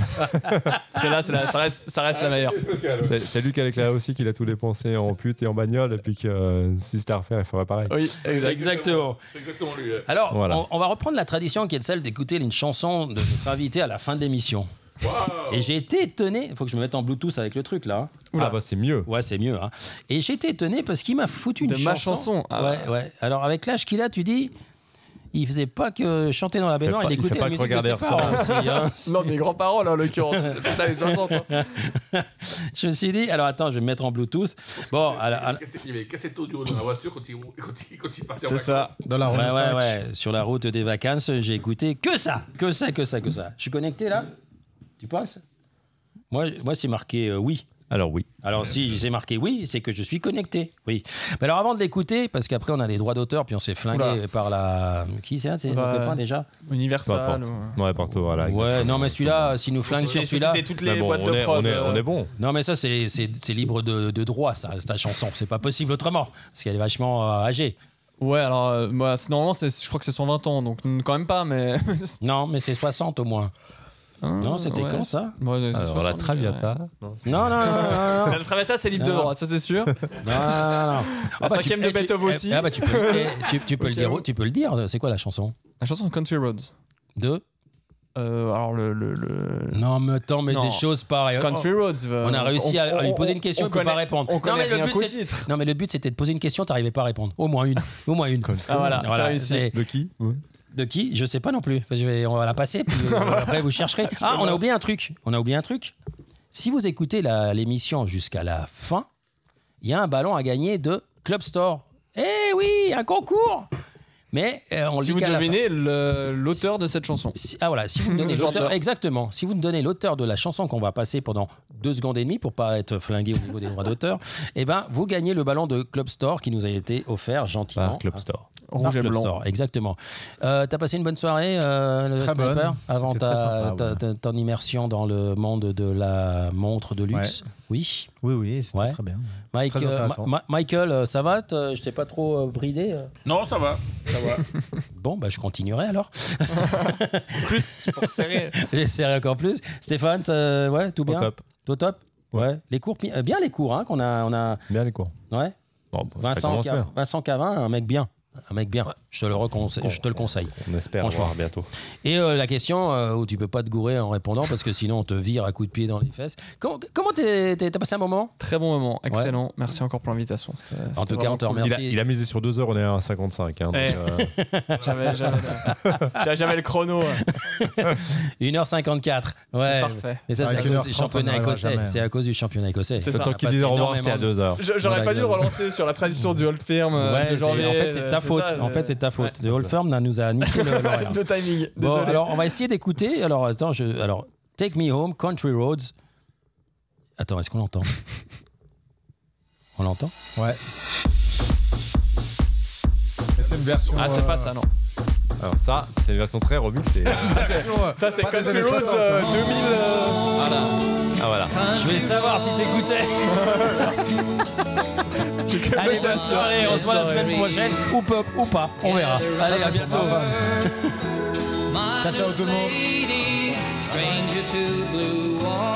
Speaker 6: C'est là, c'est là, ça reste, ça reste la meilleure.
Speaker 7: Ah, spécial.
Speaker 2: C'est c'est Luc avec la aussi qu'il a tous les pensées en pute et en bagnole, et puis que euh, si c'était à refaire, il ferait pareil.
Speaker 6: Oui, exact.
Speaker 4: exactement.
Speaker 7: C'est exactement lui.
Speaker 4: Alors,
Speaker 2: Voilà.
Speaker 4: on, on va reprendre la tradition qui est celle d'écouter une chanson de notre invité à la fin de l'émission.
Speaker 6: Oh.
Speaker 4: Et j'ai été étonné, faut que je me mette en Bluetooth avec le truc là. hein.
Speaker 2: Ah bah c'est mieux.
Speaker 4: Ouais, c'est mieux. hein. Et j'ai été étonné parce qu'il m'a foutu une
Speaker 6: De
Speaker 4: chanson.
Speaker 6: ma chanson, ah.
Speaker 4: Ouais, ouais. Alors avec l'âge qu'il a, tu dis, il faisait pas que chanter dans la baignoire,
Speaker 2: pas-
Speaker 4: il
Speaker 2: il fait
Speaker 4: écoutait
Speaker 2: pas
Speaker 4: la
Speaker 2: que
Speaker 4: musique de
Speaker 2: regarder
Speaker 4: ses parents aussi, hein.
Speaker 6: Non, mes grands-parents, là, en l'occurrence. C'est plus ça, les 60. hein.
Speaker 4: Je me suis dit, alors attends, je vais me mettre en Bluetooth. Bon, alors, alors-
Speaker 7: Il avait cassé audio dans la voiture quand il, quand il, quand il partait en
Speaker 6: C'est ça.
Speaker 7: vacances.
Speaker 5: Dans la rue.
Speaker 4: ouais, ouais, ouais. Sur la route des vacances, j'ai écouté que ça, que ça, que ça, que ça. Je suis connecté là. Tu passes Moi, moi c'est marqué euh, oui.
Speaker 2: Alors oui.
Speaker 4: Alors si j'ai marqué oui, c'est que je suis connecté. Oui. Mais alors avant de l'écouter, parce qu'après on a les droits d'auteur, puis on s'est flingué par la... Qui c'est C'est
Speaker 6: Bah,
Speaker 4: nos copains déjà
Speaker 2: Peu
Speaker 6: Universal.
Speaker 2: importe.
Speaker 6: ou- euh,
Speaker 2: hein. Ouais, partout, voilà.
Speaker 4: Ouais,
Speaker 2: exactement.
Speaker 4: non mais celui-là, s'il nous flingue sur celui-là...
Speaker 6: C'était toutes
Speaker 2: Mais
Speaker 6: les
Speaker 2: bon,
Speaker 6: boîtes
Speaker 2: on,
Speaker 6: de
Speaker 2: est,
Speaker 6: prod.
Speaker 2: on, est,
Speaker 6: euh,
Speaker 2: on est bon.
Speaker 4: Non mais ça c'est c'est- c'est libre de, de droit ça, ta chanson. C'est pas possible autrement, parce qu'elle est vachement euh, âgée.
Speaker 6: Ouais, alors, euh, moi, c'est- normalement, c'est- je crois que c'est 120 ans, donc mm, quand même pas, mais. Ah,
Speaker 4: Non mais c'est 60 au moins. Non, c'était
Speaker 6: Ouais.
Speaker 4: quand ça
Speaker 6: Ouais, c'est
Speaker 2: Alors, la
Speaker 6: 60, ouais.
Speaker 2: Traviata.
Speaker 4: Non, non, non, non, non, non.
Speaker 6: La Traviata, c'est libre de
Speaker 4: Non.
Speaker 6: droit, ça c'est sûr.
Speaker 4: Non, non, non, non.
Speaker 6: La cinquième de
Speaker 4: eh, tu-
Speaker 6: Beethoven
Speaker 4: eh,
Speaker 6: aussi.
Speaker 4: Ah bah tu peux, eh, tu, tu peux
Speaker 6: Au
Speaker 4: le
Speaker 6: cas
Speaker 4: dire,
Speaker 6: où.
Speaker 4: tu peux le dire. C'est quoi la chanson
Speaker 6: La chanson Country Roads.
Speaker 4: De
Speaker 6: Euh, alors, le. le, le-
Speaker 4: Non, mais attends, mais
Speaker 6: Non.
Speaker 4: des choses pareilles.
Speaker 6: Country Roads. euh,
Speaker 4: on a réussi à- à lui poser une question,
Speaker 6: on
Speaker 4: il peut pas
Speaker 6: connaît-
Speaker 4: répondre.
Speaker 6: On
Speaker 4: Non,
Speaker 6: connaît
Speaker 4: mais le
Speaker 6: rien
Speaker 4: but,
Speaker 6: qu'au
Speaker 4: c'est-
Speaker 6: titre.
Speaker 4: Non, mais le but c'était de poser une question, t'arrivais pas à répondre. Au moins une. Au moins une.
Speaker 6: Ah, voilà, c'est réussi.
Speaker 4: c'est
Speaker 2: De qui
Speaker 4: de qui Je sais pas non plus. Je vais, on va la passer, puis euh, après vous chercherez. Ah, on a oublié un truc. On a oublié un truc. Si vous écoutez la- l'émission jusqu'à la fin, il y a un ballon à gagner de Club Store. Eh oui, un concours Mais euh, on le
Speaker 6: Si
Speaker 4: dit
Speaker 6: vous
Speaker 4: qu'à la fin.
Speaker 6: devinez le- l'auteur de cette chanson.
Speaker 4: Si- ah voilà, si vous me donnez
Speaker 6: Le
Speaker 4: l'auteur,
Speaker 6: chanteur.
Speaker 4: exactement. Si vous me donnez l'auteur de la chanson qu'on va passer pendant deux secondes et demie pour pas être flingué au niveau des droits d'auteur, eh ben vous gagnez le ballon de Club Store qui nous a été offert gentiment.
Speaker 2: Par Club Store.
Speaker 4: Par
Speaker 6: Rouge et
Speaker 4: Club
Speaker 6: blanc.
Speaker 4: Store, exactement. Euh, T'as passé une bonne soirée, euh, le
Speaker 5: Très
Speaker 4: sniper,
Speaker 5: bonne.
Speaker 4: avant
Speaker 5: C'était très
Speaker 4: ta-
Speaker 5: sympa,
Speaker 4: ta-
Speaker 5: ouais.
Speaker 4: ta- ton immersion dans le monde de la montre de luxe. Oui.
Speaker 5: Oui, oui, c'était
Speaker 4: Ouais.
Speaker 5: très bien.
Speaker 4: Mike,
Speaker 5: Très
Speaker 4: euh,
Speaker 5: intéressant.
Speaker 4: Ma- Ma- Michael, euh, ça va T'as- Je t'ai pas trop euh, bridé euh
Speaker 7: Non, ça va.
Speaker 4: Bon, bah, je continuerai alors.
Speaker 6: Plus, pour serrer.
Speaker 4: J'essaierai encore plus. Stéphane, ça- ouais, tout
Speaker 2: Au
Speaker 4: bien
Speaker 2: top.
Speaker 4: Toi, top ouais. Les cours, pi- euh, bien les cours hein, qu'on a, on a.
Speaker 2: Bien les cours.
Speaker 4: Ouais.
Speaker 2: Bon, bah, ça
Speaker 4: Vincent,
Speaker 2: commence
Speaker 4: Ca-
Speaker 2: bien.
Speaker 4: Vincent Cavin, un mec bien. Un mec bien. Je te le, reconseille, je te le conseille.
Speaker 2: On espère
Speaker 4: Franchement.
Speaker 2: voir bientôt.
Speaker 4: Et euh, la question euh, où tu peux pas te gourer en répondant parce que sinon on te vire à coups de pied dans les fesses. Com- Comment t'es- t'es- t'as passé un bon moment
Speaker 6: Très bon moment, excellent. Merci encore pour l'invitation. c'était-
Speaker 4: En
Speaker 6: c'était
Speaker 4: tout cas, on te
Speaker 6: vraiment
Speaker 4: remercie.
Speaker 2: Il a, il a misé sur 2 heures, on est à 55. Hein, donc,
Speaker 6: Eh.
Speaker 2: euh,
Speaker 6: cool. J'avais j'avais le- j'avais- j'avais le chrono. hein.
Speaker 4: 1h54. Ouais.
Speaker 6: Parfait.
Speaker 4: Mais ça, c'est à
Speaker 5: Avec
Speaker 4: cause
Speaker 5: 1h30,
Speaker 4: du
Speaker 5: on
Speaker 4: championnat
Speaker 5: n'arrivera
Speaker 4: écossais.
Speaker 2: hein.
Speaker 5: jamais.
Speaker 4: C'est à cause du championnat écossais.
Speaker 6: C'est
Speaker 2: le
Speaker 6: ça.
Speaker 2: temps
Speaker 4: On a
Speaker 2: qu'ils
Speaker 4: passé
Speaker 2: disent au revoir, t'es
Speaker 4: énormément
Speaker 2: à
Speaker 4: de-
Speaker 2: 2 heures.
Speaker 6: Je- J'aurais
Speaker 4: Voilà,
Speaker 6: pas dû le
Speaker 4: exactement.
Speaker 6: relancer sur la tradition du Old Firm. euh,
Speaker 4: Ouais,
Speaker 6: de
Speaker 4: c'est-
Speaker 6: janvier, euh,
Speaker 4: en fait, c'est ta faute. en fait, c'est ta faute. The Old Firm, là, nous a niqué le- l'horaire.
Speaker 6: de timing.
Speaker 4: Bon,
Speaker 6: Désolé.
Speaker 4: alors on va essayer d'écouter. Alors attends, je... alors Take Me Home, Country Roads. Attends, est-ce qu'on l'entend On l'entend
Speaker 5: Ouais. Mais c'est une version.
Speaker 6: ah, c'est
Speaker 5: euh,
Speaker 6: pas ça, non.
Speaker 2: Alors, ça, c'est une version très remixée.
Speaker 6: Ça, c'est
Speaker 5: pas des
Speaker 6: Country
Speaker 5: années
Speaker 6: Roads
Speaker 5: 60,
Speaker 6: euh,
Speaker 5: hein.
Speaker 6: 2000. euh,
Speaker 2: ah, voilà.
Speaker 4: Je vais savoir si t'écoutais. Allez, bonne soirée. On se voit la semaine prochaine. Ou pas, ou pas. On verra. Allez, à bientôt.
Speaker 5: Ciao, ciao tout le monde.
Speaker 13: Stranger to blue water.